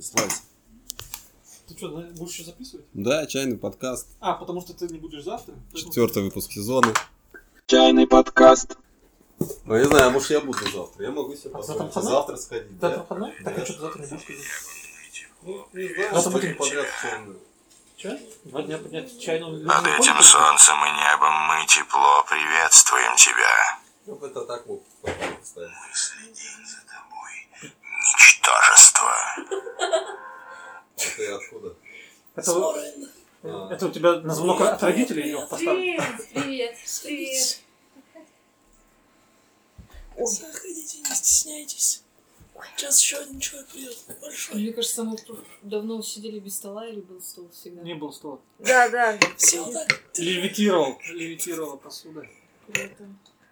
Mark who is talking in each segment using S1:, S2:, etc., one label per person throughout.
S1: слазь.
S2: Ты что, будешь еще записывать?
S1: Да, чайный подкаст.
S2: А, потому что ты не будешь завтра? поэтому-
S1: Четвертый выпуск сезона.
S3: Чайный подкаст.
S1: Ну, я не знаю, а может я буду завтра. Я могу себе
S2: А завтра
S1: позволить
S2: пацаны?
S1: завтра сходить.
S2: Да,
S1: Да?
S2: проходной? Так,
S1: Да.
S2: а что ты завтра не будешь ходить?
S1: Ну, не знаю,
S2: Завтра
S1: сколько
S2: будет.
S1: подряд черную.
S2: Че? Два дня поднять чайную...
S4: Под этим солнцем и небом мы тепло приветствуем тебя.
S1: Чтоб Ну, это так вот А попало, кстати.
S4: Мы следим за тобой, ничтожество.
S1: Ты откуда?
S2: Это, Э,
S1: А.
S2: это у тебя на звонок от родителей ее поставили?
S5: Привет, привет, привет.
S6: Заходите, не стесняйтесь. Сейчас еще один человек придет. Большой.
S5: Мне кажется, мы тут давно сидели без стола или был стол всегда.
S2: Не было стола.
S5: Да, да.
S6: Все вот так.
S2: Левитировал. Левитировала посуда.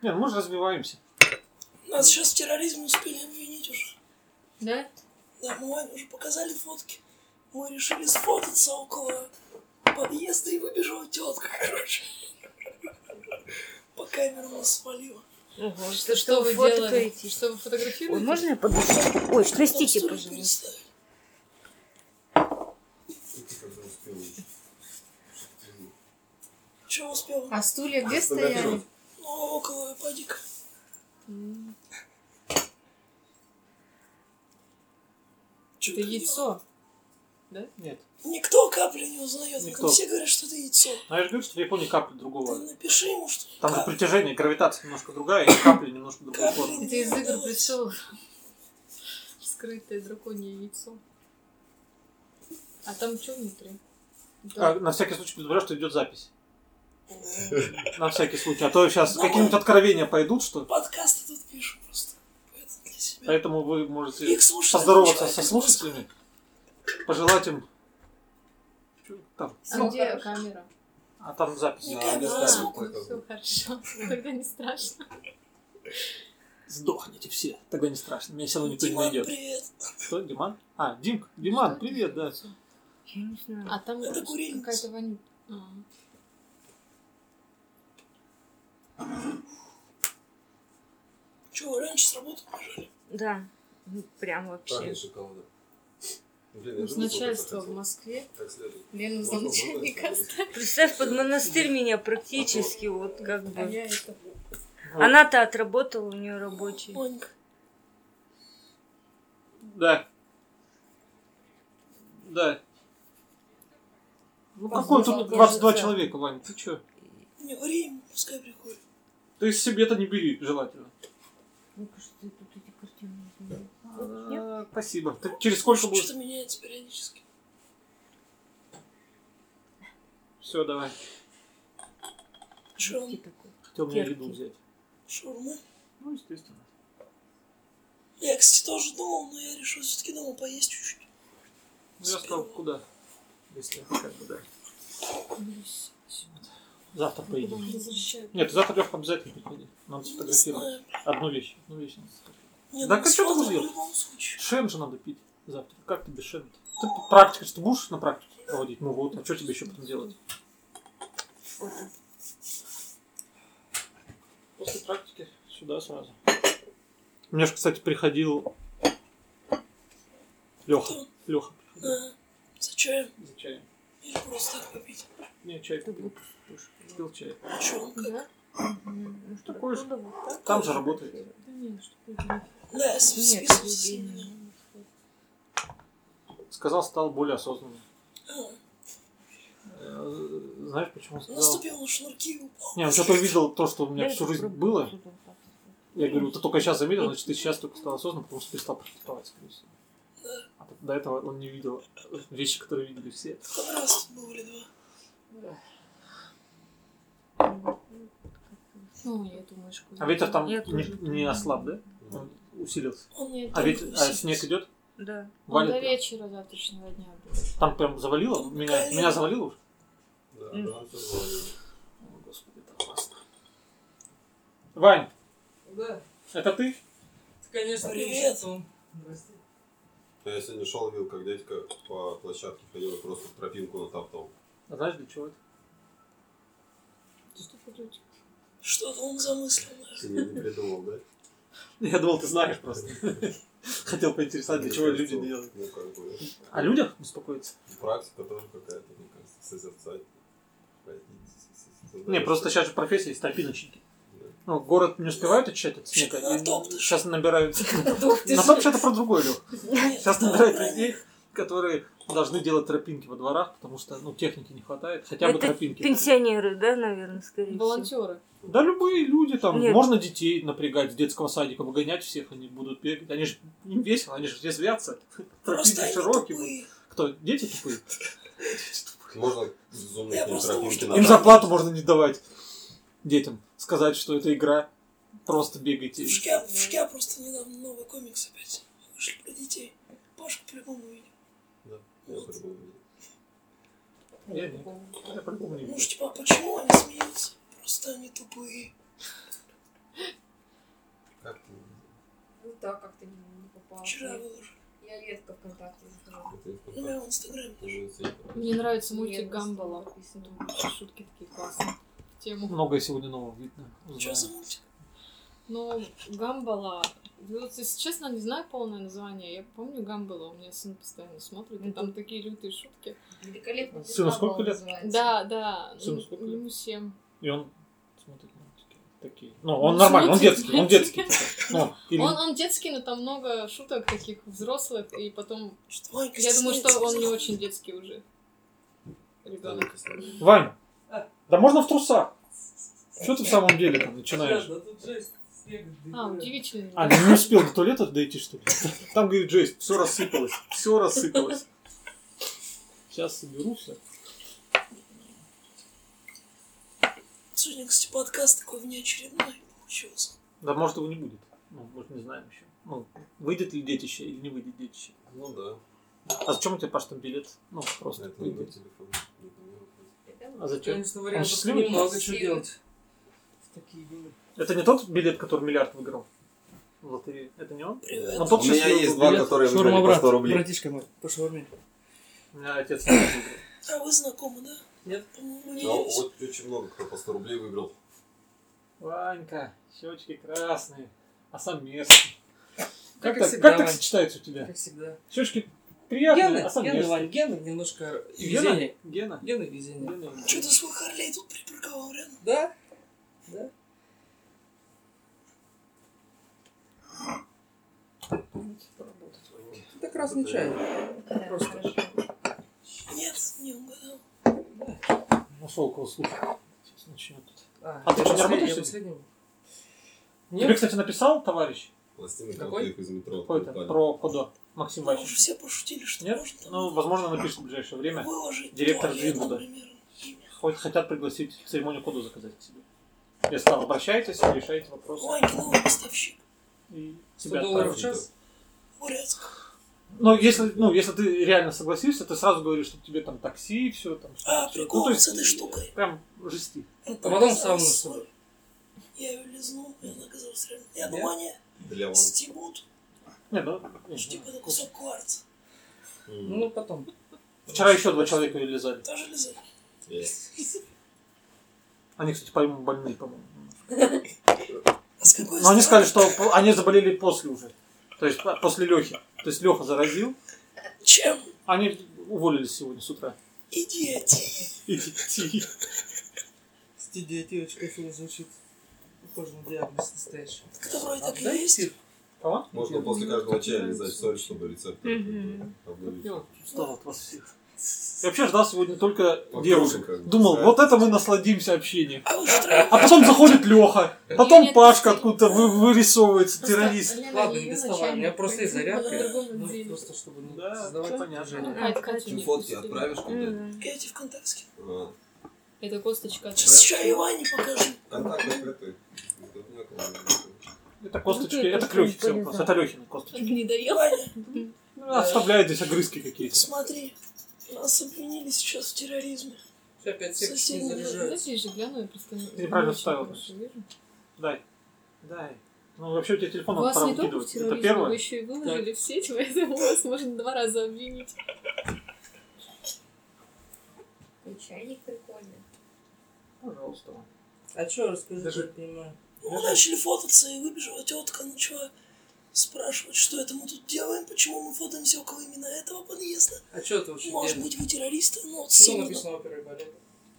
S2: Не, ну мы же развиваемся.
S6: Нас сейчас в терроризме успели обвинить уже.
S5: Да?
S6: Да, мы Ване уже показали фотки. Мы решили сфотаться около подъезда и выбежала тетка, короче. По камеру нас свалила.
S5: Что, что вы делали? Что вы фотографируете?
S7: можно я подойду? Ой, простите,
S6: Нам столик
S7: пожалуйста.
S6: переставили.
S1: Ты как же успел уйти?
S6: Че успела?
S5: А стулья где стояли?
S1: Фотографировать.
S6: Ну, около падика. Чё
S5: Это
S6: ты делала?
S5: яйцо.
S2: Нет.
S6: Никто капли не узнает.
S2: Никто.
S6: Все говорят, что это яйцо.
S2: Но Ну, я же говорю, что в Японии капли
S6: Ты
S2: другого.
S6: напиши ему, что
S2: Там же
S6: капли.
S2: притяжение, гравитация немножко другая, и капли немножко другой
S6: Капли.
S2: формы.
S5: Это из игр престолов. Скрытое драконье яйцо. А там что внутри?
S2: А, на всякий случай предупреждаю, что идет запись. На всякий случай. А то сейчас какие-нибудь откровения пойдут, что
S6: Подкасты тут пишу просто. Поэтому для себя.
S2: Поэтому вы можете
S6: Их слушать
S2: поздороваться
S6: один
S2: со
S6: человек.
S2: слушателями, пожелать им... Чё Там.
S5: А где камера?
S2: А там запись.
S1: Да, без
S6: А,
S1: камер
S5: Все
S1: показывают.
S5: хорошо. Тогда не страшно.
S2: Сдохните все, тогда не страшно. Меня все равно никто не
S6: Диман,
S2: найдет.
S6: привет.
S2: Что, Диман? А, Димк. Диман,
S5: Что?
S2: привет, да.
S7: Я не знаю.
S5: А там
S6: Это курильница.
S5: какая-то вонь. А.
S6: Че, вы раньше с работы пожали?
S7: Да, ну, прям вообще.
S1: Пахнешь шоколадом. Блин, я жду,
S5: Ну, с
S1: сколько
S5: начальства в
S1: хотел.
S5: Москве.
S1: Как следует.
S5: Лена
S1: Можно, можно,
S5: начальника.
S1: да.
S7: Представь, под монастырь меня практически вот как
S5: А
S7: бы.
S5: я это...
S2: Вот.
S7: Она-то отработала у нее рабочий.
S6: Манька.
S2: Да. Да. Ну какой тут
S5: Позвонок
S2: 22
S5: ложится.
S2: человека, Ваня, ты чё?
S6: Не говори ему, пускай приходит.
S2: Ты себе это не бери, желательно. А, Спасибо. Ты через сколько будешь?
S6: Что-то меняется периодически.
S2: Все, давай.
S6: Че он?
S2: Хотел мне
S7: Терпкий.
S2: еду взять.
S6: Шаурма?
S2: Ну, естественно.
S6: Я, кстати, тоже думал, но я решил все-таки дома поесть чуть-чуть.
S2: Ну, я сказал, куда? Если как бы, да. Завтра поедем.
S6: Возвращаю.
S2: Нет, завтра Лёха обязательно приходи. Надо
S6: Не
S2: сфотографировать.
S6: знаю.
S2: Одну вещь. Одну вещь надо сфотографировать.
S6: Не,
S2: Да
S6: ну,
S2: как чё ты
S6: смотрим
S2: узнал?
S6: в любом случае.
S2: Шен же надо пить завтра. Как ты без шена? Ты практика, что ты будешь на практике проводить? Ну вот, а что тебе еще потом делать? После практики сюда сразу. У меня же, кстати, приходил Леха. Леха приходил
S6: А, за чаем?
S2: за чаем.
S6: Или просто так попить?
S2: Не, чай пил. Пил чай.
S6: Че он? как?
S5: Да?
S2: Такой же. Ну, Там же работает.
S5: Да нет, что ты
S6: Да, я сп-
S7: Нет,
S6: списывал с
S7: людей
S6: ним.
S2: Сказал, стал более осознанным.
S6: А,
S2: Э, Знаешь, почему он сказал?
S6: Наступил на шнурки и упал.
S2: Не, он что-то увидел то, что у меня всю жизнь было. Я говорю, ты только сейчас заметил, значит, ты сейчас только стал осознанным, потому что перестал практиковать, скорее всего. А т- до этого он не видел вещи, которые видели все.
S6: Там раз тут были два.
S5: Ну, я думаю, что...
S2: А ветер там
S7: Я
S2: не,
S7: тоже.
S2: не ослаб, да? Он усилился.
S6: Он
S5: Нет,
S2: А
S6: Так,
S2: ведь а
S6: усилился.
S2: снег идет,
S7: Да.
S5: он
S2: валит.
S5: до
S2: прям.
S5: вечера завтрашнего дня был.
S2: Там прям завалило. Меня, меня завалило уже.
S1: Да, да, всё завалило.
S2: О, Господи, это опасно. Вань,
S8: Да,
S2: это ты?
S8: ты, конечно,
S6: Привет.
S8: привет.
S1: Ну, Я сегодня шел, видел, как дядька по площадке ходил и просто тропинку натоптал.
S2: А знаешь, для чего это?
S6: Что-то он замыслил, наверное.
S1: Ты не не придумал, да?
S2: Я думал, ты знаешь просто. Хотел поинтересоваться, для
S1: Мне
S2: чего люди
S1: кажется,
S2: делают. А
S1: Ну, как бы,
S2: О людях беспокоиться?
S1: практика тоже какая-то, мне кажется, созерцать.
S2: Не, просто сейчас же профессия есть тропиночники. Ну, город не успевают очищать от снега.
S6: Что ты натоптышь?
S2: Сейчас набирают...
S7: Доктор,
S2: На топ это про другое, Лёх.
S6: Нет,
S2: Сейчас
S6: да,
S2: набирают
S6: да,
S2: людей, которые должны делать тропинки во дворах, потому что ну, техники не хватает, хотя бы
S7: Это
S2: тропинки.
S7: пенсионеры, да, наверное, скорее всего.
S5: Волонтеры.
S2: Да любые люди там,
S7: Нет.
S2: можно детей напрягать с детского садика, выгонять всех, они будут бегать. Они же им весело, они же все звятся. Тропинки
S6: Просто они
S2: широкие. будут.
S6: тупые.
S2: Кто? Дети тупые?
S1: Можно зумнуть
S6: Я
S1: на
S6: просто
S1: тропинки
S6: ушки
S1: на
S2: Им
S1: дачу.
S2: зарплату можно не давать детям. Сказать, что это игра. Просто бегайте.
S6: В шкя, в шкя просто недавно новый комикс опять. Вышли про детей. Пашка по-любому видел.
S1: Да, я придумал.
S2: Я не- я по-любому не
S6: Ну
S2: буду.
S6: ж типа, а почему они смеются? Просто они тупые.
S1: Как ты?
S9: Ну да, как-то не, не попал.
S6: Вчера выложил.
S9: Я редко ВКонтакте захожу.
S1: Это я
S6: Ну, я в Инстаграме.
S1: пока-
S5: Мне нравится
S9: Нет,
S5: мультик Гамбола.
S9: подписано.
S5: Шутки такие классные. В Тему.
S2: Многое сегодня нового видно.
S6: Что
S2: Узнаю.
S6: за мультик?
S5: Ну, Гамбола. Ну, вот, если честно, не знаю полное название. Я помню Гамбола. У меня сын постоянно смотрит. и там такие лютые шутки.
S9: Великолепно.
S2: Сыну ну сколько лет?
S5: Да, да.
S2: Сыну
S5: ну,
S2: сколько лет?
S5: ему семь.
S2: И он смотрит мультики. Такие. Ну, он нормальный, он детский, он детский. Ну, или-
S5: Он, он детский, но там много шуток таких взрослых. И потом...
S6: Что Ванька
S5: Я думаю, что
S6: стесняется?
S5: он не очень детский уже.
S1: Да,
S5: Ребенок.
S1: ну, ты смотри.
S2: Ваня, да можно в трусах. Что ты в самом деле там начинаешь?
S10: Да тут жесть. Снег.
S5: А, удивительный.
S2: А, ну не успел до туалета дойти, что ли? Там, говорит, жесть, все рассыпалось, все рассыпалось. Сейчас соберу все.
S6: Сегодня, кстати, подкаст такой внеочередной получился.
S2: Да, может, его не будет. Ну, может, не знаем еще. Ну, выйдет ли детище или не выйдет детище.
S1: Ну да,
S2: А зачем у тебя, Паш, там билет? Ну, просто
S1: это номер
S2: выйдет.
S1: телефона. Не
S2: Ну,
S1: понимаю.
S2: А зачем?
S10: Конечно, вариантов
S2: счастливый?
S10: немного чего делать. В такие дни.
S2: Это не тот билет, который миллиард выиграл в лотерее? Это не он?
S6: Привет.
S2: Он тот
S1: У меня
S2: счастливый
S1: есть
S2: был
S1: два,
S2: билет?
S1: которые
S11: Шаурма,
S1: выиграли по
S11: брат.
S1: 100 рублей.
S11: Братишка мой, по шаурме.
S2: У меня отец не выиграл.
S6: А вы знакомы, да?
S10: Нет.
S6: По-моему, не
S1: Да,
S6: есть.
S1: вот очень много кто по 100 рублей выиграл.
S2: Ванька, щечки красные, а сам мерзкий. Как,
S11: и
S2: так,
S11: всегда,
S2: как так
S11: Вань.
S2: сочетается у тебя?
S11: Как всегда.
S2: Щечки приятные,
S11: Гены,
S2: а сам
S11: гены, Вань,
S2: мерзкий.
S11: гены немножко
S2: Гена?
S11: везения.
S2: Гена?
S11: Гены везения.
S2: Гена.
S6: Что ты свой Харлей тут припарковал рядом?
S11: Да? Это красный чай.
S9: Просто.
S6: Нет, не угадал.
S2: Ну, Шелкова, слушай. Сейчас начнет.
S11: А,
S2: ты что, не
S11: Я
S2: работаешь сегодня?
S11: последний.
S2: Тебе, кстати, написал товарищ
S1: Пластины
S11: Какой?
S1: крутых из метро.
S2: какой-то
S1: упали.
S2: про Кодо Максим
S6: Мы уже
S2: Васильевич?
S6: все пошутили, что
S2: Нет?
S6: можно там
S2: Ну, возможно, напишет в ближайшее время.
S6: выложить
S2: директор
S6: туалет,
S2: Джинвуда.
S6: например.
S2: Хоть хотят пригласить в церемонию Кодо заказать к себе. Я сказал, обращайтесь, решайте вопросы.
S6: Ванька новый поставщик.
S2: И
S11: 100
S2: тебя
S11: долларов в
S2: отправят.
S11: час?
S6: Бурятск.
S2: Но если, ну, если ты реально согласишься, ты сразу говоришь, что тебе там такси, все там. всё,
S6: А,
S2: всё.
S6: прикол
S2: Ну, то
S6: с этой штукой.
S2: Прям жести.
S6: А
S11: потом в сауну, что ли?
S6: Я ее лизнул, и она оказалась реально... Я думаю, они
S1: Для ван.
S6: стебут.
S2: Не, ну, не,
S6: что Типа
S2: ну,
S6: это кусок кварца.
S1: М,
S11: Ну, потом.
S2: Вчера еще два человека лизали.
S6: Тоже лизали?
S1: есть.
S2: Они, кстати, по-моему, больные, по-моему.
S6: А с какой
S2: Но они
S6: стороны?
S2: сказали, что по- они заболели после уже. То есть по- после Лехи. То есть Леха заразил.
S6: Чем?
S2: Они уволились сегодня с утра.
S6: Идиоти.
S2: Идти.
S11: Стидиоти очень красиво звучит. Похоже на диагноз настоящий.
S6: Кто вроде так и
S11: Отдай
S6: есть.
S11: пир.
S2: Кого?
S1: Можно после каждого чая лизать соль, чтобы рецепт как бы, обновить.
S2: Я устал от вас всех. Я вообще ждал сегодня только
S1: Вот тоже
S2: девушек.
S1: как бы,
S2: Думал,
S1: да.
S2: вот это мы насладимся общением.
S6: А вы втроем?
S2: А потом заходит Леха. Потом
S5: Нет,
S2: Пашка
S5: нет.
S2: откуда-то вы- вырисовывается,
S5: Просто
S2: террорист.
S5: Лена
S11: Ладно,
S5: и
S11: не
S5: её
S11: доставай, у меня
S5: начальник
S11: просто есть
S5: произвела
S11: зарядка.
S5: на другом
S11: Ну,
S5: деле.
S11: просто чтобы не
S2: Да,
S11: создавать
S2: всё
S11: напряжение.
S2: понятно.
S5: А, это Катя.
S1: Ты фотки отправишь куда-нибудь?
S6: Я тебе ВКонтакте.
S1: А,
S5: Это косточка.
S6: Сейчас еще и Ване покажу.
S1: Контакты открыты. Никто не оказывается.
S2: Это косточки,
S7: Ну, ты
S2: это
S7: это
S2: клюхи
S7: не
S2: все
S7: полезно.
S2: просто. Это Лехины косточки.
S5: Не доел?
S6: Ваня,
S2: Ну, Оставляют здесь огрызки какие-то.
S6: смотри. Нас обвинили сейчас в терроризме.
S11: Всё, опять все не
S6: Соседи,
S11: заряжают.
S5: Знаете, я же гляну, я просто... не-
S2: Ты неправильно
S5: не очень
S2: вставила.
S5: хорошо вижу.
S2: Дай. Дай. Ну, вообще у тебя телефон
S5: У
S2: надо
S5: вас
S2: пора
S5: не только в
S2: выкидывать. Это
S5: терроризме, вы
S2: первое.
S5: еще и выложили в сеть, поэтому вас можно два раза обвинить.
S9: И чайник прикольный.
S2: Пожалуйста.
S11: А что, расскажи, что я понимаю.
S3: Ну,
S6: Мы начали фототься, и выбежала тетка, начала
S3: Спрашивают, что это мы тут делаем, почему мы фотоемся около именно этого подъезда.
S6: А что это вообще
S3: Может
S6: делаешь?
S3: быть, вы террористы, но вот
S6: Что
S3: сильно-
S6: написано опера и балет?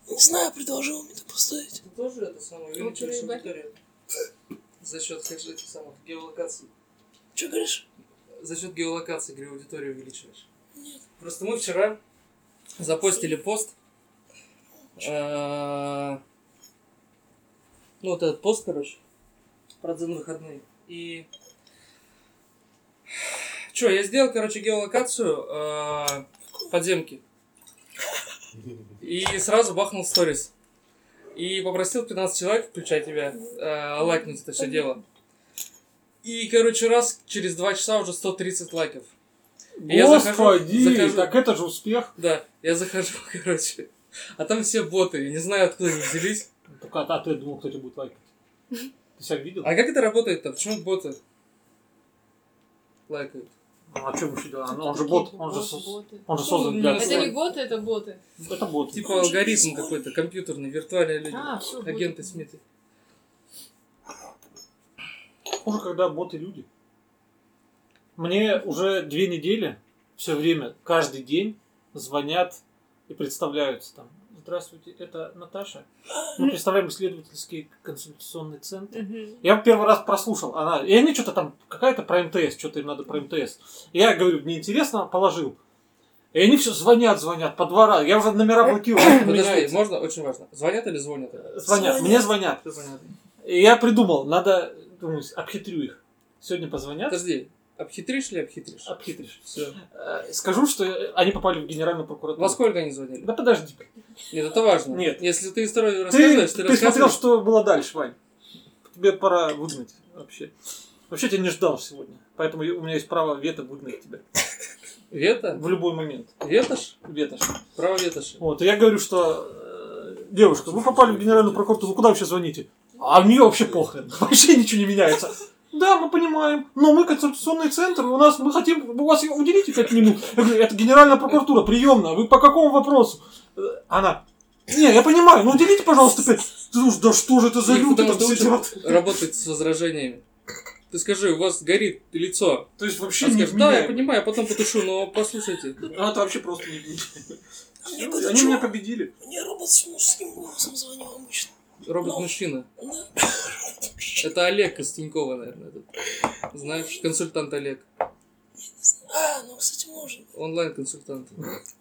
S3: Не знаю, предложил мне это поставить.
S6: Это тоже это самое
S5: Ну, «Опера
S6: увеличиваешь
S5: и балет».
S6: аудиторию. За счет, как же, этих самых геолокаций.
S3: Че говоришь?
S6: За счет геолокации, говорю, аудиторию увеличиваешь. Просто мы вчера запостили пост. э, Ну, вот этот пост, короче, про дзен выходные. И... Че, я сделал, короче, геолокацию э, подземки. И сразу бахнул в сторис. И попросил 15 человек, включая тебя, э, лайкнуть это все дело. И, короче, раз через два часа уже 130 лайков. Я захожу-
S2: Господи,
S6: захожу.
S2: так это же успех.
S6: Да, я захожу, короче. А там все боты, я не знаю, откуда они взялись.
S2: Только, а ты думал, кто тебя будет лайкать? Ты себя видел?
S6: А как это работает-то? Почему боты лайкают?
S2: Ну, а что мы еще делаем? Ну, он же бот, он же, сос-
S5: Боты.
S2: он же создан
S6: Ну,
S2: для...
S6: не
S5: Это не боты, это боты.
S2: Это бот.
S6: Типа алгоритм какой-то, компьютерный, виртуальные люди.
S5: А, всё, боты.
S6: Агенты Смиты.
S2: Хуже, когда боты люди. Мне уже две недели все время, каждый день звонят и представляются там. Здравствуйте, это Наташа. Мы представляем исследовательский консультационный центр.
S7: Мгм.
S2: Я первый раз прослушал, она, и они что-то там, какая-то про МТС, что-то им надо про МТС. Я говорю, мне интересно, положил. И они все звонят, звонят, по два раза. Я уже номера блокировал. у меня
S6: Подожди,
S2: эти- Э,
S6: можно? Очень важно. Звонят или звонят?
S2: Звонят, мне звонят.
S6: Кто звонит?
S2: И я придумал, надо, думаю, обхитрю их. Сегодня позвонят,
S6: Подожди, обхитришь или обхитришь?
S2: обхитришь.
S6: Все.
S2: Э, Скажу, что э, они попали в Генеральную прокуратуру.
S6: Во сколько они звонили?
S2: Да подожди.
S6: Нет, это важно.
S2: Нет.
S6: Если ты историю
S2: Ты,
S6: рассказываешь, ты,
S2: ты, смотрел,
S6: рассказываешь.
S2: что было дальше, Вань. Тебе пора выгнать вообще. Вообще я тебя не ждал сегодня. Поэтому я- у меня есть право вето выгнать тебя.
S6: Вето?
S2: В любой момент.
S6: Ветош?
S2: Вето. ж.
S6: Право ветоши.
S2: Вот, и я говорю, что э, девушка, вы попали в Генеральную прокуратуру, вы куда вообще звоните? А у нее вообще похрен. Вообще ничего не меняется. Да, мы понимаем, но мы консультационный центр, у нас мы хотим, у вас уделите 5 минут. Я говорю, это генеральная прокуратура, приемная, вы по какому вопросу? Э, Она, не, я понимаю, но уделите, пожалуйста, 5. Слушай, да что же это за
S6: Их
S2: люди
S6: потому
S2: там
S6: что
S2: сидят?
S6: учат работать с возражениями. Ты скажи, у вас горит лицо.
S2: То есть вообще
S6: Она
S2: не
S6: скажет, да, я
S2: вменяемо.
S6: понимаю, я потом потушу, но послушайте.
S2: Ну, это вообще просто не
S3: А мне
S2: вменяемо.
S3: когда
S2: Они
S3: чё?
S2: меня победили.
S3: Мне робот с мужским голосом звонил обычно.
S6: Робот-мужчина.
S3: Да.
S6: Это Олег Костенькова, наверное. этот. Знаешь, консультант Олег.
S3: А, ну, кстати, можно.
S6: Онлайн-консультант.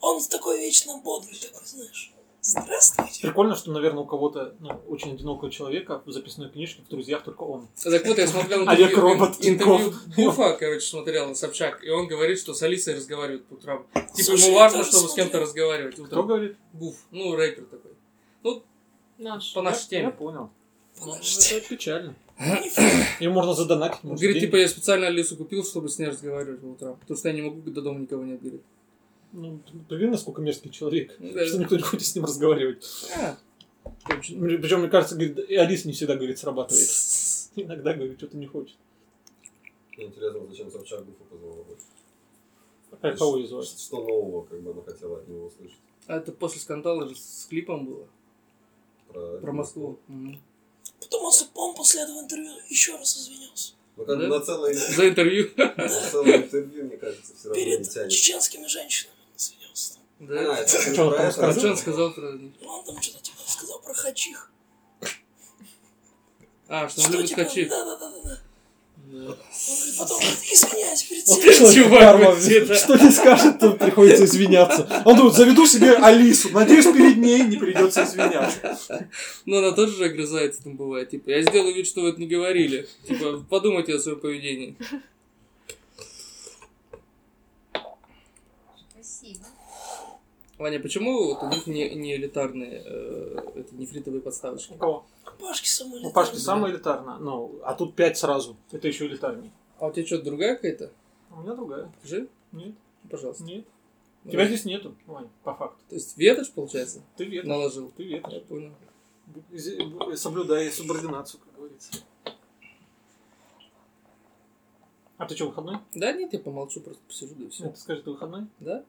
S3: Он такой вечно бодрый, такой, знаешь. Здравствуйте.
S2: Прикольно, что, наверное, у кого-то, ну, очень одинокого человека в записной книжке, в друзьях только он.
S6: Так вот, я смотрел
S2: Олег
S6: интервью,
S2: Робот
S6: интервью
S2: Тиньков.
S6: Буфа, короче, смотрел Собчак, и он говорит, что с Алисой разговаривает по утрам. Типа,
S3: Слушай,
S6: ему
S3: я
S6: важно,
S3: тоже
S6: чтобы с кем-то
S3: смотрел.
S6: разговаривать
S2: Кто
S6: утром.
S2: говорит?
S6: Буф, ну, рэпер такой.
S5: Наши.
S6: По нашей
S2: Я
S6: теме.
S2: понял. Ну,
S3: Подожди.
S2: это печально. Ему можно задонатить.
S6: Он
S2: может,
S6: говорит,
S2: денег.
S6: типа, я специально Алису купил, чтобы с ней разговаривать по утрам. Потому что я не могу, когда дома никого нет, говорит.
S2: Ну, блин, насколько мерзкий человек.
S6: Ну, да.
S2: Что никто не хочет с ним разговаривать.
S6: А, точно.
S2: Причем, мне кажется, говорит, и Алиса не всегда, говорит, срабатывает. Иногда, говорит, что-то не хочет.
S1: Мне интересно, зачем Собчак Гуфа позвала больше.
S2: Какая А кого звать?
S1: Что нового, как бы она хотела от него услышать?
S6: А это после скандала же с клипом было.
S1: Про,
S6: Про Москву.
S3: Потом он, с- он после этого интервью еще раз извинился.
S1: Ну, как бы
S6: Да?
S1: на целое,
S6: За интервью.
S1: на целое интервью, мне кажется, все равно
S3: Перед
S1: не тянет.
S3: чеченскими женщинами он извинился.
S1: А,
S6: Да.
S1: это ты
S2: Чё он
S1: про
S2: там
S1: это?
S6: А что он сказал про...
S3: Ну, он там что-то типа сказал про хачих.
S6: А, что он любит
S3: типа,
S6: скачать.
S3: да-да-да-да.
S6: Да.
S3: Он говорит, потом говорит, извиняюсь перед
S2: Вот
S3: всеми.
S2: человек
S6: Чувак,
S2: карма,
S6: вот это.
S2: что не скажет, то приходится извиняться. Он думает, заведу себе Алису. Надеюсь, перед ней не придется извиняться.
S6: Но Ну, она тоже же огрызается там бывает. Типа, я сделаю вид, что вы это не говорили. Типа, подумайте о своем поведении.
S9: Спасибо.
S6: Ваня, почему вот у них не, не элитарные э, эти нефритовые подставочки?
S3: Пашки самые
S2: У Пашки самая элитарная. Ну, а тут пять сразу. Это еще элитарнее.
S6: А у тебя что, другая какая-то?
S2: А У меня другая.
S6: Покажи,
S2: Нет,
S6: пожалуйста.
S2: нет.
S6: Ну,
S2: Тебя здесь нету, Вань, по факту.
S6: То есть ветошь, получается,
S2: Ты ветер.
S6: наложил?
S2: Ты ветер.
S6: Я понял.
S2: Зе- Соблюдай субординацию, как говорится. А ты что, выходной?
S6: Да нет, я помолчу, просто посижу, да и все.
S2: Ты скажи, ты выходной?
S6: Да?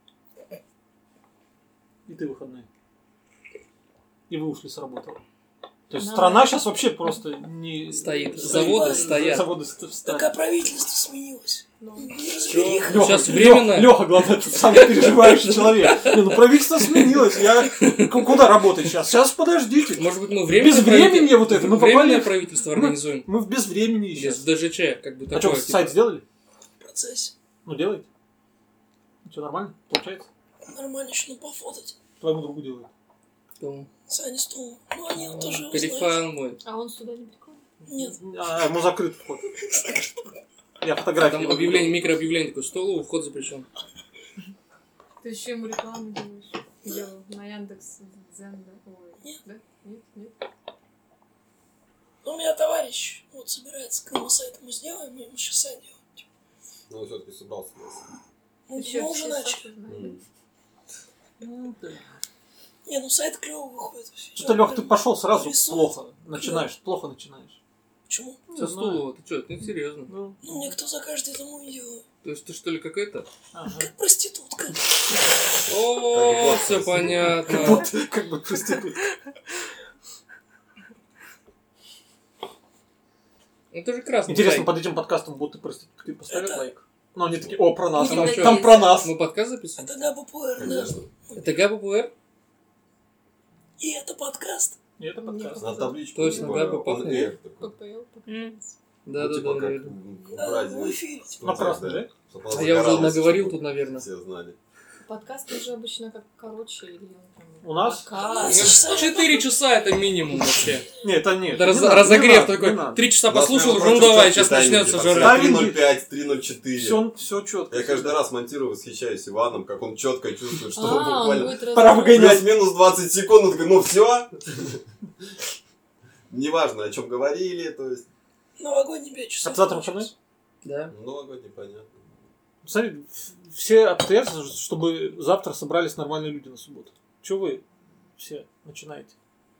S2: И ты выходной. И вы ушли с работы. То есть
S5: Надо-
S2: страна сейчас вообще просто не...
S6: Стоит. Заводы стоят.
S2: Заводы ст- встали.
S3: Пока правительство сменилось. Не
S6: Чё?
S3: разбериха.
S2: Лёха,
S6: Сейчас
S2: Лё-
S6: временно.
S2: Лёха, главное, тот самый переживающий человек. Не, ну правительство сменилось. Я к- куда работать сейчас? Сейчас подождите.
S6: Может быть, мы временное
S2: Без времени
S6: правитель-
S2: вот это, мы
S6: временное
S2: попали-
S6: правительство организуем.
S2: Мы в безвремени сейчас.
S6: Сейчас в ДЖЧ, как бы
S2: А
S6: такое.
S2: что,
S6: типа,
S2: сайт сделали?
S3: В процессе.
S2: Ну, делает. Все нормально? Получается?
S3: Нормально еще надо пофотать.
S2: Твоему другу делает.
S6: там,
S3: Саня Стул. Ну, они тоже его знают.
S6: Переклеен мой.
S5: А он сюда не приходит?
S3: Нет.
S2: А, ему закрыт вход. Я фотографии.
S6: Там
S2: не
S6: объявление, микрообъявление такое, столу, вход запрещен.
S5: Ты еще ему рекламу делаешь? Делал на Яндекс Дзен, да? Ой,
S3: Нет.
S5: да? Нет, нет.
S3: Ну, у меня товарищ вот собирается к новому сайту. Мы сделаем, мы ему сейчас Саня делаем.
S1: Ну, все-таки собрался.
S3: Ну,
S5: Ещё
S3: мы уже
S5: все
S3: начали.
S5: Сашу знают.
S1: М.
S3: Ну, Не, ну сайт клево выходит. Всё
S2: Что-то, Лех, ты
S3: прям
S2: пошел сразу
S3: рисует.
S2: плохо. Начинаешь, плохо начинаешь.
S3: Почему?
S6: Со стула, ты что, ты серьезно?
S2: Ну,
S3: Ну, мне кто закажет, я тому и делаю.
S6: То есть ты что ли какая-то?
S2: ага.
S3: Как проститутка.
S6: О,
S1: Как
S6: все
S1: бы классно.
S6: понятно.
S2: Вот, как бы проститутка.
S6: Это же красный.
S2: Интересно,
S6: чай.
S2: под этим подкастом будут и проститутки поставят
S3: Это-
S2: лайк. Но они такие, о, про нас,
S6: Ну,
S2: там,
S6: чё?
S2: там про нас.
S6: Мы подкаст записываем?
S3: Это Габа Пуэр, да.
S1: Конечно.
S6: Это ГБПР?
S3: И это подкаст.
S2: И это подкаст.
S3: ну,
S1: На табличку.
S6: Точно,
S1: типа,
S6: да, бы
S1: он
S6: пахнет.
S1: air такой.
S5: ППЛ, ППЛ.
S7: М.
S6: Да,
S1: Ну,
S6: да,
S1: типа,
S6: да,
S1: как
S6: да. ну,
S1: в
S3: Да,
S1: Бразилии. Ну,
S3: в эфире. типа.
S2: На красный, Ну, да?
S1: Чтоб
S6: А
S1: она
S6: я уже
S1: загоралась,
S6: наговорил
S1: чтобы
S6: тут, наверное.
S1: Все знали.
S5: Подкаст уже обычно как короче или он там...
S2: У нас?
S3: А,
S5: Пока.
S6: Четыре часа это минимум вообще.
S2: Нет, это нет.
S6: Это раз-
S2: не надо, не
S6: разогрев
S2: надо, не
S6: такой.
S2: надо.
S6: Три часа
S1: Нас
S6: послушал,
S1: прямо
S6: уже ну
S1: против
S6: давай,
S1: часов
S6: сейчас
S1: питания,
S6: начнется
S1: типа,
S6: жара.
S2: Да, винди.
S1: 3.05, 3.04.
S2: Все, все четко.
S1: Я каждый раз монтирую, восхищаюсь Иваном, как он четко чувствует, что он
S5: А, он
S1: буквально
S5: будет раз-
S2: Пора выгонять.
S1: Плюс-минус 20 секунд, он такой, ну все. Неважно, о чем говорили, то есть.
S3: Новогодний пять
S2: А
S3: часов.
S2: ты завтра выходной?
S6: Да.
S1: Много непонятно.
S2: Смотри, в- все обстоятельства, чтобы завтра собрались нормальные люди на субботу. Че вы все начинаете?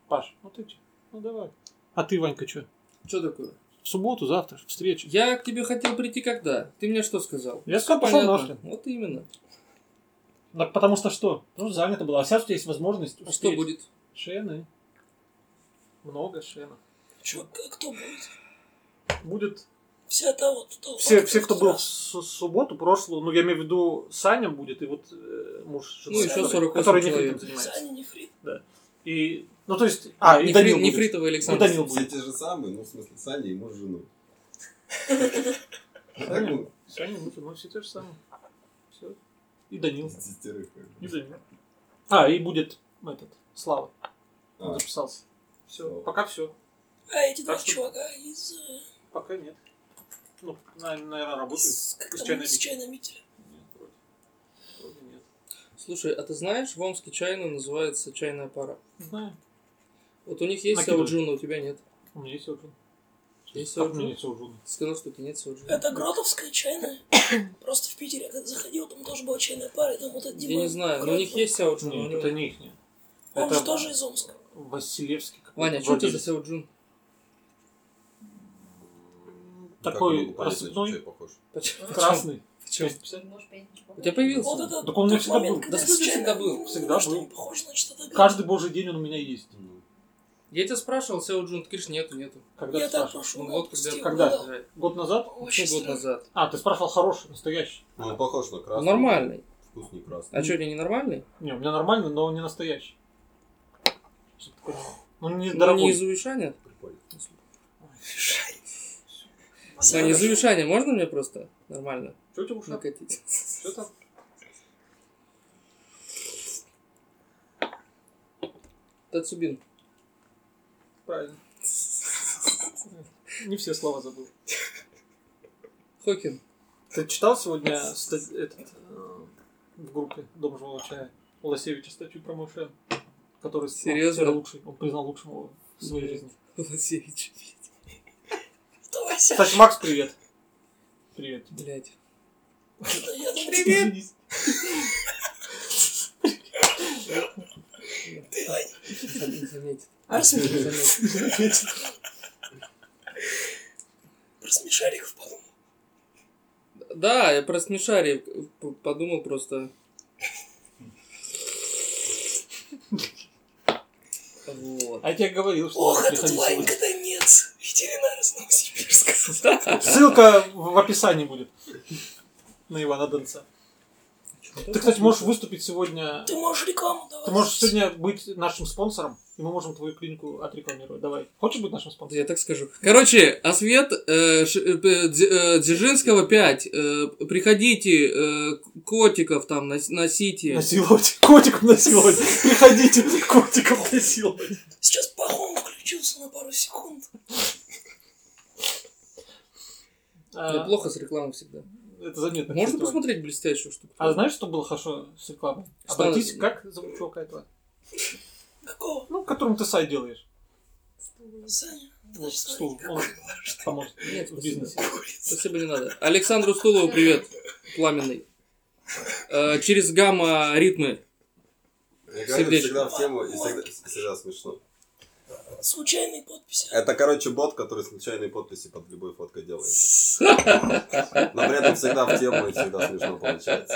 S2: Паш, ну ты чё? Ну давай. А ты, Ванька, что?
S6: Что такое?
S2: В субботу, завтра, встреча.
S6: Я к тебе хотел прийти когда? Ты мне что сказал?
S2: Я сказал,
S6: Всё
S2: пошел
S6: понятно.
S2: нахрен.
S6: Вот именно.
S2: Так потому что что? Ну, занято было. А сейчас у тебя есть возможность
S6: А что
S2: успеть.
S6: будет?
S2: Шены. Много шена.
S3: Чё, к- кто будет?
S2: Будет
S3: Вся та вот толпа.
S2: все, все, кто был в су- субботу прошлую, ну я имею в виду Саня будет и вот э, муж
S6: Ну,
S2: жены,
S3: ещё
S2: который-
S6: 48
S2: который
S6: человек.
S2: нефритом занимается.
S3: Саня Нефрит.
S2: И, ну то есть, а и
S6: Нефри-
S2: Данил будет.
S6: Нефритовый
S2: И
S6: Александр.
S2: Данил
S1: Все
S2: будет.
S1: те же самые, ну, в смысле, Саня и муж с женой. Так,
S2: Саня,
S1: ну,
S2: Саня, ну, ну, все то же самое. Все. И Данил.
S1: из десятерых, как
S2: И
S1: бы.
S2: Данил. А, и будет этот, Слава. Он
S1: А.
S2: записался. Все.
S1: Слава.
S2: Пока все.
S3: А эти два
S2: Так что-
S3: чувака из... э,
S2: Пока нет. Ну, наверное, работает.
S3: из- Как
S2: Из
S3: там,
S2: чайной
S3: из
S2: битки.
S3: чайной мители.
S2: Вроде нет.
S6: Слушай, а ты знаешь, в Омске чайную называется чайная пара?
S2: Не знаю.
S6: Вот у них есть
S2: Накидывай.
S6: Сяоджуна, у тебя нет.
S2: У меня есть Орджун.
S6: Есть
S2: Как у меня
S6: Сяоджун?
S2: есть Орджун?
S6: Ты сказал, что у тебя нет Сяоджуна.
S3: Это Гротовская чайная. Просто в Питере, я когда заходил, там тоже была чайная пара, и там вот этот
S6: Я
S3: Дима
S6: не знаю, но у
S3: Гротов.
S6: них есть Сяоджун.
S2: Нет,
S6: у
S2: это
S6: него-
S2: не их.
S3: Он
S2: это-
S3: же тоже из Омска.
S2: Василевский какой-то.
S6: Ваня, что у тебя за
S2: владелец.
S6: Сяоджун?
S1: Ну, Как
S2: Такой
S1: много понятно,
S2: рассыпной.
S1: чай похож.
S2: Красный.
S6: Почему?
S2: 250.
S9: Может, я ничего.
S6: У тебя появился?
S3: Вот
S6: он?
S3: это
S2: Так он у меня
S3: тот
S2: всегда
S3: момент,
S2: был.
S3: когда
S6: Да
S3: с
S6: слушай,
S3: чайной
S6: всегда был,
S3: ну,
S2: всегда
S3: что
S2: был.
S3: не похож, значит, это
S2: Каждый божий день он у меня есть.
S1: Ну,
S6: Я тебя спрашивал, Сяоджун, ты говоришь, нету, нету.
S2: Когда
S3: Я
S2: ты
S3: так
S2: спрашивал?
S3: прошу.
S6: Ну вот, когда...
S3: Стив,
S2: когда?
S3: угадал.
S6: Год
S2: Год назад?
S3: Вообще типа, странно.
S6: назад.
S2: А, ты спрашивал хороший, настоящий.
S1: Он Ну, похож на красный.
S6: Нормальный.
S1: Вкус не красный.
S6: А что, не нормальный?
S2: Не, у меня нормальный, но он не настоящий. Чтоб ты понимал. Ну, не
S6: Ну,
S2: дорогой.
S6: не из Уишаня?
S1: Прикольно.
S6: Саня, Ну, из Уишаня можно мне просто нормально
S2: Что у тебя в ушах?
S6: накатить?
S2: Что там?
S6: Тацубин.
S2: Правильно. Не все слова забыл.
S6: Хокин.
S2: Ты читал сегодня ста- этот, э, в группе Дом живого чая Лосевича статью про Мушен, который стал
S6: Серьезно?
S2: теперь лучший, он признал лучшим его в своей
S6: Нет.
S2: жизни.
S6: Лосевич.
S3: Да, Вася,
S2: Кстати, Макс, привет. Привет.
S6: Блять.
S3: да я думал,
S2: Привет.
S6: Заметит.
S3: Просмешариков
S6: Заметит.
S3: про смешариков подумал.
S6: Да, я про смешари п- подумал просто. Вот.
S2: А я тебе говорил, что
S3: Ох,
S2: надо
S3: этот
S2: приходить
S3: Ванька Донец, ветеринар из Новосибирска.
S2: сегодня. Ссылка в в описании будет на Ивана Донца. Ты, кстати, можешь выступить сегодня...
S3: Ты можешь рекламу давать.
S2: Ты можешь сегодня быть нашим спонсором, и мы можем твою клинику отрекламировать. Давай. Хочешь быть нашим спонсором?
S6: Я так скажу. Короче, освет э, Ш- э, э, Дз- э, Дзержинского 5. э, приходите, э, к- котиков там нос- носите.
S2: Насиловать. Котиком насиловать. Приходите, котиком насиловать.
S3: Сейчас пахом включился на пару секунд.
S6: Мне
S2: А,
S6: плохо с рекламой всегда.
S2: Это заметно.
S6: Можно
S2: кстати, Вань.
S6: посмотреть блестящую штуку?
S2: А знаешь, что было хорошо с рекламой?
S6: Что?
S2: Обратись, как зовут чувака этого?
S3: Какого?
S2: Ну, которым ты сайт делаешь.
S3: Саня?
S2: Вот,
S3: Подожди,
S2: стул.
S3: смотри,
S2: Он поможет
S6: Нет,
S2: в
S6: спасибо.
S2: бизнесе.
S6: Спасибо, не надо. Александру Стулову привет. Пламенный. Э, через гамма-ритмы.
S1: Мне кажется,
S6: Сердечко.
S1: всегда в тему и всегда, всегда смешно.
S3: Случайные подписи.
S1: Это, короче, бот, который случайные подписи под любой фоткой делает. Но при этом всегда в тему и всегда смешно получается.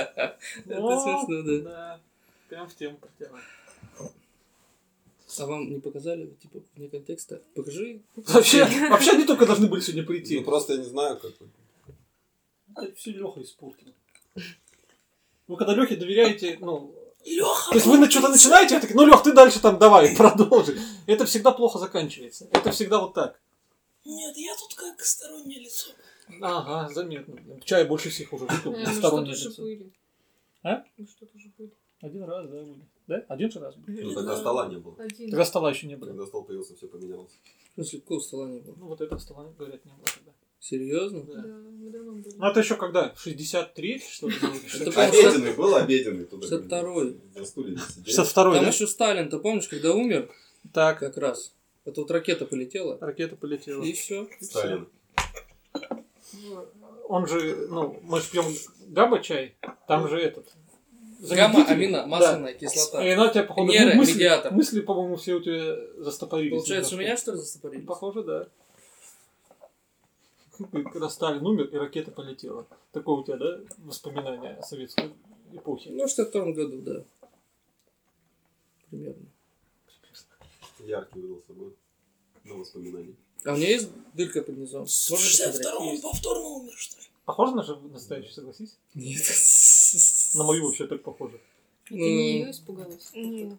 S6: Это
S2: Вот,
S6: смешно, да.
S2: Да. Прям в тему протягивай.
S6: А вам не показали, типа, вне контекста? Покажи.
S2: Вообще, вообще они только должны были сегодня
S1: Ну,
S2: прийти.
S1: просто я не знаю, как...
S2: А все Леха испортил. Вы когда Лехе доверяете, ну...
S3: Леха.
S2: То есть вы на что-то начинаете, а так, ну, Лех, ты дальше там давай, продолжи. Это всегда плохо заканчивается. Это всегда вот так.
S3: Нет, я тут как стороннее лицо. ну
S2: Ага, заметно. Чай больше всех уже выпил.
S5: Э, Мы
S2: Стороннее
S5: что-то же
S2: лицо.
S5: были.
S2: А?
S5: Мы что-то же были.
S2: Один раз, да, были. Да? Один же раз был.
S1: Ну, тогда стола не было.
S5: Один.
S2: Тогда стола еще не было.
S1: Когда стол появился, все поменялось.
S6: В смысле, какого стола не было?
S2: Ну, вот этого стола, говорят, не было тогда.
S6: Серьезно?
S5: Да,
S2: Да.
S5: мы другом были.
S2: Ну, это еще когда? 63 что ли? было?
S6: Это было
S1: Обеденный был, обеденный. туда.
S6: 62-й.
S1: На стуле не сидел.
S2: 62
S6: Там
S2: да?
S6: еще Сталин-то, помнишь, когда умер?
S2: Так,
S6: Как раз. Это вот ракета полетела.
S2: ракета полетела.
S6: И все.
S1: Сталин.
S2: Он же, ну, мы же пьем габа чай, там же этот.
S6: Гамма,
S2: заместитель.
S6: амина, масляная кислота.
S2: Да. И она у тебя, походу,
S6: Венера,
S2: мысли,
S6: медиатор.
S2: мысли, по-моему, все у тебя застопорились.
S6: Получается, у меня
S2: немножко.
S6: что ли застопорились?
S2: Похоже, да. Ты Когда Сталин умер, и ракета полетела. Такое у тебя, да, воспоминание о советской эпохе?
S6: Ну, в 62 году, да. Примерно.
S1: Яркий выдался год. На Ну, воспоминания.
S6: А у меня есть дырка под низом? Можно
S3: В 62-м он
S6: посмотреть?
S3: повторно умер, что ли?
S2: Похоже на же настоящий, согласись?
S6: Нет.
S2: На мою вообще так похоже.
S5: Ты
S6: Ну,
S5: не ее испугалась?
S7: Нет.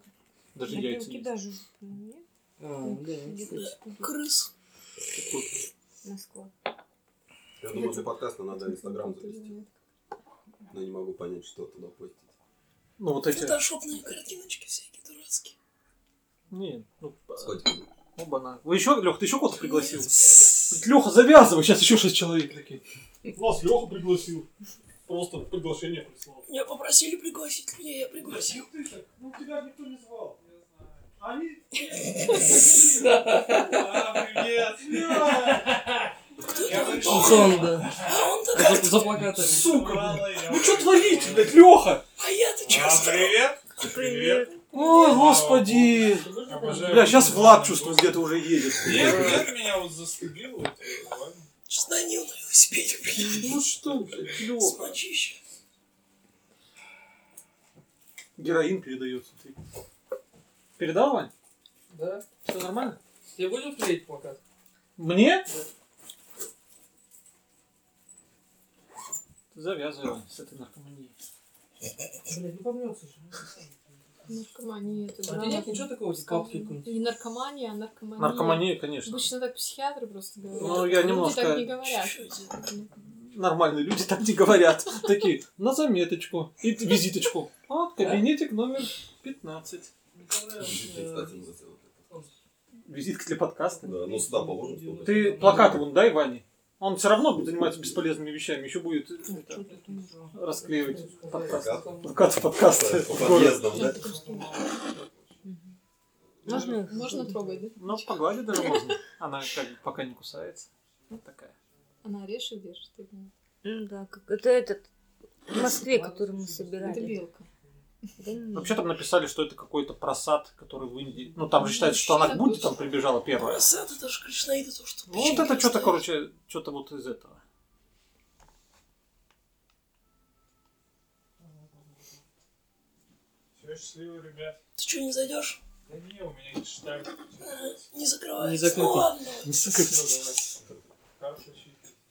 S2: Даже
S7: На
S2: яйца
S7: белке
S2: есть.
S7: даже жопы нет.
S6: а, да,
S7: Где-то
S6: кстати.
S7: испугалась.
S3: Крыс.
S7: Москва.
S1: Я думаю, для подкаста надо Инстаграм завести. Но не могу понять, что туда постить.
S2: Ну, вот эти...
S3: Фотошопные картиночки всякие дурацкие.
S2: Нет, ну,
S1: С котиками.
S2: оба Вы еще, Лех, ты еще кого-то пригласил?
S3: Нет.
S2: Леха, завязывай, сейчас еще шесть человек такие.
S12: Вас Леха пригласил. Просто приглашение прислал.
S3: Меня попросили пригласить меня, я пригласил.
S12: Ну тебя никто не звал. Они...
S3: Кто это?
S6: Сон, да.
S3: А он так...
S6: За, за плакатами.
S2: Сука, блядь. Ну что творите, блядь, Леха?
S3: А я-то честно.
S7: Привет.
S2: О, господи. Бля, сейчас Влад чувствую, где-то уже едет.
S12: меня вот э, застыдил.
S3: Сейчас на Нил на велосипеде приеду.
S2: Ну что, блядь,
S3: С
S2: Леха.
S3: мочища.
S2: Героин передается. Ты Передал, Вань?
S6: Да.
S2: Все нормально?
S6: Тебе будем клеить плакат?
S2: Мне? Завязывай Вань, с этой наркоманией.
S6: Блядь, не помнется же.
S5: Наркомания, это
S6: А
S5: драма.
S6: тебе нет ничего такого, типа, папки какой-нибудь?
S5: Не наркомания, а наркомания.
S2: Наркомания, конечно.
S5: Обычно так психиатры просто говорят.
S2: Ну, я
S5: Люди
S2: немножко-
S5: так не говорят.
S3: Чуть-чуть.
S2: Нормальные люди так не говорят. Такие, на заметочку и визиточку. Вот, кабинетик номер 15.
S1: Жители, кстати, не зацеловали.
S2: Визитка для подкаста.
S1: Да, ну сюда положим. чтобы-
S2: Ты плакаты вон дай Ване. Он все равно занимается бесполезными вещами, еще будет э, это, расклеивать подкаст. Плакаты подкаста.
S1: По подъездам, да?
S7: Можно их?
S5: Можно трогать, да?
S2: Ну, погладить даже можно. Она как бы пока не кусается. Вот такая.
S5: Она орешек держит. или нет?
S7: Ну да, как это этот в Москве, который мы
S5: Это
S7: собирали.
S5: белка.
S7: Да нет.
S2: Вообще там написали, что это какой-то просад, который в Индии... Ну, там же считается, что она к Будде там прибежала первая.
S3: Просад, это же Кришнаида, то, что...
S2: Вот это что-то, короче, что-то вот из этого.
S12: Все, счастливо, ребят.
S3: Ты что, не зайдешь?
S13: Да не, у меня не читают.
S3: Не закрывается.
S6: Не закрыто.
S3: Ну ладно.
S6: Не
S13: закрыто.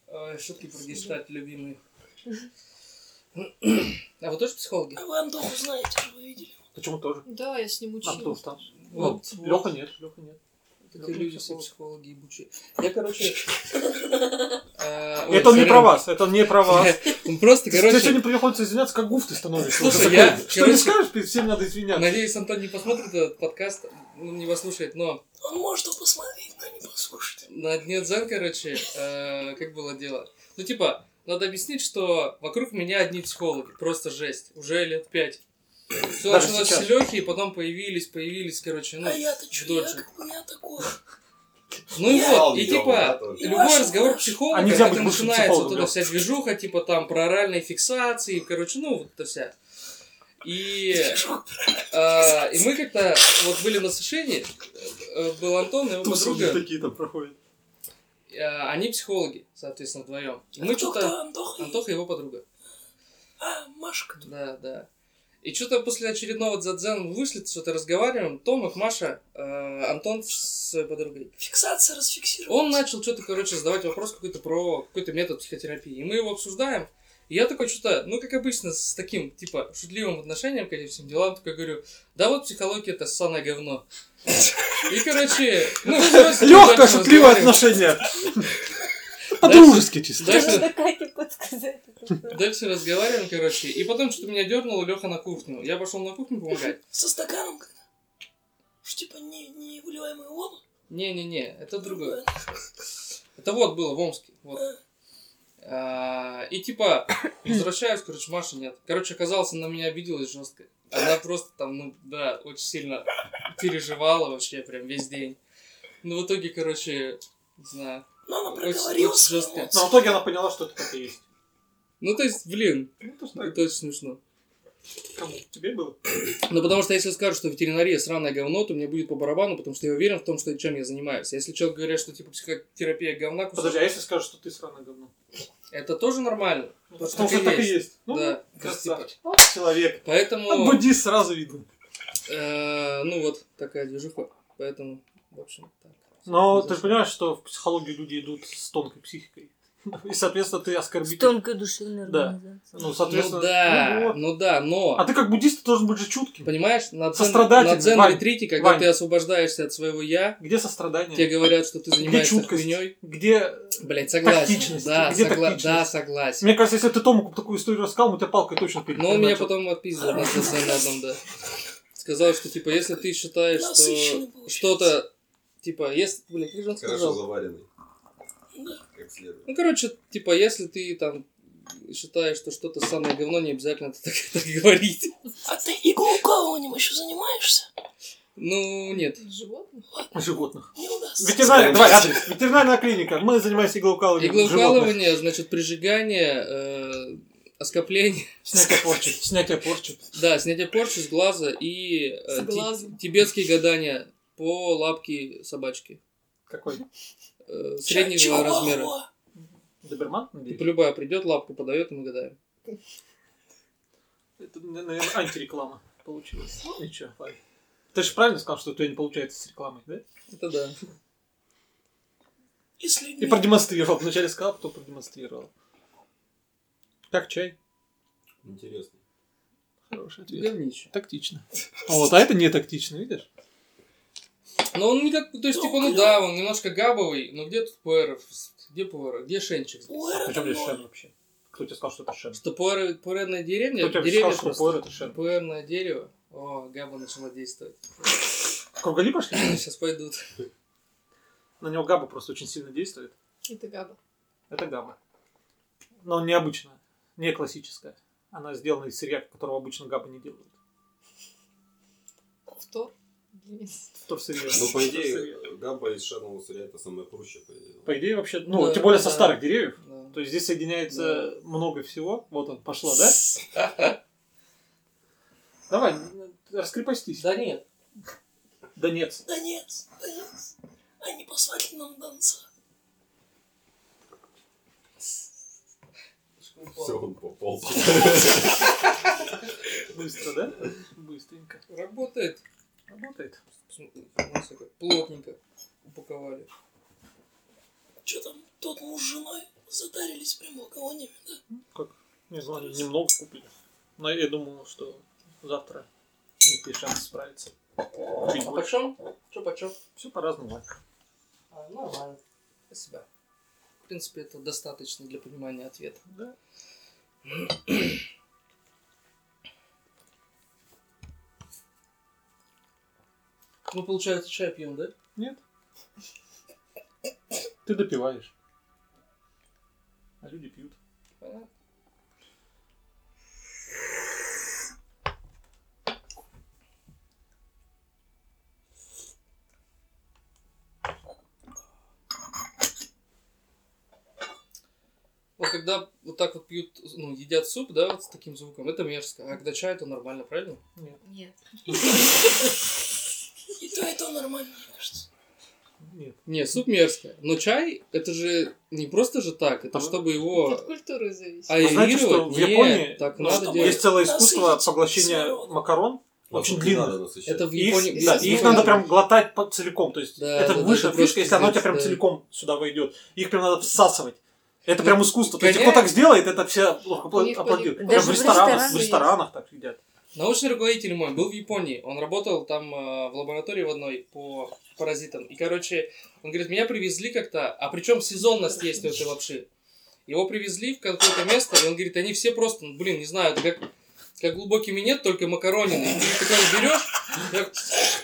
S6: Э, Шутки про гештальт любимые. А вы тоже психологи?
S3: А вы Антоху знаете, вы видели.
S2: Почему тоже?
S5: Да, я с ним училась.
S2: Антон А, там.
S6: Вот,
S2: Ну,
S6: вот.
S2: Леха нет, Леха нет.
S6: Это люди все психологи ебучие. Я, короче... э, ой,
S2: Это он не
S6: сорян.
S2: про вас, это он не про вас.
S6: Он просто,
S2: Тебе
S6: короче-
S2: сегодня приходится извиняться, как гуф ты становишься.
S6: Слушай,
S2: Уже
S6: я...
S2: такой, Что не скажешь, ты всем надо извиняться.
S6: Надеюсь, Антон не посмотрит этот подкаст, ну, не послушает, но...
S3: Он может его посмотреть, но не послушать.
S6: На дне дзен, короче, э, как было дело? Ну, типа, надо объяснить, что вокруг меня одни психологи. Просто жесть. Уже лет пять. Все
S2: Даже
S6: началось
S2: сейчас.
S6: с Лехи, и потом появились, появились, короче, ну,
S3: а я-то
S6: в
S3: чё, я
S6: Додже.
S3: как бы не такой.
S6: А Ну и
S3: Я-
S6: вот, и
S3: Ебал,
S6: типа,
S3: ебал, да,
S6: любой
S3: тоже.
S6: разговор
S2: А
S6: психолога,
S2: нельзя
S6: это
S2: быть лучшим
S6: начинается
S2: психологом,
S6: вот эта
S2: Лёх.
S6: вся движуха, типа там про оральные фиксации, короче, ну вот это вся. И, а, и мы как-то вот были на сушении, э, был Антон и его
S2: Тусы у них
S6: подруга,
S2: такие там проходят.
S6: э, они психологи, соответственно, вдвоем. И
S3: А
S6: мы
S3: кто, кто?
S6: что-то...
S3: Антоха и-
S6: Антоха и его подруга.
S3: А, Машка.
S6: Да, да. И что-то после очередного дзадзен вышли, что-то разговариваем, Томик, Маша, э, Антон с своей подругой.
S3: Фиксация расфиксирована.
S6: Он начал что-то, короче, задавать вопрос какой-то про какой-то метод психотерапии. И мы его обсуждаем. И я такой что-то, ну, как обычно, с таким, типа, шутливым отношением к этим всем делам, такой говорю, да вот психология это ссаное говно. И, короче, ну, всё, с ним
S2: Легкое,
S6: дальше
S2: шутливое
S6: разговариваем.
S2: отношение. По-дружески чисто.
S6: Дальше,
S7: Надо Кате подсказать.
S6: дальше разговариваем, короче. И потом что-то меня дернуло, Леха на кухню. Я пошел на кухню помогать.
S3: Со стаканом когда? Что типа не, не выливаемая воду?
S6: Не-не-не, это другое. Это вот было в Омске. Вот. А, И типа, возвращаюсь, короче, Маши нет. Короче, оказалось, она меня обиделась жестко. Она просто там, ну да, очень сильно переживала вообще прям весь день. Ну, в итоге, короче, не знаю.
S3: Но она
S6: очень-
S3: проговорила
S6: очень
S3: свои
S6: жестко.
S3: эмоции. Но в
S2: Ну, а итоге она поняла, что это так и есть.
S6: Ну, то есть, блин, это очень смешно.
S2: Кому? Тебе было?
S6: Ну, потому что если скажут, что ветеринария сраное говно, то мне будет по барабану, потому что я уверен в том, что чем я занимаюсь. А Если человек говорит, что типа психотерапия говна, кусок,
S2: Подожди, а если скажешь, что ты сраное говно?
S6: это тоже нормально.
S2: Потому что так и есть. Ну,
S6: да. типа. Ну,
S2: красавчик. Вот Человек.
S6: Поэтому...
S2: От буддист сразу видно.
S6: Э, ну вот такая движуха. Поэтому, в общем, так.
S2: Но ты же понимаешь, что в психологию люди идут с тонкой психикой. И, соответственно, ты оскорбитель.
S7: С тонкой душевной
S2: Да.
S7: организацией.
S2: Ну, соответственно...
S6: Ну да,
S2: ну вот.
S6: ну да, но...
S2: А ты как буддист ты должен быть же чутким.
S6: Понимаешь, на дзен,
S2: Сострадательный,
S6: на дзен
S2: Вань,
S6: ретрите, когда
S2: Вань.
S6: ты освобождаешься от своего я,
S2: Где сострадание?
S6: тебе говорят, что ты
S2: Где
S6: занимаешься
S2: чуткость?
S6: хуйней.
S2: Где
S6: Блять, согласен.
S2: тактичность?
S6: Да,
S2: Где
S6: согла-
S2: тактичность?
S6: да, согласен.
S2: Мне кажется, если ты Тому такую историю рассказал, мы тебя палкой точно перепинали.
S6: Но он Ну, меня потом отпиздил на дзен на одном, да. Сказал, что типа, если ты считаешь,
S3: Насыщенный
S6: что что-то, типа, если, блядь, как же он
S1: Хорошо
S6: сказал?
S1: заваренный. Как следует.
S6: Ну, короче, типа, если ты там считаешь, что что-то самое говно, не обязательно это так, так говорить.
S3: А ты иглоукалыванием еще занимаешься?
S6: Ну, нет.
S5: Животных?
S2: Животных.
S3: Не удастся.
S2: Ветеринарная, давай, адрес. Ветеринарная клиника. Мы занимаемся иглоукалыванием животных.
S6: Иглоукалывание, значит, прижигание, э, оскопление.
S2: Снятие порчи. Снятие порчи.
S6: Да, снятие порчи с глаза и э,
S5: С
S6: ти-
S5: глаза.
S6: тибетские гадания по лапке собачки.
S2: Какой?
S6: Э, среднего
S3: Чё-
S6: размера.
S3: Ого.
S2: Доберман?
S6: Типа любая придет, лапку подает, и мы гадаем.
S2: Это, наверное, антиреклама получилась. Ничего, ладно. Ты же правильно сказал, что у тебя не получается с рекламой, да?
S6: Это да.
S3: И с людьми.
S2: И продемонстрировал. Вначале сказал, кто продемонстрировал. Как чай?
S1: Интересно.
S2: Хороший ответ.
S6: Говнище.
S2: Тактично. Вот, а это не тактично, видишь?
S6: Но он не как... То есть, типа, ну да, он немножко габовый, но где тут Пуэров? Где Пуэров? Где Шенчик?
S3: Пуэр это
S2: Причем здесь
S3: ноль.
S2: шен вообще? Кто тебе сказал, что это шен?
S6: Что пуэр, пуэрное деревня?
S2: Кто тебе
S6: деревья
S2: сказал, что
S6: просто.
S2: пуэр это шен?
S6: Пуэрное дерево. О, габа начала действовать.
S2: Кругали пошли?
S6: Сейчас пойдут.
S2: На него габа просто очень сильно действует.
S5: Это габа.
S2: Это габа. Но необычная, не классическая. Она сделана из сырья, которого обычно габа не делают.
S5: Втор? Блин.
S2: Втор сырье.
S1: Ну, по идее, Гамба из Шенного Сырья это самое проще, по идее.
S2: По идее, вообще, ну,
S6: Да,
S2: тем более со
S6: да.
S2: старых деревьев.
S6: Да.
S2: То есть здесь соединяется много всего. Вот он, пошла, да? Давай, н- раскрепостись.
S6: Да нет.
S2: Да нет.
S3: Да нет, да нет. Они послали нам донца.
S1: Все, он попал.
S2: Быстро, да? Быстренько.
S6: Работает.
S2: Работает.
S6: Посмотри, насколько Плотненько упаковали.
S3: Че там, тот муж с женой затарились прям алкоголями, да?
S2: Не знаю, они немного купили. Но я думаю, что завтра у них есть шанс справиться. Чуть
S6: А
S2: больше.
S6: почем? Че почем?
S2: Все по-разному.
S6: А, нормально. Спасибо. В принципе, это достаточно для понимания ответа.
S2: Да.
S6: Мы, получается, чай пьем, да?
S2: Нет. Ты допиваешь. А люди пьют.
S6: Понятно. Вот когда вот так вот пьют, ну, едят суп, да, вот с таким звуком, это мерзко. А когда чай, то нормально, правильно?
S2: Нет.
S9: Нет.
S3: И то, и то нормально, мне кажется.
S2: Нет.
S6: Не, суп мерзко. Но чай, это же не просто же так, это чтобы его...
S5: От культуры зависит.
S6: А
S2: Вы Ну, знаете, что в
S6: Нет,
S2: Японии
S6: так
S2: ну,
S6: надо
S2: что,
S6: делать.
S2: есть целое
S3: Насытить
S2: искусство поглощения
S3: свой рот.
S2: макарон. Очень
S1: Вокруг не
S2: длинное.
S1: надо насыщать.
S6: Это в
S2: И
S6: Японии...
S2: Их, да,
S6: Ну,
S2: и их
S6: да.
S2: надо прям глотать по- целиком. То есть
S6: Да,
S2: это
S6: да, да,
S2: выше фишка,
S6: это просто
S2: если оно у тебя
S6: пиздец,
S2: прям
S6: да.
S2: целиком сюда войдет. Их прям надо всасывать. Это прям искусство. То есть,
S6: Ну,
S2: кто
S6: Конечно. Ну,
S2: так сделает, это все
S5: У них
S2: апла- аплодируют.
S5: поли-
S2: Прям
S7: даже
S2: в
S7: в
S2: ресторанах, в
S7: ресторанах
S2: ресторанах так едят.
S6: Научный руководитель мой был в Японии. Он работал там э, в лаборатории в одной по паразитам. И, короче, он говорит, меня привезли как-то... А причем сезонность есть у этой лапши. Его привезли в какое-то место, и он говорит, они все просто, ну, блин, не знаю, это как, как глубокий минет, только макаронины. И ты такой берешь, как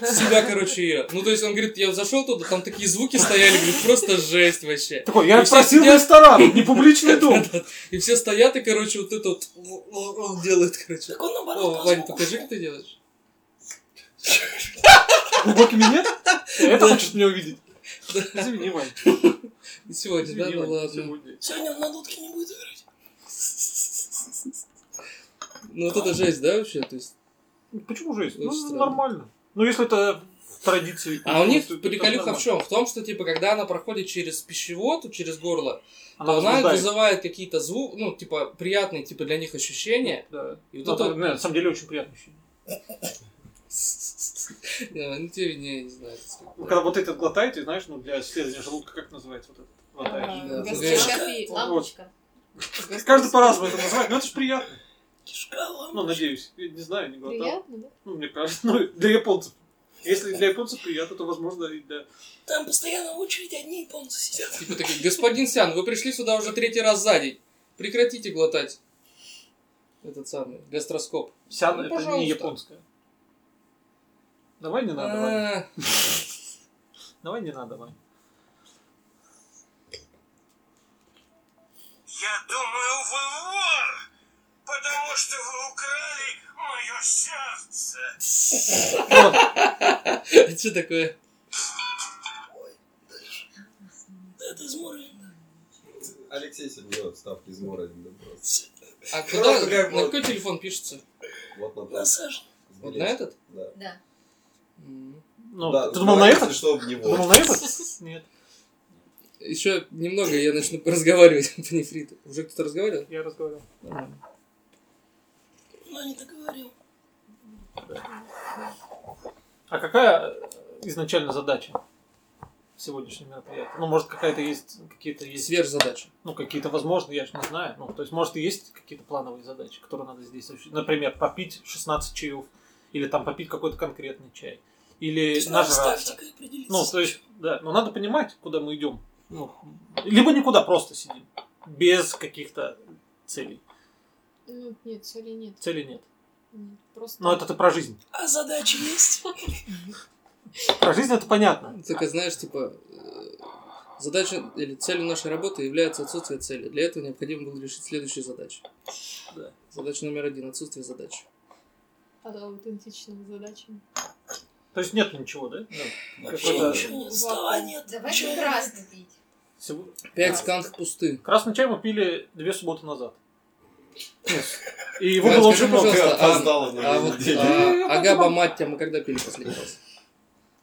S6: себя, короче, ее. Ну, то есть, он говорит, я зашел туда, там такие звуки стояли, говорит, просто жесть вообще.
S2: Такой, я
S6: И все
S2: просил
S6: сидят-
S2: ресторан, не публичный дом.
S6: И все стоят, и, короче, вот это вот делают, короче.
S3: Так он наоборот
S6: О,
S3: по
S6: Вань,
S3: звуку
S6: покажи,
S3: шел.
S6: как ты делаешь.
S2: Глубокий минет? Это хочет меня увидеть. Извини, Вань.
S6: Не сегодня, да?
S2: Извини,
S6: Ну
S2: Вань,
S6: ладно.
S2: сегодня.
S3: Сегодня он на дудке не будет играть.
S6: Ну вот это жесть, да, вообще? То есть...
S2: Ну, Почему жесть? Ну,
S6: Очень странно.
S2: нормально. Ну, если это в традиции.
S6: А у
S2: культуры,
S6: них
S2: то Ну, это
S6: приколюха в
S2: нормально.
S6: чем? В том, что, типа, когда она проходит через пищевод, через горло,
S2: Она
S6: то она
S2: возбуждает.
S6: вызывает какие-то звуки, ну, типа, приятные, типа, для них ощущения.
S2: Да.
S6: И вот
S2: Ну, это,
S6: это вот-
S2: на самом деле очень приятно.
S6: Да, Ну, тебе не, не знаю. так сказать.
S2: Ну, Когда вот этот глотаете, знаешь, ну для исследования желудка, как называется вот этот глотаешь?
S6: да,
S5: А,
S9: Гастроскопия,
S5: гастроскопия.
S9: лампочка.
S2: Каждый по-разному это называет, но это же приятно.
S3: Кишка вам.
S2: Ну, надеюсь. Я не знаю, не глотал.
S5: Приятно, да?
S2: Ну, мне кажется, ну, для японцев. Если для японцев приятно, то, возможно, и для...
S3: Там постоянно в очереди одни японцы сидят.
S6: Типа такие, господин Сян, вы пришли сюда уже третий раз за день. Прекратите глотать этот самый гастроскоп.
S2: Сян,
S6: Ну,
S2: это
S6: пожалуйста.
S2: не японское. Давай не надо, Вань.
S6: А,
S2: Давай не надо, Вань.
S4: Я думаю, вы вор, потому что вы украли мое сердце.
S6: а что такое?
S3: Да это из моря.
S1: Алексей сегодня делает ставки из мора. Да, просто.
S6: А куда,
S1: Просто как
S6: на
S1: вот.
S6: какой телефон пишется?
S1: Вот на то.
S3: Насажен.
S6: Вот на этот?
S1: Да.
S9: Да.
S6: М.
S2: Ну,
S1: Да,
S2: ты думал на
S1: давайте,
S2: этот?
S1: Что в
S2: Ты
S1: него?
S2: думал на этот? Нет.
S6: Еще немного, я начну разговаривать по нефриту. Уже кто-то разговаривал?
S2: Я разговаривал.
S6: Нормально.
S3: Но не договорил.
S2: А какая э, изначально задача сегодняшнего мероприятия? Ну, может, какая-то есть, какие-то есть...
S6: Сверхзадача.
S2: Ну, какие-то, возможно, я же не знаю. Ну, то есть, может, и есть какие-то плановые задачи, которые надо здесь осуществить. Например, попить 16 чаев, или там попить какой-то конкретный чай,
S3: То
S2: или
S3: есть надо с
S2: нажраться.
S3: тактикой определиться.
S2: Ну, то есть, да, но надо понимать, куда мы идем. Ну, либо никуда просто сидим, без каких-то целей.
S5: Ну, нет, цели нет.
S2: Целей нет.
S5: Нет, Просто...
S2: Но Ну, это ты про жизнь.
S3: А задачи есть?
S2: Про жизнь это понятно.
S6: Только знаешь, типа, э, задача или целью нашей работы является отсутствие цели. Для этого необходимо было решить следующие задачи.
S2: Да.
S6: Задача номер один – отсутствие задачи.
S5: От аутентичных задач.
S2: То есть нет ничего, да? Ну,
S3: Вообще
S2: какой-то-
S3: ничего нет. Стола нет.
S9: Давай
S3: чая нет.
S9: красный пить.
S2: Всего-
S6: Пять склянок пусты.
S2: Красный чай мы пили две субботы назад. Нет. И его
S6: Вань,
S2: было
S6: Ну, скажи,
S2: очень много.
S6: пожалуйста, а-
S1: Опоздал на
S6: А вот
S1: неделю.
S6: а, Агаба Маття мы когда пили последний раз?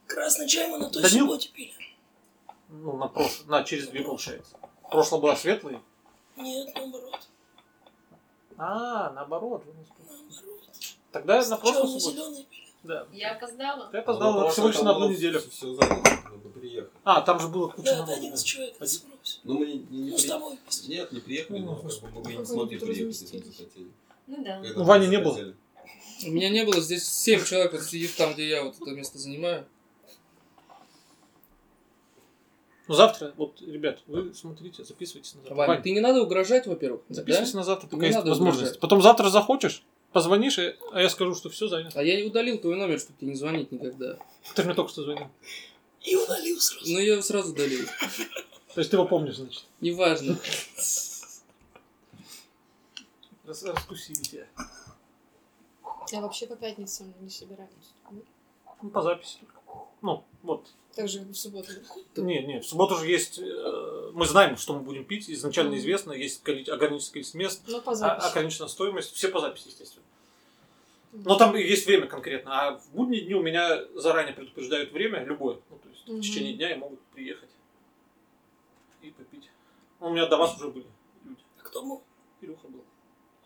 S3: Красный чай мы на той
S2: Данил?
S3: субботе пили.
S2: Ну, на, прош... на через две получается. Прошлое была светлой.
S3: Нет, наоборот.
S2: А, наоборот. вы не успели.
S3: Наоборот.
S2: Тогда на
S3: Сначала
S2: прошлой
S3: мы
S2: субботе.
S3: зеленый пили.
S2: Да.
S9: Я опоздала.
S2: Ты опоздала всего лишь на одну неделю.
S1: Все занято, надо приехать.
S2: А, там же было куча
S3: Да, да,
S2: народу.
S3: 11 человек,
S2: Один.
S3: собралось.
S1: Ну, мы не, не,
S3: Ну, с
S1: при-
S3: тобой.
S1: Нет, не приехали, но как бы мы бы и не смогли приехать, если бы захотели.
S9: Ну да.
S3: Э,
S1: Когда
S2: У Вани
S1: мы
S2: не было.
S1: захотели.
S6: У меня не было здесь 7 человек, вот сидит там, где я вот это место занимаю.
S2: Ну, завтра, вот, ребят, вы смотрите, записывайтесь на завтра.
S6: Ваня,
S2: Вань,
S6: ты не надо угрожать, во-первых.
S2: записывайся
S6: да?
S2: на завтра,
S6: Не
S2: пока есть
S6: надо
S2: возможность.
S6: угрожать.
S2: Потом завтра захочешь, позвонишь, и- а я скажу, что все занято.
S6: А я и удалил твой номер, чтобы тебе не звонить никогда.
S2: Ты же мне только что звонил.
S3: И удалил сразу.
S6: Ну, я его сразу удалил.
S2: То есть ты его помнишь, значит.
S6: Неважно.
S2: Рас- Раскусили тебя.
S5: Я вообще по пятницам не собираюсь.
S2: Ну, по записи только. Ну, вот.
S5: Так же, как и в субботу.
S2: Не, не, в субботу же есть... э, мы знаем, что мы будем пить. Изначально известно, есть коли- ограниченное количество мест,
S5: Но по
S2: а-
S5: записи.
S2: ограниченная стоимость. Все по записи, естественно. Но там и есть время конкретно. А в будние дни у меня заранее предупреждают время, любое. Ну, то есть
S5: Мгм.
S2: в течение дня и могут приехать и попить. Ну, У меня до вас уже были люди.
S3: А кто был?
S2: Илюха был.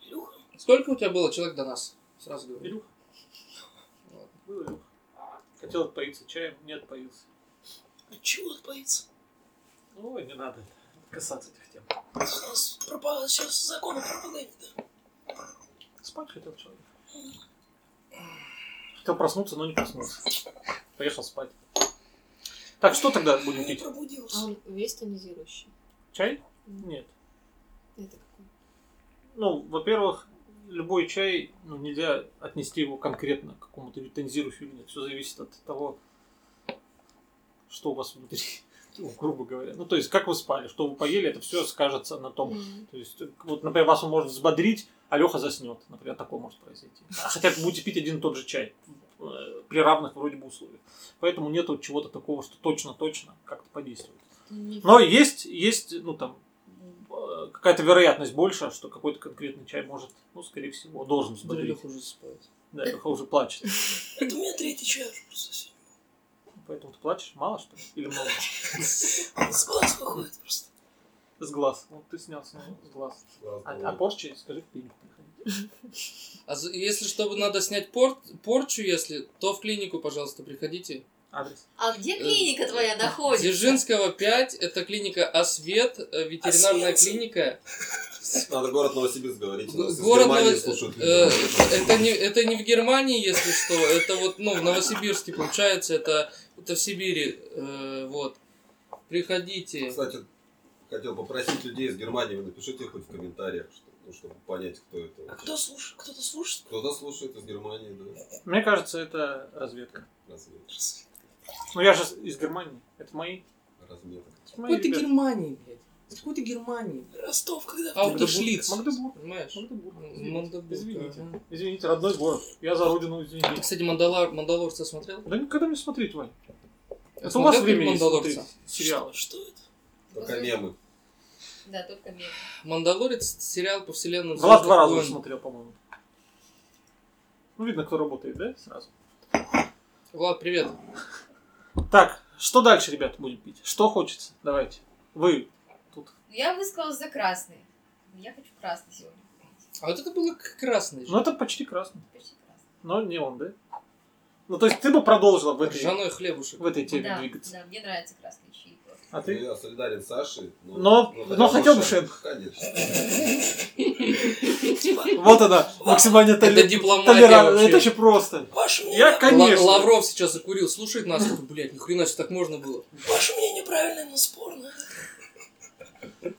S3: Илюха?
S6: Сколько у тебя было человек до нас? Сразу говорю.
S2: Илюха. Был Илюха. Хотел отпоиться чаем, не отпоился.
S3: А чего отпоится?
S2: Ой, не надо касаться этих тем.
S3: У нас пропа- сейчас закон о пропаганде, да?
S2: Спать хотел человек. Хотел проснуться, но не проснулся. Поехал спать. Так, что тогда будем
S3: Не
S2: пить?
S5: А
S3: пробудился.
S5: он весь тонизирующий.
S2: Чай? Нет.
S5: Это какой?
S2: Ну, во-первых, любой чай, ну, нельзя отнести его конкретно к какому-то или тонизирующему или нет. Все зависит от того, что у вас внутри, ну, грубо говоря. Ну, то есть, как вы спали, что вы поели, это все скажется на том.
S5: Мгм.
S2: То есть, вот, например, вас он может взбодрить, а Леха заснет. Например, такое может произойти. А Хотя вы будете пить один и тот же чай э, при равных вроде бы условиях. Поэтому нет вот чего-то такого, что точно-точно как-то подействует.
S5: Не-
S2: Но есть, есть, ну там, э, какая-то вероятность больше, что какой-то конкретный чай может, ну, скорее всего, должен взбодрить.
S6: Дрелюх уже спать.
S2: Да, Леха уже плачет.
S3: Это у меня третий чай уже просто сегодня.
S2: Поэтому ты плачешь? Мало, что ли? Или много?
S3: Он с глаз выходит просто.
S2: С глаз. Вот ты снял с него с глаз.
S1: Глаз
S2: А,
S1: болит.
S2: а порчи, скажи, в клинику приходи.
S6: А за- если чтобы надо снять пор- порчу, если, то в клинику, пожалуйста, приходите. Э,
S2: Адрес.
S9: А где клиника
S3: э,
S9: твоя находится?
S6: Дзержинского 5, это клиника Освет, э, ветеринарная клиника.
S1: Надо город Новосибирск говорить.
S6: Г-
S1: Нас из
S6: Город
S1: Германии
S6: Ново-
S1: слушают люди.
S6: э, это, не, это не в Германии, если что, это вот, ну, в Новосибирске получается, это, это в Сибири, э, вот. Приходите.
S1: Кстати, хотел попросить людей из Германии, вы напишите хоть в комментариях, что- ну, чтобы понять, кто это.
S3: А
S1: вообще.
S3: кто слушает? Кто-то слушает?
S1: Кто-то слушает из Германии, да.
S2: Мне кажется, это разведка.
S1: Разметка.
S2: Ну я же из Германии. Это мои.
S1: Разметка.
S2: это мои
S6: Какой ты
S2: ребята.
S6: Германии, блядь? Из Какой ты Германии?
S3: Ростов когда?
S2: Магдебург.
S6: Аутошлиц.
S2: Магдебург.
S6: Понимаешь?
S2: Магдебург.
S6: Мандабург.
S2: Извините.
S6: ага.
S2: Извините, родной город. Я за родину
S6: Ты,
S2: извините.
S6: кстати, Мандалор, Мандалорца смотрел?
S2: Да никогда не смотреть, Вань. Это у
S6: Смотрел
S2: вас
S6: ты
S2: время есть
S6: Мандалорца?
S2: смотреть сериалы.
S3: Что это?
S1: Только мемы.
S9: Да, только мем.
S6: Мандалорец сериал по вселенной.
S2: Влад
S6: «Звездных
S2: два раза
S6: войн».
S2: уже смотрел, по-моему. Ну, видно, кто работает, да, сразу.
S6: Влад, привет.
S2: Так, что дальше, ребят, будем пить? Что хочется? Давайте. Вы.
S9: Я высказалась за красный. Я хочу красный сегодня.
S6: А вот это было к- красный.
S2: Ну, это почти красный.
S9: Почти красный.
S2: Но не он, да? Ну, то есть ты бы продолжила в этой,
S6: Ржаной хлебушек.
S2: в этой теме
S9: да,
S2: двигаться.
S9: да, мне нравится красный чай. просто.
S2: А ты?
S1: Я солидарен с Сашей.
S2: Но- но хотел бы шен.
S1: Конечно.
S2: Вот она, максимально
S6: Это
S2: толер-
S6: дипломатия
S2: толеран-
S6: вообще.
S2: Это же просто.
S3: Ваше мнение,
S2: Я,
S6: Л-
S2: конечно.
S6: Лавров сейчас закурил, слушает нас, такой, блядь, ни хрена себе так можно было.
S3: ваше мнение правильное, но спорное.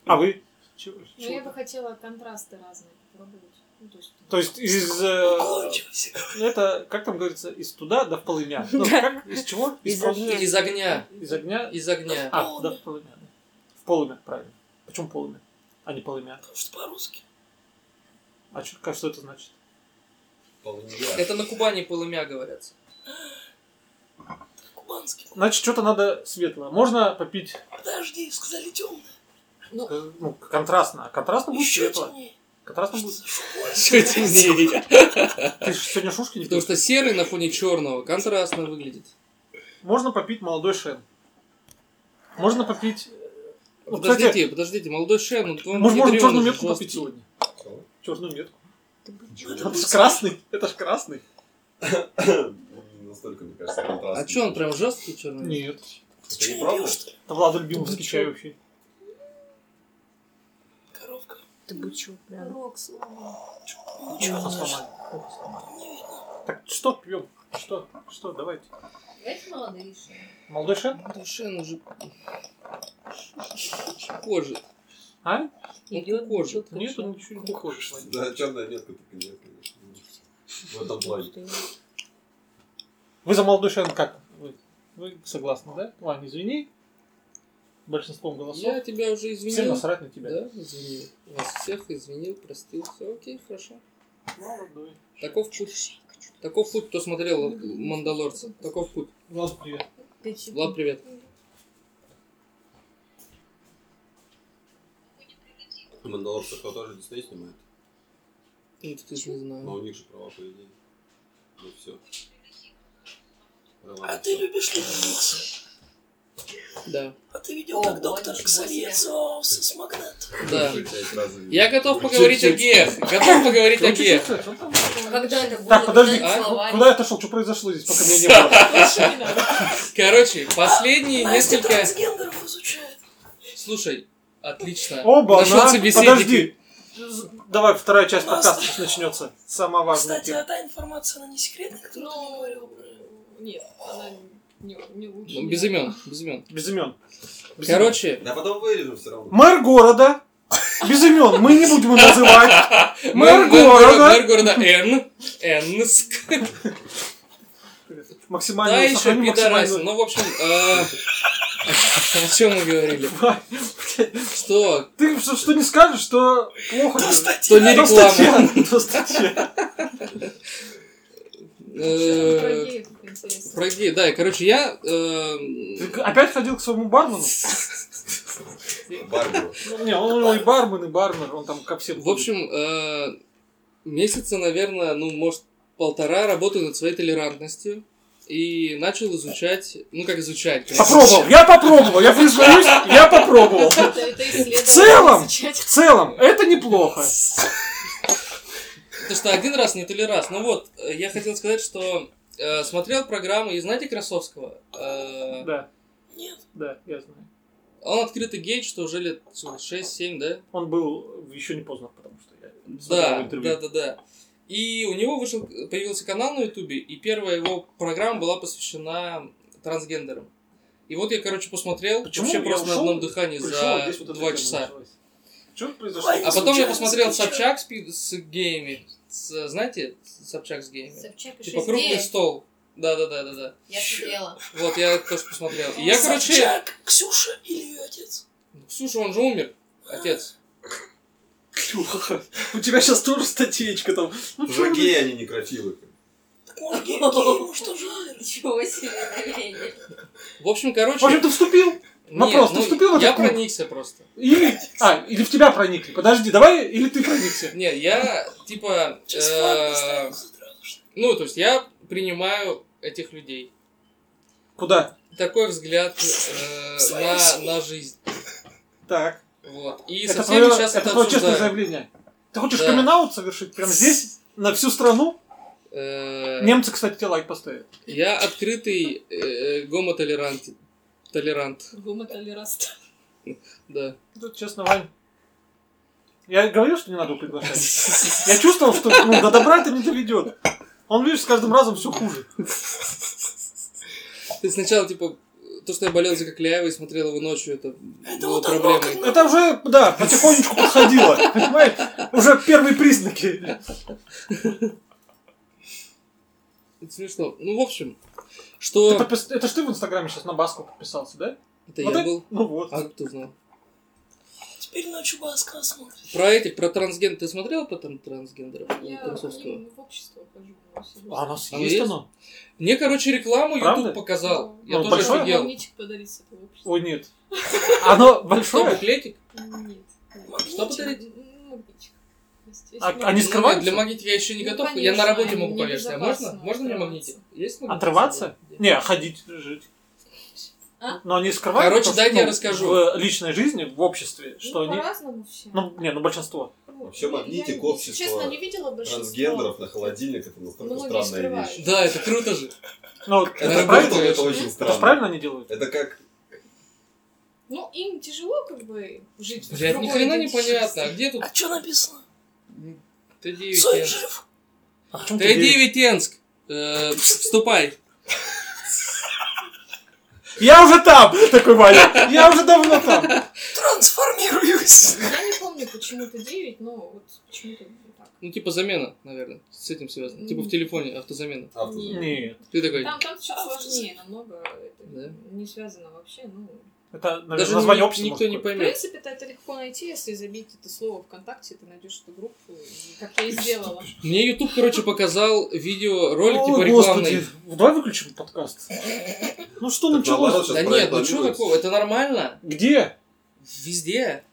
S2: А вы? Чего-
S5: Ну, я
S2: чего?
S5: бы хотела контрасты разные попробовать. Ну, то есть...
S2: То есть из... э,
S3: Кончилось всегда.
S2: Это, как там говорится, из туда до полымя. Ну, как? Из чего?
S7: Из
S2: полымя?
S7: огня.
S6: Из огня,
S2: Из огня
S6: из огня.
S2: А, да, в полымя. да. В полымя, правильно. Почему полымя? А не полымя.
S3: Потому что по-русски.
S2: А чё- как- что это значит?
S1: Полынья.
S6: Это на Кубани полымя говорят.
S3: Кубанский.
S2: Значит, что-то надо светлое. Можно попить,
S3: Подожди, сказали темное.
S2: э, ну, контрастно. А
S6: Ну,
S2: контрастно будет
S3: Еще
S6: типа.
S2: светлое.
S3: темнее.
S2: Контрастно будет.
S6: Все темнее.
S2: Ты ж сегодня шушки не
S6: Потому
S2: пьешь?
S6: что серый на фоне черного контрастно выглядит.
S2: Можно попить молодой шен. Можно попить... Ну, кстати,
S6: Подождите, подождите, молодой шеф, ну он
S2: мож- можно
S6: ядрёный
S2: черную
S6: же,
S2: метку попить
S6: жёсткий.
S2: сегодня. Черную метку.
S3: Ну,
S2: Это
S3: будет
S2: же красный. Это же красный.
S1: Ну, настолько, мне кажется, контрастный.
S6: А что, он прям жесткий черный?
S2: Нет.
S1: Ты не пробовал?
S2: Это Влада Любимовский чай вообще.
S3: Коровка.
S7: Ты бы чё, прям.
S3: Рок сломал.
S2: Ухо сломали. Ухо сломали. Так что пьем? Что? Что? Давайте.
S9: Давайте молодые еще.
S2: Молдышен?
S6: Молдышен уже... Кожит.
S2: А?
S6: Идет, кожит.
S2: Нет, он ничего не похож.
S1: Да, черная метка только нет, конечно. В этом плане.
S2: Вы за Молдышен как? Вы, вы согласны, да? Ладно, извини. Большинством голосов.
S6: Я тебя уже извинил.
S2: Всем насрать на тебя.
S6: Да, извинил. Вас всех извинил, простил. Все окей, хорошо.
S2: Молодой.
S6: Таков путь. Таков путь, кто смотрел Мандалорца. Таков путь.
S2: Влад, привет.
S6: Влад, привет.
S1: Мандалорцев кто тоже Дисней снимает?
S6: Ну, ты не
S1: Но у
S6: знаю.
S1: них же права по идее. Ну все.
S3: А ты любишь Люди Икс?
S6: Да.
S3: А ты видел, как доктор Ксавье целовался с магнатом?
S6: Да. Я готов поговорить о
S2: Чуть-чуть.
S6: геях. Готов поговорить о
S2: Чуть-чуть,
S6: геях.
S2: чуть-чуть, он там-
S9: А Когда это было?
S2: Так, подожди,
S6: а? Ну,
S9: Когда это
S2: к-
S9: словарь?
S2: куда я отошел? Что произошло здесь, пока меня не было?
S6: Короче, последние
S3: Настя
S6: несколько...
S3: трансгендеров изучает.
S6: Слушай, отлично.
S2: Оба,
S6: Нашел
S2: на-
S6: собеседника.
S2: подожди. З- Давай вторая часть подкаста сейчас начнется. Самая важная
S3: Кстати, а
S2: тема.
S3: та информация, она не секретная, которую ты мне говорил про...
S5: Ну, Нет, она не, не лучше.
S6: Ну, без имен, без имен.
S2: Без имен. Без имен.
S6: Короче,
S1: Да потом вырежем все равно.
S2: Мэр города. Без имен. Мы не будем его называть. Мэр
S6: Мэр
S2: города.
S6: города Н. Энск.
S2: Максимально.
S6: Да, еще
S2: сохраним
S6: пидорасы.
S2: максимальную-
S6: Ну, в общем, э, о чем мы говорили? Что?
S2: Ты что, что не скажешь, что плохо.
S6: Что не
S2: До
S6: реклама.
S2: статья. До статья.
S5: Про
S6: Э,
S5: геев, как интересно.
S6: Про гей, да, и, короче, я...
S2: Ты
S6: э,
S2: опять ходил к своему бармену?
S1: Барбару.
S2: Ну, Не, он у него и бармен, и бармен. Он там ко всем.
S6: В общем, э, месяца, наверное, ну, может, полтора работаю над своей толерантностью. И начал изучать, ну как изучать. конечно.
S2: Попробовал, я попробовал, я признаюсь, я попробовал.
S5: Это, это
S2: В целом, в
S5: исследование изучать.
S2: целом, это неплохо.
S6: Потому что один раз, не то ли раз. Ну вот, э, я хотел сказать, что э, смотрел программу, и знаете Красовского? Э,
S2: Да,
S3: Нет.
S2: да, я знаю.
S6: Он открытый гей, что уже лет сколько, 6-7, да?
S2: Он был еще не поздно, потому что я смотрел
S6: Да,
S2: интервью.
S6: да, да, да. И у него вышел, появился канал на Ютубе, и первая его программа была посвящена трансгендерам. И вот я, короче, посмотрел,
S2: Почему
S6: вообще
S2: я
S6: просто на
S2: ушел,
S6: одном дыхании
S2: пришел,
S6: за
S2: а здесь вот эта
S6: два
S2: тема
S6: часа.
S2: началась? Что произошло?
S3: Ой,
S6: А потом я
S3: случайно
S6: посмотрел
S3: скачал.
S6: Собчак с, пи- с геями. С, знаете, Собчак с геями?
S9: Собчак
S6: Типа
S9: и шесть
S6: круглый
S9: геев.
S6: стол. Да, да, да, да, да.
S9: Я смотрела.
S6: Вот, я это тоже посмотрел. И я, короче...
S3: Собчак, Ксюша или ее отец?
S6: Ксюша, он же умер, отец.
S2: Ксюха, У тебя сейчас тоже статейка там. Ну, чё
S1: Уже геи, они не красивые.
S3: Так может, гей, гей, может, тоже умер?
S9: Ничего себе доверие.
S6: В общем,
S2: вы-
S6: короче...
S2: В общем, ты вступил. Вопрос, ты
S6: ну,
S2: вступил в этот
S6: Я
S2: клуб?
S6: проникся просто.
S2: Или... А, или в тебя проникли. Подожди, давай, или ты проникся.
S6: Нет, я, типа...
S3: Сейчас
S6: э,
S3: флаг достану, задрал уж.
S6: Ну, то есть я принимаю этих людей.
S2: Куда?
S6: Такой взгляд э,
S3: Свои
S6: на,
S3: семьи.
S6: на жизнь.
S2: Так.
S6: Вот. И
S2: это
S6: со всеми
S2: твое,
S6: сейчас
S2: это
S6: это
S2: твое честное
S6: обсуждаю.
S2: заявление. Ты хочешь
S6: Да.
S2: камин-аут совершить прямо здесь, на всю страну?
S6: Э,
S2: Немцы, кстати, тебе лайк поставят.
S6: Я открытый э, гомотолерант. Толерант,
S5: Гомотолераст.
S6: да.
S2: Тут, Ну, честно, Вань. Я говорил, что не надо его приглашать. Я чувствовал, что ну, до добра это не доведет. Он, видишь, с каждым разом все хуже.
S6: Ты сначала, типа, то, что я болел за Кокляева и смотрел его ночью, это,
S3: Это
S6: было
S3: вот оно,
S6: проблемой.
S3: как
S2: Это уже, да, потихонечку подходило. Понимаешь? Уже первые признаки.
S6: Это смешно. Ну, в общем,
S2: Ты
S6: что...
S2: подпис- Это ж ты в Инстаграме сейчас на Баску подписался, да?
S6: Это
S2: Вот
S6: я был.
S2: Ну вот.
S6: А кто знал?
S3: Теперь ночью Баска смотрит.
S6: Про этих, про трансгендер. Ты смотрел по там трансгендеров?
S3: Ну,
S5: Я
S6: Красовского?
S5: в общество хожу.
S2: А у нас
S6: Оно
S2: есть
S6: есть?
S2: оно?
S6: Мне, короче, рекламу
S2: Правда?
S6: YouTube показал.
S5: Ну,
S6: Я
S2: ну,
S6: тоже
S2: большое?
S6: офигел.
S5: Магнитик подарить с этого общества.
S2: Ой, нет. Оно
S6: Что,
S2: большое?
S6: буклетик?
S5: Нет.
S6: Что подарить?
S5: М, Магнитик. Естественно.
S2: А- Они
S6: Ну,
S2: скрываются?
S6: Для магнитика я еще не
S5: Ну,
S6: готов. я
S5: конечно,
S6: на работе
S5: они
S6: могу повесить. А можно?
S5: небезопасно
S6: Можно мне
S5: отрываться.
S6: магнитик? Есть магнитик?
S2: Отрываться?
S6: Да.
S2: Не, ходить, жить.
S5: А?
S2: Но они скрывают.
S6: Короче,
S2: то, что,
S6: дайте я
S2: ну,
S6: расскажу.
S2: В личной жизни, в обществе,
S5: Ну,
S2: что они...
S5: по-разному все.
S2: Ну, не, ну большинство.
S1: Вообще магнитик общества
S5: Честно, не видела большинства.
S1: Трансгендеров на холодильник это настолько
S5: Многие
S1: странная
S5: скрывают.
S1: вещь.
S6: Да, это круто же.
S2: Ну, вот
S1: Это
S2: это правильно?
S1: работало, это
S2: Это
S1: очень
S2: же
S1: странно.
S2: правильно они делают?
S1: Это как...
S5: Ну, им тяжело как бы жить в
S6: Блядь, ни
S5: другой
S6: хрена не
S5: идентичности.
S6: понятно. А где тут?
S3: А что написано?
S6: Т9
S3: Цой
S6: Энск.
S3: жив.
S5: Ну,
S6: Т9 Энск. Э, Вступай.
S2: Я уже там! Такой Ваня. Я уже давно там.
S3: Трансформируюсь.
S5: Я не помню, почему-то 9, но вот почему-то так.
S6: Ну, типа замена, наверное, с этим связано. Типа в телефоне автозамена.
S5: Автозамена.
S2: Нет.
S6: Ты такой,
S5: Там, там все сложнее намного, это
S6: Да?
S5: не связано вообще, ну...
S2: Это, наверное,
S6: Даже
S2: название
S6: ни-
S2: общества.
S6: никто не
S2: может,
S5: В
S6: поймет.
S5: принципе, это легко найти, если забить это слово ВКонтакте, ты найдешь эту группу, и как я и сделала.
S6: Мне YouTube, короче, показал видеоролик,
S2: Ой,
S6: типа рекламный.
S2: господи, Ну, давай выключим подкаст. Ну что началось?
S6: Да нет, ну что такого, это нормально.
S2: Где?
S6: Везде.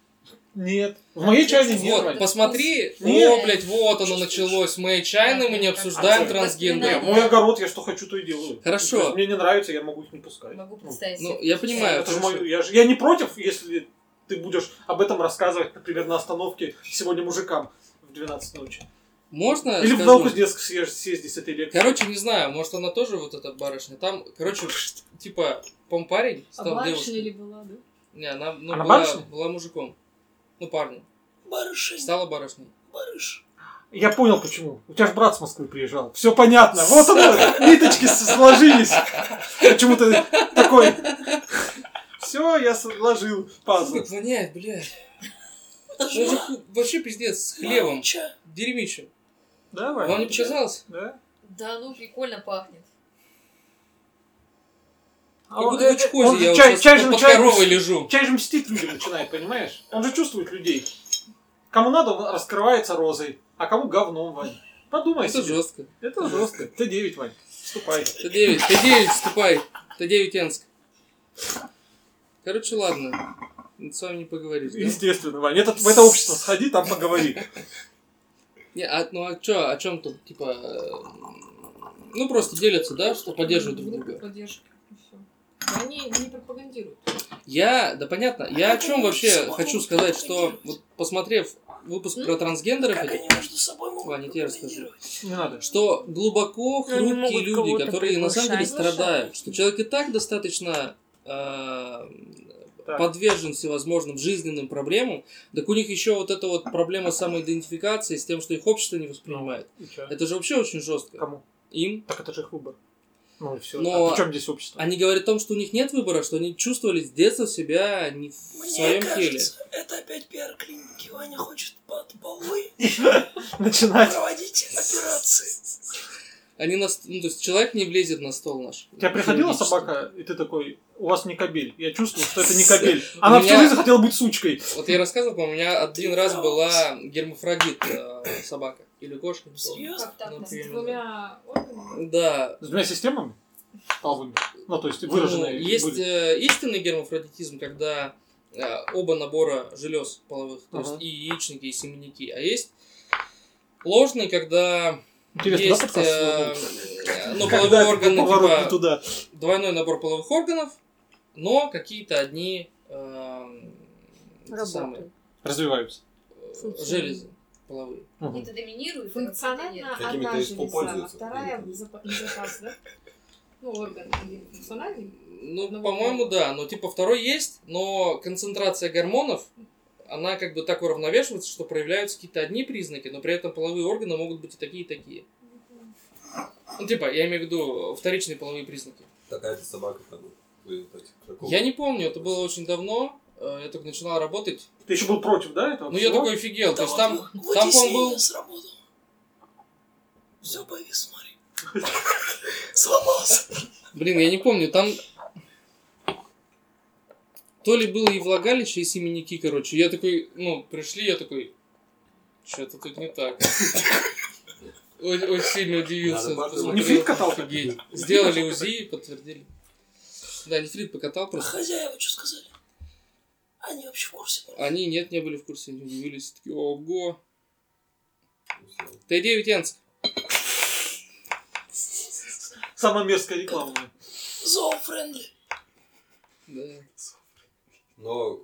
S2: Нет. В моей чайной нет.
S6: Вот,
S2: Вань.
S6: посмотри.
S2: Нет.
S6: О, блядь, вот оно началось. Мы чайны, мы не обсуждаем
S2: Нет,
S6: трансгендер.
S2: мой огород, я что хочу, то и делаю.
S6: Хорошо.
S2: То есть мне не нравится, я могу их не пускать.
S9: Могу представить.
S6: Ну,
S9: себе.
S6: я понимаю.
S2: Это же
S6: хорошо.
S2: мое- я, же- я не против, если ты будешь об этом рассказывать, например, на остановке сегодня мужикам в 12 ночи.
S6: Можно
S2: Или в
S6: скажу?
S2: Новокузнецк съезд- съездить с этой лекции.
S6: Короче, не знаю, может она тоже вот эта барышня. Там, короче, типа, пом парень
S5: А
S6: стал
S5: барышня
S6: девушкой.
S5: ли была, да?
S6: Не, она, ну,
S2: Она
S6: была,
S2: барышня?
S6: была мужиком. Ну, парнем.
S3: Барышень,
S6: Стала барышней.
S3: барыш.
S2: Я понял почему. У тебя же брат с Москвы приезжал. Все понятно. Вот оно, ниточки с- сложились. Почему-то такой... Все, я сложил пазл.
S6: Как воняет, блядь.
S3: Это
S6: Он же
S3: же
S6: ху- вообще пиздец с хлебом.
S3: молча.
S6: Дерьмичем.
S2: Давай.
S6: Вам не показалось?
S2: Да?
S9: Да, ну прикольно пахнет.
S2: А
S6: Как будто в
S2: он
S6: Учхозе
S2: же
S6: я вот
S2: чай-
S6: сейчас
S2: чай же
S6: под
S2: начинает-
S6: коровой лежу.
S2: Чай же мстит людям начинает, понимаешь? Он же чувствует людей. Кому надо, он раскрывается розой, а кому говном, Вань. Подумай
S6: Это
S2: себе.
S6: жестко.
S2: Это жестко. Ты 9, Вань. Вступай.
S6: Т9, Т9, вступай. Т9 Энск. Короче, ладно. С вами не поговорить. да?
S2: Естественно, Вань. Это, в это общество сходи, там поговори.
S6: Не, а, ну а чё, о чем тут, типа, э, ну просто делятся, да, что поддерживают друг
S5: Группа
S6: друга.
S5: поддержки. и всё. Они не пропагандируют.
S6: Я, да понятно, я о чем вообще хочу сказать, что вот посмотрев выпуск про трансгендеров,
S3: Как
S6: этих,
S3: они между собой могут
S6: Ваня, тебе расскажу.
S3: пропагандировать?
S2: Не надо.
S6: что глубоко
S7: Но они
S6: хрупкие
S7: могут
S6: люди,
S7: кого-то
S6: которые на самом деле
S7: приглашать.
S6: страдают, что человек и так достаточно э,
S2: Так.
S6: подвержен всевозможным жизненным проблемам, так у них еще вот эта вот проблема самоидентификации с тем, что их общество не воспринимает.
S2: И чё?
S6: Это же вообще очень жестко.
S2: Кому?
S6: Им
S2: Так это же их выбор. Ну и все.
S6: Но-
S2: А при чем здесь общество?
S6: Они говорят о том, что у них нет выбора, что они чувствовали с детства себя не в
S3: Мне
S6: своем теле.
S3: кажется, это опять пиар клиники. Ваня хочет под полы
S2: Начинать.
S3: проводить операции.
S6: Они нас, ну, то есть человек не влезет на стол наш.
S2: У тебя приходила
S6: Хирургически.
S2: собака, и ты такой, у вас не кобель. Я чувствую, что это не кобель.
S6: У
S2: Она всю
S6: меня-
S2: жизнь хотела быть сучкой.
S6: Вот я рассказывал, по-моему, у меня один раз была гермафродит э, собака или кошка. не помню.
S3: Серьезно?
S9: Как так?
S6: Ну,
S9: да?
S5: С
S6: примерно.
S5: двумя органами.
S6: Да.
S2: С двумя системами? Половыми. Ну, то есть
S6: Ну,
S2: выраженные.
S6: есть
S2: были.
S6: э, истинный гермафродитизм, когда э, оба набора желез половых, то есть
S2: Ага.
S6: и яичники, и семенники. А есть ложный, когда
S2: Интересно, да,
S6: есть
S2: подкаст
S6: э, э, ну,
S2: Когда
S6: половые
S2: это был
S6: органы
S2: поворот
S6: типа,
S2: не туда?
S6: двойной набор половых органов, но какие-то одни эм, эти самые,
S7: Работают.
S2: Развиваются.
S6: э, железы половые.
S9: И
S2: Мгм.
S9: ты доминируешь.
S5: Функционально
S1: Какими-то
S5: одна
S1: из
S5: железа, а
S1: попользуются.
S5: вторая в запа- в запас, да? Ну, орган один функциональный.
S6: Ну,
S5: Одного
S6: по-моему,
S5: полового.
S6: да. Но типа второй есть, но концентрация гормонов, она как бы так уравновешивается, что проявляются какие-то одни признаки, но при этом половые органы могут быть и такие, и такие. Ну, типа, я имею в виду вторичные половые признаки.
S1: Такая-то собака там. вы вот эти, какого?
S6: Я не помню, это было очень давно. э, Я только начинал работать.
S2: Ты еще был против, да, этого
S6: Ну, я
S2: всего?
S6: такой офигел. То
S3: Да
S6: есть
S3: вот
S6: там,
S3: вы-
S6: там по-моему,
S3: вытеснение
S6: был...
S3: сработало. Все, повис, смотри. Сломался.
S6: Блин, я не помню, там то ли было и влагалище, и семенники, короче. Я такой, ну, пришли, я такой, что-то тут не так. О- Очень сильно удивился.
S1: Надо подумать.
S6: посмотрел,
S2: Нефрит катал?
S6: офигеть. Сделали УЗИ, подтвердили. Да, нефрит покатал
S3: А
S6: просто.
S3: Хозяева что сказали? Они вообще в курсе?
S6: Они, нет, не были в курсе, они удивились. Такие, ого. Т9 Энск.
S2: Самая мерзкая реклама.
S3: Зоофрендли.
S6: Да.
S1: Но,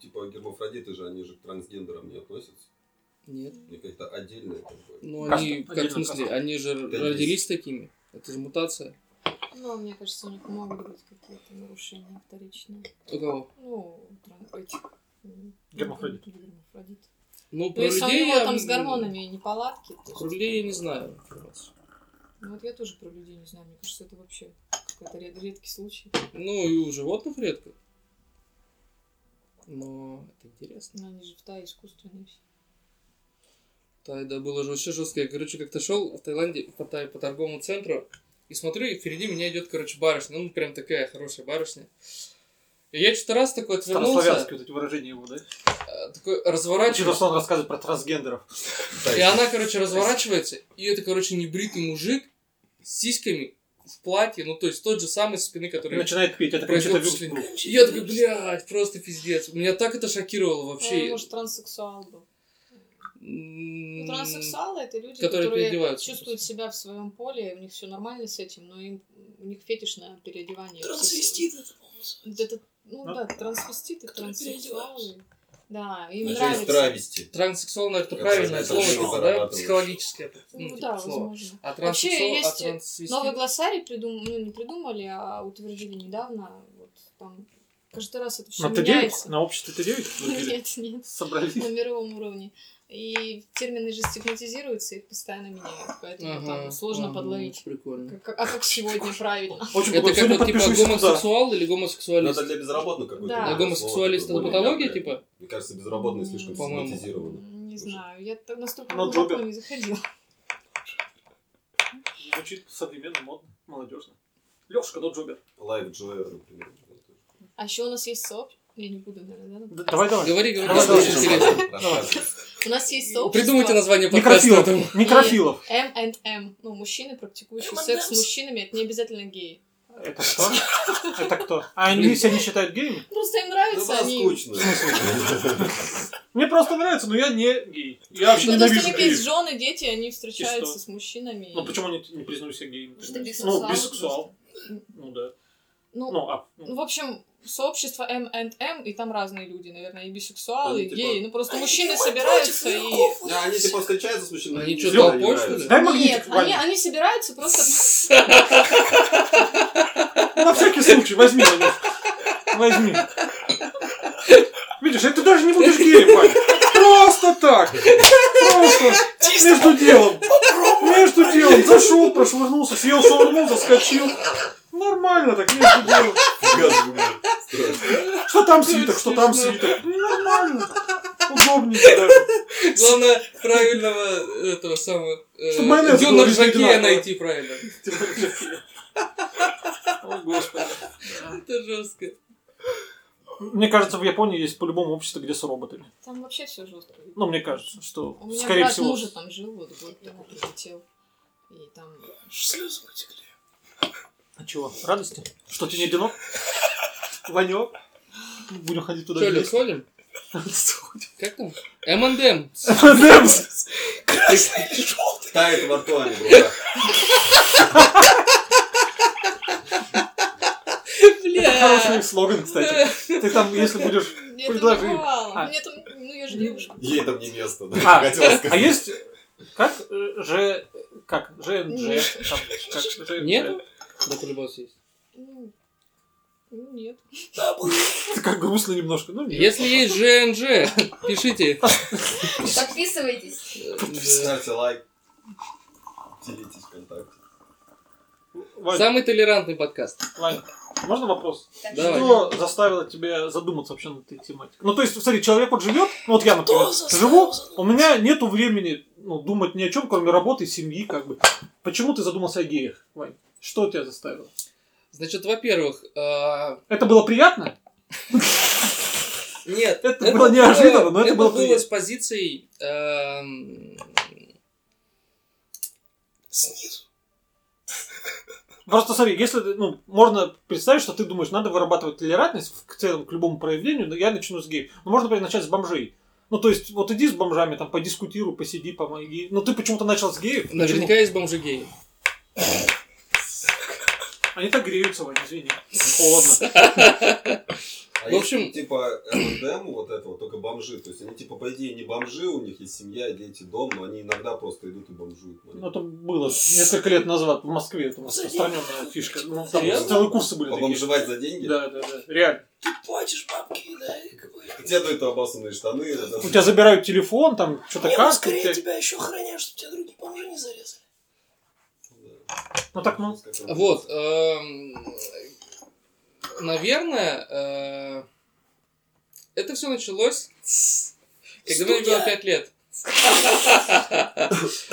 S1: типа, гермафродиты же, они же к трансгендерам не относятся.
S6: Нет.
S1: У них как-то отдельные. как бы.
S6: Ну,
S2: Каста,
S6: они, как в
S2: отдельно
S6: смысле,
S2: каста.
S6: они же
S1: Т10.
S6: родились такими. Это же мутация.
S5: Ну, мне кажется, у них могут быть какие-то нарушения вторичные.
S6: У кого?
S5: Ну, у тран- этих... м,
S6: Гермафродит.
S5: Гермафродит.
S6: Ну,
S5: Ну,
S6: про
S5: если у
S6: людей
S5: него
S6: я...
S5: там с гормонами неполадки, то
S6: Про людей я не знаю. информацию.
S5: Ну вот я тоже про людей не знаю. Мне кажется, это вообще какой-то ред- редкий случай.
S6: Ну, и у животных редко. Но это интересно.
S5: Но ну, они же в Тае искусственные все.
S6: Тогда было же вообще жестко. Я, короче, как-то шел в Таиланде по, Тай- по торговому центру и смотрю, и впереди меня идет, короче, барышня. Ну, прям такая хорошая барышня. И я что-то раз такой отвернулся,
S2: Старославянские вот эти выражения его, да?
S6: такой
S2: Что-то
S6: разворачиваюсь.
S2: он рассказывает про трансгендеров.
S6: И она, короче, разворачивается, и это, короче, небритый мужик с сиськами в платье, ну, то есть тот же самый со спины, который...
S2: И начинает петь, это, короче, это
S6: произвел
S2: Вилкс
S6: впечатление.
S2: Блум.
S6: И Я такой, блядь, просто пиздец. Меня так это шокировало
S5: Он, А,
S6: вообще.
S5: Ну, может, транссексуал был. Ну,
S6: М,
S5: транссексуалы это люди,
S6: которые
S5: которые,
S6: переодеваются
S5: чувствуют себя в своем поле, у них все нормально с этим, но им у них фетиш на переодевание.
S3: Трансвестит это, по-моему,
S5: Вот Это, ну
S6: А?
S3: Ну.
S5: да, трансвеститы,
S3: Которые
S5: транссексуалы. Да, им
S1: А что есть
S5: нравится.
S1: травести?
S6: Транссексуал, наверное, это
S1: Это
S6: правильное
S1: это
S6: слово,
S1: шо
S6: типа, да?
S1: зарабатываешь?
S6: Психологическое. ну,
S5: Ну
S6: типа,
S5: да,
S6: слово.
S5: возможно.
S6: А
S5: Вообще
S6: транссексуал, а
S5: есть
S6: трансвестит.
S5: новый типа, глоссарий придум... ну, не придумали, а утвердили недавно. Вот там каждый раз это все
S2: На Т9?
S5: меняется.
S2: На обществе Т9?
S5: Нет, нет.
S2: Собрались.
S5: На мировом уровне. И термины же стигматизируются, их постоянно меняют. Поэтому
S6: Ага,
S5: там сложно
S6: ага,
S5: подловить.
S6: Прикольно.
S5: Как- а как сегодня правильно?
S6: это как вот, типа гомосексуал или гомосексуалист?
S1: Ну, это для безработных какое-то.
S5: Да.
S1: слово
S6: Гомосексуалист
S1: такое
S6: это
S1: более
S6: патология,
S1: мягкое.
S6: типа?
S1: Мне кажется, безработные слишком
S6: По-моему.
S1: стигматизированы.
S5: Не знаю, я так настолько
S2: Но
S5: глубоко
S2: Джокер.
S5: не заходила.
S2: Звучит современно, модно, молодежно. Лёшка, до Джобер.
S1: Лайф Джоер, например.
S6: Ну,
S5: А еще у нас есть сообщество. Я не буду, наверное, да?
S2: Давай, давай.
S6: Говори, говори,
S2: Давай,
S6: потому
S2: давай.
S6: что интересно.
S2: Давай.
S5: У нас есть сообщество.
S6: Придумайте название
S2: Ну,
S6: подкаста.
S2: Некрофилов. Некрофилов.
S5: M&M. Ну, мужчины, практикующие секс с мужчинами, это не обязательно геи.
S2: Это кто? Это кто? А они себя не считают геями?
S5: Просто им
S1: Ну,
S5: нравится они.
S2: В смысле? Мне просто нравится, но я не гей. Я вообще
S5: Потому что у
S2: ненавижу
S5: них
S2: геев.
S5: Ну, есть жены, дети, они встречаются
S2: что?
S5: с мужчинами.
S2: Ну почему они не признают себя геями?
S5: Потому что
S2: Ну,
S5: бисексуалы
S2: бисексуал. Ну да.
S5: Ну,
S2: Ну, а...
S5: ну, в общем, сообщество M&M, и там разные люди, наверное, и бисексуалы, и геи. Ну, просто мужчины собираются и...
S1: Да, они типа встречаются с мужчиной.
S6: Они
S1: им
S6: чё,
S1: ничего не
S6: толпой, что
S1: нравится.
S6: ли?
S2: Дай
S5: Нет,
S2: магнитик,
S5: они,
S2: Ваня.
S5: они собираются просто...
S2: На всякий случай, возьми, Ваня. Возьми. Видишь, это даже не будешь геем, Ваня. Просто так. Просто. Между делом. Между делом. Зашел, прошвырнулся, съел шаурму, заскочил. Нормально так, между делом. Что там свиток, что там свиток. Нормально. Удобненько даже.
S6: Главное, правильного этого самого... э,
S2: Чтобы майонез был
S6: Дюна
S2: везде
S6: Ржакея
S2: одинаково.
S6: найти правильно.
S2: О, Господи.
S6: Это жестко.
S2: Мне кажется, в Японии есть по-любому общество, где с роботами.
S5: Там вообще все жестко.
S2: Ну, мне кажется, что,
S5: У меня
S2: скорее
S5: брат
S2: всего...
S5: мужа там жил, вот год только прилетел. И там...
S3: Слезы потекли.
S2: А чего? Радости? Что ты не одинок? Ванек? Будем ходить туда
S6: Что, Лёх,
S2: вместе.
S6: сходим? Как там? М&М.
S2: М&M's.
S1: Красный и желтый. Тает во рту, а не в руках.
S2: Это хороший слоган, кстати. Ты там, если будешь...
S5: Мне это
S2: Предложи.
S5: не бывало.
S2: А.
S5: Мне там... Ну, я же девушка.
S1: Ей там не место, да.
S2: А,
S1: Хотела сказать.
S2: а есть... Как э, же... Как? ЖНЖ? Там, как ЖНЖ?
S6: Нет? Да по-любому есть.
S5: Ну, ну, нет.
S2: Это как грустно немножко. Ну, нет.
S6: Если есть ЖНЖ, пишите.
S9: Подписывайтесь.
S1: Ставьте лайк. Делитесь ВКонтакте.
S2: Вань,
S6: Самый толерантный подкаст.
S2: Вань, можно вопрос?
S9: Так.
S6: Давай.
S2: Что заставило тебя задуматься вообще над этой тематикой? Ну, то есть, смотри, человек вот живет, ну, вот я, например, живу, у меня нету времени ну, думать ни о чем, кроме работы, семьи, как бы. Почему ты задумался о геях, Вань? Что тебя заставило?
S6: Значит, во-первых, э,
S2: Это было приятно?
S6: нет,
S2: Это было неожиданно, но это было
S6: было
S2: приятно.
S6: с позицией эм,
S3: Снизу.
S2: Просто смотри, если ты, ну, можно представить, что ты думаешь, надо вырабатывать толерантность в- к целом к любому проявлению, но я начну с геев. Ну, можно, например, начать с бомжей. Ну, то есть, вот иди с бомжами, там, подискутируй, посиди, помоги. Ну, ты почему-то начал с геев. Почему?
S6: наверняка есть бомжи геи.
S2: Они так греются, Вань, извини. Холодно.
S1: А
S6: В общем,
S1: есть, типа, ЛДМ вот этого, только бомжи. То есть они, типа, по идее, не бомжи, у них есть семья, дети, дом, но они иногда просто идут и бомжуют.
S2: Ну, это было несколько лет назад в Москве, это распространенная фишка. Ну, там
S1: Серьезно?
S2: целые курсы
S6: А
S2: были такие.
S1: Побомжевать за деньги?
S2: Да, да, да, реально.
S3: Ты платишь бабки, да? и как бы-
S1: Где дают обоссанные штаны? да.
S2: У тебя забирают телефон, там что-то
S3: Не, ну,
S2: как
S3: скорее тебя еще охраняют, чтобы тебя другие бомжи не зарезали.
S2: Ну так, ну.
S6: Вот. эм, Наверное, э, это все началось, когда мне было 5 лет.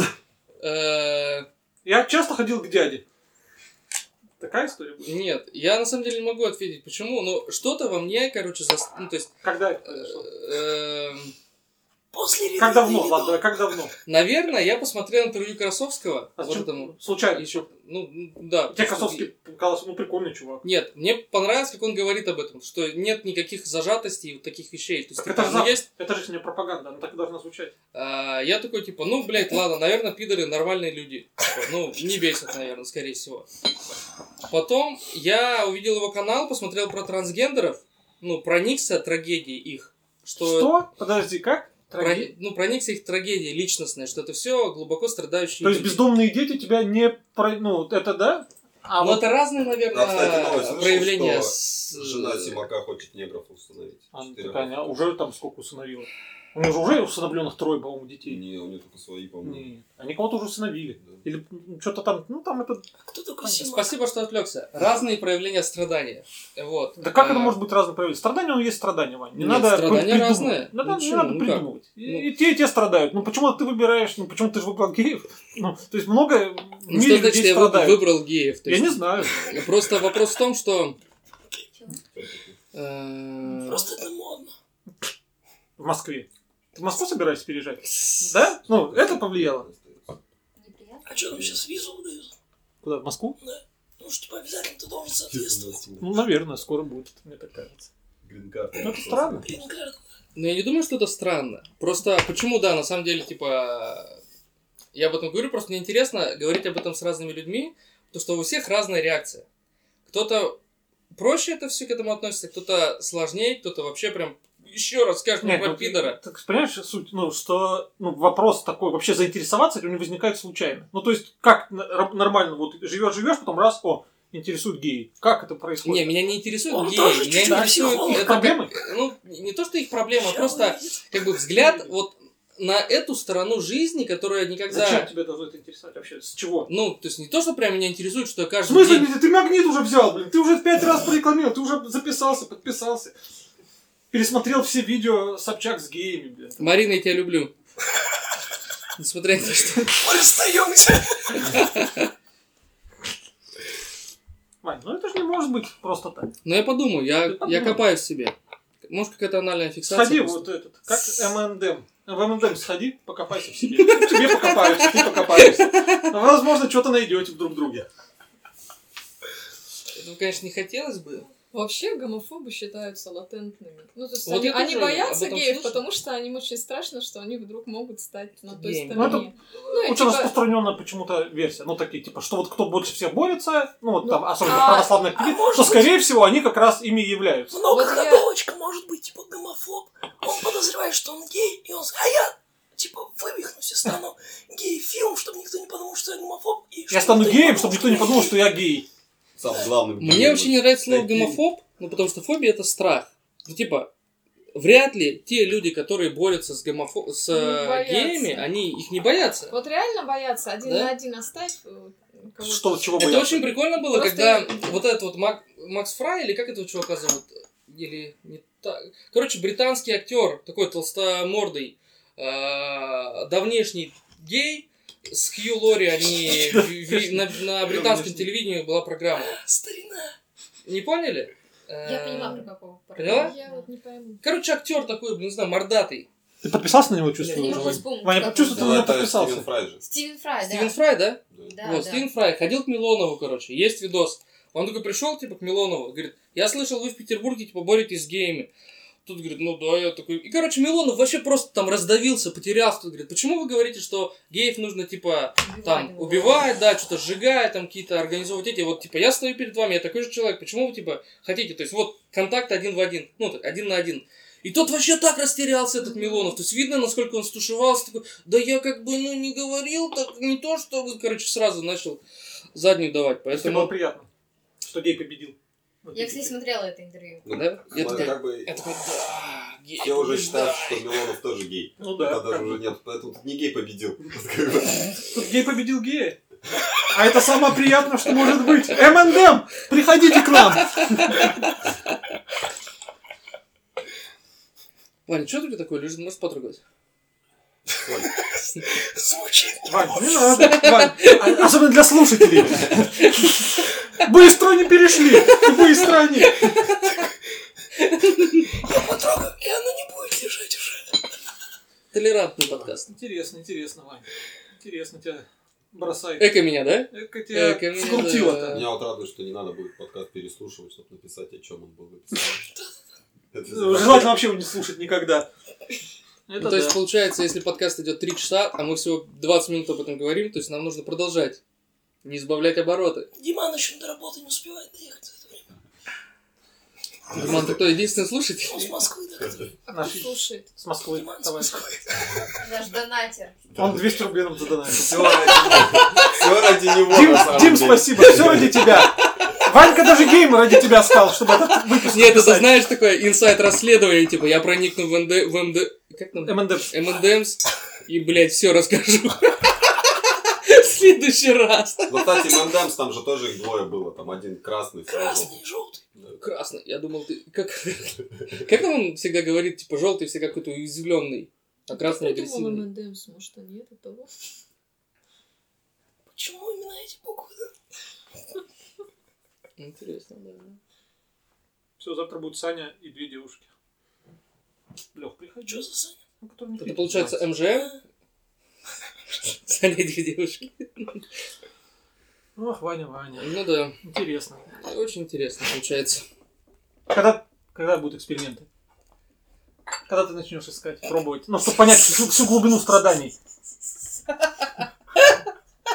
S6: Э,
S2: Я часто ходил к дяде. Такая история была?
S6: Нет, я на самом деле не могу ответить, почему, но что-то во мне, короче, зас... ну, то есть... э,
S2: Когда э,
S3: После
S2: Как давно, ладно, давай, как давно?
S6: Наверное, я посмотрел интервью Красовского.
S2: А
S6: вот
S2: зачем?
S6: этому.
S2: Случайно?
S6: Еще... Ну, да.
S2: Тебе Красовский показался, ну, прикольный чувак.
S6: Нет, мне понравилось, как он говорит об этом, что нет никаких зажатостей и вот таких вещей. То есть, типа,
S2: Это же,
S6: оно
S2: Запад,
S6: есть.
S2: это же не пропаганда, она так и должна звучать.
S6: А, я такой, типа, ну, блядь, ладно, наверное, пидоры нормальные люди. Типа, Ну, не бесят, наверное, скорее всего. Потом я увидел его канал, посмотрел про трансгендеров, ну, проникся трагедией их. Что?
S2: Подожди, как?
S6: Прони- Ну, проникся их трагедией личностной, что это все глубоко страдающие
S2: То есть
S6: люди.
S2: бездомные дети тебя не... про- Ну, это да?
S6: Ну, это разные, наверное,
S1: А, кстати, новость слышал,
S6: проявления
S1: что
S6: с- э,
S1: Жена Симака хочет негров установить.
S2: А, ну,
S1: Четырех.
S2: так она уже там сколько усыновила? У нее же уже усыновленных трое, по-моему, детей.
S1: Не, у нее только свои, по-моему.
S2: Нет. Они кого-то уже усыновили. Или что-то там, ну там это...
S3: Кто такой
S6: Спасибо, что отвлекся. Разные проявления страдания. Вот.
S2: Да как
S6: А,
S2: это может быть разное проявление? Страдание, оно есть страдание, Вань. Не
S6: Нет,
S2: надо
S6: страдания
S2: придумывать.
S6: разные.
S2: Да,
S6: Ну,
S2: там не
S6: почему?
S2: надо
S6: Ну, как?
S2: придумывать. И, и те, и те страдают. Ну почему ты выбираешь, ну почему ты же выбрал геев? Ну, то есть много в
S6: Ну,
S2: мире
S6: что значит,
S2: людей
S6: я вы-
S2: страдают.
S6: выбрал геев? То
S2: Я
S6: есть-
S2: не знаю.
S6: Просто вопрос в том, что... э,
S3: Просто это модно.
S2: В Москве. Ты в Москву собираешься переезжать? Да? Ну, это повлияло.
S3: А что там сейчас визу выдают?
S2: Куда, в Москву?
S3: Ну, что типа, обязательно ты должен соответствовать.
S2: Ну, наверное, скоро будет, мне так кажется. Ну, это странно.
S6: Ну, я не думаю, что это странно. Просто почему, да, на самом деле, типа... Я об этом говорю, просто мне интересно говорить об этом с разными людьми, потому что у всех разная реакция. Кто-то проще это все к этому относится, кто-то сложнее, кто-то вообще прям еще раз скажет мне
S2: Нет,
S6: про
S2: ну,
S6: пидора.
S2: Так, понимаешь, суть, ну, что ну, вопрос такой, вообще заинтересоваться этим не возникает случайно. Ну, то есть, как на- раб- нормально, вот живешь-живешь, потом раз, о, интересует геи. Как это происходит?
S6: Не, меня не интересует
S2: Он
S6: геи,
S2: тоже
S6: меня
S2: чуть-чуть психолог.
S6: интересует это
S2: Проблемы?
S6: как- ну, не то, что их проблема, а просто как бы взгляд вот на эту сторону жизни, которая никогда...
S2: Зачем тебя должно это интересовать вообще? С чего?
S6: Ну, то есть не то, что прям меня интересует, что я
S2: В
S6: каждый
S2: смысле,
S6: день...
S2: ты, ты магнит уже взял, блин, ты уже пять раз прорекламировал, ты уже записался, подписался. Пересмотрел все видео Собчак с геями, блин.
S6: Марина, я тебя люблю. Несмотря ни на что.
S3: Мы расстаемся.
S2: Вань, ну это же не может быть просто так.
S6: Но я подумаю, я,
S2: подумай.
S6: я копаюсь в себе. Может, какая-то анальная фиксация.
S2: Сходи
S6: просто.
S2: вот этот, как МНДМ. В МНДМ сходи, покопайся в себе. Тебе покопаются, ты покопаешься. Но, возможно, что-то найдете друг в друге.
S6: Ну, конечно, не хотелось бы.
S5: Вообще гомофобы считаются латентными. Ну, то есть
S6: Вот
S5: они,
S6: я тоже
S5: они
S6: об
S5: боятся
S6: этом
S5: геев,
S6: слышал.
S5: потому что им очень страшно, что они вдруг могут стать на той
S2: Геями. Ну, это
S5: стороне. Ну, и
S2: Очень
S5: типа-
S2: распространенная почему-то версия. Ну, такие, типа, что вот кто больше всех борется, ну, вот
S5: Ну,
S2: там, особенно
S5: а- Ну,
S2: православные активисты, что, скорее всего, они как раз ими и являются.
S3: Многоходовочка может быть, типа, гомофоб. Он подозревает, что он гей, и он... с- А я, типа, вывихнусь и стану гей-филм, чтобы никто не подумал, что я гомофоб. И
S2: Я стану геем, чтобы никто не подумал, что я гей.
S1: Сам главный.
S6: Мне очень не нравится слово гомофоб, ну, потому что фобия это страх. Ну, типа, вряд ли те люди, которые борются с, гомофо... с э,
S5: Не боятся.
S6: геями, они их не боятся.
S5: Вот реально боятся, один
S6: Да?
S5: на один оставь. э, кого-то.
S1: Ну,
S6: Это очень прикольно было,
S5: Просто
S6: когда вот этот вот Мак- Макс Фрай, или как этого чувака зовут? Или не так. Короче, британский актер, такой толстомордый, э, давнешний гей, с Хью Лори они ви- ви- на, на британском телевидении была программа.
S3: Старина.
S6: Не поняли?
S5: Я
S6: Э,
S5: поняла, про какого парня.
S6: Поняла?
S5: Я вот не пойму.
S6: Короче, актер такой, не знаю, мордатый.
S2: Ты подписался на него, чувствую?
S5: Я не
S2: уже,
S5: могу
S2: Вань?
S5: вспомнить,
S2: Ваня,
S5: как
S2: чувствую,
S5: он
S2: ты на него
S1: Это
S2: подписался.
S1: Стивен Фрай же.
S5: Стивен Фрай, да.
S6: Стивен Фрай, да?
S5: Да,
S6: вот,
S5: да.
S6: Стивен Фрай ходил к Милонову, короче, есть видос. Он такой пришел, типа, к Милонову, говорит, я слышал, вы в Петербурге, типа, боретесь с геями. Тут говорит, ну да, я такой... И, короче, Милонов вообще просто там раздавился, потерялся. Тут говорит, почему вы говорите, что геев нужно, типа, там, убивать, да, что-то сжигать, там, какие-то организовывать эти. Вот, типа, я стою перед вами, я такой же человек, почему вы, типа, хотите? То есть, вот, контакт один в один, ну, так, один на один. И тот вообще так растерялся, этот Милонов. То есть видно, насколько он стушевался. Такой, да я как бы, ну, не говорил, так не то, что... вы». Короче, сразу начал заднюю давать. Поэтому...
S2: было приятно, что гей победил.
S9: Я, кстати, смотрела это интервью.
S1: Ну,
S6: Да? Я
S1: ну,
S6: такой,
S1: как бы-
S6: я такой, да, гей,
S1: Все уже
S6: побеждает».
S1: считают, что Милонов тоже гей.
S2: Ну да,
S1: Это даже
S2: как
S1: уже нет, поэтому тут не гей победил. Вот как бы.
S2: Тут гей победил гея. А это самое приятное, что может быть. МНДМ, приходите к нам.
S6: Ваня, что ты такой лежит? Можешь потрогать?
S3: Звучит.
S2: Вань, не надо. Вань, а- особенно для слушателей. Быстро не перешли. Быстро они.
S3: Я потрогаю, и оно не будет лежать уже.
S6: Толерантный подкаст.
S2: Интересно, интересно, Вань. Интересно тебя бросает.
S6: Эко меня, да?
S2: Эко тебя
S6: Эко меня,
S2: скрутило-то.
S1: Меня вот радует, что не надо будет подкаст переслушивать, чтобы написать, о чем он был написан. Это
S2: Желательно вообще его не слушать никогда.
S6: Ну,
S2: Это
S6: то есть,
S2: да.
S6: получается, если подкаст идет 3 часа, а мы всего 20 минут об этом говорим, то есть нам нужно продолжать. Не избавлять обороты.
S3: Диман еще до работы не успевает доехать в это время.
S6: Диман, ты кто, единственный слушатель?
S3: Он с Москвы до который.
S5: А кто
S2: Наш-
S5: слушает?
S2: С Москвы.
S3: Диман с
S2: Давай.
S3: Москвы.
S9: Наш донатер.
S2: Он 200 рублей нам задонатил.
S1: Все ради, всё ради него,
S2: Дим,
S1: на самом
S2: Дим,
S1: деле.
S2: спасибо, все ради тебя. Ванька даже гейм ради тебя стал, чтобы этот выпуск
S6: Нет, это знаешь такое инсайд расследование, типа я проникну в МД... В МД... Как там?
S2: МНД.
S6: МНДМС и, блядь, все расскажу. В следующий раз.
S1: Ну, кстати, Мандамс там же тоже их двое было. Там один красный, второй
S3: Красный, желтый.
S6: Красный. Я думал, ты... Как, как там он всегда говорит, типа, желтый всегда какой-то уязвленный, а красный
S5: Придумал
S6: агрессивный.
S5: МНДМС, может, они это того?
S3: Почему именно эти буквы?
S6: Интересно, да.
S2: Все, завтра будет Саня и две девушки. Лех, приходи.
S3: Что за Саня?
S2: Ну, который не
S6: Это
S2: пьет,
S6: получается
S2: понимаете.
S6: МЖМ? Саня и две девушки.
S2: Ох, Ваня, Ваня.
S6: Ну да,
S2: Интересно.
S6: очень интересно получается.
S2: Когда, когда будут эксперименты? Когда ты начнешь искать, пробовать? Ну, чтобы понять всю, всю глубину страданий.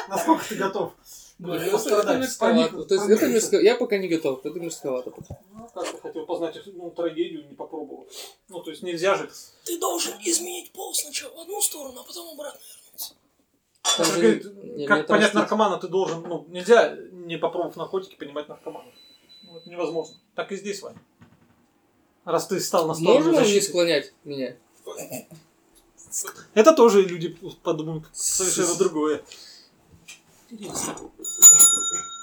S2: Насколько ты готов?
S6: Ну,
S2: будешь пострадать,
S6: мерзковато.
S2: проникнуть,
S6: То есть это
S2: проникнуться.
S6: мерзко- Я пока не готов, это мерзковато.
S2: Ну, Как бы хотел познать ну, трагедию, не попробовал. Ну, то есть нельзя же.
S3: Ты должен изменить пол сначала в одну сторону, а потом обратно вернуться.
S6: Там
S2: Как
S6: же-
S2: говорит,
S6: не,
S2: как
S6: мне
S2: понять
S6: кажется-
S2: наркомана ты должен, ну, нельзя, не попробовав наркотики, понимать наркомана. Ну, это невозможно. Так и здесь, Ваня. Раз ты стал на сторону
S6: Можно не
S2: защиты.
S6: склонять меня?
S2: Это тоже люди подумают совершенно другое.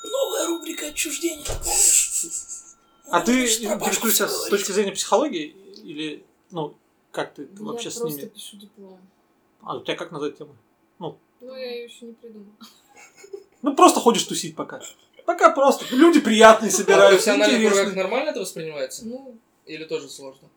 S3: Новая рубрика отчуждения.
S2: А ты
S3: Что
S2: рисуешь
S3: бабушка
S2: сейчас с точки зрения психологии или, ну, как ты вообще
S5: Я
S2: с
S5: просто
S2: ними?
S5: пишу диплом.
S2: А у тебя как назвать тему?
S5: Ну, я ее еще не придумала.
S2: Ну, просто ходишь тусить пока. Пока просто. Люди приятные
S6: А в
S2: собираются,
S6: профессиональных кругах
S2: интересные.
S6: нормально это воспринимается?
S5: Ну,
S6: Или тоже сложно?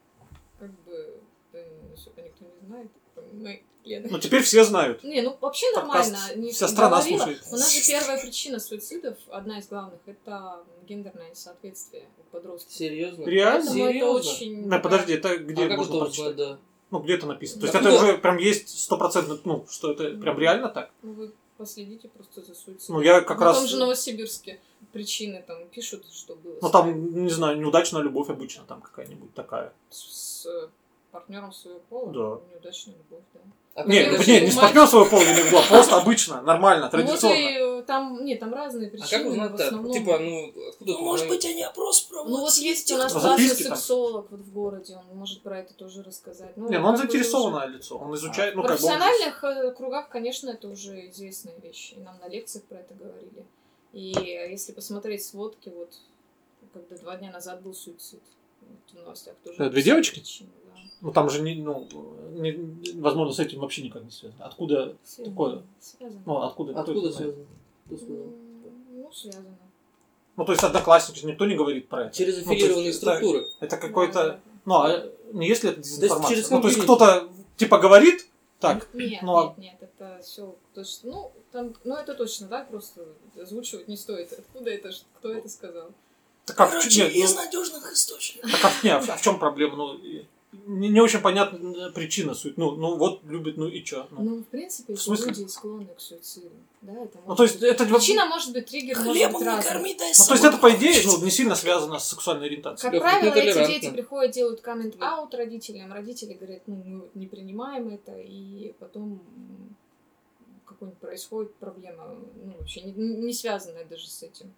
S5: как бы, э, особо никто не знает. типа, Мы, Лена.
S2: Ну, теперь все знают.
S5: Не, ну вообще
S2: Подкаст
S5: нормально. Не
S2: вся страна
S5: говорила.
S2: слушает.
S5: У нас же первая причина суицидов, одна из главных, это гендерное несоответствие у подростков.
S6: Серьезно?
S2: Реально?
S5: Поэтому это
S6: Серьезно?
S5: очень...
S2: На, подожди, это
S6: Ну, А
S2: где
S6: как
S2: можно
S6: это
S2: прочитать?
S6: узнать, да?
S2: Ну, где это написано? То есть
S6: Да.
S2: это уже прям есть стопроцентно, ну, что это прям реально так?
S5: Ну, вы последите просто за суицидом.
S2: Ну, я как
S5: в
S2: раз...
S5: том же Новосибирске причины там пишут, что было.
S2: Ну,
S5: с-
S2: там, не знаю, неудачная любовь обычно там какая-нибудь такая.
S5: С, с партнером своего пола.
S2: Да.
S5: Неудачная любовь, да.
S6: А
S2: Не,
S6: как
S5: Нет,
S2: не, не,
S5: это
S6: узнать-
S2: не с
S5: мать.
S2: партнером своего пола не любовь, а просто обычно, нормально, традиционно.
S5: Может, Ну, и э, там, нет, там разные
S6: А
S5: причины.
S6: как
S5: в
S6: узнать так?
S5: основном.
S6: Типа, ну, откуда
S3: Ну, может
S6: ты узнаешь?
S3: быть, они опрос проводят.
S5: Ну вот есть у нас
S2: Ну,
S5: классный
S2: записки там.
S5: сексолог вот в городе, он может про это тоже рассказать. Ну,
S2: Не, ну он
S5: как бы уже-
S2: заинтересованное лицо, он изучает, ну,
S5: в
S2: как бы... он-
S5: профессиональных э, кругах, конечно, это уже известная вещь. И нам на лекциях про это говорили. И э, если посмотреть сводки, вот когда два дня назад был суицид, вот в новостях тоже.
S2: Да, Э, две
S5: написали
S2: девочки?
S5: причины, да.
S2: Ну, там же, не, ну, не- возможно, с этим вообще никак не связано. Откуда,
S5: Связано,
S2: Такое.
S5: связано.
S2: ну, откуда... кто
S6: Откуда
S2: это знает?
S6: связано? Кто сказал?
S5: М, Ну, связано.
S2: Ну, то есть одноклассники, никто не говорит про это.
S6: Через
S2: Ну, то есть
S6: аффилированные
S2: это-
S6: структуры.
S2: Это
S5: Да,
S2: какой-то...
S5: да.
S2: Ну, а не если это дезинформация?
S6: через
S2: ну, то есть
S6: компьютер.
S2: кто-то, типа, говорит, так,
S5: Нет,
S2: Ну, а-
S5: нет, нет, это все точно. Ну, там, ну, это точно, да, просто озвучивать не стоит. Откуда это, ж- кто это сказал?
S2: так как...
S3: Короче,
S2: нет, ну,
S3: из надежных источников.
S2: Так а в- не, а в чем проблема? Ну, и- не, не очень понятна причина суть. Ну, ну вот любит, ну и чё? Ну.
S5: Ну, в принципе,
S2: В
S5: эти
S2: смысле?
S5: люди склонны к суициду. Да, это
S2: Ну, то есть это вот-
S5: Причина может быть триггер, может
S3: Хлебом
S5: быть разный.
S3: накорми, дай
S2: Ну, то есть это, по идее, ну, не сильно связано с сексуальной ориентацией.
S5: Как правило, эти дети приходят, делают коммент-аут родителям, родители говорят, ну, мы не принимаем это, и потом м, какой-нибудь происходит проблема, ну, вообще не, не связанная даже с этим.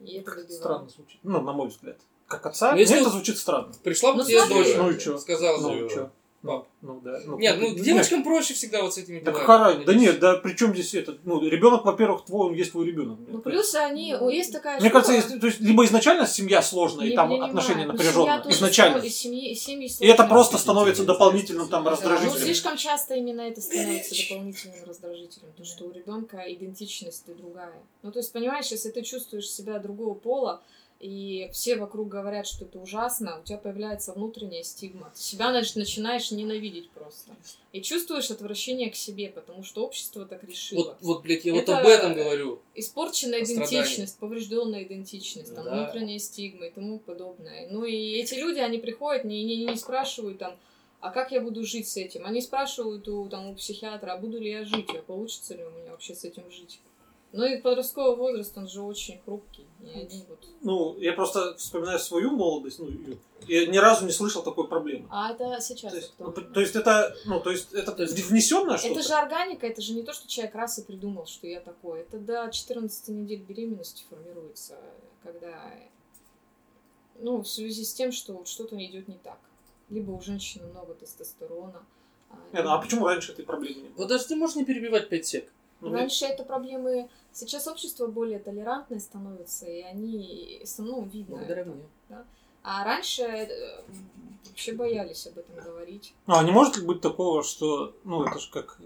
S5: И это добивает.
S2: Странно звучит. Ну, на мой взгляд. Как отца,
S6: Ну,
S2: мне
S6: если
S2: это
S6: вот
S2: звучит странно.
S6: Пришла бы
S2: Ну,
S6: тебе
S2: смотри.
S6: дочь,
S2: Ну и чё?
S6: сказала
S2: Ну,
S6: бы,
S2: и чё?
S6: пап.
S2: Ну, да.
S6: Нет, ну
S2: нет.
S6: девочкам проще всегда вот с этими
S2: Да
S6: делами.
S2: какая разница? Да нет, да при чем здесь это? Ну, ребенок, во-первых, твой, он есть твой ребенок.
S5: Ну, плюс они, о, есть такая
S2: Мне кажется,
S5: штука-
S2: если- то есть, либо изначально семья сложная, и
S5: Не
S2: там
S5: принимают.
S2: отношения
S5: Ну,
S2: напряженные,
S5: семья тоже
S2: изначально.
S5: сложная, из семьи- из семьи
S2: И это
S5: сложная.
S2: просто становится дополнительным там
S5: Ну,
S2: раздражителем.
S5: слишком часто именно это становится дополнительным раздражителем, то, что у ребенка идентичность ты другая. Ну, то есть, понимаешь, если ты чувствуешь себя другого пола, и все вокруг говорят, что это ужасно, у тебя появляется внутренняя стигма. Ты себя значит, начинаешь ненавидеть просто. И чувствуешь отвращение к себе, потому что общество так решило.
S6: Вот, вот, блядь, я вот
S5: Это
S6: об этом говорю.
S5: Испорченная
S6: О страдании.
S5: идентичность, поврежденная идентичность, там,
S6: Да.
S5: внутренняя стигма и тому подобное. Ну и эти люди, они приходят, не, не, не спрашивают там, а как я буду жить с этим? Они спрашивают у, там, у психиатра, а буду ли я жить, а получится ли у меня вообще с этим жить? Ну и подростковый возраст, он же очень хрупкий. И они вот...
S2: Ну, я просто вспоминаю свою молодость, ну, и- и ни разу не слышал такой проблемы.
S5: А это сейчас
S2: Ну,
S5: актуально.
S2: п- То есть это, ну, то есть это внесенное что-то?
S5: Это же органика, это же не то, что человек раз и придумал, что я такой. Это до 14 недель беременности формируется, когда, ну, в связи с тем, что вот что-то идет не так. Либо у женщины много тестостерона. а,
S2: Не, ну, а почему раньше этой проблемы не было?
S6: Подожди, можно не перебивать 5 сек?
S2: Ну,
S5: Раньше это проблемы... Сейчас общество более толерантное становится, и они, ну, видно
S6: Благодаря
S5: это,
S6: мне.
S5: да. А раньше э, вообще боялись об этом говорить.
S2: Ну, а не может ли быть такого, что, ну, это же как э,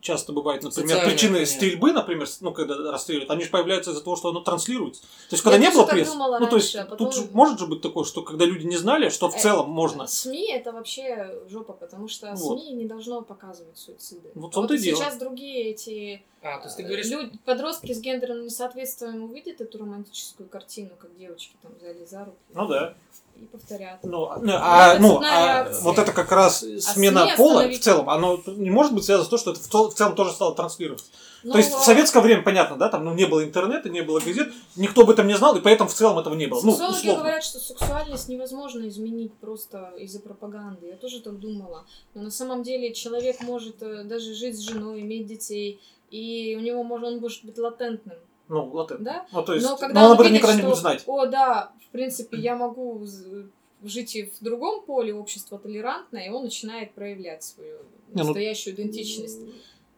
S2: часто бывает, например,
S6: Социальное
S2: причины
S6: влияние.
S2: стрельбы, например, с- ну, когда расстреливают, они же появляются из-за того, что оно транслируется. То есть, когда
S5: Я
S2: не
S5: тоже
S2: было
S5: так
S2: прессы,
S5: думала
S2: ну, то есть,
S5: раньше, а
S2: тут
S5: потом-
S2: же может же быть такое, что когда люди не знали, что в
S5: Э,
S2: целом можно.
S5: СМИ это вообще жопа, потому что
S2: Вот.
S5: СМИ не должно показывать суициды.
S2: Вот в
S5: А
S2: том-то и дело.
S5: сейчас другие эти
S6: А, то есть ты
S5: э,
S6: говоришь...
S5: люд- подростки с гендерным несоответствием увидят эту романтическую картину, как девочки там взяли за руки
S2: Ну, да.
S5: и повторят.
S2: Ну, а- ну, а, ну,
S5: цепная
S2: а
S5: реакция.
S2: вот это как раз смена
S5: СМИ
S2: пола
S5: остановить-
S2: в целом, оно не может быть связано с тем, что это в, то- в целом тоже стало транслироваться.
S5: Ну,
S2: То есть
S5: а-
S2: в советское время, понятно, да, там ну, не было интернета, не было газет, никто об этом не знал, и поэтому в целом этого не было. Ну,
S5: Сексологи
S2: условно.
S5: говорят, что сексуальность невозможно изменить просто из-за пропаганды. Я тоже так думала. Но на самом деле человек может э, даже жить с женой, иметь детей, и у него может, он может быть латентным.
S2: Ну, вот это.
S5: Да?
S2: Ну, то есть,
S5: Но
S2: но,
S5: когда
S2: он
S5: он
S2: об этом
S5: видит,
S2: никогда не
S5: что,
S2: будет знать.
S5: О, да, в принципе, я могу з- жить и в другом поле, общество толерантное, и он начинает проявлять свою
S2: Не, ну,
S5: настоящую идентичность.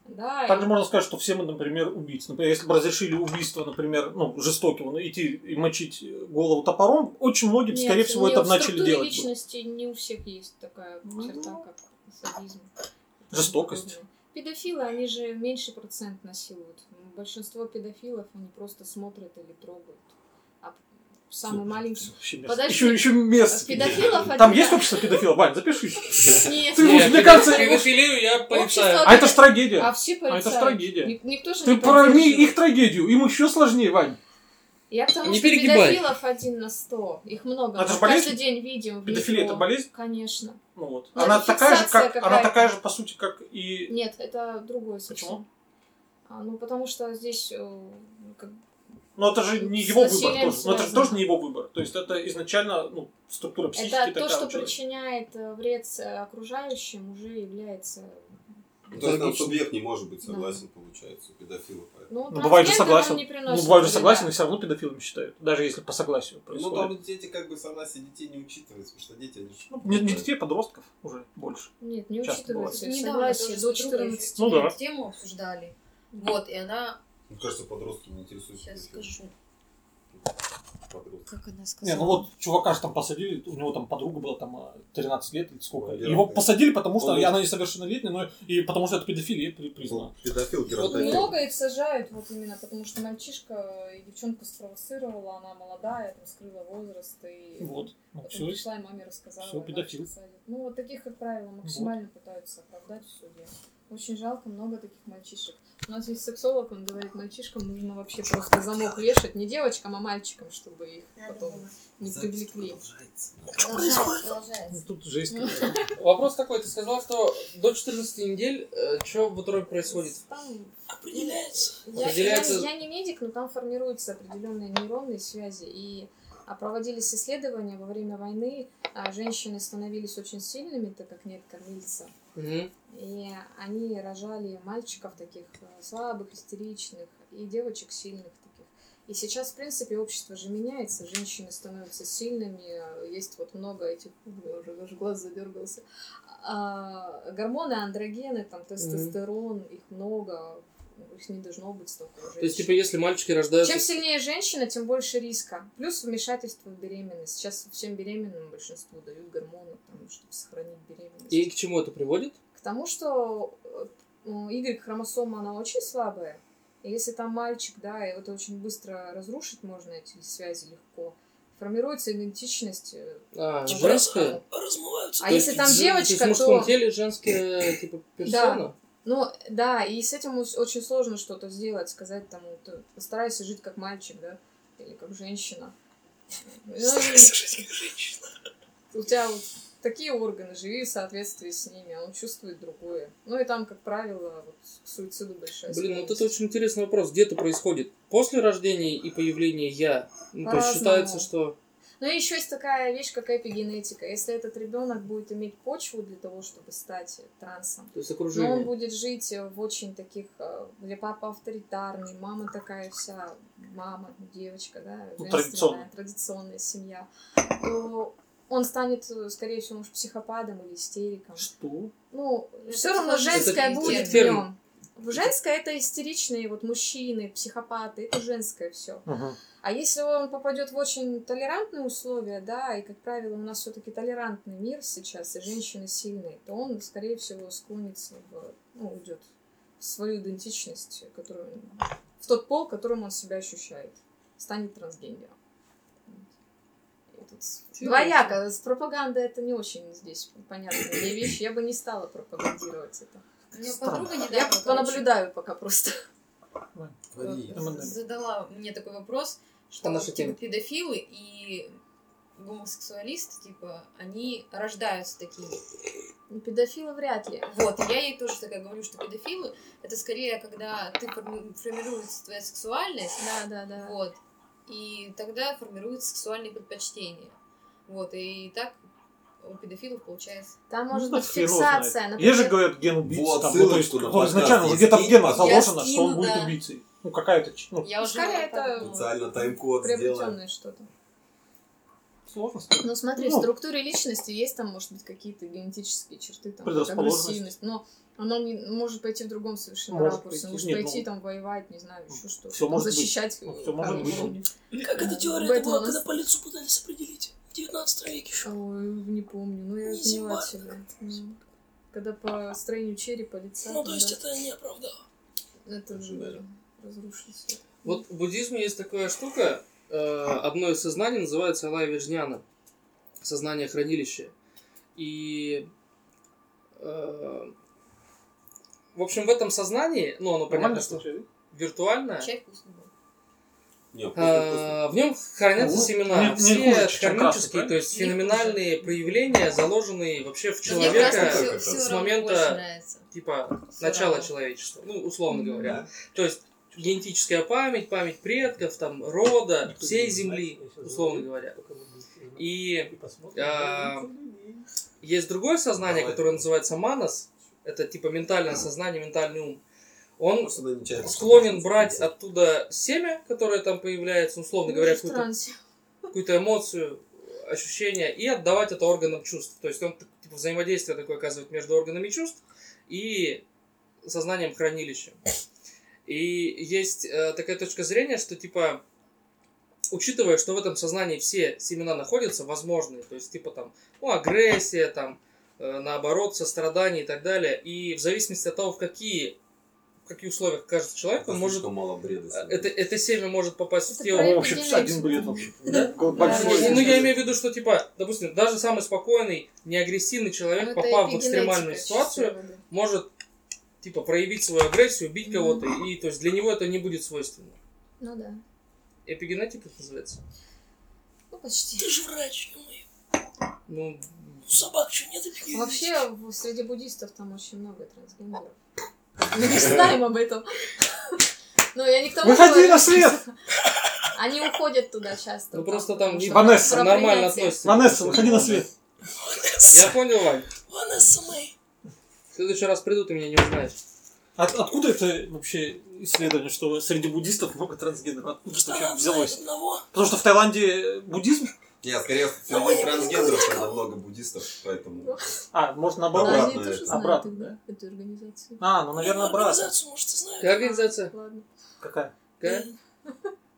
S5: Да,
S2: Также
S5: и-
S2: можно сказать, что все мы, например, убийцы. Например, если бы разрешили убийство, например, ну, жестокого, ну, идти и мочить голову топором, очень многие, бы,
S5: Нет,
S2: скорее всего,
S5: не-
S2: это
S5: в
S2: бы начали
S5: структуре
S2: делать. бы. Ну
S5: личности не у всех есть такая черта, как садизм.
S2: Жестокость.
S5: Педофилы, они же меньший процент насилуют. Большинство педофилов, они просто смотрят или трогают. А самый маленький...
S2: Вообще мерзко.
S5: Подожди.
S2: Еще, еще место.
S5: Педофилов
S2: Там
S5: один-
S2: есть общество педофилов? Вань, запиши.
S5: Нет.
S2: Ты
S5: Нет,
S2: уж, мне
S6: педофи-
S2: кажется,
S6: педофилию я порицаю.
S2: А это ж трагедия.
S5: А все
S2: А это ж
S5: порицают.
S2: трагедия.
S5: Ник- никто же
S2: Ты
S5: не порицает.
S2: прорми их трагедию, им еще сложнее, Вань.
S5: Я к тому,
S6: Не
S5: что
S6: перегибай.
S5: педофилов один на сто. Их много.
S2: Это
S5: Мы
S2: ж болезнь?
S5: каждый день видим. в
S2: Педофилия
S5: метро.
S2: это болезнь?
S5: Конечно.
S2: Ну вот.
S5: Ну,
S2: она
S5: это
S2: такая же,
S5: фиксация
S2: как, она
S5: какая-то.
S2: такая же, по сути, как и...
S5: Нет, это другое совсем. А, ну, потому что здесь... э, ну, как-
S2: Но это же не
S5: С
S2: его выбор
S5: насилием
S2: тоже. Но это же
S5: связано.
S2: тоже не его выбор. То есть это изначально ну, структура психики
S5: Это
S2: такая
S5: то,
S2: у
S5: что
S2: человека.
S5: причиняет э, вред э, окружающим, уже является...
S1: Ну, То есть там
S2: Логично.
S1: субъект не может быть согласен, получается, у педофила. поэтому.
S5: Ну,
S2: Ну, бывает же
S5: трансгендерам
S2: согласен.
S5: не приносит
S2: Ну, бывает же
S5: вреда.
S2: согласен, и все равно педофилами считают. Даже если по согласию
S1: Ну,
S2: происходит.
S1: там дети как бы согласие детей не учитываются, потому что дети, они же...
S2: Ну, не, не детей, а подростков уже больше.
S5: Нет, не
S2: Часто
S5: учитывается.
S2: бывает.
S5: Не
S9: Недавно
S5: согласие,
S9: тоже
S5: до
S9: с подругой
S5: 14.
S2: Ну да.
S9: эту тему обсуждали. Вот, и она...
S1: Мне кажется, подростки не интересуются.
S9: Сейчас
S1: педофилами.
S9: скажу.
S1: Подростки.
S9: Как она
S2: Не,
S9: сказала?
S2: ну вот чувака же там посадили, у него там подруга была там а, 13 лет или сколько.
S1: Ой,
S2: Его
S1: да.
S2: посадили, потому что
S1: Он был-
S2: она несовершеннолетняя, но и потому что это педофилия при- признана.
S1: Педофил,
S5: Вот
S1: геронтофил.
S5: Ну, много их сажают, вот именно, потому что мальчишка и девчонка спровоцировала, она молодая, там скрыла возраст и
S2: Вот. Ну,
S5: потом
S2: всё.
S5: пришла и маме рассказала.
S2: Всё,
S5: и
S2: педофил.
S5: мальчика садят. Ну вот таких, как правило, максимально пытаются оправдать в суде. Очень жалко, много таких мальчишек. У нас есть сексолог, он говорит, мальчишкам нужно вообще просто замок вешать, не девочкам, а мальчикам, чтобы их
S9: Надо
S5: потом
S9: было.
S5: не привлекли.
S9: Продолжается.
S2: Ну, Тут жесть.
S6: Вопрос такой, ты сказал, что до 14 недель, что в утробе происходит?
S5: Там
S3: Определяется.
S5: Я,
S6: Определяется-
S5: я- я не медик, но там формируются определенные нейронные связи. И а, проводились исследования во время войны. а, Женщины становились очень сильными, так как нет кормильца.
S6: Мгм.
S5: И они рожали мальчиков таких э, слабых, истеричных, и девочек сильных таких. И сейчас, в принципе, общество же меняется, женщины становятся сильными, э, есть вот много этих, блин, я уже даже глаз задергался, А, гормоны, андрогены, там, тестостерон, их много, их не должно быть столько у
S6: То есть,
S5: женщин.
S6: типа, если мальчики рождаются...
S5: Чем сильнее женщина, тем больше риска. Плюс вмешательство в беременность. Сейчас всем беременным большинству дают гормоны, там, чтобы сохранить беременность
S6: И к чему это приводит?
S5: к тому, что э, ну, Y-хромосома, она очень слабая. И если там мальчик, да, и это очень быстро разрушить можно эти связи легко, формируется идентичность. э,
S6: А,
S5: мужа.
S6: женская?
S5: А если там девочка,
S6: в мужском
S5: то-
S6: теле женская, типа, персона?
S5: Да. Ну, да, и с этим ус- очень сложно что-то сделать, сказать там, вот, э, постарайся жить как мальчик, да, или как женщина. Ну,
S3: Старайся жить как женщина.
S5: у тебя вот такие органы, живи в соответствии с ними, а он чувствует другое. Ну и там, как правило, вот, к суициду большая
S6: Блин, ну вот
S5: склонность.
S6: это очень интересный вопрос. Где это происходит? После рождения и появления я? Ну, то есть
S5: По-разному.
S6: считается, что...
S5: Ну и еще есть такая вещь, как эпигенетика. Если этот ребенок будет иметь почву для того, чтобы стать трансом,
S6: То есть
S5: но он
S6: окружение.
S5: будет жить в очень таких, э, где папа авторитарный, мама такая вся, мама, девочка, да,
S2: Ну,
S5: женственная,
S2: традиционная.
S5: традиционная семья, то он станет, э, скорее всего, может, психопатом или истериком.
S2: Что?
S5: Ну,
S9: Это
S5: все равно
S9: психологический
S5: женское
S9: термин.
S5: будет в
S6: Термин.
S5: нем. Женское это истеричные вот мужчины, психопаты, это женское все. А если он попадет в очень толерантные условия, да, и, как правило, у нас все-таки толерантный мир сейчас, и женщины сильные, то он, скорее всего, склонится, в, ну, уйдет в свою идентичность, которую, в тот пол, которым он себя ощущает, станет трансгендером. Вот. И тут Двояко, с пропаганда это не очень здесь понятная мне вещь, я бы не стала пропагандировать это.
S9: У меня подруга недавно,
S5: Я
S9: короче,
S5: понаблюдаю пока просто.
S9: э, задала мне такой вопрос,
S6: По
S9: что
S6: нашей
S9: типа
S6: теме.
S9: педофилы и гомосексуалисты, типа, они рождаются такими.
S5: Ну, Педофилы вряд ли.
S9: Вот, и я ей тоже такая говорю, что педофилы это скорее, когда ты форми- формируется твоя сексуальность,
S5: Да, да, да.
S2: Ну,
S9: вот, и тогда формируются сексуальные предпочтения. Вот, и так у педофилов получается.
S5: Там
S2: Ну,
S5: может
S2: да
S5: быть
S2: хрен его
S5: фиксация.
S2: знает.
S5: например-
S2: Есть же, говорят, ген убийцы.
S1: Вот
S2: там, ну, то есть,
S1: ссылочку на
S2: вот
S1: подкаст
S2: изначально
S1: есть.
S2: где-то в генах
S1: Я
S2: заложено, что он
S9: скину,
S2: будет
S9: да.
S2: убийцей. Ну, какая-то... ч- Ну,
S9: Я уже
S5: Скорее это
S1: Специально тайм-код сделаем.
S5: приобретенное что-то.
S2: сложно сказать.
S5: Ну смотри,
S2: Ну.
S5: в структуре личности есть там, может быть, какие-то генетические черты, там, как
S2: Предрасположенность.
S5: агрессивность, но оно не, может пойти в другом совершенно
S2: Может
S5: ракурсе.
S2: пойти.
S5: Может
S2: Нет,
S5: пойти
S2: ну,
S5: там воевать, не знаю, еще что-то.
S2: всё
S5: Там
S2: может быть.
S5: защищать.
S2: Ну,
S5: э,
S2: всё может
S5: кого
S2: быть.
S5: угодно.
S3: Как эта теория
S5: Бэтмен
S3: была,
S5: у
S3: когда
S5: нас-
S3: полицию пытались определить? В 19 веке еще.
S5: Ой, не помню, ну я
S3: Не
S5: поняла
S3: зима,
S5: тебя. Ну, Когда по строению черепа лица.
S3: Ну,
S5: там,
S3: то есть
S5: да,
S3: это не оправдало.
S5: это же
S1: Да.
S5: разрушилось.
S6: Вот в буддизме есть такая штука, э, одно из сознаний называется Алая Вижняна, сознание хранилища. И, э, в общем, в этом сознании, ну, оно понятно,
S2: Нормально,
S6: что
S2: случай?
S6: виртуальное,
S9: Чай вкусный был.
S1: Не, вкусно, вкусно.
S6: А, В нем хранятся
S2: Ну,
S6: семена.
S2: не- не
S6: все
S2: хуже, чем красный,
S6: кармические,
S2: правильно?
S6: то есть
S9: Не хуже.
S6: феноменальные проявления, заложенные вообще в
S9: Мне красный
S1: красный
S6: человека
S9: всё-
S1: как-то
S9: всё
S6: с
S9: равно
S6: момента-
S9: больше нравится.
S6: типа
S9: Всё
S6: начала
S9: равно.
S6: человечества, ну, условно
S5: Мгм.
S6: говоря. То есть генетическая память, память предков, там, рода, всей земли, условно говоря. И а, есть другое сознание,
S1: Давай.
S6: которое называется манас, это типа ментальное сознание, ментальный ум. Он
S1: Просто надо нечаянно
S6: склонен
S1: попасть.
S6: брать оттуда семя, которое там появляется, условно
S5: Ну,
S6: говоря,
S5: в
S6: какую-то
S5: трансе.
S6: какую-то эмоцию, ощущение, и отдавать это органам чувств. То есть он так, типа, взаимодействие такое оказывает между органами чувств и сознанием хранилища. И есть э, такая точка зрения, что типа, учитывая, что в этом сознании все семена находятся, возможные, то есть типа там, ну, агрессия, там, э, наоборот, сострадание и так далее, и в зависимости от того, в какие, в каких условиях кажется человек,
S1: Это
S6: он может...
S1: слишком мало
S6: э,
S1: бреда. сегодня.
S6: Это, это семя может попасть в
S5: Это
S6: тело.
S5: про
S2: Ну, вообще,
S5: Определяется.
S2: один бред вообще.
S6: Да?
S2: Г-
S5: Да,
S2: Большой.
S6: Ну, я имею в виду, что, типа, допустим, даже самый спокойный, неагрессивный человек,
S5: Это
S6: попав в
S5: эпигенетика
S6: экстремальную
S5: чистой
S6: ситуацию,
S5: воды.
S6: может, типа, проявить свою агрессию, убить кого-то, и, то есть, для него это не будет свойственно.
S5: Ну да.
S6: Эпигенетика это называется.
S5: Ну, почти.
S3: Ты же врач, ё-моё.
S6: Ну,
S3: У собак что, нет эпилепсии?
S5: Вообще, в- среди буддистов там очень много трансгендеров. Мы не знаем об этом. Ну, я не к тому,
S2: Выходи
S5: что-
S2: на свет!
S5: Они уходят туда часто.
S6: Ну просто там не-
S2: Ванесса.
S6: нормально относится.
S2: Ванесса, выходи на свет.
S6: Я понял, Вань.
S3: Ванесса Мэй.
S6: В следующий раз приду, ты меня не узнаешь.
S2: От- откуда это вообще исследование, что среди буддистов много трансгендеров? Откуда это вообще взялось? Потому что в Таиланде э, буддизм?
S1: Нет, а скорее всего, трансгендеров там много буддистов, поэтому...
S2: А, может наоборот?
S1: Обратно
S5: Они тоже
S1: это.
S5: знают
S2: Обратно,
S5: тогда эту организацию.
S2: А, ну, наверное, обратно.
S3: может, ты знаешь.
S6: Какая организация?
S5: Ладно.
S2: Какая?
S6: Какая?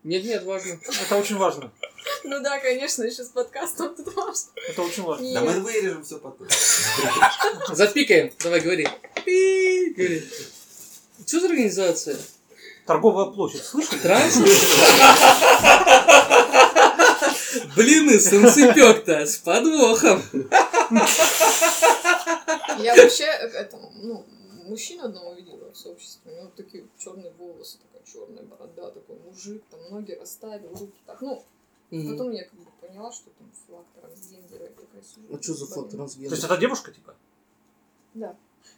S6: Нет, нет, важно.
S2: Это очень важно.
S5: Ну да, конечно, еще с подкастом тут важно.
S2: Это очень важно.
S1: Да мы
S5: Нет.
S1: вырежем все потом.
S6: Запикаем. Давай, говори. Пи, Говори. Что за организация?
S2: Торговая площадь, слышали?
S6: Транс? Блины, солнцепек-то с подвохом.
S5: Я вообще к этому, ну, мужчину одного видела в сообществе, у него такие черные волосы, такая черная борода, такой мужик, там ноги расставил, руки так, ну,
S6: Мгм.
S5: потом я как бы поняла, что там флаг трансгендера, я такая сижу.
S6: А что за флаг
S5: блин.
S2: То есть
S6: трансгендер?
S2: это девушка, типа?
S5: Да.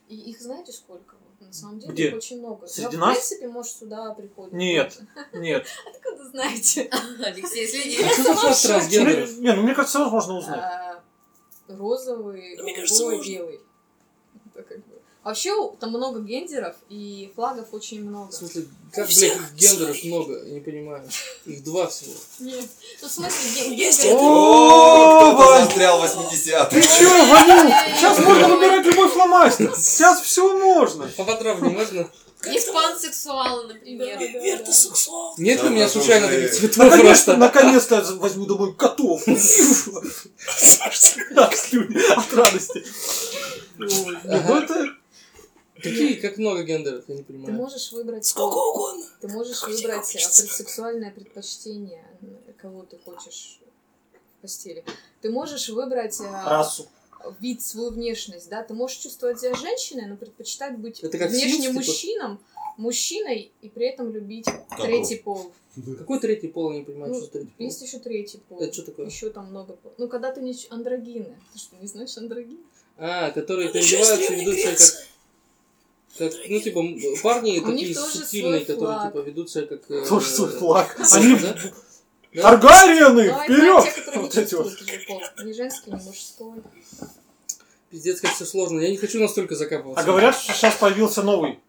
S5: И их знаете сколько? Вот, на самом деле
S2: Где?
S5: их очень много.
S2: Среди
S5: Да,
S2: нас?
S5: В принципе, может, сюда приходят.
S2: Нет, нет.
S5: Откуда знаете?
S9: Алексей, следи.
S6: А что за флаг
S2: Мне-
S6: трансгендеров?
S2: Не, ну мне кажется, сразу можно узнать.
S5: А, Розовый,
S3: Мне кажется,
S5: голубой,
S3: можно.
S5: белый. Это как бы- Вообще у- там много гендеров и флагов очень много.
S6: В смысле, как,
S3: У всех
S6: блядь, гендеров много? Я не понимаю. Их два всего.
S5: Нет. Ну, в смысле, ген-
S3: Есть
S5: гендеры-
S1: О,
S2: О,
S1: кто-то
S2: Вань!
S1: застрял в 80
S2: Ты чё, Ваню? Сейчас можно выбирать любой фломастер. Сейчас все можно.
S6: А потравлю можно?
S9: Есть пансексуалы, например.
S5: Да, да,
S3: Вер, ты
S5: да.
S3: сексуал.
S6: Нет у меня
S1: Да,
S6: случайно
S1: слушай.
S6: таких цветов
S2: Наконец-то,
S6: Ну, просто?
S2: наконец-то я возьму домой котов. Так, слюни от радости. Ой, Ну
S6: Ага.
S2: это...
S6: Какие, как много гендеров, я не
S5: Ты
S6: понимаю.
S5: можешь выбрать...
S3: Сколько угодно.
S5: Ты можешь
S3: Какое тебе
S5: выбрать э,
S3: хочется?
S5: сексуальное предпочтение, э, кого ты хочешь в постели. Ты можешь выбрать э,
S2: Расу.
S5: вид, свою внешность, да? Ты можешь чувствовать себя женщиной, но предпочитать быть
S6: Это как
S5: внешне
S6: Sims, типа?
S5: мужчином, мужчиной и при этом любить третий пол.
S6: Какой третий пол, я не понимаю,
S5: Ну,
S6: что за третий пол?
S5: Есть еще третий пол.
S6: Это что такое?
S5: Еще там много пол. Ну, когда ты не ч- андрогины. Ты что, не знаешь андрогин?
S6: А, которые
S3: Это еще из
S6: переодеваются и
S3: Древней
S6: ведут себя как
S3: Греции.
S6: Как, ну, типа, м, парни
S5: У
S6: такие
S5: них тоже свой
S6: сильные, которые,
S5: флаг.
S6: типа, ведут себя как... э,
S2: Тоже свой
S6: э,
S2: флаг.
S6: да,
S2: Они
S6: да? Да?
S2: Аргариены,
S5: Ну, а это те,
S2: вперед!
S5: которые не
S2: Вот эти вот.
S5: чувствуют уже пол. Ни женский, ни мужской.
S6: Пиздец, как все сложно. Я не хочу настолько закапываться.
S2: А говорят, что сейчас появился новый.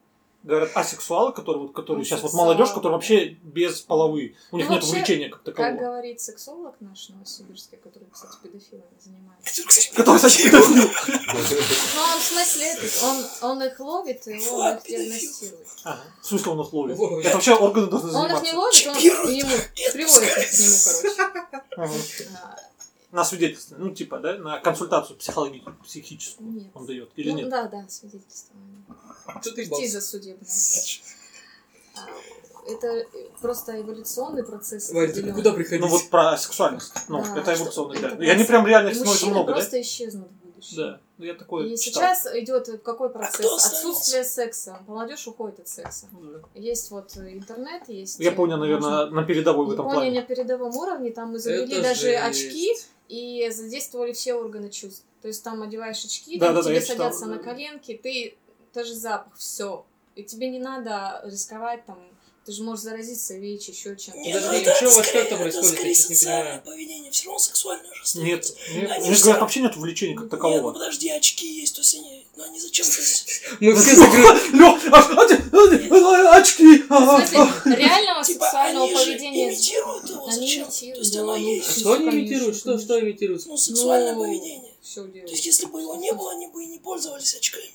S2: Говорят, асексуалы, которые, вот- которые сейчас вот молодежь, которые вообще без половые. У них нет
S5: Ну, вообще,
S2: увлечения как
S5: Как
S2: такового.
S5: говорит сексолог наш новосибирский, который, кстати, педофилами занимается.
S3: Который, кстати,
S2: Который, кстати, педофил.
S5: Ну, он в смысле этот, он, он их ловит, и он их
S3: Флаг
S5: диагностирует.
S2: Ага. В смысле он их ловит?
S6: Ой.
S2: Это вообще органы должны
S5: Он их не
S2: заниматься.
S5: ловит, он к
S3: Чипирует.
S5: нему, приводит их к нему, короче.
S2: Ага.
S5: А,
S2: На свидетельство. Ну, типа, да, на консультацию психологическую, психическую
S5: Нет.
S2: он дает. Или
S5: Ну,
S2: нет?
S5: да, да, свидетельствование.
S6: Что ты бал?
S5: Экспертиза судебная. А, Это э, просто эволюционный процесс.
S6: Вань, ты
S5: определенный.
S6: куда приходить?
S2: Ну, вот про сексуальность. Ну,
S5: Да,
S2: это
S5: что-
S2: эволюционный,
S5: это
S2: да. И они прям реально их становятся
S5: Мужчины
S2: много,
S5: просто исчезнут в будущем.
S2: да? А Да. Ну, я такое
S5: И
S2: читал.
S5: сейчас идет какой процесс?
S3: кто остался?
S5: Отсутствие секса. Молодежь уходит от секса.
S2: Ну, да.
S5: Есть вот э, интернет, есть...
S2: Япония,
S5: э,
S2: наверное, на передовой в этом
S5: Япония
S2: плане.
S5: на передовом уровне, там изобрели
S6: Это
S5: даже
S6: жесть.
S5: очки и задействовали все органы чувств. То есть там одеваешь очки,
S2: Да,
S5: там
S2: да, да,
S5: тебе
S2: я читал,
S5: садятся
S2: да.
S5: на коленки, ты даже запах, все. И тебе не надо рисковать там, ты же можешь заразиться ВИЧ, еще чем-то.
S3: Нет,
S6: Подожди,
S3: ну
S6: и
S3: это
S6: чё у вас
S3: скорее-
S6: как-то
S3: это
S6: происходит? Я
S3: скорее
S6: честно не
S3: социальное
S6: понимаю.
S3: поведение, все равно сексуальное же
S2: Нет,
S3: остается.
S2: нет.
S3: Они
S2: У них,
S3: все-
S2: говорят, вообще нет увлечения как
S3: Нет, ну
S2: такового.
S3: подожди, очки есть, то есть они, ну они зачем то есть,
S2: Ну,
S6: Мы
S5: ну,
S6: все закрыли.
S2: Лёх, а- а ты- а ты- а- очки!
S5: В
S2: а-
S5: смысле,
S2: а-
S5: реального
S3: Типа
S5: сексуального
S3: они же
S5: поведения...
S3: имитируют его,
S5: Они
S3: зачем? То
S5: имитируют,
S3: есть
S5: да,
S3: оно
S5: ну,
S6: А
S3: есть,
S6: Что они
S5: Конечно,
S6: имитируют? Что,
S5: конечно.
S6: что имитируют?
S3: ну сексуальное поведение.
S5: Все
S3: То есть если бы его не было, они бы и не пользовались очками.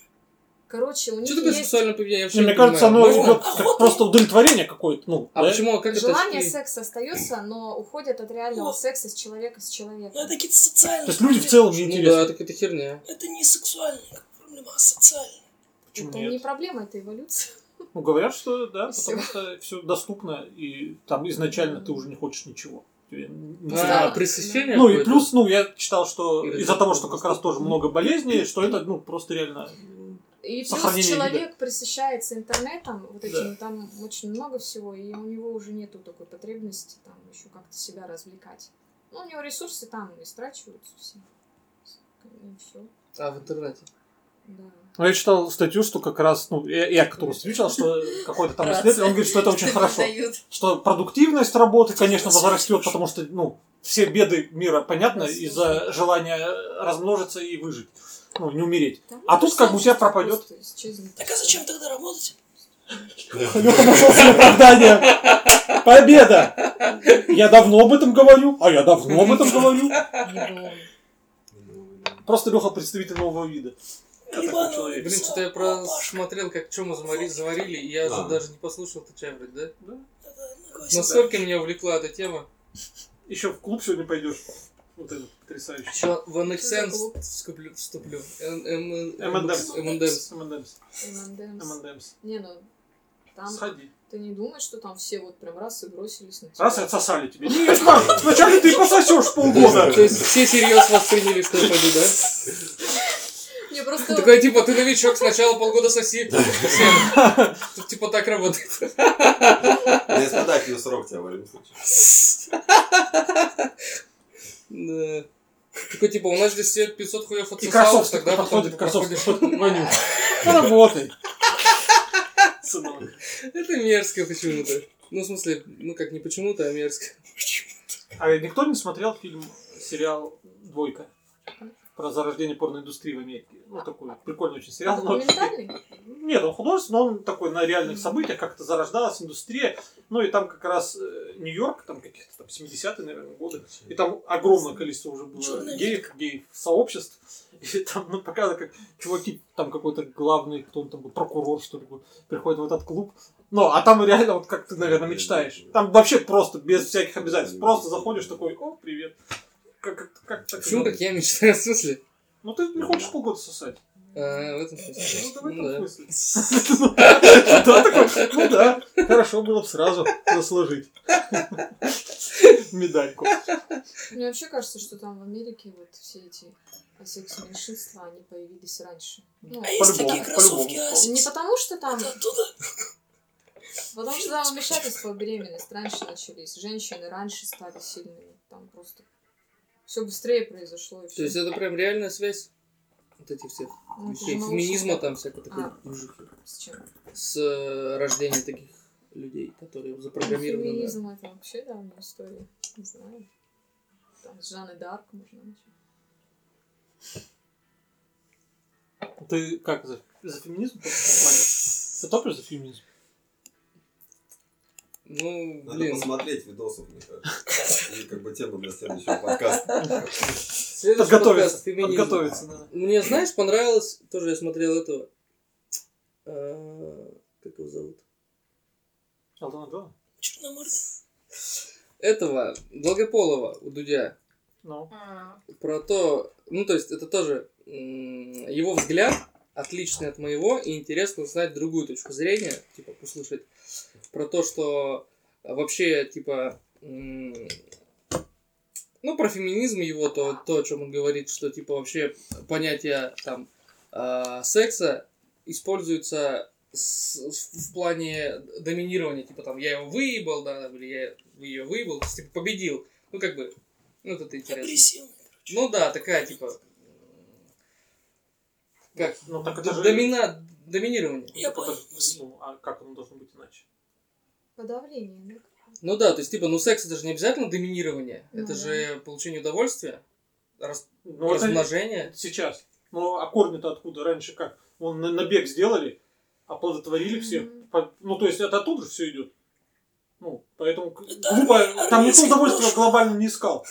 S5: Короче, у них
S6: Что такое
S5: Ну, есть
S6: сексуальное поведение? Я вообще
S2: Не, Мне
S6: не
S2: кажется,
S6: понимаю.
S5: Ну,
S2: оно
S6: Можно?
S2: идет
S5: а
S2: как просто удовлетворение какое-то. Ну,
S6: А
S2: да?
S6: почему? А Как это?
S5: желание
S6: очки?
S5: секса остается, но уходят от реального
S3: Вот.
S5: секса с человека с
S3: Но Ну, это
S5: человеком.
S3: какие-то социальные.
S2: То есть люди в целом не
S6: Ну да,
S2: интересны.
S6: так это херня.
S3: Это не сексуальная как проблема, а социальная.
S2: Почему
S5: это
S2: нет?
S5: не проблема, это эволюция.
S2: Ну, говорят, что да,
S5: И
S2: потому что все доступно, и там изначально ты уже не хочешь ничего. Тебе не
S5: Да.
S6: А,
S2: надо.
S6: пресыщение
S2: Ну и
S6: какое-то?
S2: плюс, ну, я читал, что
S6: Или
S2: из-за
S6: это
S2: того, что как
S6: просто-
S2: раз тоже много болезней, что это, ну, просто реально...
S5: И плюс
S2: Сохранение
S5: человек присыщается интернетом, вот этим,
S2: Да.
S5: там очень много всего, и у него уже нету такой потребности там еще как-то себя развлекать. Ну, у него ресурсы там истрачиваются все. И все.
S6: А, в интернете.
S5: Да.
S2: Ну, я читал статью, что как раз, ну, я, я которую встречал, что какой-то там исследователь, он говорит, что это очень хорошо. Что продуктивность работы, конечно, возрастет, потому что, ну, все беды мира, понятно, из-за желания размножиться и выжить. Ну, не умереть. А тут как бы у тебя пропадет
S3: Так а зачем тогда работать?
S2: Алёха нашел себе оправдание. Победа! Я давно об этом говорю, а я давно об этом говорю. Просто Леха представитель нового вида.
S6: Блин, что-то я просмотрел, как чему замари- заварили, и я
S2: А.
S6: даже не послушал ты чай вроде, да? Да.
S2: себя.
S6: Насколько меня увлекла эта тема?
S2: Еще в клуб сегодня пойдешь. Вот этот потрясающий.
S6: Еще в NXN вступлю. вступлю. Н- М-
S2: M&M's.
S6: M&M's.
S2: M&M's.
S5: M&M's.
S2: M&M's.
S5: Не, ну, там...
S2: Сходи.
S5: Ты не думаешь, что там все вот прям раз и бросились на тебя?
S2: Раз и отсосали тебе. Нет, Маш, вначале ты пососешь полгода.
S6: То есть все серьезно восприняли, что я пойду, да?
S5: Не, просто...
S6: Ты такой, типа, ты новичок, сначала полгода соси. Всем. Тут, типа, так работает.
S1: На испытательный срок тебя в любом случае.
S6: Да. Такой, типа, у нас здесь все 500 хуев
S2: И кроссовки
S6: отсосалось, тогда потом ты
S2: подходит, кроссовки
S6: проходишь.
S2: подходит. Ваню, Ну, Работай.
S6: Это мерзко почему-то. Ну, в смысле, ну как не почему-то, а мерзко.
S2: А никто не смотрел фильм, сериал «Двойка»? Про зарождение порноиндустрии в Америке. Ну, такой прикольный очень сериал. но-
S5: А Документальный?
S2: Нет, он художественный, но он такой на реальных событиях как-то зарождалась индустрия. Ну и там как раз э, Нью-Йорк, там какие-то там 70-е, наверное, годы. И там огромное количество уже было геев, геев сообществ. И там ну, показано, как чуваки, там какой-то главный, кто он там был, прокурор, что ли, был, приходит в этот клуб. Ну, а там реально, вот как ты, наверное, мечтаешь. Там вообще просто без всяких обязательств. Просто заходишь такой, о, привет. Как, как, как так
S6: Почему
S2: надо?
S6: как я мечтаю, в смысле?
S2: Ну ты не хочешь полгода сосать.
S6: А, в этом смысле.
S2: Ну, давай
S6: Ну,
S2: там
S6: да.
S2: смысле. Да, такой, ну да, хорошо было бы сразу заслужить медальку.
S5: Мне вообще кажется, что там в Америке вот все эти секс-меньшинства, они появились раньше. Ну,
S3: А есть такие кроссовки а, типа, Asics?
S5: Не потому, что там...
S3: оттуда?
S5: Потому что там вмешательства в беременность раньше начались. Женщины раньше стали сильными. Там просто все быстрее произошло. И
S6: То есть это прям реальная связь вот этих всех
S5: Ну, это
S6: вещей.
S5: же
S6: Феминизма
S5: научно.
S6: там всякой такой
S5: А.
S6: движухи.
S5: С чем?
S6: С э, рождения таких людей, которые запрограммированы. на-
S5: Феминизм это вообще давняя история. Не знаю. Там с Жанной Д'Арк можно начать.
S2: Ты как, за, за феминизм? топишь? Ты топишь за феминизм?
S6: Ну,
S1: Надо
S6: блин.
S1: посмотреть видосов, мне кажется. И как бы тема для следующего подкаста.
S6: Следующий
S2: Подготовиться,
S6: подкаст «Феминизм».
S2: подготовиться надо.
S6: Мне, знаешь, понравилось, тоже я смотрел этого, э, как его зовут?
S2: Алтона Дона?
S3: Черномырдин.
S6: Этого, Долгополова у Дудя.
S2: Ну.
S6: Про то, ну, то есть это тоже м, его взгляд отличный от моего, и интересно узнать другую точку зрения, типа, услышать про то, что вообще, типа, м, ну, про феминизм его, то, то, о чем он говорит, что, типа, вообще понятие, там, а, секса используется с- с- в плане доминирования, типа, там, я его выебал, да, или я ее выебал, то есть, типа, победил, ну, как бы, ну, вот это интересно. Ну, да, такая, типа, м, как,
S2: Ну, так это же-
S6: домина- доминирование.
S3: Я понял.
S2: Ну, а как оно должно быть иначе?
S5: Подавление, да?
S6: Ну да, то есть, типа, ну секс это же не обязательно доминирование,
S5: Ну
S6: это
S5: да.
S6: же получение удовольствия, раз-
S2: Ну, это-
S6: размножение.
S2: Сейчас. Ну, а корни-то откуда? Раньше как? Вон на- набег сделали, оплодотворили всех. По- Ну, то есть это оттуда же все идет. Ну, поэтому к- глупо, там никто
S3: армейский
S2: удовольствия
S3: нож.
S2: глобально не искал.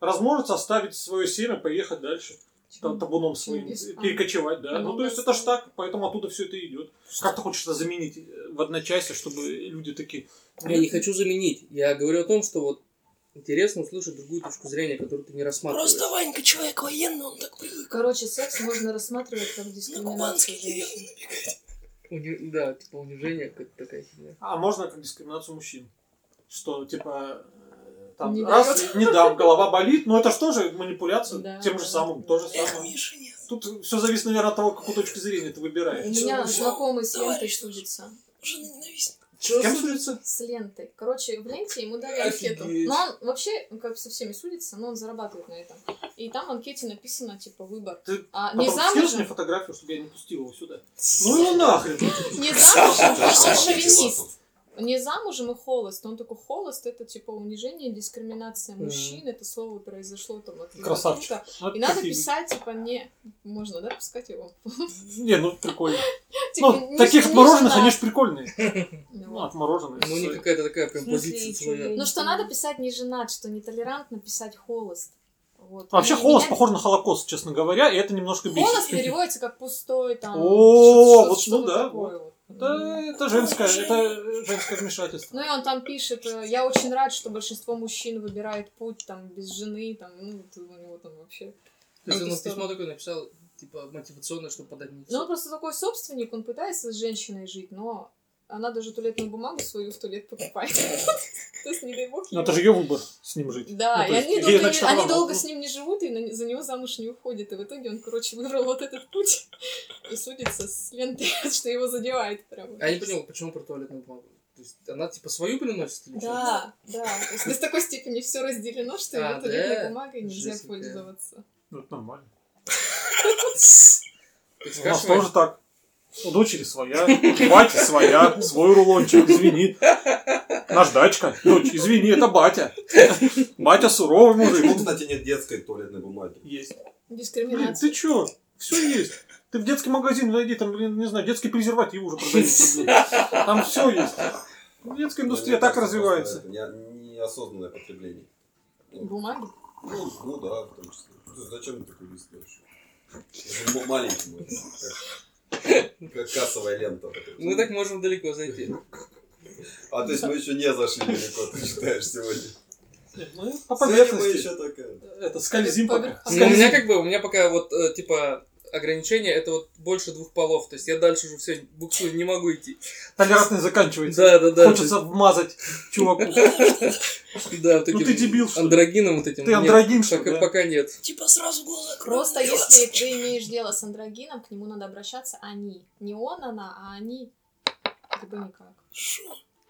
S2: Размножиться, оставить свое семя, поехать дальше. Там, табуном своим
S5: Испан-
S2: перекочевать, да.
S5: Ну,
S2: Ну, то есть это ж так, поэтому оттуда все это идет. Как ты хочешь это заменить э, в одночасье, чтобы люди такие...
S6: Я не хочу заменить. Я говорю о том, что вот интересно услышать другую точку зрения, которую ты не рассматриваешь.
S3: Просто Ванька человек военный, он так привык.
S5: Короче, секс можно рассматривать
S2: Ну,
S5: как дискриминацию женщин.
S6: Уни- Да, типа унижение, как такая херня.
S2: А можно как дискриминацию мужчин? Что, типа, э, там,
S6: Не
S2: раз,
S6: дает.
S2: не дам, голова болит, но это же тоже манипуляция,
S5: Да,
S2: тем же
S5: да.
S2: самым, то же самое. Тут все зависит, наверное, от того, какую точку зрения ты
S5: У
S2: выбираешь.
S5: меня знакомый с лентой судится.
S3: Жена ненавистник.
S12: Чё
S2: С кем
S12: судится?
S5: С лентой. Короче, в ленте ему дали анкету.
S12: Офигеть.
S5: Но он вообще, ну, как со всеми судится, но он зарабатывает на этом. И там в анкете написано, типа, выбор.
S2: Ты
S5: А, не
S2: потом скинешь мне
S5: замужем?
S2: фотографию, чтобы я не пустил его сюда? Ну его нахрен.
S5: Не замужем? а Он шовинист. Не замужем и холост. Он такой холост, это типа унижение, дискриминация
S2: Мгм.
S5: мужчин. Это слово произошло там от
S2: Красавчик.
S5: Лилипута.
S2: Вот
S5: И надо
S2: такие.
S5: писать, типа, не... Можно, да, пускать его?
S2: Не, ну прикольно.
S5: Типа,
S2: Ну,
S5: не-
S2: таких
S5: не
S2: отмороженных,
S5: жена.
S2: они же прикольные. Ну, отмороженные.
S6: Ну, не какая-то такая прям
S2: В смысле,
S6: позиция
S2: ничего
S6: своя.
S5: Ну, что надо писать не женат, что нетолерантно писать холост. Вот. Ну,
S2: Вообще
S5: И
S2: холост
S5: меня-
S2: похож на Холокост, честно говоря, и это немножко бесит.
S5: Холост переводится как пустой, там.
S2: О,
S5: что-то-
S2: вот
S5: что-то
S2: ну да.
S5: такое
S2: вот.
S5: вот.
S2: Это, это женское, это женское вмешательство.
S5: Ну и он там пишет, э, я очень рад, что большинство мужчин выбирает путь там без жены, там, ну, вот у него там вообще...
S6: То есть
S5: в эту
S6: он
S5: сторону.
S6: письмо такое написал, типа, мотивационное, чтобы подать мне.
S5: Ну, он просто такой собственник, он пытается с женщиной жить, но она даже туалетную бумагу свою в туалет покупает. То есть, не дай бог.
S2: Но
S5: ей-
S2: Ну, это же ее выбор с ним жить.
S5: Да,
S2: Ну,
S5: и
S2: то есть
S5: они
S2: ей, ну.
S5: долго,
S2: значит,
S5: не- они
S2: она-
S5: долго с ним не живут, и на- за него замуж не уходит. И в итоге он, короче, выбрал вот этот путь и судится с лентой, что его задевает прям.
S6: А я не понял, почему про туалетную бумагу? То есть она, типа, свою приносит или что?
S5: Да, да. То есть до такой степени все разделено, что
S6: А,
S5: ее туалетной
S6: да?
S5: бумагой нельзя
S6: Жесть какая.
S5: пользоваться.
S2: Ну, это нормально. У нас
S6: скажешь,
S2: тоже так. У дочери своя, у бати своя, свой рулончик, извини. Наждачка. Дочь, извини, это батя. Батя суровый мужик.
S1: Почему, Ну, кстати, нет детской туалетной бумаги?
S2: Есть. Блин,
S5: Дискриминация.
S2: ты чё? Все есть. Ты в детский магазин зайди, там, блин, не знаю, детский презерватив уже продается. блин. Там все есть. Детская индустрия так развивается.
S1: Это не- неосознанное потребление.
S5: Бумаги?
S1: Ну, ну да, в том числе. Ну, зачем ты такой лист берешь? Это м- маленький мой. Как, как кассовая лента.
S6: Мы Ну, так можем далеко зайти.
S1: А то есть мы еще не зашли далеко, ты считаешь, сегодня.
S2: Ну, по
S1: Цель мы
S2: поверхности.
S1: еще такая.
S2: Это скользим пока.
S6: Ну, у меня
S2: Скользим.
S6: как бы, у меня пока вот, э, типа, ограничение это вот больше двух полов. То есть я дальше уже все буксую, не могу идти.
S2: Толерантность заканчивается.
S6: Да, да, да.
S2: Хочется вмазать чуваку.
S6: Да, вот
S2: Ну
S6: этим
S2: ты дебил, что ли?
S6: Андрогином вот этим.
S2: Ты
S6: Нет,
S2: андрогин, что ли,
S6: пока-
S2: да?
S6: Пока нет.
S3: Типа сразу глаза
S5: Просто если ты имеешь дело с андрогином, к нему надо обращаться они. Не он, она, а они. Либо никак.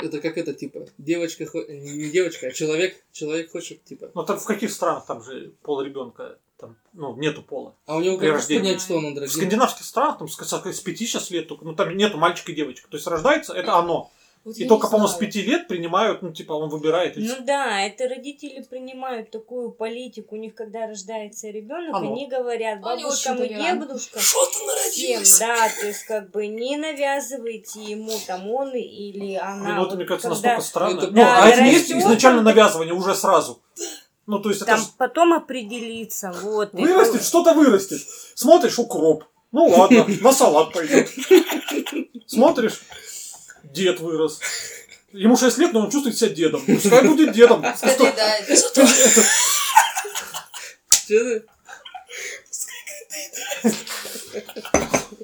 S6: Это как это, типа, девочка, хо- не не девочка, а человек, человек хочет, типа.
S2: Ну, там в каких странах там же пол ребенка, там, ну, нету пола.
S6: А у него
S2: при
S6: как
S2: рождении?
S6: понять, что он
S2: В
S6: андрогин?
S2: скандинавских странах, там, с, с- с пяти сейчас лет только, ну, там нету мальчика и девочек. То есть рождается, это оно.
S5: Вот
S2: и
S5: я
S2: только,
S5: не
S2: по-моему, с
S5: знаю.
S2: пяти лет принимают, ну, типа, он выбирает. и всё.
S7: Ну да, это родители принимают такую политику. У них, когда рождается ребенок,
S2: Алло.
S7: они говорят
S5: Они
S7: бабушкам
S5: очень
S7: и
S5: толерантны.
S7: дедушкам. Всем, да, то есть как бы не навязывайте ему там он или она.
S2: Ну, это,
S7: Вот
S2: мне кажется,
S7: когда-
S2: настолько странно. Ну,
S7: Да,
S2: а это не есть
S7: растёт,
S2: изначально навязывание уже сразу. Ну, то есть это
S7: Там
S2: ж
S7: потом определиться, вот. и
S2: вырастет, что-то вырастет. Смотришь, укроп. Ну ладно, на салат пойдет. Смотришь, дед вырос. Ему 6 лет, но он чувствует себя дедом. Пускай будет дедом.
S9: Кстати, да, это-
S6: Чё ты?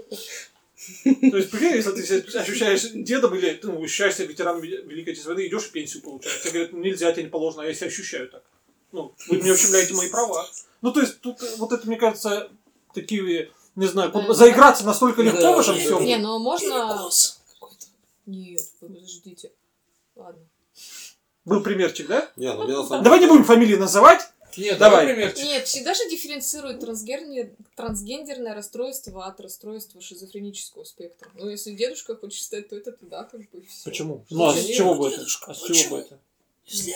S2: То есть, прикинь, если ты себя ощущаешь дедом или ну, счастье ветераном Вели- Великой Отечественной войны, идешь и пенсию получаешь. Тебе говорят, «Ну, нельзя, тебе не положено, а я себя ощущаю так. Ну, вы мне ущемляете мои права. Ну, то есть, тут э, вот это, мне кажется, такие, не знаю, под- заиграться настолько легко в этом всем.
S5: Не, ну можно... Нет, подождите. Ладно.
S2: Был примерчик, да?
S1: Не, ну мне на самом
S2: Давай не будем фамилии называть.
S6: Нет, ну, типа,
S2: Давай.
S6: давай примерчик.
S5: Нет, всегда же дифференцируют трансгерни- трансгендерное расстройство от расстройства шизофренического спектра. Ну, если дедушка хочет стать, то это туда как бы все.
S2: Почему? Ну, а с чего бы это? А с чего бы это?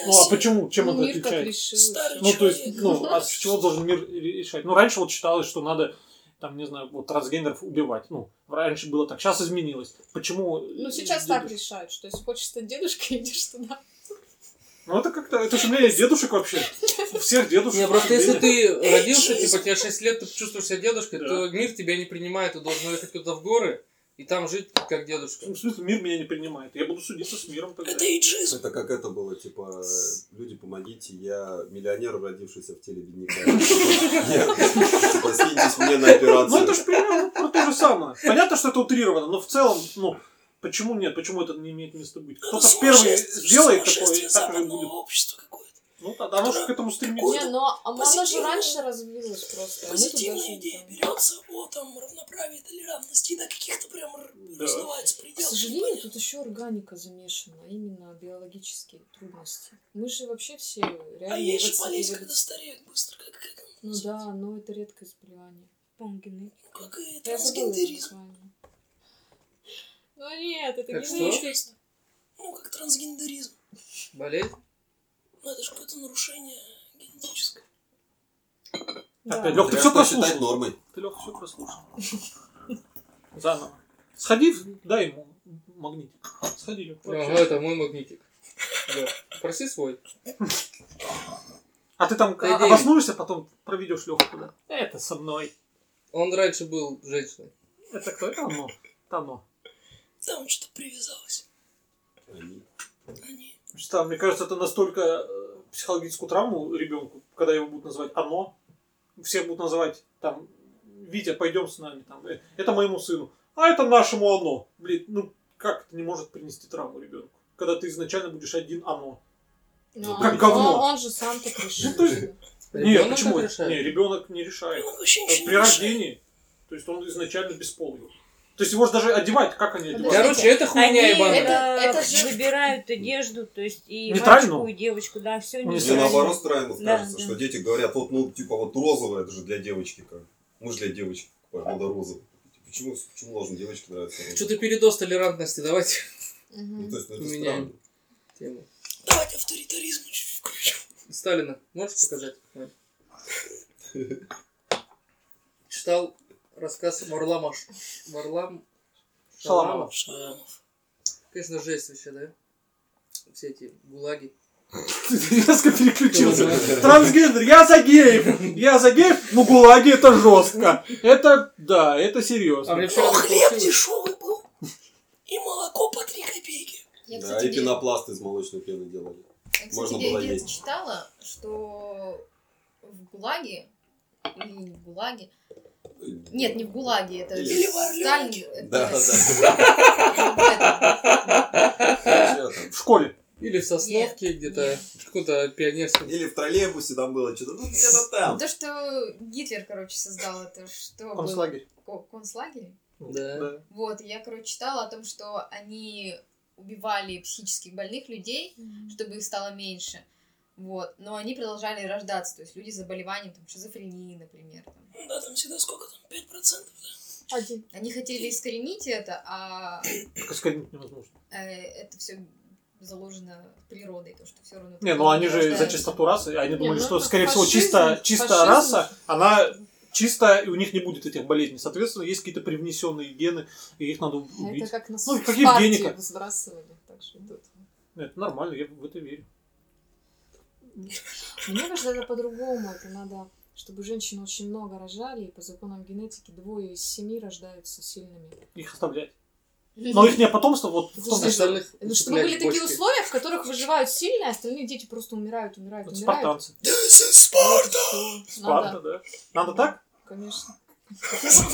S2: Ну, а почему? Чем это
S5: Мир как
S2: отличается?
S5: решил.
S2: Ну, то есть, ну, а с чего должен мир ре- решать? Ну, раньше вот считалось, что надо, там, не знаю, вот трансгендеров убивать. Ну, раньше было так. Сейчас изменилось. Почему?
S5: Ну, сейчас так решают, что если хочешь стать дедушкой, идешь туда.
S2: Ну, это как-то, это ущемление дедушек вообще. Всех дедушек.
S6: Не, просто если
S2: ущемление.
S6: ты родился, типа, тебе 6 лет, ты чувствуешь себя дедушкой, то мир тебя не принимает, ты должен уехать куда-то в горы и там жить как дедушка.
S2: Ну, В смысле, мир меня не принимает. Я буду судиться с миром тогда.
S1: деле, это как это было, типа, э, люди, помогите, я миллионер, родившийся в теле бедняка. Нет, типа, скиньтесь мне на
S2: Ну, это же
S1: операцию.
S2: примерно про то же самое. Понятно, что это утрировано, но в целом, ну, почему нет? Почему это не имеет места быть? Кто-то первый
S5: Ну,
S3: сумасшествие,
S2: сделает такое, и
S3: сумасшествие
S2: так оно и
S3: западного
S2: будет.
S3: общества какое-то.
S2: Ну, тогда нужно к этому
S5: Не,
S2: стремиться.
S5: но а мама же
S3: позитивную-
S5: раньше развилась просто. а мы тут
S3: Позитивная
S5: дальше
S3: идея
S5: идём.
S3: берется о там равноправии, толерантности и до каких-то прям р-
S2: Да.
S3: раздувается
S5: К
S3: предел.
S5: сожалению, тут еще органика замешана, а именно биологические трудности. Мы же вообще все реально...
S3: А есть же
S5: вот
S3: болезнь,
S5: эти
S3: когда
S5: вот-
S3: стареют быстро, как, как,
S5: Ну да, но это редкое заболевание.
S3: как и
S5: Я забыла
S3: трансгендеризм.
S5: название. Ну нет, это
S6: Как
S5: генетика.
S3: Ну, как трансгендеризм.
S6: Болезнь?
S3: Ну, это же какое-то нарушение генетическое.
S2: Опять, Лёх, ты
S1: Зря,
S2: все
S1: что считать
S2: прослушал.
S1: нормой.
S2: Ты, Лёх, все прослушал. Заново. Сходи, дай ему магнитик. Сходи, Лёх,
S6: Ну,
S2: пообщайся.
S6: это мой магнитик. Да. Проси свой.
S2: А ты там
S6: Ты
S2: а,
S6: иди.
S2: обоснуешься, потом проведешь Леху куда? Это со мной.
S6: Он раньше был женщиной.
S2: Это кто? Это оно. Это оно.
S3: Там что-то привязалось.
S1: Они.
S3: Они.
S2: Что там, мне кажется, это настолько э, психологическую травму ребенку, когда его будут называть оно, все будут называть там Витя, пойдем с нами, там, э, это моему сыну, а это нашему оно. Блин, ну как это не может принести травму ребенку, когда ты изначально будешь один оно.
S5: Ну,
S2: Как
S5: а
S2: говно. Ну,
S5: Он, он же сам так решил.
S2: то есть- Нет,
S6: Ребёнок
S2: почему?
S6: так решает?
S2: Не, ребенок не решает.
S3: Ну, вообще
S2: Он
S3: ничего
S2: При
S3: не решает.
S2: рождении, то есть он изначально бесполый. То есть его же даже одевать, как они одевают?
S6: Короче, это хуйня
S7: Они
S6: ебаная.
S7: это,
S9: Это же-
S7: выбирают одежду, то есть и
S2: Нейтрально? Ну,
S7: мальчику, и девочку, да, все
S2: Не
S1: Мне наоборот странно
S7: Да,
S1: кажется,
S7: да.
S1: что дети говорят, вот, ну, типа, вот розовое, это же для девочки как. Мы же для девочки покупаем, надо розовое. Почему, почему должен девочке нравиться розовое?
S6: Что-то передоз толерантности, давайте.
S1: Ну,
S5: Мгм.
S1: то есть, ну, это
S6: Меня-
S1: странно.
S6: Тему.
S3: Давайте авторитаризм чуть-чуть включим.
S6: Сталина можешь показать? Ой. Читал рассказ Варламаш. Варлам...
S2: Шаламов.
S3: Шамов.
S6: Конечно, жесть вообще, да? Все эти гулаги.
S2: Ты резко переключился.
S6: Ну,
S2: Трансгендер, я за геев. Я за геев, но гулаги это жестко. Это, да, это
S6: А мне
S2: серьезно.
S6: вчера
S3: Ну,
S6: так
S3: хлеб
S6: получилось.
S3: дешевый был. И молоко по три копейки.
S9: Я,
S1: Да,
S9: кстати,
S1: и
S9: не-
S1: пенопласт из молочной пены делали.
S9: я, кстати,
S1: можно
S9: где-
S1: было
S9: где-то
S1: есть.
S9: читала, что в ГУЛАГе, или не в ГУЛАге, нет, не в ГУЛАГе, это
S1: Или
S3: в Орленке.
S9: Сталин, э, это-
S1: Да, да, да. Чё там?
S2: В школе.
S6: Или в Сосновке где-то, в каком-то пионерском.
S1: Или в троллейбусе там было что-то. Ну, где-то там.
S9: То, что Гитлер, короче, создал это, что было?
S2: Концлагерь.
S9: Ко- Концлагерь?
S6: Да.
S9: Вот, и я, короче, читала о том, что они убивали психически больных людей, чтобы их стало меньше. Вот, но они продолжали рождаться, то есть люди с заболеванием, там, шизофрении, например. там.
S3: Ну Да, там всегда сколько там? 5%?
S5: Один.
S9: Они хотели искоренить это, а
S2: Так Сказать невозможно.
S9: э, это все заложено природой, то, что все равно...
S2: Не, ну они же
S9: рождаются.
S2: за чистоту расы. Они
S5: Не,
S2: думали,
S5: ну
S2: что,
S5: это
S2: скорее всего,
S5: фашизм,
S2: чисто, чисто
S5: фашизм.
S2: раса, она чистая, и у них не будет этих болезней. Соответственно, есть какие-то привнесенные гены, и их надо убить.
S5: А Это как нас
S2: Ну,
S5: в
S2: какие
S5: партии
S2: денег?
S5: сбрасывали. Так что тут.
S2: Ну, Это нормально, я в это верю.
S5: Мне кажется, это по-другому. Это надо, чтобы женщины очень много рожали, и по законам генетики двое из семи рождаются сильными.
S2: Их оставлять. Но их не потомство, вот в том числе
S5: Подожди,
S6: Остальных
S5: Ну, чтобы были
S6: цеплять
S5: такие
S6: бочки.
S5: условия, в которых выживают сильные, а остальные дети просто умирают, умирают,
S2: вот
S5: умирают.
S2: спартанцы.
S3: This is Sparta!
S5: Всё,
S2: Спарта,
S5: Надо,
S2: да. Надо так?
S5: конечно.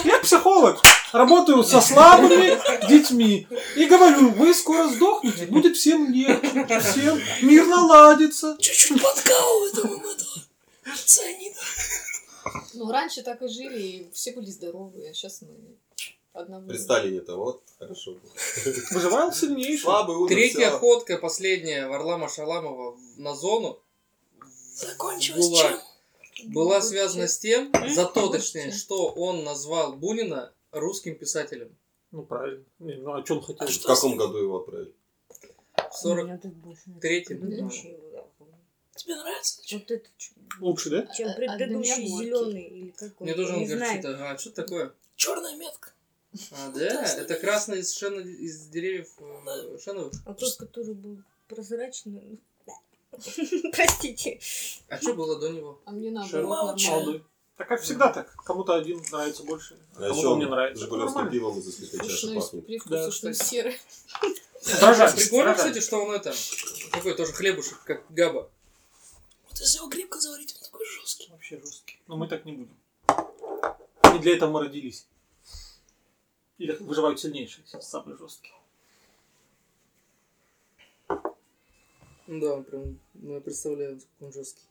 S2: Я психолог, работаю со слабыми детьми. И говорю, вы скоро сдохнете, будет всем легче, всем мир наладится.
S3: Чуть-чуть подкалывает там им этого. Цианида.
S5: Ну, раньше так и жили, и все были здоровые, а сейчас мы одного...
S1: При Сталине-то вот, хорошо. было.
S2: Выживал сильнейший.
S1: Слабый удар,
S6: Третья
S1: всё.
S6: ходка, последняя Варлама Шаламова в- на зону в
S3: Закончилась
S6: ГУЛАГ
S3: чем?
S6: была связана с тем, за то, точнее,
S5: Будьте.
S6: что он назвал Бунина русским писателем.
S2: Ну, правильно. Не, ну, а что он хотел?
S1: В
S3: А что с
S1: каком
S3: ним?
S1: году его отправили?
S6: В 43 третьем
S3: Тебе нравится?
S7: Вот это ч-
S2: Лучше, да?
S7: чем
S5: А- а для меня
S7: предыдущий
S5: горький.
S7: зеленый или какой
S6: Мне тоже
S7: не
S6: он говорит,
S7: знаю.
S6: что-то, а что такое?
S3: Черная метка.
S6: А, да, это красный из, шен- из деревьев э, шеновых.
S7: А тот, который был прозрачный. ну, Простите.
S6: А что было до него?
S5: А мне надо.
S2: Шерлок
S3: молча.
S2: молодой. Так как всегда так. Кому-то один нравится больше,
S1: А
S2: кому-то
S1: еще
S2: мне нравится. Ну,
S1: Жигулевским
S2: Нормально.
S1: пивом из узкой чаши
S5: Вкусный
S1: пахнет.
S5: привкус,
S2: Да,
S5: ушной
S2: кстати.
S5: серы.
S2: Дрожжами,
S6: Прикольно,
S2: дрожжами.
S6: кстати, что он это, такой тоже хлебушек, как габа.
S3: Вот если его крепко заварить, он такой жесткий.
S2: Вообще жесткий. Но мы так не будем. Не для этого мы родились. Или выживают сильнейшие, самые жесткие.
S6: Да, он прям, ну я представляю, насколько он жесткий.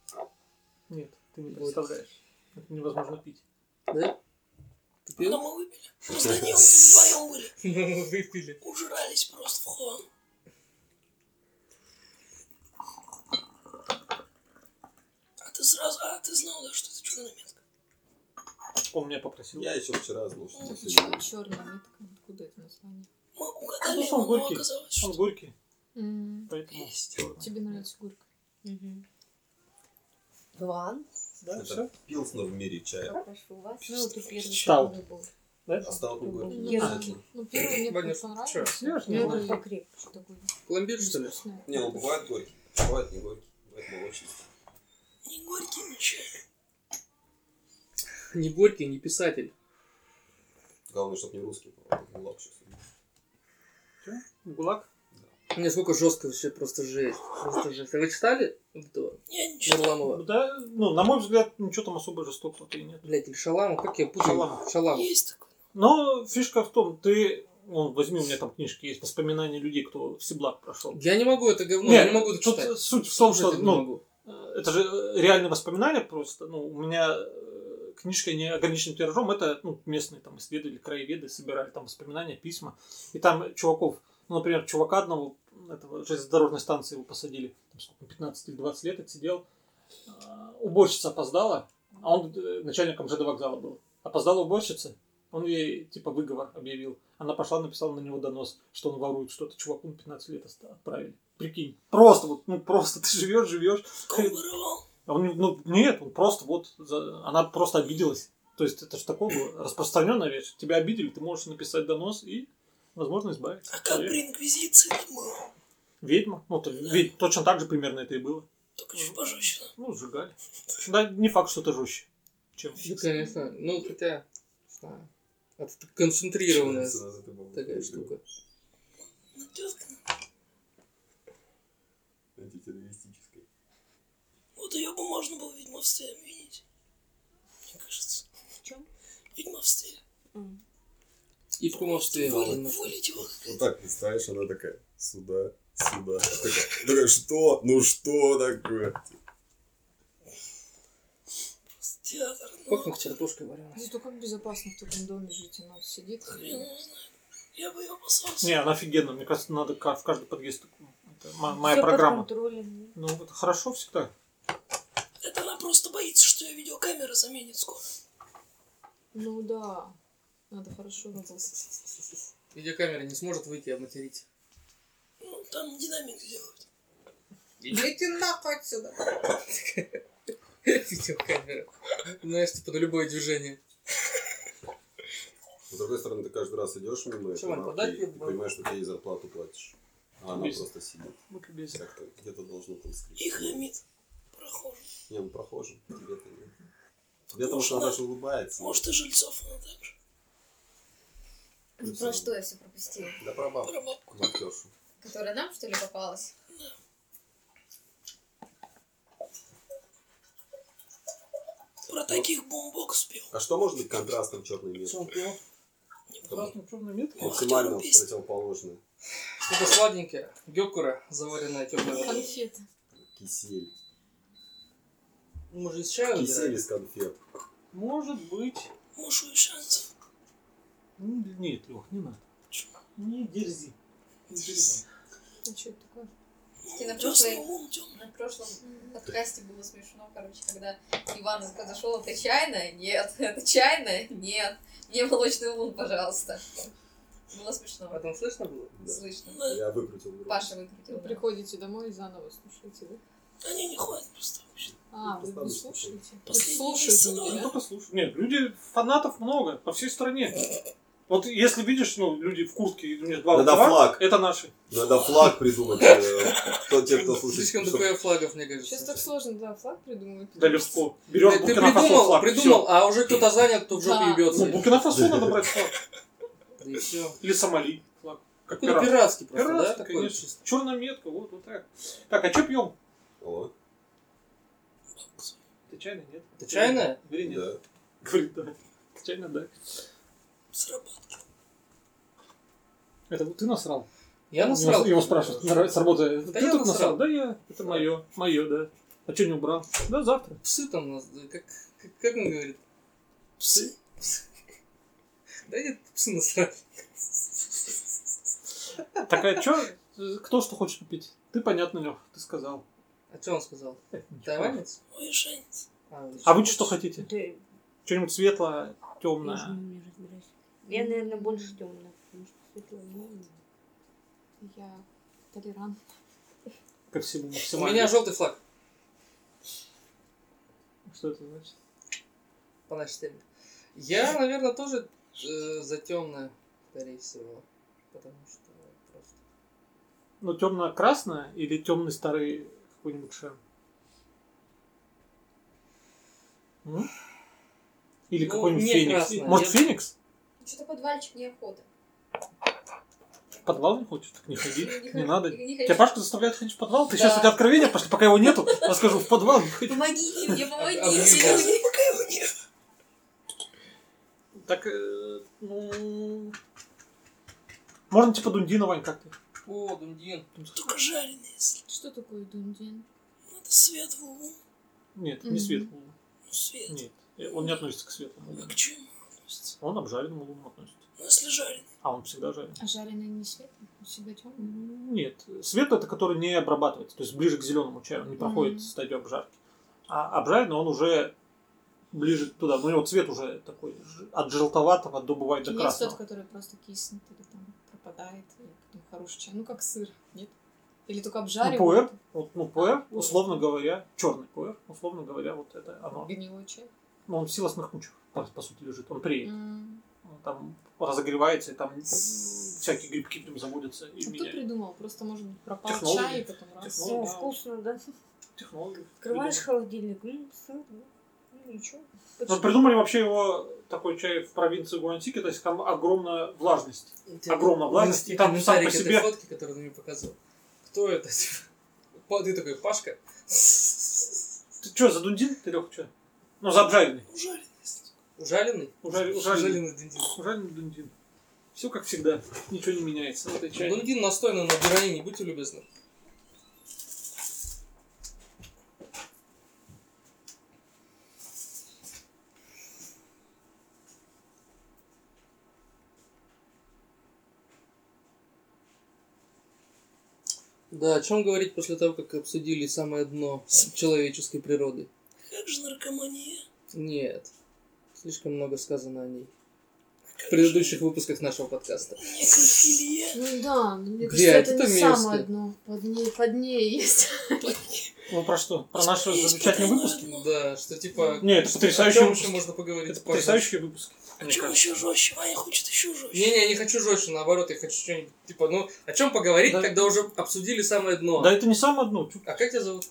S2: Нет, ты не
S6: Вот.
S2: представляешь. Это невозможно пить.
S6: Да? Ты пил?
S2: Ну,
S3: Но мы выпили. Мы с Данилом вдвоем были.
S6: Ну, мы выпили.
S3: Ужрались просто в хлам. А ты сразу, а ты знал, да, что это черная метка?
S2: Он меня попросил.
S1: Я еще вчера знал, что
S5: Ну,
S1: это
S5: чё-
S1: сегодня.
S5: Чёрная метка, откуда это название?
S3: Мы
S2: Потому
S3: угадали,
S2: что он
S3: но
S2: горький.
S3: оказалось,
S2: Он
S3: что...
S2: горький,
S5: М,
S2: поэтому...
S5: Тебе нравится горько?
S9: Глан.
S2: Да,
S1: Это
S2: все?
S1: Пилснер в мире чая.
S9: Прошу вас.
S7: Ну, ты первый
S2: Стал.
S7: черный был.
S2: Да?
S1: А стал другой.
S7: Яркий.
S5: Ну, первый мне
S6: Ваня, чё?
S5: понравился.
S2: Я ж не
S7: Ну,
S2: знаю.
S7: он покрепче.
S5: Такой
S6: Пломбир, что ли?
S5: вкусный.
S1: Не, ну, он бывает горький, бывает не горький, бывает молочный.
S3: Не горький, но чай.
S6: Не горький, не писатель.
S1: Главное, чтобы не русский был, а то гулаг сейчас.
S2: ГУЛАГ?
S6: Не, сколько жестко вообще, просто жесть. Просто жесть. А вы читали вот этого
S3: Я не читал.
S6: Варламова?
S2: Да, ну, на мой взгляд, ничего там особо жестокого-то и нет.
S6: Блять, или Шалама, как я путаю?
S2: Шаламов.
S6: Шаламов.
S3: Есть такой.
S2: Но фишка в том, ты... Ну, возьми, у меня там книжки есть, воспоминания людей, кто в Сиблак прошел.
S6: Я не могу это говно,
S2: Нет,
S6: я не могу это
S2: тут
S6: читать.
S2: суть в том, что,
S6: Слушать это
S2: ну,
S6: не могу.
S2: Э, Это же э, реальные воспоминания просто. Ну, у меня э, книжка не ограниченным тиражом. Это ну, местные там исследователи, краеведы собирали там воспоминания, письма. И там чуваков, ну, например, чувака одного, этого железнодорожной станции его посадили. Там сколько, 15 или 20 лет отсидел. А, Уборщица опоздала, а он э, начальником ЖД вокзала был. Опоздала уборщица, он ей типа выговор объявил. Она пошла, написала на него донос, что он ворует что-то. Чуваку на 15 лет оста- отправили. Прикинь. Просто вот, ну просто ты живешь, живешь.
S3: Кого воровал?
S2: А Он, не- ну, нет, он просто вот, за- она просто обиделась. То есть это же такое было распространенная вещь. Тебя обидели, ты можешь написать донос и, возможно, избавиться.
S3: А
S2: от
S3: как
S2: человека.
S3: при инквизиции это было?
S2: Ведьма. Ну, то- ведь точно так же примерно это и было.
S3: Только чуть пожестче. да?
S2: Ну, сжигали. Да, не факт, что это жестче, чем
S6: Да, конечно. Ну, хотя... не знаю. Это концентрированная
S1: Сразу ты был.
S6: такая штука.
S3: Ну, тетка,
S1: Антитеррористическая.
S3: вот ее бы можно было в ведьмовстве обвинить. Мне кажется.
S7: В чем?
S3: В ведьмовстве.
S6: И в кумовстве.
S3: Воли,
S6: немножко.
S3: воли его.
S1: Вот так представишь, она такая, сюда, сюда. Такая, такая, что? Ну что такое?
S3: Театр. Ну,
S6: Пахнет картошкой вареной.
S5: Зато как безопасно в таком доме жить, она сидит.
S3: хрен его знает. Я бы ее опасался.
S2: Не, она офигенна. Мне кажется, надо ка- в каждый подъезд. такую. Это мо- моя
S7: Всё под
S2: программа.
S7: контролем.
S2: Ну, это хорошо всегда.
S3: Это она просто боится, что ее видеокамера заменит скоро.
S5: Ну да, надо хорошо работать.
S6: Видеокамера не сможет выйти, а материть.
S3: Ну, там динамик делают.
S6: Идите нахуй отсюда! Видеокамера. Знаешь, типа на любое движение.
S1: С другой стороны, ты каждый раз идешь мимо этой
S6: Чё, Вань,
S1: лавки,
S6: подай
S1: и ты
S6: хлеб, Вань.
S1: понимаешь, что ты ей зарплату платишь. А она
S2: Есть.
S1: просто сидит.
S2: Будь любезен.
S1: Как-то где-то должно там
S3: И
S1: скрипеть.
S3: хамит. Прохожий.
S1: Не, ну прохожим, тебе-то нет. Тебе потому что она даже улыбается.
S3: Может, и жильцов она так же.
S1: Ну,
S9: Про
S1: всё.
S9: что я все пропустила?
S1: Да про бабку.
S3: Про бабку.
S1: Вахтёршу.
S9: Которая нам, что ли, попалась?
S3: Про таких бомбок спел.
S1: А что может быть контрастом черной
S6: Что он
S1: метки?
S6: пил?
S2: Красный, черный метка.
S1: Ну, Максимально
S3: Вахтёру песня.
S1: противоположное.
S6: Что-то сладенькое. Гекура, заваренная теплая вода.
S5: Конфеты.
S1: Кисель.
S6: Мы же Ну, из чая
S1: Кисель
S6: выбираем.
S1: из конфет.
S2: Может быть.
S3: Муж и шансов.
S2: Ну, нет, Лех, не надо. Не дерзи. Не дерзи.
S5: А что это такое?
S9: Кстати, на
S3: Дёсный
S9: прошлой-
S3: ум темный.
S9: На прошлом подкасте было смешно, короче, когда Иван зашел, это чайная? Нет. Это чайная? Нет. Мне молочный лун, пожалуйста. Было
S6: А
S9: смешно.
S6: там слышно было?
S1: Да.
S9: Слышно.
S1: Я выкрутил. руку.
S9: Паша
S5: Вы
S9: выкрутил. да.
S5: приходите домой и заново слушаете, да?
S3: Они не ходят просто вообще.
S5: А, вы не
S1: Поставлю
S5: слушаете? Вы
S3: Последний
S5: слушаете
S3: месяц,
S5: меня,
S2: Я
S5: да?
S2: только слушаю. Нет, люди, фанатов много по всей стране. Вот если видишь, ну, люди в куртке, и у них два
S1: Надо
S2: рукава,
S1: флаг.
S2: это наши.
S1: Надо флаг придумать. э, Кто те, кто слушает.
S6: Слишком
S1: чтоб-
S6: дохуя флагов, мне кажется.
S5: Сейчас так сложно, да, флаг придумать.
S2: Да легко.
S6: Блядь,
S2: Берешь
S6: Ты
S2: Букинафасо
S6: придумал,
S2: флаг.
S6: придумал, а уже кто-то занят, кто в жопе
S5: Да.
S2: всё. Ну,
S6: ебется.
S2: Букинафасо надо брать флаг.
S6: Да и все.
S2: Или Сомали флаг. Как
S6: Какой-то
S2: пират.
S6: пиратский Ну, просто, да?
S2: Пиратский,
S6: Такой
S2: конечно.
S6: чисто.
S2: Черная метка, вот, вот так. Так, а что пьем?
S1: О,
S2: Ты чайная, нет?
S6: Это чайная?
S2: Говори, нет.
S1: да.
S2: Говорит, да. Ты чайная, да.
S3: Сработал.
S2: Это вот ты насрал.
S6: Я насрал.
S2: Его, его спрашивают, «Нра- с работы.
S6: Да
S2: Ты
S6: я
S2: тут
S6: насрал.
S2: насрал? Да я. Это мое. Мое, да. А что не убрал? Да завтра.
S6: Псы там у нас, да, как, как, как он говорит? Псы? Псы. Да нет, псы насрали.
S2: Такая, что? Кто что хочет купить? Ты понятно, Лех, ты сказал.
S6: А что он сказал? Даванец?
S3: Ой, шанец.
S2: А вы что хотите? Что-нибудь светлое, темное.
S7: Я, наверное, больше темная, потому что светлая не умею.
S5: Я толерант.
S2: Ко всему
S6: У
S2: максимально.
S6: меня желтый флаг.
S2: Что это значит?
S6: По нашей теме. Я, наверное, тоже э, за темное, скорее всего. Потому что просто...
S2: Ну, темно-красное или темный старый какой-нибудь шен? М? Или
S6: Ну,
S2: какой-нибудь
S6: не
S2: феникс?
S6: красное,
S2: Может,
S6: я-
S2: феникс?
S9: Что-то подвальчик неохота.
S2: В подвал не хочешь? Так не ходи, не
S9: хочу,
S2: надо.
S9: не
S2: Тебя
S9: хочу.
S2: Пашка заставляет ходить в подвал? Ты
S9: Да.
S2: сейчас у тебя откровение, Пашка, пока его нету, расскажу, в подвал не ходи.
S9: Помогите мне,
S6: А- а вы
S9: помогите,
S6: как?
S9: люди.
S2: Так, э, ну... Можно типа Дундина, Вань, как ты?
S6: О, Дундин.
S3: Только жареный, если
S5: Что такое дундин?
S3: ну, это свет в луну.
S2: Нет,
S5: Мгм.
S2: не светлому.
S3: Ну, свет.
S2: Нет, э, он не относится к светлому. луну.
S3: А к чему относится?
S2: Он обжаренному луну относится.
S3: Ну, если жареный.
S2: А он всегда жарен.
S5: А жареный не светлый? Он всегда темный?
S2: Нет, свет это который не обрабатывается, то есть ближе к зеленому чаю, он не проходит
S5: Мгм.
S2: стадию обжарки. А обжаренный он уже ближе туда, но у него цвет уже такой ж- от желтоватого до бывает до
S5: Или есть тот,
S2: красного.
S5: который просто киснет или там пропадает, и потом хороший чай. Ну, как сыр, нет? Или только
S2: Ну,
S5: обжаривают.
S2: пуэр, вот, ну, пуэр, условно говоря, черный пуэр, условно говоря, вот это оно.
S5: Гнилой чай.
S2: Ну, он в силосных мучах, по, по сути, лежит, он преет.
S5: М.
S2: Он там разогревается, и там м, всякие грибки в нем заводятся и
S5: А кто
S2: меняют.
S5: придумал? Просто, может быть, пропал
S2: Технологии.
S5: чай, и потом раз.
S2: Технологии.
S7: О,
S2: да.
S7: вкусно, да?
S2: Технологию
S7: Открываешь
S2: придумали.
S7: холодильник, м, сыр, да. Ну, ничего.
S2: Вот придумали вообще его такой чай в провинции Гуансики, то есть там огромная влажность. Огромная влажность, и там сам по
S6: Комментарий к этой
S2: себе...
S6: фотке, которую ты мне показывал. Кто это? Па- Ты такой, Пашка?
S2: Ты что, за дундин, ты, Лёха, что? Ну, за обжаренный.
S3: Ну, жареный, если
S6: Ужаленный?
S2: Ужали-
S6: Ужаленный
S2: ужаленный.
S6: Дундин.
S2: Обжаренный дундин. Все как всегда, ничего не меняется. Вот и чай.
S6: Дундин настойный на героине, будьте любезны. Да, о чем говорить после того, как обсудили самое дно человеческой природы?
S3: Как же наркомания?
S6: Нет. Слишком много сказано о ней. В предыдущих выпусках нашего подкаста.
S3: Некрофилия.
S5: Ну да, но мне
S6: Блядь,
S5: кажется, это,
S6: это
S5: не
S6: мерзко.
S5: самое дно. Под ней, под ней есть.
S2: Ну, про что? Про наши замечательные выпуски?
S6: Да, что типа...
S2: Не, это потрясающий
S6: О чем
S2: выпуск.
S6: еще можно поговорить?
S2: Это
S6: Паша?
S2: потрясающие выпуски.
S3: А
S2: мне
S3: чего
S2: кажется.
S3: еще жестче? Ваня хочет еще жестче.
S6: Не-не, я не хочу жестче, наоборот, я хочу что-нибудь, типа, ну, о чем поговорить, когда уже обсудили самое дно.
S2: Да это не самое дно. чё-
S6: А как тебя зовут?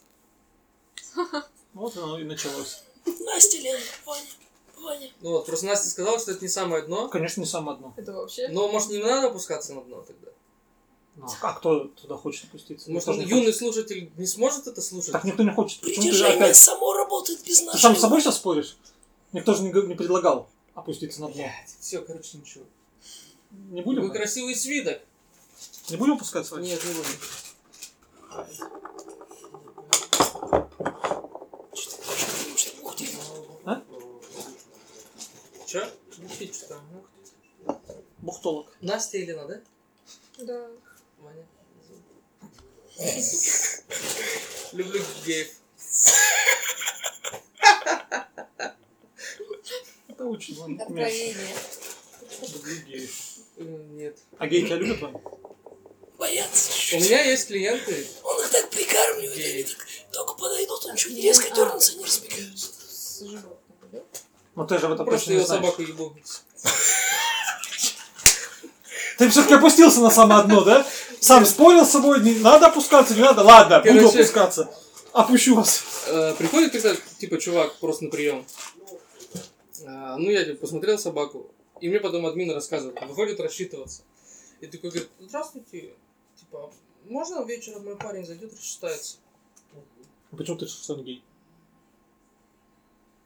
S2: Вот оно и началось.
S3: Настя, Лена, Ваня, Ваня.
S6: Ну вот, просто Настя сказала, что это не самое дно.
S2: Конечно, не самое дно.
S5: Это вообще?
S6: Но, может, не надо опускаться на дно тогда?
S2: Ну, а кто туда хочет опуститься?
S6: Может,
S2: Никто Ну, не
S6: юный слушатель не сможет это слушать?
S2: хочет. Так никто не хочет. Почему ты
S3: Притяжение
S2: опять...
S3: само работает без
S2: Ты
S3: нашего.
S2: сам с собой сейчас споришь? Никто же не, г- не предлагал опуститься на дно.
S6: Блядь, все, короче, ничего.
S2: Не
S6: Вы
S2: будем?
S6: красивый свиток.
S2: Не будем опускаться? Вань?
S6: Нет, не буду.
S3: Потому что, ух ты,
S2: А?
S6: Че? Ну, ты чё там? ну?
S2: Бухтолок.
S6: Настя и Лена, да?
S5: Да.
S6: Ваня. Люблю геев.
S2: Это очень Вань, мясо.
S9: Откровение.
S2: Люблю геев.
S6: Э, Нет.
S2: А гей тебя любят, Вань?
S3: боятся.
S6: У меня есть клиенты,
S3: Он их так прикармливает, они
S6: Геи.
S3: так только подойдут, он чуть не резко дернется, они разбегаются.
S5: С животного, да?
S2: Ну ты же об этом
S6: просто
S2: точно не
S6: его
S2: знаешь.
S6: собаку ебу.
S2: Ты все-таки опустился на самое дно, да? Сам спорил с собой, не надо опускаться, не надо. Ладно, буду
S6: Короче-
S2: опускаться. Опущу вас.
S6: Э, приходит когда типа, чувак просто на прием. А, ну, я типа, посмотрел собаку, и мне потом админ рассказывает, выходит рассчитываться. И такой говорит, здравствуйте, типа, можно вечером мой парень зайдет, рассчитается?
S2: Почему ты что он гей?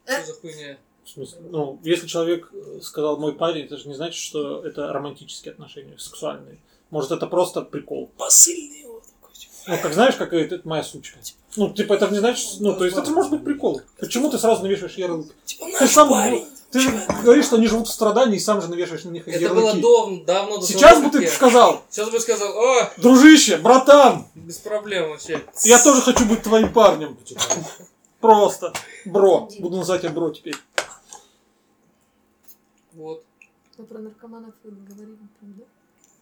S6: Что за хуйня?
S2: В смысле? Ну, если человек э, сказал мой парень, это же не значит, что это романтические отношения, сексуальные. Может, это просто прикол.
S3: Посыльный его такой, типа.
S2: Ну, как знаешь, как это, это моя сучка. Ну, типа, это же не значит, ну, то есть это может быть прикол. Почему ты сразу навешиваешь ярлык?
S6: Типа,
S2: Ты
S3: наш
S2: сам
S3: парень.
S2: ты же говоришь, что они живут в страдании, и сам же навешиваешь на них
S6: Это
S2: ярлыки.
S6: было дов- давно. до
S2: Сейчас бы
S6: того, как
S2: ты
S6: я-
S2: сказал,
S6: Сейчас бы сказал, о,
S2: дружище, братан,
S6: без проблем вообще.
S2: я тоже хочу быть твоим парнем. Просто. Бро. Буду называть тебя бро теперь.
S6: Вот.
S5: Мы про наркоманов говорим, правда?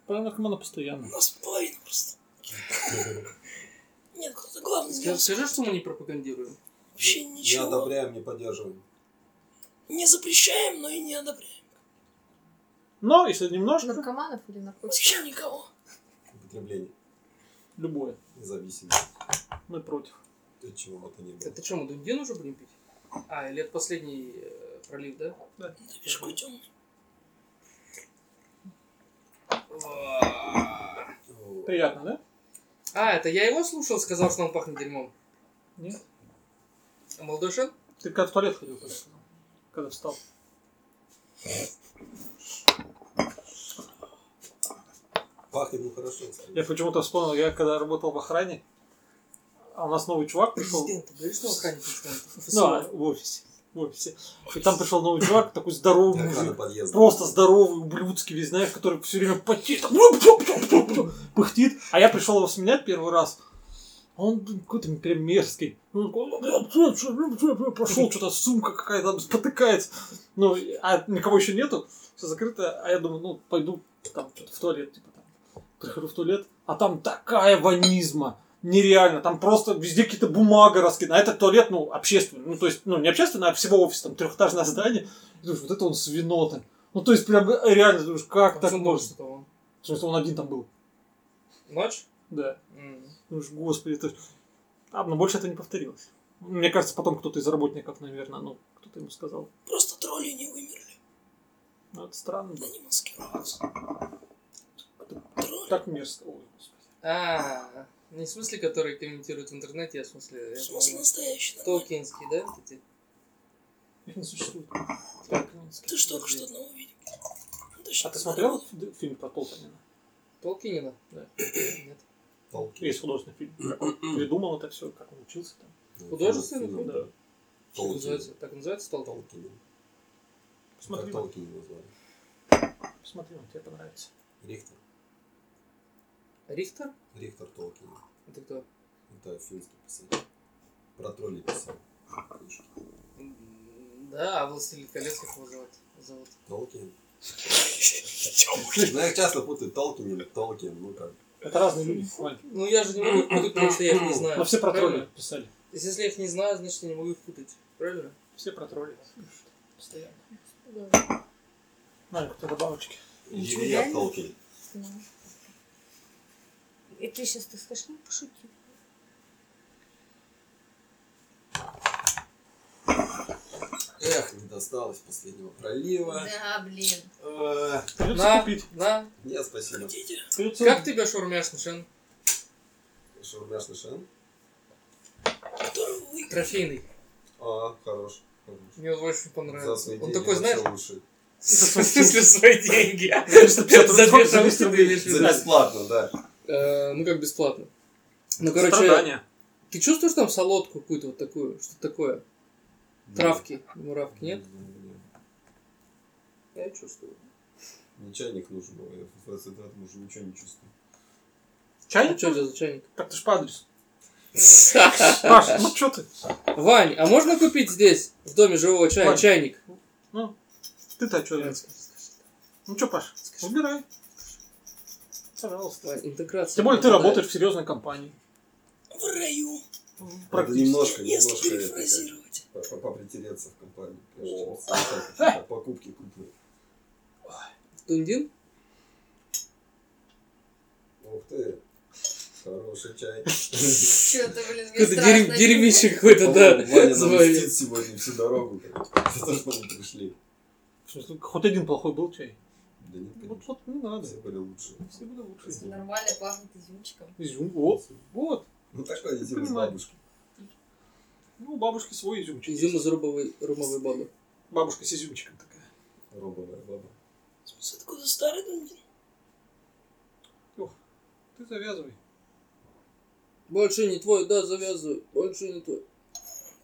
S2: Про наркомана постоянно.
S3: У нас половина просто. Нет, кто-то главный
S6: Скажи,
S3: сделал.
S6: скажи, что мы не пропагандируем.
S3: Вообще
S1: Ну, Не
S3: ничего.
S1: одобряем, не поддерживаем.
S3: Не запрещаем, но и не одобряем.
S2: Но, если немножко,
S5: Наркоманов или наркотиков?
S3: Вообще никого.
S1: Употребление.
S2: любое.
S1: Независимость.
S2: Мы против.
S1: От чего бы то ни было.
S6: Это что, мы Дундин уже будем пить? А, или это последний э, пролив, да?
S3: Да видишь, какой темный.
S2: Приятно, да?
S6: А, это я его слушал, сказал, что он пахнет дерьмом.
S2: Нет.
S6: А молодой шел?
S2: Ты когда в туалет ходил, когда сказал? Когда встал.
S1: Пахнет ну хорошо.
S2: Я почему-то вспомнил, я когда работал в охране, а у нас новый чувак пришел.
S6: Президент, ты говоришь, что охранник
S2: Ну, а, в офисе. В офисе. И там пришел новый чувак, такой здоровый
S1: Охрана
S2: мужик.
S1: подъезда.
S2: Просто здоровый, ублюдский, весь, знаешь, который все время потеет, там, «Пуп-пуп-пуп-пуп-пуп», пыхтит. А я пришел его сменять первый раз. А Он блин, какой-то прям мерзкий. Прошел что-то, сумка какая-то там спотыкается. Ну, а никого еще нету, все закрыто. А я думаю, ну, пойду там что-то в туалет, типа там. Прихожу в туалет, а там такая ванизма. Нереально, там просто везде какие-то бумага раскиданы. А этот туалет, ну, общественный. Ну, то есть, ну, не общественный, а всего офис, там, трехэтажное здание. И думаешь, вот это он свинота. Ну, то есть, прям э, реально, думаешь, как так
S6: Почему думаешь,
S2: можно?
S6: что он?
S2: В смысле, он один там был.
S6: Ночь?
S2: Да.
S6: М.
S2: Думаешь, господи, это... ж- А, но больше это не повторилось. Мне кажется, потом кто-то из работников, наверное, ну, кто-то ему сказал.
S3: Просто тролли не вымерли.
S2: Ну, это странно. было.
S3: Они маскируются. Тролли.
S2: Так мерзко. Ой, господи.
S6: А, не в смысле, который комментирует в интернете, а в смысле...
S3: В смысле настоящий, нормальный.
S6: Толкинский, да? вот эти?
S2: Их не существует.
S3: Ты что, только что одного видел? Ну, точно,
S2: А ты смотрел фи- фильм про Толканина?
S6: Толкинина? Да. Нет.
S1: Толки.
S2: Ну, Есть художественный фильм. Как он придумал это все, как он учился там.
S6: Художественный
S1: Фильм,
S6: фильм?
S1: да.
S6: Что
S1: Толкин.
S6: называется? Так называется Толкин?
S1: Толкин.
S2: Посмотри,
S1: Как Толкин его звали?
S2: посмотри, он тебе понравится.
S1: Рихтер.
S6: Рихтер?
S1: Рихтер Толкин.
S6: Это кто?
S1: Это финский писатель. Про тролли писал. книжки.
S6: М, Да, а «Властелин колец» как его зовут? зовут?
S1: Толкин. Ну, я их часто путаю Толкин или Толкин. Ну, как.
S2: Это разные люди. Вань.
S6: Ну я же не могу их путать, потому что я их не знаю.
S2: Но все про
S6: Правильно?
S2: тролли писали.
S6: То есть, Если я их не знаю, значит я не могу их путать. Правильно?
S2: Все про тролли. пишут. Постоянно.
S5: Да.
S2: Наверное, кто-то добавочки.
S7: Ничего,
S1: Илья
S7: реально?
S1: Толкин.
S5: Да.
S7: И ты сейчас ты скажешь, ну пошути.
S1: Эх, не досталось последнего пролива.
S9: Да, блин.
S1: Э,
S2: Придется
S6: На,
S2: купить.
S6: на.
S1: Нет, спасибо.
S2: Придется...
S6: Как тебя шаурмяшный шен?
S1: Шаурмяшный шен.
S3: Который вы...
S6: Трофейный.
S1: А, хорош. хорош.
S6: Мне он очень
S1: За
S6: понравился.
S1: свои
S6: Он
S1: деньги
S6: такой,
S1: вообще
S6: знаешь,
S1: лучше.
S6: в смысле свои деньги? За
S2: 350 рублей, за 200 рублей.
S6: 200 рублей имеешь в виду?
S1: За бесплатно, да.
S6: Э, Ну как бесплатно. Ну короче,
S2: Страдания.
S6: ты чувствуешь там солодку какую-то вот такую? Что-то такое? Травки, муравки, нет? Я чувствую.
S1: Мне чайник нужен был, я в этом уже ничего не чувствую.
S6: А
S2: Чайник?
S6: что у тебя Ну, за чайник?
S2: Так ты ж по адресу. Паш, ну что ты?
S6: Вань, а можно купить здесь, в доме живого чая,
S2: Вань.
S6: чайник?
S2: Ну, ты-то что? Ну что, Паш, выбирай. Пожалуйста.
S6: Вань, Интеграция.
S2: Тем более ты
S6: пропадает.
S2: работаешь в серьезной компании.
S3: В раю.
S1: Надо
S2: Практически.
S1: немножко,
S3: Если
S1: немножко это, как,
S3: перефразировать.
S1: по- по- попритереться в компании, прежде чем совершать какие-то покупки крупные.
S6: Дундин?
S1: Ух ты, хороший чай.
S9: Что-то, блин, мне
S6: Какой-то дерь-
S9: страшно.
S6: дерьмище какое-то, да.
S1: По-моему, Ваня нам
S6: свое.
S1: мстит сегодня всю дорогу. как, За то, что мы пришли.
S2: В смысле, Хоть один плохой был чай.
S1: Да нет,
S2: Вот,
S1: конечно.
S2: вот не надо.
S1: Все были лучше.
S2: Все были лучше.
S9: Нормально пахнет изюмчиком.
S2: Изюм. О, вот.
S1: Ну такой идем с
S2: Понимаю.
S1: бабушки.
S2: Ну, у бабушки свой изюмчик.
S6: Изюм из рубовой, румовой бабы.
S2: Бабушка с изюмчиком такая.
S1: Робовая баба.
S3: В смысле, откуда старый Дундин?
S2: Его Ты завязывай.
S6: Больше не твой, да, завязываю. Больше не твой.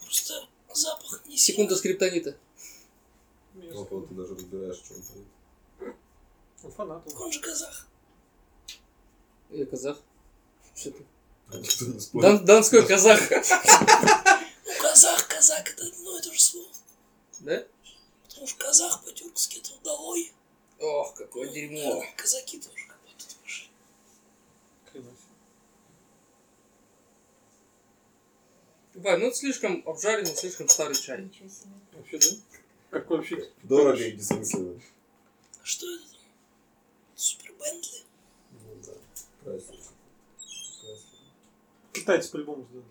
S3: Просто запах не сильный.
S6: Секунда скриптонита.
S1: Ого, ты даже разбираешь, что он поет.
S2: Он фанат.
S3: Он же казах.
S6: Я казах. Что ты?
S1: А никто не спорит.
S6: Дан- Донской казах.
S3: Ну, казах, казак, это одно и то же слово.
S6: Да?
S3: Потому что казах по-тюркски это удалой.
S6: Ох, какое дерьмо.
S3: Казаки тоже работают выше.
S6: Вань, ну это слишком обжаренный, слишком старый чай.
S2: Вообще, да? Как вообще?
S1: Дорого и бессмысленно.
S3: А что это там? Супер Бентли?
S1: Ну да. Красиво. Красиво.
S2: Китайцы по-любому сделали.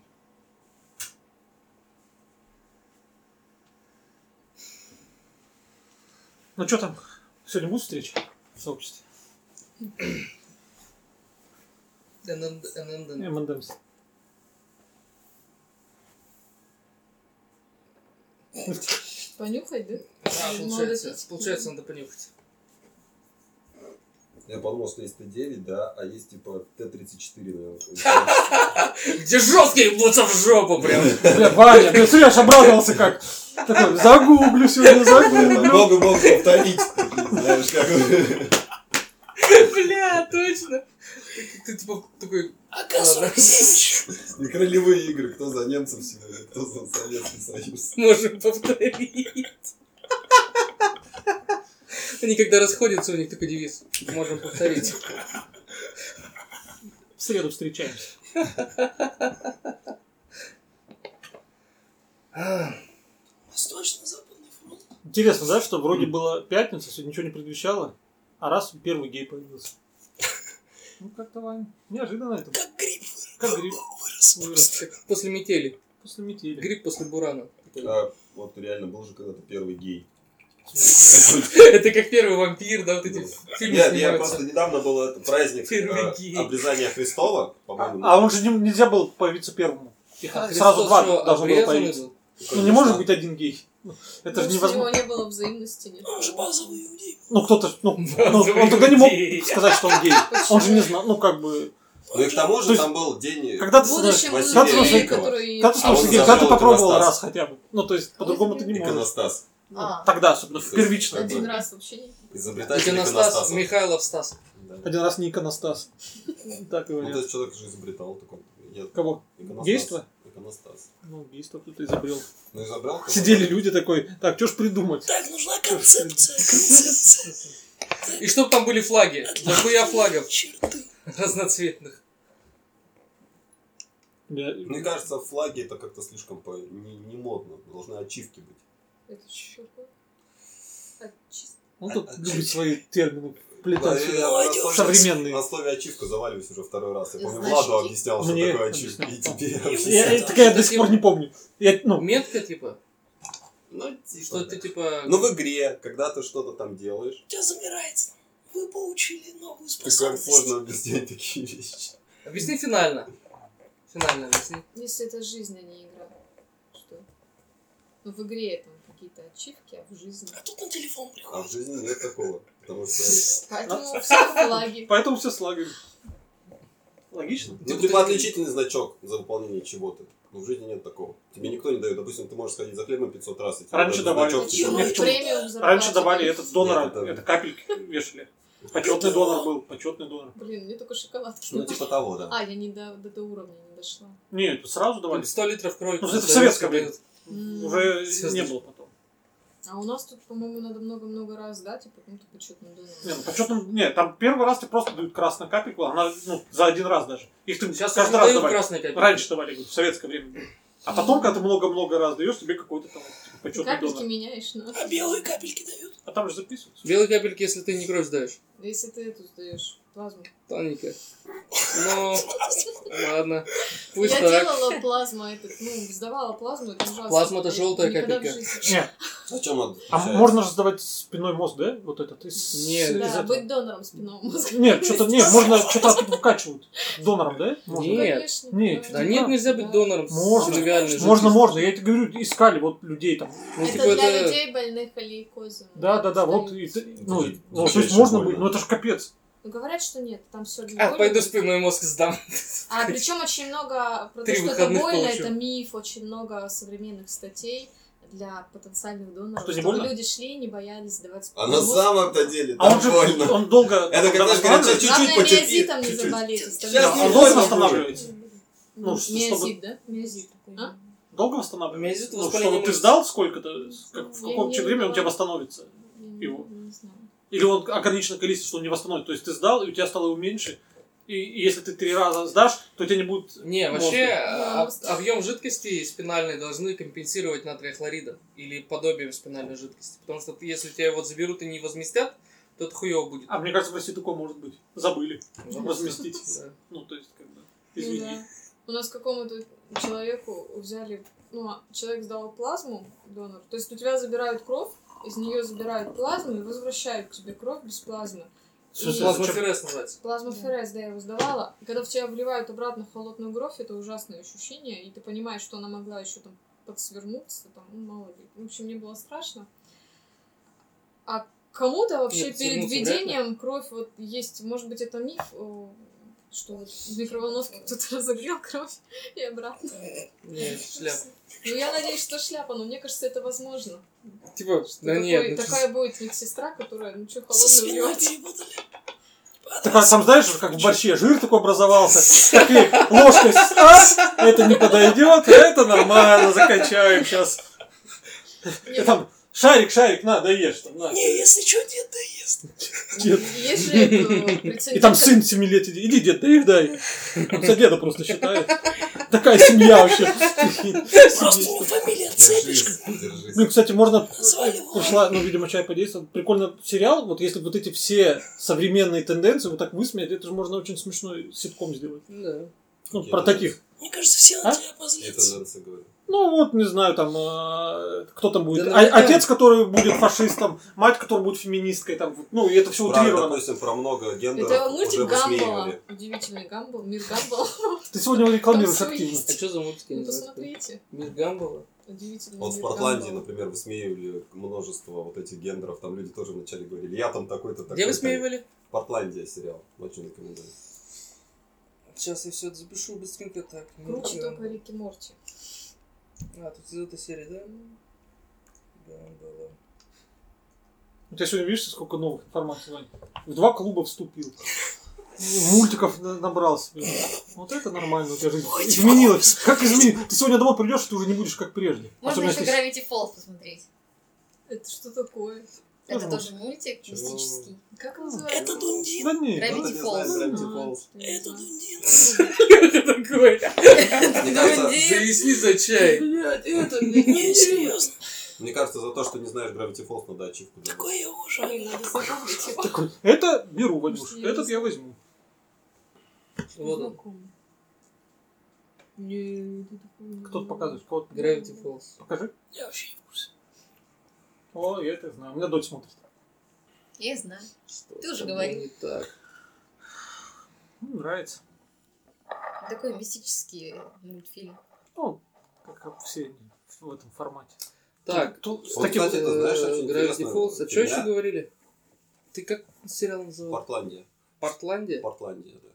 S2: Ну что там? Сегодня будут встречи в сообществе?
S6: ННД.
S2: M&M's.
S5: Понюхать, да?
S6: А, получается,
S5: Молодец.
S6: получается, надо понюхать.
S1: Я подумал, что есть Т9, да, а есть типа Т-34,
S6: Где жесткий ебутся в жопу прям.
S2: Бля, Ваня, представляешь, обрадовался как. Такой, загуглю сегодня,
S1: наверное.
S2: загуглю.
S1: Много мог повторить, знаешь, как...
S6: Бля, точно. Ты, ты, типа такой...
S3: А
S6: Ладно.
S1: Микролевые игры, кто за немцев сегодня, кто за Советский Союз.
S6: Можем повторить. Они когда расходятся, у них такой девиз. Можем повторить.
S2: В среду встречаемся.
S3: Восточно-западный фронт.
S2: Интересно, да, что вроде было пятница, сегодня ничего не предвещало, а раз первый гей появился. Ну как-то, Вань, неожиданно это.
S3: Как гриб
S2: Как гриб
S3: вырос.
S2: вырос.
S6: Как После метели.
S2: После метели.
S6: Гриб после бурана.
S1: А, вот реально был же когда-то первый гей.
S6: Это как первый вампир, да, вот эти фильмы
S1: Нет, Ну, я просто
S6: снимаются.
S1: недавно был это праздник
S6: Первый
S1: э,
S6: гей.
S1: обрезания Христова, по-моему.
S2: А он же не- нельзя было появиться первому. Их
S6: А,
S2: Сразу
S6: Христос
S2: два
S6: что,
S2: должно было
S6: обрезанный
S2: появиться.
S6: был?
S2: Ну не может быть один гей. Ну, Это же
S5: Может, У
S2: невозможно.
S5: него не было взаимности, нет?
S3: Он же базовый иудей.
S2: Ну кто-то, ну,
S6: Да,
S2: ну,
S6: за
S2: он тогда не мог
S6: людей.
S2: сказать, что он гей. Он же не знал, ну как бы...
S1: Ну и к тому
S2: То
S1: же
S2: есть-
S1: там был день...
S2: Когда
S5: В
S2: ты
S5: будущем
S2: становишься...
S5: будут
S1: Василия
S5: люди,
S1: Великого.
S5: которые...
S2: Когда ты становишься
S1: он
S2: геем, когда ты
S1: зажёг
S2: попробовал
S1: иконостас.
S2: раз хотя бы. Ну то есть по-другому ты не можешь.
S1: Иконостас.
S2: Ну,
S5: А.
S2: Тогда особенно, в
S1: То есть
S2: первичном.
S5: Один
S1: такой.
S5: раз вообще не...
S1: Изобретатель
S6: Иконостас,
S1: иконостаса.
S6: Михайлов Стас.
S1: Да.
S2: Один раз не иконостас. Так
S1: Ну, то
S2: говорят.
S1: есть человек же изобретал такой. Нет,
S2: Кого?
S1: иконостас.
S2: Действо?
S1: Иконостас.
S2: Ну, убийство кто-то изобрел.
S1: Ну, изобрел. кто-то.
S2: Сидели люди такой, так, что ж придумать?
S3: Так, нужна концепция, концепция.
S6: И чтоб там были флаги. Дохуя флагов
S3: Черты.
S6: разноцветных.
S2: Бля,
S1: Мне кажется, флаги это как-то слишком по... не, не модно. Должны ачивки быть.
S5: Это что такое? А, чисто.
S2: Он тут любит свои термины
S1: Да,
S2: плетать
S1: я-
S2: сюда.
S1: я на слове-
S2: Современные.
S1: На слове ачивка заваливаюсь уже второй раз. Я помню,
S5: Значки?
S1: Владу объяснял, что
S2: Мне
S1: такое ачивка. И
S2: объяснял.
S1: теперь
S2: Я,
S1: объясняю.
S2: я- так я до сих пор не помню. Я, ну,
S6: Метка, типа,
S1: Ну,
S6: что
S1: типа,
S6: ты,
S1: да.
S6: типа...
S1: Ну, в игре, когда ты что-то там делаешь,
S3: У тебя замирает. Вы получили новую
S1: так вам
S3: способность.
S1: сложно объяснять такие вещи.
S6: Объясни финально. Финально объясни.
S5: Если это жизнь, а не игра. Что? Ну, в игре там какие-то ачивки, а в жизни...
S3: А тут на телефон
S1: А в
S3: приходит.
S1: жизни нет такого. Потому что...
S2: Ну.
S5: Поэтому все флаги.
S2: поэтому все слагают. Логично.
S1: Ну, типа, отличительный значок за выполнение чего-то. Ну, в жизни нет такого. Тебе никто не дает. Допустим, ты можешь сходить за хлебом 500 раз. и тебе
S2: Раньше
S1: дадут
S2: давали.
S1: значок, типа,
S2: Почему?
S5: Почему? Премиум зарабатывали.
S2: Раньше давали этот донора,
S1: Нет, это-
S2: это капельки вешали. Почетный донор был, почетный донор.
S5: Блин, мне только шоколадки.
S1: Ну, типа того, да.
S5: А, я не до, до этого уровня не дошла.
S2: Нет, сразу давали.
S6: 100 литров крови.
S2: Ну, это в советское время.
S6: дают.
S5: М.
S2: Уже
S6: Звездочки.
S2: не было потом.
S5: А у нас тут, по-моему, надо много-много раз, да, типа, ну, ты почетным
S2: Не,
S5: донором.
S2: ну почетным, не, там первый раз тебе просто дают красную капельку, она, ну, за один раз даже. Их ты
S6: Сейчас
S2: каждый
S6: уже
S2: раз
S6: дают
S2: давали.
S6: красные капельки.
S2: Раньше давали, говорю, в советское время. было. А потом, когда ты много-много раз даешь, тебе какой-то там типа,
S5: Ты
S2: почетный
S5: капельки
S2: донор.
S5: меняешь, но...
S3: А белые капельки дают.
S2: А там же записываются.
S6: Белые капельки, если ты не кровь сдаешь.
S5: Если ты эту сдаешь, плазму.
S6: Тоненькая. Ну, ладно. Пусть
S5: я
S6: так.
S5: делала плазму этот, ну, сдавала плазму, это ужасно.
S6: Плазма это
S5: Я
S6: желтая
S5: никогда в
S6: капелька.
S5: жизни-
S2: Нет,
S1: О чем он
S2: а
S1: отличается?
S2: можно же сдавать спиной мозг, да? Вот этот. из-
S6: Нет.
S2: из
S5: Да,
S2: этого.
S5: быть донором спинного мозга.
S2: Нет, что-то нет, можно что-то оттуда выкачивают. Донором, да? Можно.
S6: Нет.
S5: Ну, Конечно,
S2: Нет.
S6: Да нет, нельзя быть донором.
S2: Можно.
S6: Тривиальная жидкость.
S2: Можно, можно. Я тебе говорю, искали вот людей там.
S6: Ну,
S5: это
S6: типа,
S5: для
S6: это-
S5: людей больных аликозом.
S2: Да, да, да. Вот и ты- ну,
S1: Это же
S2: ну, то есть
S1: жутчайше
S2: можно
S1: больно.
S2: быть, но это же капец.
S5: Но Ну, говорят, что нет, там все
S6: А, пойду спинной мозг сдам.
S5: А причем очень много про то,
S6: Три
S5: что это
S6: выходных
S5: больно,
S6: получу.
S5: это миф, очень много современных статей для потенциальных доноров.
S2: Что, не
S5: чтобы
S2: больно?
S5: люди шли и не боялись давать
S1: А на
S5: мозг.
S1: самом-то деле
S2: ну, А
S1: там
S2: он же
S1: больно.
S2: он долго...
S1: Это как, знаешь, говорят, «Щас чуть-чуть
S5: Главное,
S1: потерпи.
S5: миозитом не
S1: чуть-чуть».
S5: заболеть.
S1: Щас
S5: остальное.
S1: не
S2: А
S1: больно
S2: долго
S1: будет.
S2: восстанавливаете? Ну, ш-
S5: Миозит,
S2: чтобы...
S5: да? Миозит. А?
S2: Долго восстанавливаете?
S12: Миозит
S2: Ну,
S12: воспаление
S2: чтобы ты
S12: мышц.
S2: ждал сколько-то, как- в
S5: Я
S2: каком
S5: не
S2: то время он у тебя
S5: поняла.
S2: восстановится. Его.
S5: Не знаю.
S2: Или он ограничено количество, что он не восстановит. То есть ты сдал, и у тебя стало его меньше. И, и если ты три раза сдашь, то у тебя не будет...
S6: Не,
S2: мозга.
S6: вообще а,
S5: Да,
S6: объем жидкости спинальной должны компенсировать натрия хлоридом или подобием спинальной жидкости. Потому что ты- если тебя вот заберут и не возместят, то это хуево будет.
S2: А мне кажется, в России такое может быть. Забыли.
S6: Да.
S2: Возместить.
S6: Да.
S2: Ну, то есть, как бы...
S5: Ну
S2: Извини.
S5: да. У нас какому-то человеку взяли, ну, а человек сдал плазму, донор. То есть у тебя забирают кровь, из нее забирают плазму и возвращают тебе кровь без плазмы.
S2: Что
S5: И-
S2: за-
S6: а Плазмоферез называется.
S5: Плазмоферез, да, я его сдавала. Когда в тебя вливают обратно холодную кровь, это ужасное ощущение, и ты понимаешь, что она могла еще там подсвернуться, там, ну, мало ли. В общем, мне было страшно. А кому-то вообще перед
S6: Нет, свернуться вряд ли.
S5: введением кровь вот есть, может быть, это миф, э, что вот в микроволновке
S6: Э.
S5: кто-то разогрел кровь и обратно.
S6: Нет, шляп.
S5: Ну, я надеюсь, что шляпа, но мне кажется, это возможно.
S6: Типа, да
S5: Такой-
S6: нет. ну
S5: такая будет медсестра, которая, ну, что,
S3: Со
S5: холодную
S3: свиной
S5: вливать.
S3: перепутали.
S2: Так а там, знаешь, как в борще жир такой образовался, так и ложкой с- а, это не подойдет, это нормально, закачаем сейчас. Там, шарик, шарик, на, доешь. Там, на.
S3: Не, если что, дед доест.
S2: Дед.
S5: Есть же это
S2: И там
S5: прецедент,
S2: сын 7 лет, иди, иди, дед, доешь, дай. Он за деда просто считает. Такая семья вообще.
S3: Просто у него фамилия Цепишка.
S1: Держись, держись.
S2: Блин, кстати, можно...
S3: Назвали его.
S2: Пошла, ну, видимо, чай подействовал. Прикольно сериал, вот если бы вот эти все современные тенденции вот так высмеять, это же можно очень смешной ситком сделать.
S6: Да.
S2: Ну, про таких.
S3: Мне кажется, все на
S2: А?
S3: тебя
S1: Это
S3: позлятся.
S1: Нэнси говорит.
S2: Ну вот, не знаю, там, э, кто там будет.
S6: Да
S2: А-
S6: наверняка.
S2: отец, который будет фашистом, мать, которая будет феминисткой, там, вот, ну, и это все
S1: Про,
S2: утрировано.
S1: допустим, про много гендеров
S5: Это
S1: уже
S5: мультик Гамбола.
S1: высмеивали.
S5: Удивительный Гамбол. Мир Гамбола.
S2: Ты сегодня рекламируешь
S5: Там всё
S2: активно.
S5: есть.
S6: А что за мультики
S5: Ну,
S6: называются?
S5: посмотрите.
S6: Мир Гамбола?
S5: Удивительный
S1: Вот в
S5: мир
S1: Портландии,
S5: Гамбола.
S1: например, высмеивали множество вот этих гендеров. Там люди тоже вначале говорили, я там такой-то, такой-то.
S6: Где вы смеивали?
S1: Портландия сериал. Очень рекомендую.
S6: Сейчас я все это запишу быстренько так. Мир
S5: Круче только
S6: Гамбола.
S5: Рики Морти.
S6: А, тут из этой серии, да? Гамбола.
S2: У тебя сегодня видишь, сколько новых информации, Вань? В два клуба вступил. Мультиков на- набрал себе. Вот это нормально, у тебя жизнь
S3: Ой,
S2: изменилась. Как изменилась? Ты сегодня домой придешь, и ты уже не будешь как прежде.
S9: Можно еще
S2: если-
S9: Gravity Falls посмотреть.
S5: Это что такое?
S9: Это
S2: Мгм.
S9: тоже мультик
S1: Чего?
S9: мистический.
S5: Как он называется?
S3: Это Дундин.
S2: Да не.
S9: Gravity
S1: Кто-то Ну, не
S9: Falls.
S1: знает Gravity
S5: А,
S1: Falls.
S5: я не
S3: Это
S5: знаю.
S3: Дундин.
S6: Такой.
S1: Мне кажется,
S6: Заясни за чай.
S12: Блядь, это...
S3: Не, Ну, серьезно.
S1: мне кажется, за то, что не знаешь Gravity Falls, надо ачивку. дать.
S3: Такое я уважаю.
S5: Блин, надо загуглить его.
S2: Такой, это беру, Ванюш, этот я возьму.
S6: Вот он.
S2: Кто-то показывает, кого
S6: Gravity Falls.
S2: Покажи.
S3: Я вообще не в курсе.
S2: О, я это знаю. У меня дочь смотрит.
S9: Я знаю.
S6: Что
S9: Ты уже
S6: с тобой
S9: говорил.
S6: не так?
S2: Ну, нравится.
S9: Такой мистический э, мультфильм.
S2: Ну, как все в этом формате.
S6: Так,
S2: Тут, с
S1: Вот,
S2: таким...
S1: кстати, ты знаешь,
S6: э,
S1: очень
S6: Gravity
S1: интересно.
S6: Falls. А что
S1: Я-
S6: еще говорили? Ты как сериал называл?
S1: Портландия.
S6: Портландия?
S1: Портландия, да.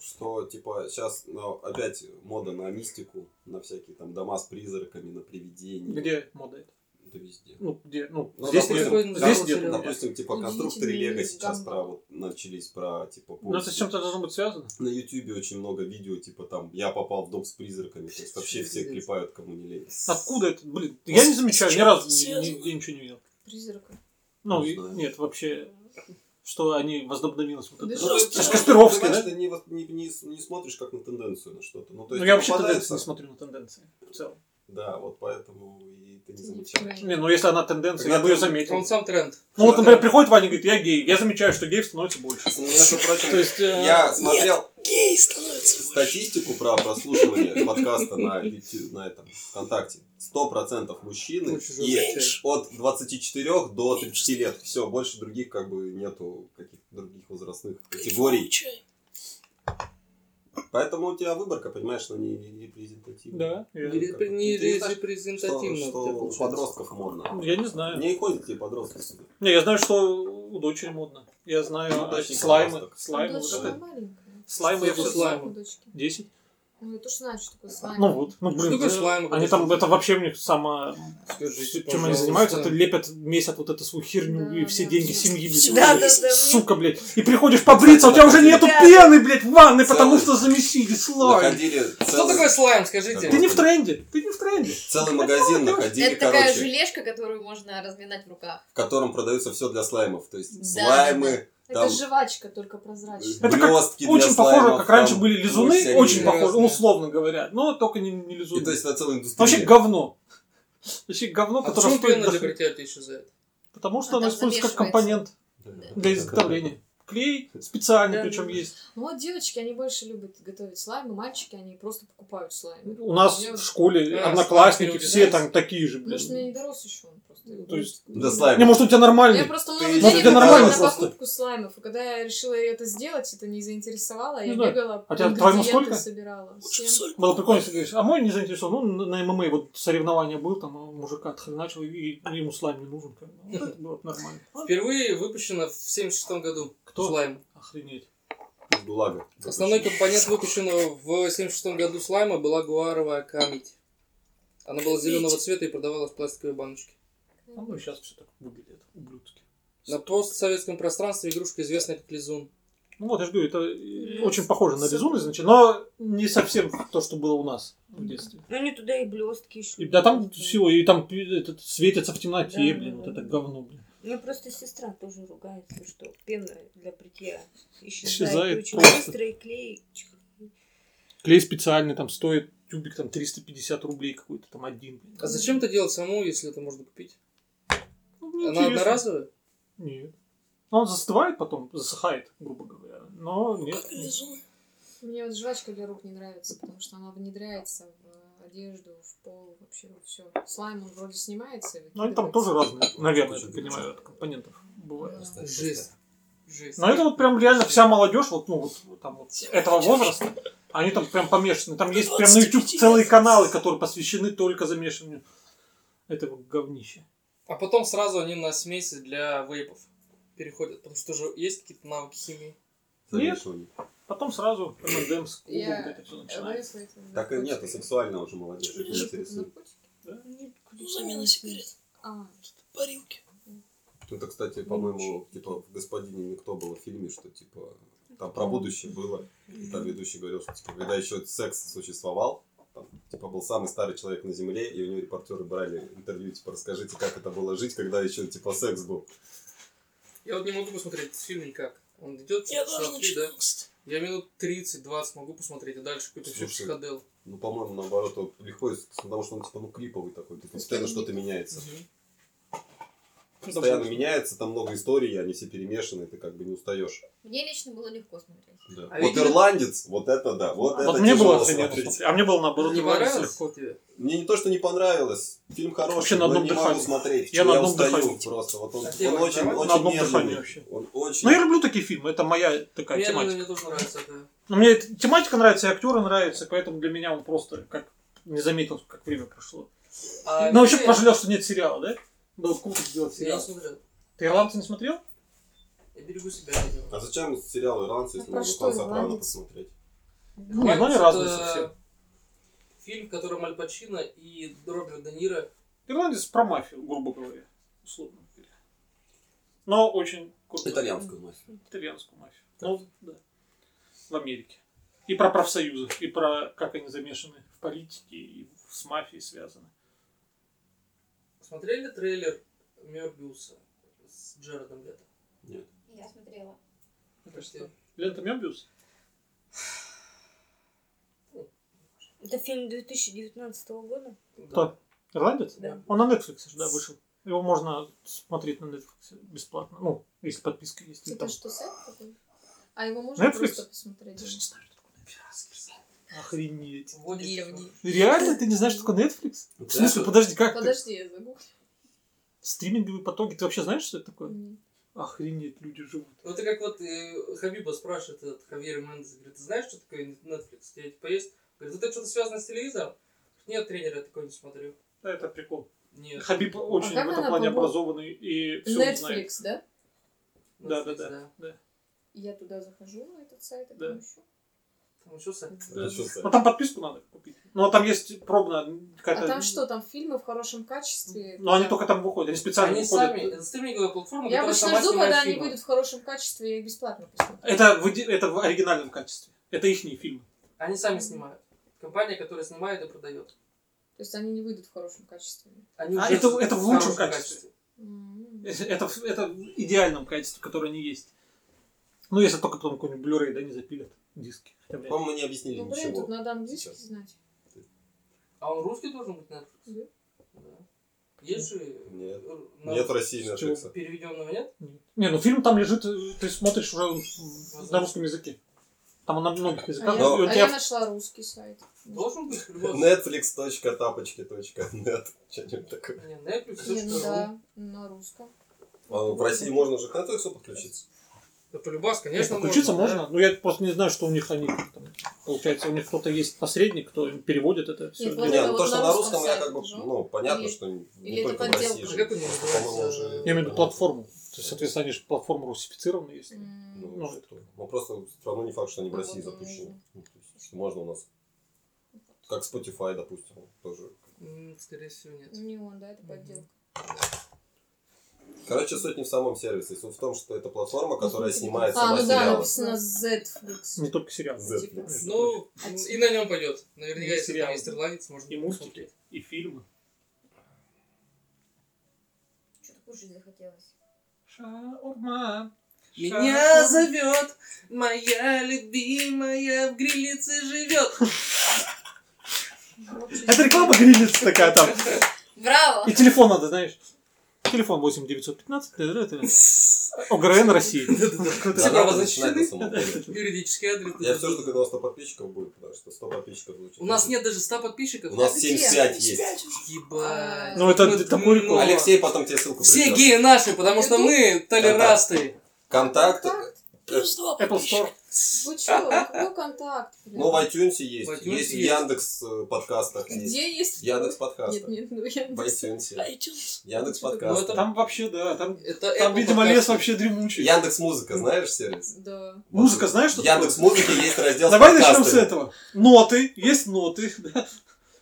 S1: Что, типа, сейчас опять мода на мистику, на всякие там дома с призраками, на привидения.
S2: Где мода это?
S1: Да везде.
S2: Ну, где? Ну,
S1: Ну,
S2: здесь
S1: допустим,
S2: нет.
S6: какой-нибудь
S2: Здесь
S6: замысел
S2: нет.
S6: или-
S1: Допустим, типа конструкторы
S5: Удивительный
S1: Лего сейчас
S5: Гамбл.
S1: про вот начались про типа
S2: Ну, это с
S1: поиски.
S2: чем-то должно быть связано.
S1: На Ютубе очень много видео, типа там я попал в дом с призраками. То есть вообще все
S6: Пиздец.
S1: клепают, кому не лень.
S2: Откуда это? Блин, я не замечаю, ни разу ни- ни- нигде ничего не видел.
S5: Призрака.
S2: Ну,
S1: Не
S2: и-
S1: знаю.
S2: нет, вообще, что они возобновилось вот
S5: Да
S2: это.
S5: что ж
S2: Это ж
S5: ты-
S2: Кашпировский,
S1: Ну, Понимаешь,
S2: да?
S1: Ты не, вот- не, не, с- не смотришь как на тенденцию на что-то. Ну, то
S2: Ну,
S1: есть
S2: я
S1: не
S2: вообще
S1: попадается.
S2: тенденции не смотрю на тенденции в целом.
S1: Да, вот поэтому и ты не замечаешь.
S5: Ты
S2: Не, ну если она тенденция, я бы ее заметил.
S6: Он сам тренд.
S2: Ну вот, например, приходит Ваня и говорит, я гей. Я замечаю, что геев становится больше.
S1: Ну, Между прочим,
S2: То есть, э,
S1: я смотрел
S3: Гей становится больше.
S1: статистику про прослушивание подкаста на, YouTube- на этом ВКонтакте. 100% мужчины
S6: Очень
S1: и
S6: жестко.
S1: от 24 до 30 лет. Все, больше других как бы нету каких-то других возрастных категорий.
S3: Чай.
S1: Поэтому у тебя выборка, понимаешь, она не, не репрезентативна.
S2: Да, я-
S1: Ну, как бы,
S6: Не
S1: ты не знаешь, Что,
S6: репрезентативно. у
S1: что
S6: тебя
S1: у
S6: получается.
S1: подростков модно.
S2: я не знаю.
S1: Не ходят тебе подростки сюда.
S2: Не, я знаю, что у дочери модно. Я знаю
S1: Удачненько у
S2: слаймы.
S1: вас так.
S2: Слаймы.
S5: Дочка
S2: вот это.
S5: маленькая.
S2: Слаймы я все
S5: Сколько
S2: слаймы.
S5: дочки?
S2: Десять?
S5: Ну, я тоже знаю, что такое слайм.
S2: Ну вот, ну блин,
S6: такое
S2: да,
S6: слаймы, Типа
S2: они
S6: подожди.
S2: там, это вообще у них сама,
S6: Скажите,
S2: чем они
S6: пожалуйста.
S2: занимаются, это лепят, месяц вот эту свою херню и все деньги семьи, блядь.
S7: Да, да, да,
S2: Сука, блядь. И приходишь побриться, а у тебя уже нету
S7: Да.
S2: пены, блядь, в ванной, потому что замесили слайм.
S1: Находили
S6: Что
S1: целый,
S6: такое слайм, скажите? А
S2: Ты не в тренде, ты не в тренде.
S1: целый магазин, находили,
S9: Это такая
S1: короче,
S9: желешка, которую можно разминать в руках.
S1: в котором продается все для слаймов. То есть
S9: Да,
S1: слаймы, там
S5: Это жвачка, только прозрачная.
S2: Это как
S1: блестки для
S2: Очень
S1: слаймов.
S2: похоже, как раньше
S1: там,
S2: были
S1: ну,
S2: лизуны,
S1: всякие-
S2: очень похоже,
S6: Разные.
S2: условно говоря, но только не, не
S1: И то
S2: лизуны.
S1: есть на целую индустрию.
S2: Ну, Вообще говно. Вообще говно,
S6: А
S2: которое
S6: почему
S2: стоит...
S6: пену
S2: дохуя.
S6: запретят еще за это?
S2: Потому что
S9: А
S2: оно
S9: там
S2: используется как компонент
S9: замешивается.
S2: для изготовления. Клей специальный,
S6: Да,
S2: причем
S6: да.
S2: есть.
S5: Ну вот девочки, они больше любят готовить слаймы, мальчики, они просто покупают слаймы.
S2: У нас
S5: Я-
S2: в школе
S6: А,
S2: одноклассники
S6: слаймы
S2: все
S6: люди, да?
S2: там такие же, блин.
S5: Может, у меня не дорос еще он просто.
S2: Ну, То есть-
S1: Да, слаймы.
S2: Не, может, у тебя
S5: Я
S2: нормальный.
S5: просто
S1: Ты
S5: много
S1: еще
S5: денег
S1: не дорос.
S5: потратила на
S2: Просто.
S5: покупку слаймов, и когда я решила это сделать, это не заинтересовало, я
S2: Ну да.
S5: бегала,
S2: А тебя- твоему
S5: ингредиенты
S2: сколько?
S5: собирала.
S3: Лучше
S5: Всем.
S3: соль.
S2: Было прикольно, если ты говоришь, а мой не заинтересован. Ну, на на ММА вот соревнование был, там а у мужика отхреначил, и ну, ему слайм не нужен. как бы. Вот это было бы нормально.
S6: Впервые выпущено в 76 году
S2: А? Кто?
S6: слайм.
S2: Охренеть.
S1: Благо.
S6: Основной компонент выпущенного в 76 году слайма была гуаровая камедь. Она была зеленого цвета и продавалась в пластиковой баночке.
S5: Э,
S2: А ну, сейчас все так выглядит ублюдски.
S6: На постсоветском пространстве игрушка известна как лизун.
S2: Ну вот, я же говорю, это э, очень похоже на лизун, значит, но не совсем то, что было у нас в детстве.
S7: Ну, не туда и блестки еще.
S2: И, да там всего, и там э, этот, светится в темноте,
S7: Да,
S2: блин,
S7: да,
S2: вот
S7: да,
S2: это
S7: да.
S2: говно, блин.
S7: Мне Ну, просто сестра тоже ругается, что пена для бритья исчезает,
S2: Исчезает
S7: очень
S2: просто.
S7: быстро, и клей...
S2: Клей специальный, там стоит тюбик там 350 рублей какой-то, там один. блин.
S6: А зачем это делать самому, если это можно купить?
S2: Ну, мне
S6: Она
S2: интересно.
S6: одноразовая?
S2: Нет. Ну, Он застывает потом, засыхает, грубо говоря. Но нет.
S3: Как лизун.
S5: Мне вот жвачка для рук не нравится, потому что она внедряется в э, одежду, в пол, вообще во все. Слайм, он вроде снимается. и
S2: Ну, они там
S5: выкидывается.
S2: тоже разные, наверное, я так понимаю, от компонентов бывает.
S5: Э,
S6: Жесть. Жесть.
S2: Но это вот прям реально вся молодежь, вот, ну, вот там вот этого возраста, они там прям помешаны. Там есть прям на YouTube целые каналы, которые посвящены только замешиванию этого говнища.
S6: А потом сразу они на смеси для вейпов переходят, потому что уже есть какие-то навыки химии.
S1: Замешивание.
S2: Потом сразу M&M с клубом
S5: Я-
S2: вот это все
S5: Э,
S2: начинается.
S5: выросла это в
S1: Так и нет, а
S5: наркотики.
S1: сексуально уже молодежь. их не
S5: Наркотики?
S1: интересует.
S3: Ну, замена сигарет.
S5: А,
S3: Парилки.
S1: Это, кстати, по-моему, типа в «Господине никто» было в фильме, что типа там про будущее было. И там ведущий говорил, что типа, когда еще секс существовал, там, типа был самый старый человек на земле, и у него репортеры брали интервью, типа расскажите, как это было жить, когда еще типа секс был.
S6: Я вот не могу посмотреть этот фильм никак. Он идет
S3: Я
S6: часа
S3: тоже
S6: три, да?
S3: начинал, кстати.
S6: Я минут 30-20 могу посмотреть, а дальше какой-то все
S1: Слушай.
S6: психодел.
S1: Ну, по-моему, наоборот, он легко, из- потому что он типа ну клиповый такой, тут постоянно что-то меняется. Постоянно меняется, там много историй, они все перемешаны, ты как бы не устаешь.
S9: Мне лично было легко смотреть.
S1: Да.
S6: А
S1: вот
S6: видели-
S1: ирландец, вот это да, вот, это
S2: А Вот мне
S1: тяжело
S2: было охрененно
S1: смотреть.
S2: смотреть, а мне было наоборот
S6: Не
S2: нравится
S6: понравилось
S2: легко.
S6: тебе?
S1: Мне не то, что не понравилось, фильм хороший,
S2: Вообще на одном
S1: но не
S2: дыхании.
S1: могу смотреть.
S2: Я
S1: Я,
S2: на одном
S1: устаю
S2: дыхании.
S1: просто. Вот он,
S6: А
S1: он
S6: тебе вот
S1: очень,
S6: нравится?
S1: очень
S2: На одном
S1: нервный.
S2: дыхании вообще.
S1: Он очень...
S2: Ну, я люблю такие фильмы, это моя такая
S6: Мне,
S2: тематика.
S6: наверное, мне тоже нравится, да.
S2: Но мне эта тематика нравится, и актеры нравятся, поэтому для меня он просто как не заметил, как время прошло.
S6: А
S2: Но Ну, вообще
S6: видели-
S2: пожалел, что нет сериала, да? Было бы круто сделать
S6: Я
S2: сериал.
S6: не смотрел.
S2: Ты «Ирландца» не смотрел?
S6: Я берегу себя от этого.
S1: А зачем сериал «Ирландцы», если
S5: А про
S1: можно
S5: что
S1: «Клан Сопрано»
S5: «Ирландец»?
S1: посмотреть?
S2: Ну, не, ну, они
S6: Это
S2: разные совсем.
S6: Фильм, в котором Аль Пачино и Роберт Де Ниро.
S2: «Ирландец» про мафию, грубо говоря. Условно говоря. Но очень круто.
S1: Итальянскую мафию.
S2: Итальянскую мафию. Ну, да. В Америке. И про профсоюзы, и про как они замешаны в политике, и с мафией связаны.
S6: Смотрели трейлер Мёрбиуса с Джаредом Лето?
S1: Нет.
S9: Я смотрела.
S6: Это что?
S2: Лента Мебиус?
S7: Это фильм 2019 года.
S6: Да.
S2: Ирландец?
S6: Да.
S2: Он на Netflix же, да, вышел. Его можно смотреть на Netflix бесплатно. Ну, если подписка есть. или
S5: это
S2: там.
S5: что, сайт такой? А его можно
S2: Netflix?
S5: просто посмотреть?
S2: Даже не знаю, что такое Netflix. Охренеть.
S6: Древний.
S2: Реально ты не знаешь, что такое Netflix?
S1: Да.
S2: В смысле, подожди, как ты-
S5: Подожди, я загуглю.
S2: Стриминговые потоки. Ты вообще знаешь, что это такое?
S5: Нет.
S2: Охренеть, люди живут.
S6: Ну, это как вот э, Хабиба спрашивает этот Хавьер Мендес, говорит, ты знаешь, что такое Netflix? Я типа есть? Говорит, это что-то связано с телевизором? Нет, тренер, я такое не смотрю.
S2: Да, это прикол.
S6: Нет.
S2: Хабиб очень
S5: А как
S2: в этом
S5: она
S2: плане
S5: по-моему?
S2: образованный и все знает.
S5: Netflix, да?
S2: Да, да,
S6: Netflix,
S2: да. да.
S5: Я туда захожу, на этот сайт, и
S2: Да.
S5: там ещё.
S6: Там еще сайт?
S1: Да, что
S2: Ну там подписку надо купить. Ну а там есть пробная какая-то.
S5: А там что, там фильмы в хорошем качестве?
S2: Ну они только там выходят, они специально
S6: Они
S2: выходят.
S6: сами, это стриминговая платформа,
S5: Я
S6: которая
S5: обычно
S6: сама
S5: жду,
S6: снимает
S5: когда они
S6: фильмы.
S5: выйдут в хорошем качестве и их бесплатно посмотрю.
S2: Это, в, иде- это в оригинальном качестве. Это их фильмы.
S6: Они сами снимают. Компания, которая снимает и продает.
S5: То есть они не выйдут в хорошем качестве. М-м-м.
S6: Они
S2: А
S6: уже
S2: это-
S6: с-
S2: это в
S6: с
S2: лучшем
S6: хорошим
S2: качестве. Это, в- это в идеальном качестве, которое не есть. Ну, если только потом какой-нибудь Blu-ray, да, не запилят диски. Хотя вряд ли.
S1: По-моему, мы не объяснили
S5: Ну, блин,
S1: ничего.
S5: тут надо английский знать.
S6: А он русский должен быть на Netflix?
S5: Да.
S6: Есть же...
S1: Нет. Нет в России Netfлixа.
S6: Переведенного нет?
S2: Не, ну фильм там лежит, э, ты смотришь уже в- на русском языке. Там он на многих
S5: А
S2: языках.
S5: я,
S2: и Ну, у
S5: а
S2: тебя
S5: я нашла русский сайт.
S6: Должен быть по-любому.
S1: Netflix.тапочки.нет. Что-нибудь такое.
S6: Не, Netflix, все,
S5: Не, ну
S6: что...
S5: да, на русском.
S1: А в России можно же к Netflix подключиться?
S6: Да полюбас,
S2: Нет,
S6: конечно,
S2: подключиться
S6: можно.
S2: можно, но я просто не знаю, что у них они там, получается, у них кто-то есть посредник, кто им переводит это все.
S5: Нет, вот
S1: Не,
S5: это
S1: ну
S5: вот
S1: то, что
S5: на
S1: на
S5: русском
S1: русском, я
S5: сайте
S1: как бы,
S5: лежал?
S1: ну, понятно,
S5: Или-
S1: что
S5: или
S1: не
S5: это
S1: только в России же.
S5: подделка?
S6: А как у них
S1: Просто,
S6: называется?
S1: по-моему, уже...
S2: Я имею в виду платформу. То есть, соответственно, они же платформа русифицированная есть.
S5: М-м,
S1: Ну,
S2: Ну,
S1: что? Ну, просто все равно не факт, что они в
S5: А
S1: России
S5: вот он
S1: запущены.
S5: нужен.
S1: Ну, то есть, что Можно у нас. Как Spotify, допустим, тоже.
S6: М, Скорее всего, нет.
S5: Не он, да, это подделка.
S1: Короче, суть не в самом сервисе. Суть в том, что это платформа, которая снимает
S5: А,
S1: сама
S5: ну да,
S1: сериалы.
S5: написано Zflix.
S2: Не только сериалы.
S1: Netflix.
S6: Ну, и на нем пойдет. Наверняка,
S2: И
S6: если там
S2: сериалы.
S6: есть ирландец, можно
S2: И
S6: посмотреть.
S2: мультики, и фильмы.
S9: Что-то кушать захотелось.
S2: Шаурма.
S12: Меня зовет моя любимая в грилице живет.
S2: Это реклама грилица такая там.
S9: Браво!
S2: И телефон надо, знаешь. Телефон 8 915 ОГРН России.
S1: Да,
S6: Все
S1: надо начинать на
S6: правозащитные.
S1: самом деле.
S6: Юридический адрес.
S1: Я все жду, когда у нас 100 подписчиков будет, потому что 100 подписчиков звучит.
S6: У нас нет А даже 100 подписчиков.
S1: У нас
S5: Где?
S1: 75 есть.
S3: Спять уже.
S6: Ебать.
S2: Ну, это
S6: Мы
S2: такой
S6: дно.
S1: Алексей потом тебе ссылку
S6: Все
S1: пришлёт.
S6: геи наши, потому что мы толерасты.
S1: Контакт.
S3: Плюс два
S2: Apple
S3: подписчика.
S2: Store.
S5: Вы чё, какой контакт? блин?
S1: Ну, в iTunes есть.
S6: В iTunes
S1: есть в
S6: есть.
S1: Яндекс э, подкастах есть.
S5: Где есть?
S1: В Яндекс
S5: Нет,
S1: подкастах.
S5: нет, ну
S1: В
S5: Яндекс.
S1: iTunes.
S3: iTunes.
S1: Яндекс
S6: Ну, это
S1: подкаст.
S2: Там вообще, да, там,
S6: Это
S2: там
S6: Apple
S2: видимо,
S6: подкаст.
S2: лес вообще дремучий.
S1: Яндекс Музыка, знаешь сервис?
S5: Да.
S2: Музыка, знаешь, что
S1: В Яндекс Музыке есть раздел с
S2: Давай начнем с
S1: подкастами.
S2: этого. Ноты, есть ноты. да.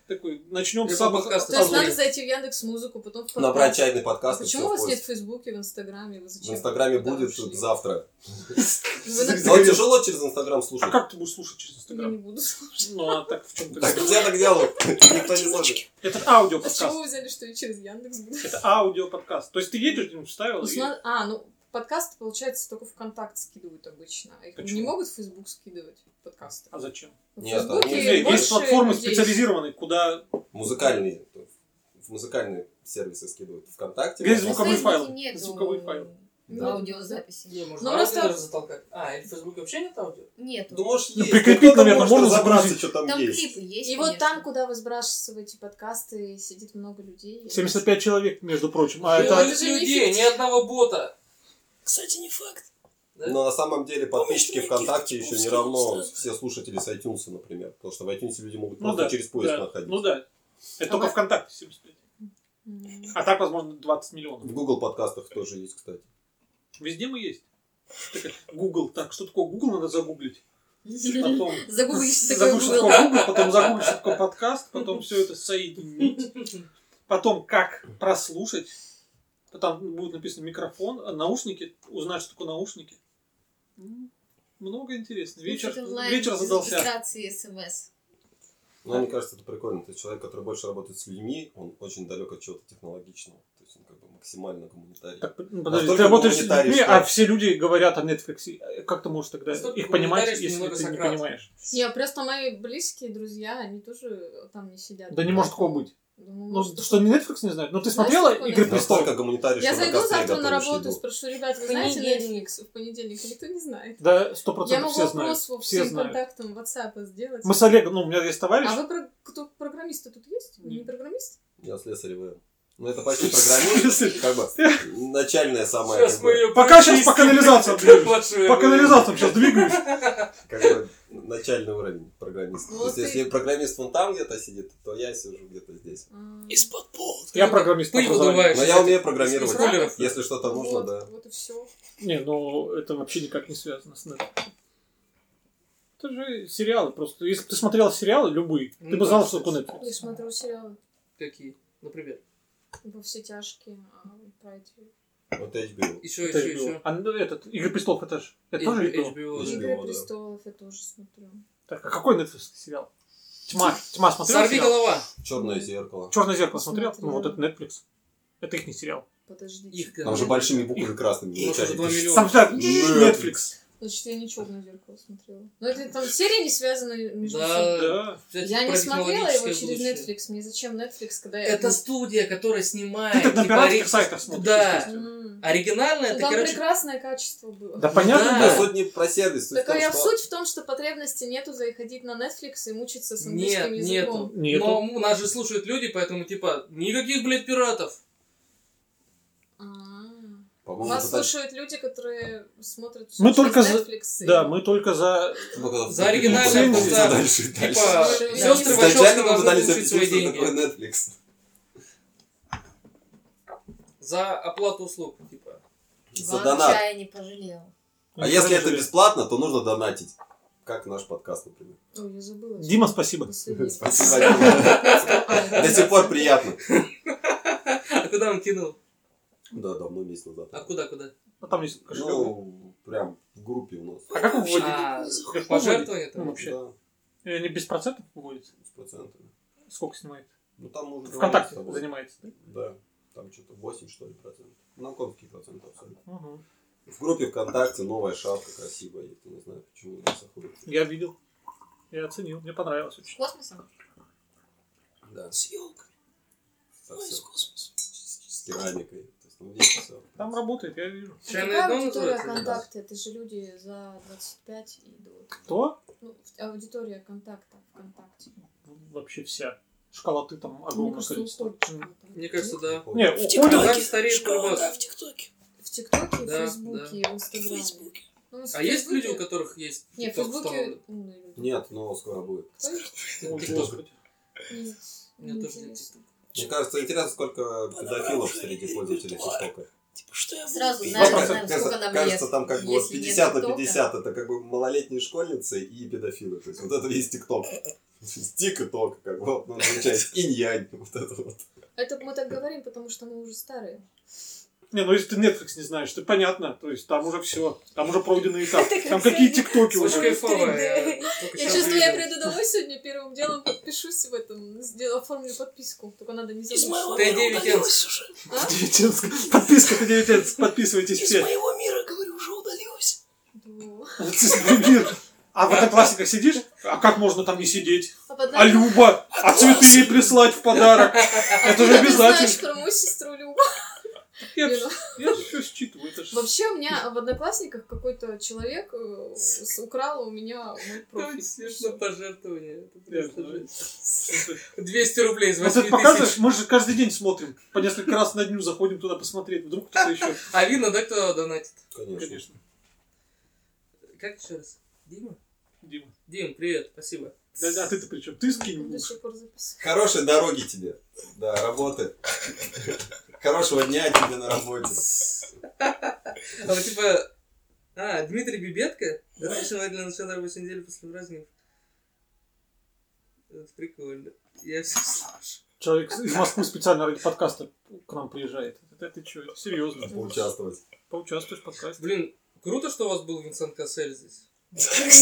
S2: Такой, начнем с
S6: Apple
S2: самых...
S6: подкасты.
S5: То есть
S6: Азбуки.
S5: надо зайти в Яндекс Музыку, потом в подкаст.
S1: Набрать чайный
S5: А
S1: подкаст и
S5: Почему
S1: всё
S5: у вас
S1: поиск.
S5: нет в Фейсбуке, в Инстаграме? Вы
S1: В
S5: зачем?
S1: Инстаграме
S5: Куда
S1: будет
S5: ушли?
S1: завтра.
S5: Вы на-
S1: Но тяжело через Инстаграм
S2: А
S1: слушать.
S2: как ты будешь слушать через
S5: Я не
S2: Инстаграм?
S5: буду слушать.
S2: Ну, а так в чем ты?
S1: Так я так делаю. Никто не слушает.
S2: Это аудио
S5: А с чего
S2: подкаст.
S5: вы взяли, что я через Яндекс буду?
S2: Это аудио подкаст. То есть ты едешь, ну, вставил
S5: Ну, с
S2: и...
S5: на- А, ну, подкасты, получается, только ВКонтакт скидывают обычно. А Их
S2: Почему?
S5: не могут в Фейсбук скидывать подкасты. Ну,
S2: А зачем?
S5: В
S1: Нет, а
S5: Фейсбуке
S1: Окей,
S2: Есть-
S5: больше
S2: есть платформы
S5: людей.
S2: специализированные, куда
S1: Музыкальные. В музыкальные сервисы скидывают ВКонтакте.
S2: Есть
S1: Возможно.
S2: звуковые
S9: В Фейсбуке
S2: файлы.
S9: нету
S2: Звуковые файлы.
S1: Да.
S9: Аудиозаписи.
S6: Не, можно
S5: Ну,
S6: аудио
S5: просто-
S6: даже затолкать. А, или в Фейсбуке вообще нет аудио?
S1: Ну,
S9: Нету.
S1: может,
S2: Ну,
S1: есть.
S2: прикрепить,
S1: Ну, кто-то
S2: наверное,
S1: может
S2: можно
S1: разобраться,
S2: загрузить.
S1: что там
S9: Там
S1: есть.
S9: клипы есть,
S5: И вот
S9: конечно.
S5: там, куда вы сбрасываете подкасты, сидит много людей.
S2: 75 человек, между прочим. А
S6: Миллион
S2: это...
S5: это же не
S6: людей,
S5: фифти.
S6: ни одного бота.
S3: Кстати, не факт.
S6: Да?
S1: Но на самом деле подписчики
S3: Помнишь,
S1: ВКонтакте
S3: Никит
S1: еще не
S3: Киповский
S1: равно
S3: устраивает?
S1: все слушатели с iTunes, например. Потому что в iTunes люди могут
S2: Ну
S1: просто
S2: да,
S1: через поиск
S2: да.
S1: находить.
S2: Ну да. Это
S5: А
S2: только
S5: мы-
S2: ВКонтакте 75.
S5: М.
S2: А так, возможно, 20 миллионов.
S1: В Google подкастах тоже есть, кстати.
S2: Везде мы есть. Так, Google. Так, что такое Google, надо загуглить. Потом
S9: Загуглишь что такое
S2: загуглишь, что
S9: Google.
S2: такое Google, потом загуглишь, что такое подкаст, потом все это соединить. Потом как прослушать. Там будет написано микрофон, а наушники, узнать, что такое наушники. М, Много интересного. Вечер,
S9: Слушать онлайн
S2: вечер
S9: без
S2: задался.
S9: регистрации смс.
S1: Но Ну, мне кажется, это прикольно. То есть человек, который больше работает с людьми, он очень далек от чего-то технологичного. То есть он как бы максимально гуманитарий.
S2: Так, ну, подожди, ты
S1: Настолько
S2: работаешь с
S1: гуманитарий,
S2: людьми,
S1: что-
S2: а все люди говорят о Netflix. Э, Как ты можешь тогда
S6: Настолько
S2: их понимать,
S6: гуманитарий, что
S2: если
S6: немного
S2: ты не
S6: Сократ.
S2: понимаешь?
S5: Не, просто мои близкие друзья, они тоже там не сидят.
S2: Да не может такого быть.
S5: Думаю,
S2: Ну,
S5: может,
S2: что не Netflix не знает? Ну, ты
S5: Знаешь,
S2: смотрела
S5: такое
S2: «Игры
S5: есть?
S2: престолов»?
S1: Настолько гуманитарий,
S5: Я
S1: что на
S5: зайду
S1: костре
S5: завтра на
S1: готовишь
S5: работу и
S1: еду.
S5: спрошу, ребят, вы знаете
S7: Понедельник.
S5: Netflix? В понедельник никто не знает.
S2: Да, сто
S5: Я
S2: процентов
S5: могу
S2: все знают.
S5: вопрос по
S2: Все
S5: всем
S2: знают.
S5: контактам WhatsApp сделать.
S2: Мы с Олегом, ну, у меня есть товарищ.
S5: А вы про- кто программисты тут есть? Вы Не
S2: Нет.
S5: программист?
S1: Я слесарь ВМ. Ну это почти программист. Как бы начальная самая.
S6: Сейчас
S1: как
S6: мы
S1: бы-
S6: ее
S2: Пока сейчас по канализациям двигаюсь.
S6: По
S2: По канализациям сейчас двигаюсь.
S1: как бы начальный уровень программиста.
S5: Ну,
S1: То есть,
S5: вот
S1: если программист вон там где-то сидит, то я сижу где-то здесь. здесь.
S5: А, ну
S3: Из-под пола.
S2: Я программист. по
S1: Пыль
S2: образованию.
S1: надуваешь. Но я умею программировать. Если что-то нужно,
S5: вот,
S1: да.
S5: Вот и все.
S2: Не, ну это вообще никак не связано с нетом. Это же сериалы просто. Если бы ты смотрел сериалы любые,
S6: Ну
S2: ты бы
S6: да,
S2: знал, что такое
S6: кстати.
S2: Netflix.
S5: Я смотрю сериалы
S6: Какие? Например.
S5: во все тяжкие, а про эти
S1: Вот HBO.
S6: Еще,
S2: Это
S6: еще,
S2: HBO.
S6: еще.
S2: А ну, этот, Игры престолов это же. Это тоже HBO.
S5: Игры
S1: да.
S5: престолов я тоже смотрю.
S2: Так, а какой Netflix сериал? Тьма. Тьма смотрел
S6: Сорви
S2: сериал?
S6: голова.
S1: Черное зеркало.
S2: Черное зеркало смотрел?
S5: Смотрела.
S2: Ну вот это Netflix. Это их не сериал.
S5: Подожди.
S6: Их э,
S1: Там же большими буквами красными.
S6: уже
S1: вначале
S6: два
S1: пишется.
S2: Там же
S6: Э,
S2: Netflix.
S5: Значит, я не черное зеркало смотрела. Но это там серии не связаны между собой.
S6: Да.
S2: Да.
S5: Я не
S6: Про
S5: смотрела его
S6: технологическое
S5: через
S6: будущее.
S5: Netflix. Мне зачем Netflix, когда я...
S6: Это студия, которая снимает.
S2: Ты так на
S6: типа,
S2: пиратских
S6: ори-
S2: сайтах смотришь.
S6: Да.
S2: естественно.
S5: М.
S6: Оригинальная,
S5: Ну,
S6: это,
S5: Там
S6: короче,
S5: прекрасное качество было.
S2: Да понятно,
S6: Да.
S1: Да,
S2: да.
S1: суть не про сервис. суть
S5: Так
S1: в том,
S5: а я
S1: что-
S5: суть в том, что потребности нету заходить на Netflix и мучиться с английским
S6: Нет,
S5: языком.
S6: нету.
S2: Нету.
S6: Но м, нас же слушают люди, поэтому, типа, никаких, блядь, пиратов.
S5: А.
S1: По-моему,
S5: Вас
S1: это так-
S5: слушают люди, которые смотрят
S2: Мы
S5: через
S2: только за-
S5: Netflix. и-
S2: Да, мы только за...
S1: Ну, когда
S6: За оригинальное
S1: Дальше,
S6: просто,
S1: дальше, дальше.
S6: типа,
S5: дальше.
S6: сестры
S5: Да,
S6: Вачовски
S1: Изначально мы
S6: должны
S1: пытались
S6: получить
S1: объяснить,
S6: свои
S1: что такое
S6: деньги.
S1: Netflix.
S6: За оплату услуг, типа.
S1: За
S9: Иван
S1: донат.
S9: чая не пожалел.
S1: А если это бесплатно, то нужно донатить. Как наш подкаст, например.
S5: Ой, я забыла.
S2: Дима, спасибо.
S5: Последний.
S1: Спасибо, Дима. До сих пор приятно.
S6: А куда он кинул?
S1: Да, давно, месяц назад.
S6: А куда, куда?
S2: А там есть кошелек.
S1: Ну, прям в группе у нас.
S2: а как вы вводите?
S6: А,
S2: Как вы
S6: пожертвование
S2: вводите? Ну,
S6: там?
S2: вообще.
S1: Да,
S2: И Они Э, без процентов выводятся?
S1: с процентами.
S2: Сколько снимает?
S1: Ну, там уже... говорили
S2: Вконтакте
S1: с тобой.
S2: занимается. да?
S1: Да, там что-то 8, что ли, процентов. Нам конские проценты абсолютно.
S2: Мгм.
S1: В группе ВКонтакте новая шапка красивая. есть. Я не знаю, почему она заходит.
S2: Я видел. Я оценил. Мне понравилось
S9: С
S2: очень.
S9: космосом?
S1: Да,
S3: С елками.
S1: так
S3: Ну, из
S1: всё,
S3: космоса.
S1: с керамикой. То есть, ну, здесь все.
S2: Там работает, я вижу.
S5: А
S6: Чайная
S5: какая
S6: дом
S5: аудитория
S6: называется?
S5: контакта? Это же люди за 25 и до.
S2: Кто?
S5: Ну, в- аудитория контакта ВКонтакте.
S2: Вообще вся. Шкалоты там
S5: Мне
S2: огромное
S5: кажется,
S2: количество.
S5: уходит что-то.
S6: Мне кажется, да.
S2: Не,
S3: В
S2: уходят.
S6: Тик-Токе.
S3: ТикТоке.
S6: стареет
S3: Школа,
S6: по-любому.
S3: да, в ТикТоке.
S5: В ТикТоке, в
S6: Да,
S5: Фейсбуке, и в
S3: В
S5: Инстаграме.
S3: Фейсбуке.
S5: Ну, в
S6: А есть люди,
S5: Фейсбуке-
S6: у которых есть
S5: Не, в
S6: TikTok
S5: Фейсбуке
S6: установлен?
S5: умные люди.
S1: Нет, но скоро будет.
S5: Кто есть?
S2: О, Господи.
S5: Нет,
S6: Мне тоже нет
S5: неинтересно.
S2: типа.
S1: Мне кажется, интересно, сколько педофилов среди пользователей ТикТока.
S3: Типа, что я буду
S9: Сразу
S3: петь?
S9: знаешь,
S2: Вопрос.
S9: знаем, сколько
S1: Кажется,
S9: нам
S1: кажется,
S9: лет.
S1: там как бы вот
S9: Если нет
S1: 50 на
S9: ТикТока.
S1: 50. Это как бы малолетние школьницы и педофилы. То есть вот это весь ТикТок. Тик-ток, как бы, вот, ну, получается, инь-янь, вот это вот.
S5: Это мы так говорим, потому что мы уже старые.
S2: Не, ну если ты Netflix не знаешь, ты понятно. То есть там уже все. Там уже пройденный этап.
S7: Это как
S2: Там какие
S7: Sonic.
S2: тиктоки
S6: Очень
S2: уже.
S6: кайфовая. Я, только
S5: Я
S6: щас
S5: чувствую, я
S6: увидел.
S5: приду домой сегодня, первым делом подпишусь в этом, сделаю, оформлю подписку. Только надо не
S3: Из моего
S5: забыть.
S6: Ты
S3: мира
S6: девять
S3: удалилась уже.
S7: а?
S2: Девятинск. Подписка на Девятинск. Подписывайтесь
S3: Из
S2: все.
S3: моего мира, говорю, уже удалилась.
S5: Да.
S2: Вот ты дебил. А в одноклассниках сидишь? А как можно там не сидеть?
S5: А потом-
S2: А Люба? А цветы ей прислать в подарок? Это же
S5: Ты знаешь
S2: обязательно.
S5: про мою сестру Любу.
S2: Я, все считываю. Это же...
S5: Вообще у меня в Одноклассниках какой-то человек э, с- украл у меня мой
S6: Там
S5: профиль.
S6: смешно пожертвование. Это просто
S2: Я
S6: жесть. 200 рублей из
S2: Вот это
S6: 8
S2: Ну, показываешь,
S6: тысяч.
S2: мы же каждый день смотрим. По несколько раз на дню заходим туда посмотреть. Вдруг кто-то еще.
S6: А видно, да, кто донатит?
S1: Конечно.
S2: Конечно.
S6: Как еще раз? Дима?
S2: Дима.
S6: Дим, привет, спасибо.
S2: Да, а ты-то при чем? Ты скинь.
S5: До
S2: лучше.
S5: сих пор записываю.
S1: Хорошей дороги тебе. Да, работы. Хорошего дня тебе на работе.
S6: А вот типа... А, Дмитрий Бибетко? Да, точно для начала рабочей недели после праздников. Это прикольно. Я все слышу.
S2: Человек из Москвы специально ради подкаста к нам приезжает. Это ты что?
S5: А
S2: Серьезно.
S1: Поучаствовать.
S2: Поучаствуешь в подкасте.
S6: Блин, круто, что у вас был Винсент Кассель здесь.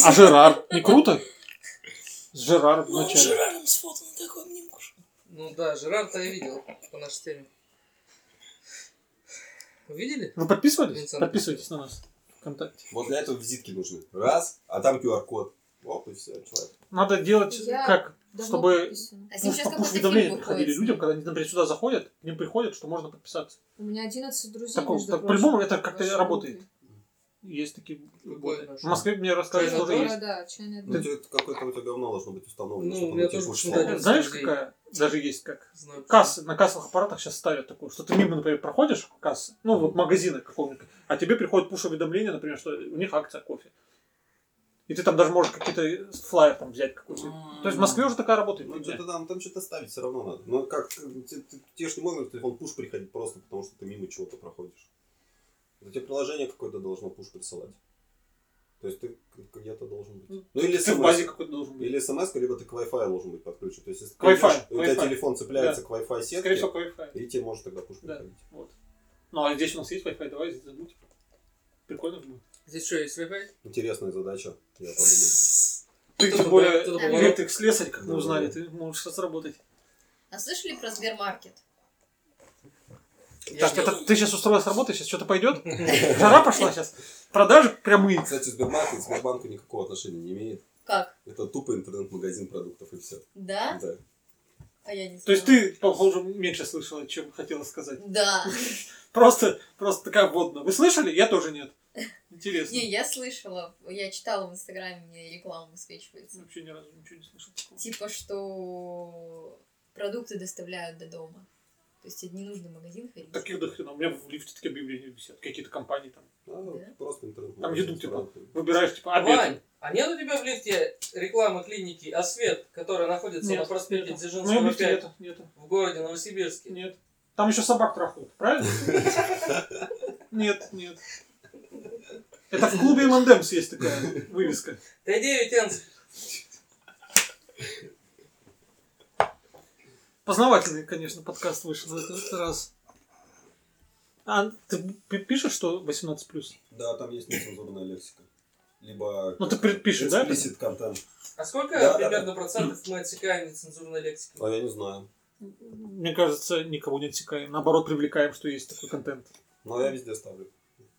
S2: А Жерар? Не круто? С Жерар
S3: Ну, он с
S2: вначале.
S3: Жераром сфотан, такой обнимку. же.
S6: Ну да, Жерарта я видел по нашей теме. Вы Видели?
S2: Вы подписывались?
S6: Винсент.
S2: Подписывайтесь на нас. ВКонтакте.
S1: Вот для этого визитки нужны. Раз, а там QR-код. Оп, и все, человек.
S2: Надо делать
S5: Я
S2: как?
S5: Давно
S2: Чтобы
S5: подписана.
S9: А
S2: ну, чтобы
S9: сейчас
S2: уж
S9: какой-то фильм
S2: уведомления приходили
S9: выходит.
S2: людям, когда они, например, сюда заходят, к ним приходят, что можно подписаться.
S5: У меня 11 друзей,
S2: Такого-
S5: между
S2: так
S5: прочим,
S2: по-любому это как-то
S5: в вашей
S2: работает.
S5: группе.
S2: Есть такие
S6: Какой
S2: боты.
S6: хорошо.
S2: В Москве мне рассказывали,
S6: Чайная
S2: что уже
S6: тоже
S5: Да,
S2: есть.
S5: да, чайная
S1: Ну,
S5: дом.
S1: тебе какое-то у тебя говно должно быть установлено,
S6: Ну,
S1: чтобы
S6: у меня
S1: оно тебе
S6: тоже
S1: лучше
S6: почему-то
S1: шло.
S6: один.
S2: Знаешь,
S6: Людей.
S2: какая? Даже есть как.
S6: Знаю,
S2: Кассы, на кассовых аппаратах сейчас ставят такую, что ты мимо, например, проходишь кассы, ну вот магазина какого-нибудь, а тебе приходит пуш-уведомление, например, что у них акция кофе. И ты там даже можешь какие-то флайер там взять какой-то. То есть в Москве уже такая работает.
S1: Ну, что-то там, там что-то ставить все равно надо. Ну, как, как- те- те- тебе же не можно в телефон пуш приходить просто потому, что ты мимо чего-то проходишь. У тебя приложение какое-то должно пуш присылать. То есть ты к- где-то должен быть. Ну, или
S2: Ты в
S1: смс.
S2: базе какой-то должен быть.
S1: Или смс, либо ты к Wi-Fi должен быть подключен. То есть, если
S2: К
S1: ты
S2: Wi-Fi,
S1: идёшь, у тебя
S2: Wi-Fi.
S1: телефон цепляется
S2: Да.
S1: к Wi-Fi сетке,
S2: Скорее всего, к Wi-Fi.
S1: и тебе может тогда пуш приходить.
S2: Вот. Ну, а здесь у нас есть Wi-Fi, давай здесь забудь. Прикольно же будет.
S6: Здесь что, есть Wi-Fi?
S1: Интересная задача, я подумаю.
S2: Ты,
S6: Кто-то
S2: тем более,
S6: был- кто-то был
S2: электрик слесарь, как мы
S1: Да.
S2: узнали, ты можешь сейчас работать.
S9: А слышали про Сбермаркет?
S2: так, это ты сейчас устроилась работать, сейчас что-то пойдет? Жара пошла сейчас. Продажи прямые.
S1: Кстати, Сбербанк к Сбербанку никакого отношения не имеет.
S9: Как?
S1: Это тупо интернет-магазин продуктов и все.
S9: Да?
S1: Да.
S9: А я не знаю.
S2: То есть ты, похоже, меньше слышала, чем хотела сказать.
S9: Да.
S2: Просто, просто как водно. Вы слышали? Я тоже нет. Интересно.
S9: Не, я слышала, я читала в Инстаграме, мне реклама высвечивается.
S2: Вообще ни разу ничего не слышал.
S9: Типа, что продукты доставляют до дома. То есть тебе не нужно в магазин ходить.
S2: Таких до хрена. У меня в лифте такие объявления висят. Какие-то компании там.
S1: Ну, просто интернет.
S2: Там еду, типа, выбираешь, типа,
S6: Вань,
S2: обед.
S6: а нет у тебя в лифте рекламы клиники «Освет», которая находится
S2: Нет,
S6: на проспекте
S2: нету.
S6: Дзержинского
S2: Ну, в лифте
S6: 5
S2: нету, нету.
S6: в городе Новосибирске?
S2: Нет. Там еще собак трахают, правильно? Нет, нет. Это в клубе МНДМС есть такая вывеска.
S6: Т9 Энск.
S2: Познавательный, конечно, подкаст вышел в этот раз. А ты пи- пишешь, что 18 плюс?
S1: Да, там есть нецензурная лексика. Либо...
S2: Ну, ты предпишешь, да?
S1: Explicit контент.
S6: А сколько
S1: Да, да,
S6: примерно
S1: да.
S6: процентов мы отсекаем нецензурной лексики?
S1: А я не знаю.
S2: Мне кажется, никого не отсекаем. Наоборот, привлекаем, что есть такой контент.
S1: Но я везде ставлю.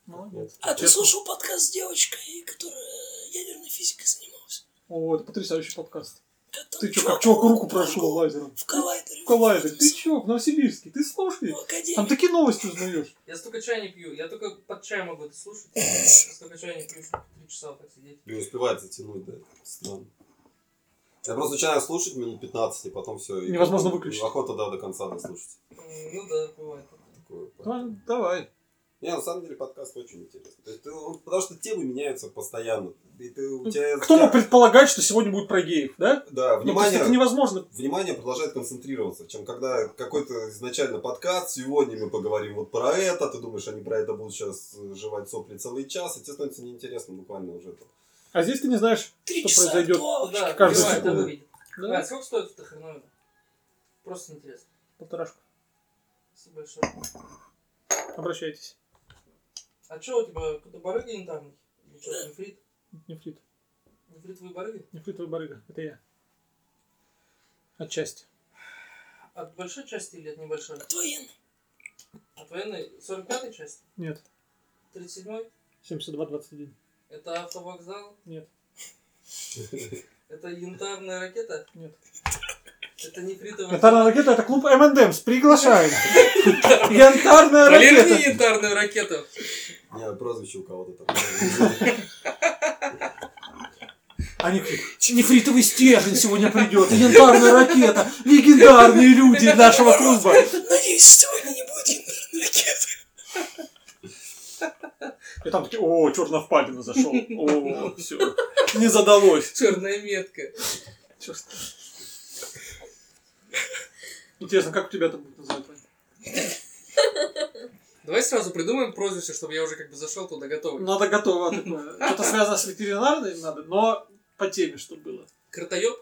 S2: Молодец.
S3: А ты
S2: Честно.
S3: слушал подкаст с девочкой, которая ядерной физикой занималась?
S2: О, это потрясающий подкаст.
S3: там
S2: Ты чё,
S3: чувак
S2: как чуваку руку прошел лазером? В
S3: коллайдере.
S2: В коллайдере. Ты чё, в Новосибирске? Ты слушай. Там такие новости узнаешь.
S6: Я столько чая не пью, я только под чай могу это слушать. Я столько чая не пью, чтобы три часа так сидеть.
S1: Не успевает затянуть, да. Странно. Я просто начинаю слушать минут 15, и потом все.
S2: Невозможно выключить.
S1: Охота, да, до конца дослушать.
S6: М, Ну да, бывает.
S1: Такое.
S2: Ну, давай.
S1: Не, на самом деле подкаст очень интересный. То есть ты- он- потому что темы меняются постоянно. И ты, у тебя,
S2: Ну, Кто мог предполагать, что сегодня будет про геев, да?
S1: Да,
S2: Ну, то есть
S1: внимание,
S2: это невозможно.
S1: внимание продолжает концентрироваться, чем когда какой-то изначально подкаст, сегодня мы поговорим вот про это, ты думаешь, они про это будут сейчас жевать сопли целый час, и тебе становится неинтересно буквально уже. это.
S2: А здесь ты не знаешь, что
S1: часа
S2: произойдет
S3: Ну
S1: отвалочки.
S6: Да,
S2: каждую
S6: бывает,
S2: секунду.
S6: так выйдет.
S2: Да.
S6: Вань, А сколько стоит эта хреновина? Просто интересно.
S2: Полторашку.
S6: Спасибо большое.
S2: Обращайтесь.
S6: А что у тебя, какой-то барыга янтарный? Или что, нефрит?
S2: Нефрит.
S6: Нефритовые барыги?
S2: Нефритовый барыга. Это я. Отчасти.
S6: От большой части или от небольшой? От
S3: военной.
S6: От военной? 45-й части?
S2: Нет.
S6: 37-й?
S2: 72-21.
S6: Это автовокзал?
S2: Нет.
S6: Это янтарная ракета?
S2: Нет.
S6: Это нефритовая
S2: Янтарная ракета это клуб МНДМС. Приглашаем. Янтарная
S6: Полирни
S2: ракета.
S6: янтарную ракету.
S1: Не, прозвище у кого-то там.
S2: А не нефритовый стержень сегодня придет. и Янтарная ракета. Легендарные люди нашего клуба.
S3: Надеюсь, сегодня не будет ядерной ракеты.
S2: И там такие, о, черная впадина зашел. О, все. Не задалось.
S6: Черная метка.
S2: Чёрт. Интересно, как у тебя это будет называть? Вань?
S6: Давай сразу придумаем прозвище, чтобы я уже как бы зашел туда готовый.
S2: Надо готово такое. Что-то связано с ветеринарной надо, но по теме, что было.
S6: Кротоеб?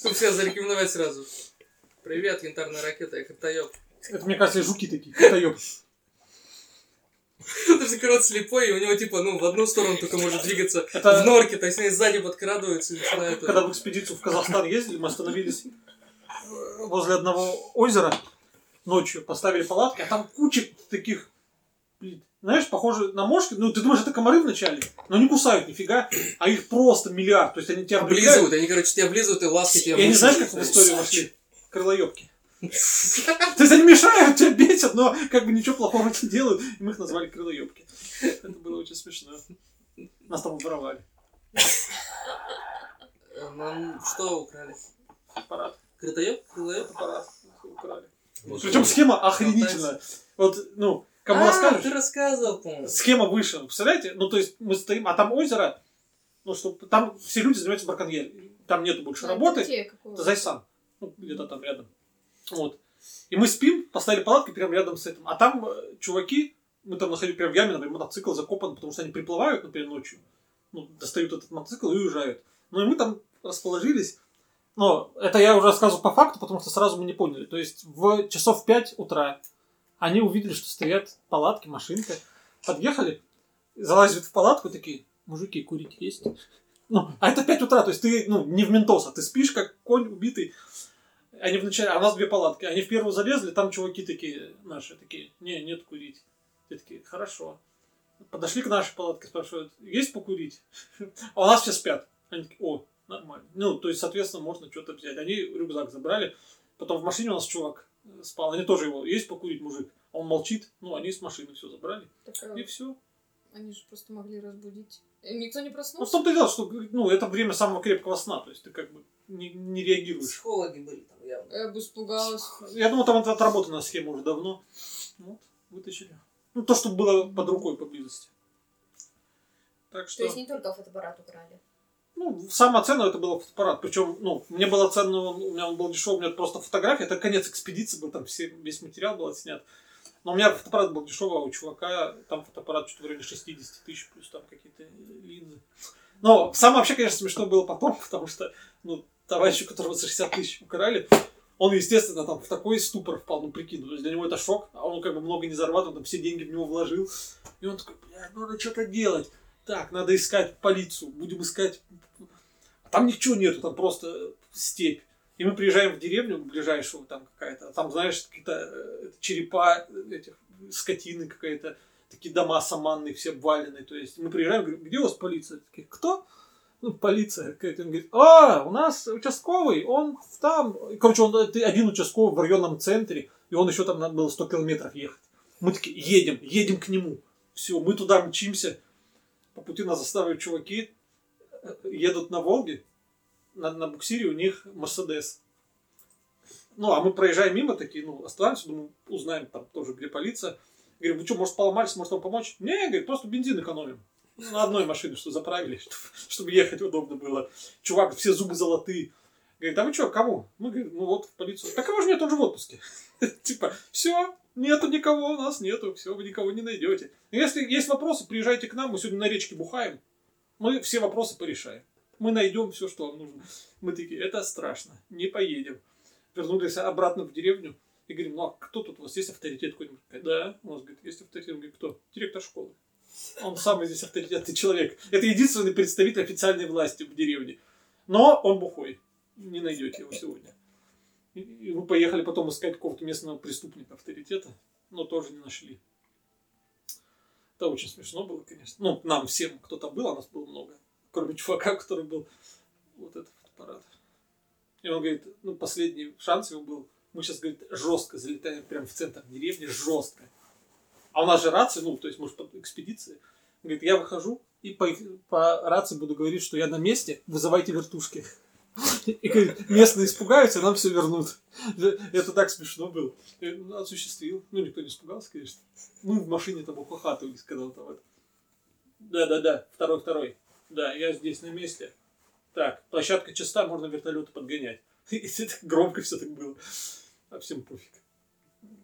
S6: Чтобы себя зарекомендовать сразу. Привет, янтарная ракета, я кротоеб.
S2: Это, мне кажется, жуки такие, кротоёб.
S6: Это же корот слепой, и у него типа, ну, в одну сторону только может двигаться
S2: Это-
S6: в норке, то есть они сзади подкрадываются и начинают... э,
S2: Когда в экспедицию в Казахстан ездили, мы остановились э, возле одного озера ночью, поставили палатки, а там куча таких блин, знаешь, похоже на мошки. Ну, ты думаешь, это комары вначале, но не кусают нифига, а их просто миллиард. То есть они тебя облизывают.
S6: облизывают, они, короче, тебя облизывают и ласки тебя
S2: Я не знаю, как в историю вошли крылоебки. То есть они мешают, тебя бесят, но как бы ничего плохого не делают. И мы их назвали крылоебки. Это было очень смешно. Нас там воровали.
S6: Э, Нам что украли?
S2: Аппарат.
S6: Крытоеб? Крылоеб?
S2: Аппарат. Украли.
S6: Вот
S2: Причем
S6: это.
S2: схема охренительная. Вот, ну, Кому
S12: А,
S2: расскажешь?
S12: ты рассказывал, по-моему.
S2: Схема выше, вы представляете? Ну, то есть мы стоим, а там озеро, ну, что там все люди занимаются браконьером. Там нету
S5: Ну,
S2: больше работы. Это Зайсан. Ну, где-то там рядом. Вот. И мы спим, поставили палатки прямо рядом с этим. А там э, чуваки, мы там находили прям в яме, например, мотоцикл закопан, потому что они приплывают, например, ночью. Ну, достают этот мотоцикл и уезжают. Ну, и мы там расположились. Но это я уже рассказываю по факту, потому что сразу мы не поняли. То есть в часов 5 утра они увидели, что стоят палатки, машинка, подъехали, залазят в палатку, такие, мужики, курить есть? Ну, а это 5 утра, то есть ты, ну, не в ментос, а ты спишь, как конь убитый. Они вначале, а у нас две палатки. Они в первую залезли, там чуваки такие, наши, такие, не, нет курить. Ты такие, хорошо. Подошли к нашей палатке, спрашивают, есть покурить? А у нас все спят. Они такие, о, нормально. Ну, то есть, соответственно, можно что-то взять. Они рюкзак забрали, потом в машине у нас чувак э, спал, они тоже его, есть покурить, мужик? А Он молчит, ну, они с машины все забрали. И все.
S5: Они же просто могли разбудить. Э, Никто не
S2: Ну, в
S5: проснулся?
S2: том-то и дело, что ну, это время самого крепкого сна, то есть ты как бы не, не реагируешь.
S12: Психологи были там явно.
S5: Я бы испугалась.
S2: Я думал, там это отработанная схема уже давно. Вот, вытащили. Ну, то, что было под рукой поблизости. Так
S9: То
S2: что,
S9: есть не только фотоаппарат украли.
S2: ну, самое ценное это было фотоаппарат. Причем, ну, мне было ценно, он- у меня он был дешевый, у меня просто фотография. Это конец экспедиции был, там все, весь материал был отснят. Но у меня фотоаппарат был дешевый, а у чувака там фотоаппарат что-то в районе 60 тысяч, плюс там какие-то линзы. Но самое вообще, конечно, смешно было потом, потому что, ну, товарищу, которого за 60 тысяч украли, он, естественно, там в такой ступор впал, ну, прикинь, то есть для него это шок, а он как бы много не зарабатывал, там все деньги в него вложил, и он такой, бля, надо что-то делать, так, надо искать полицию, будем искать, а там ничего нету, там просто э, степь. И мы приезжаем в деревню ближайшую, там какая-то, а там, знаешь, какие-то э, черепа э, этих, скотины какая-то, такие дома саманные, все обваленные, то есть мы приезжаем, говорим, где у вас полиция? Такие, кто? ну, полиция, какая-то, он говорит, а, у нас участковый, он там, И, короче, он э, ты один участковый в районном центре, и он еще там надо было 100 километров ехать. Мы такие, едем, едем к нему. Все, мы туда мчимся. По пути нас заставили чуваки, э, едут на Волге, на, на буксире у них Мерседес. Ну, а мы проезжаем мимо, такие, ну, остановимся, думаю, узнаем там тоже, где полиция. Говорю, вы что, может, поломались, может, вам помочь? Не, говорит, просто бензин экономим. Ну, на одной машине, что заправили, чтоб- чтобы ехать удобно было. Чувак, все зубы золотые. Говорит, а вы что, кому? Мы говорим, ну вот, в полицию. Так его же нет, он же в отпуске. Типа, все, нету никого, у нас нету, все, вы никого не найдете. Если есть вопросы, приезжайте к нам, мы сегодня на речке бухаем. Мы все вопросы порешаем. Мы найдем все, что вам нужно. Мы такие, это страшно, не поедем. Вернулись обратно в деревню и говорим, ну а кто тут у вас есть авторитет какой-нибудь? Да, у нас говорит, есть авторитет. Он говорит, кто? Директор школы. Он самый здесь авторитетный человек. Это единственный представитель официальной власти в деревне. Но он бухой. Не найдете его сегодня. И- И мы поехали потом искать какого-то местного преступника авторитета, но тоже не нашли. Это очень смешно было, конечно. Ну, нам всем, кто там был, а нас было много. Кроме чувака, который был вот этот фотоаппарат. И он говорит, ну, последний шанс его был. Мы сейчас, говорит, жестко залетаем прямо в центр деревни, жестко. А у нас же рации, ну, то есть, может, под экспедиции. Он Говорит, я выхожу и по, по рации буду говорить, что я на месте, вызывайте вертушки. И говорит, местные испугаются, и нам все вернут. Это так смешно было. Я говорю, ну, осуществил. Ну, никто не испугался, конечно. Ну, в машине там ухахатывались, когда он там это. Да-да-да, второй-второй. Да, я здесь на месте. Так, площадка чиста, можно вертолеты подгонять. И это громко все так было. А всем пофиг.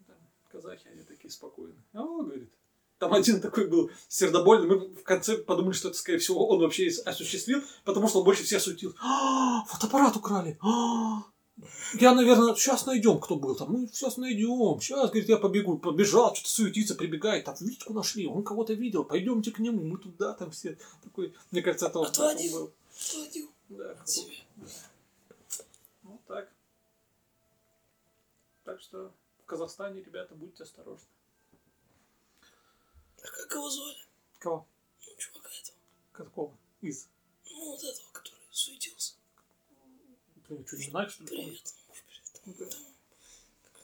S2: Там казахи, они такие спокойные. О, говорит. Там один такой был сердобольный. Мы в конце подумали, что это, скорее всего, он вообще и осуществил, потому что он больше всех шутил. «А, фотоаппарат украли. А, Я, наверное, сейчас найдем, кто был там. Ну, Мы сейчас найдем. Сейчас, говорит, я побегу. Побежал, что-то суетится, прибегает. Там Витьку нашли, он кого-то видел. Пойдемте к нему, мы туда там все. Такой, мне кажется, это он
S3: Кто
S2: такой
S3: один?
S2: был.
S3: Кто один?
S2: Да.
S3: Тебе.
S2: Вот так. Так что в Казахстане, ребята, будьте осторожны.
S3: А как его звали?
S2: Кого?
S3: Ну, чувака этого.
S2: Какого? Из.
S3: Ну, вот этого, который суетился.
S2: Блин, что, не знаешь, что ли?
S3: Привет.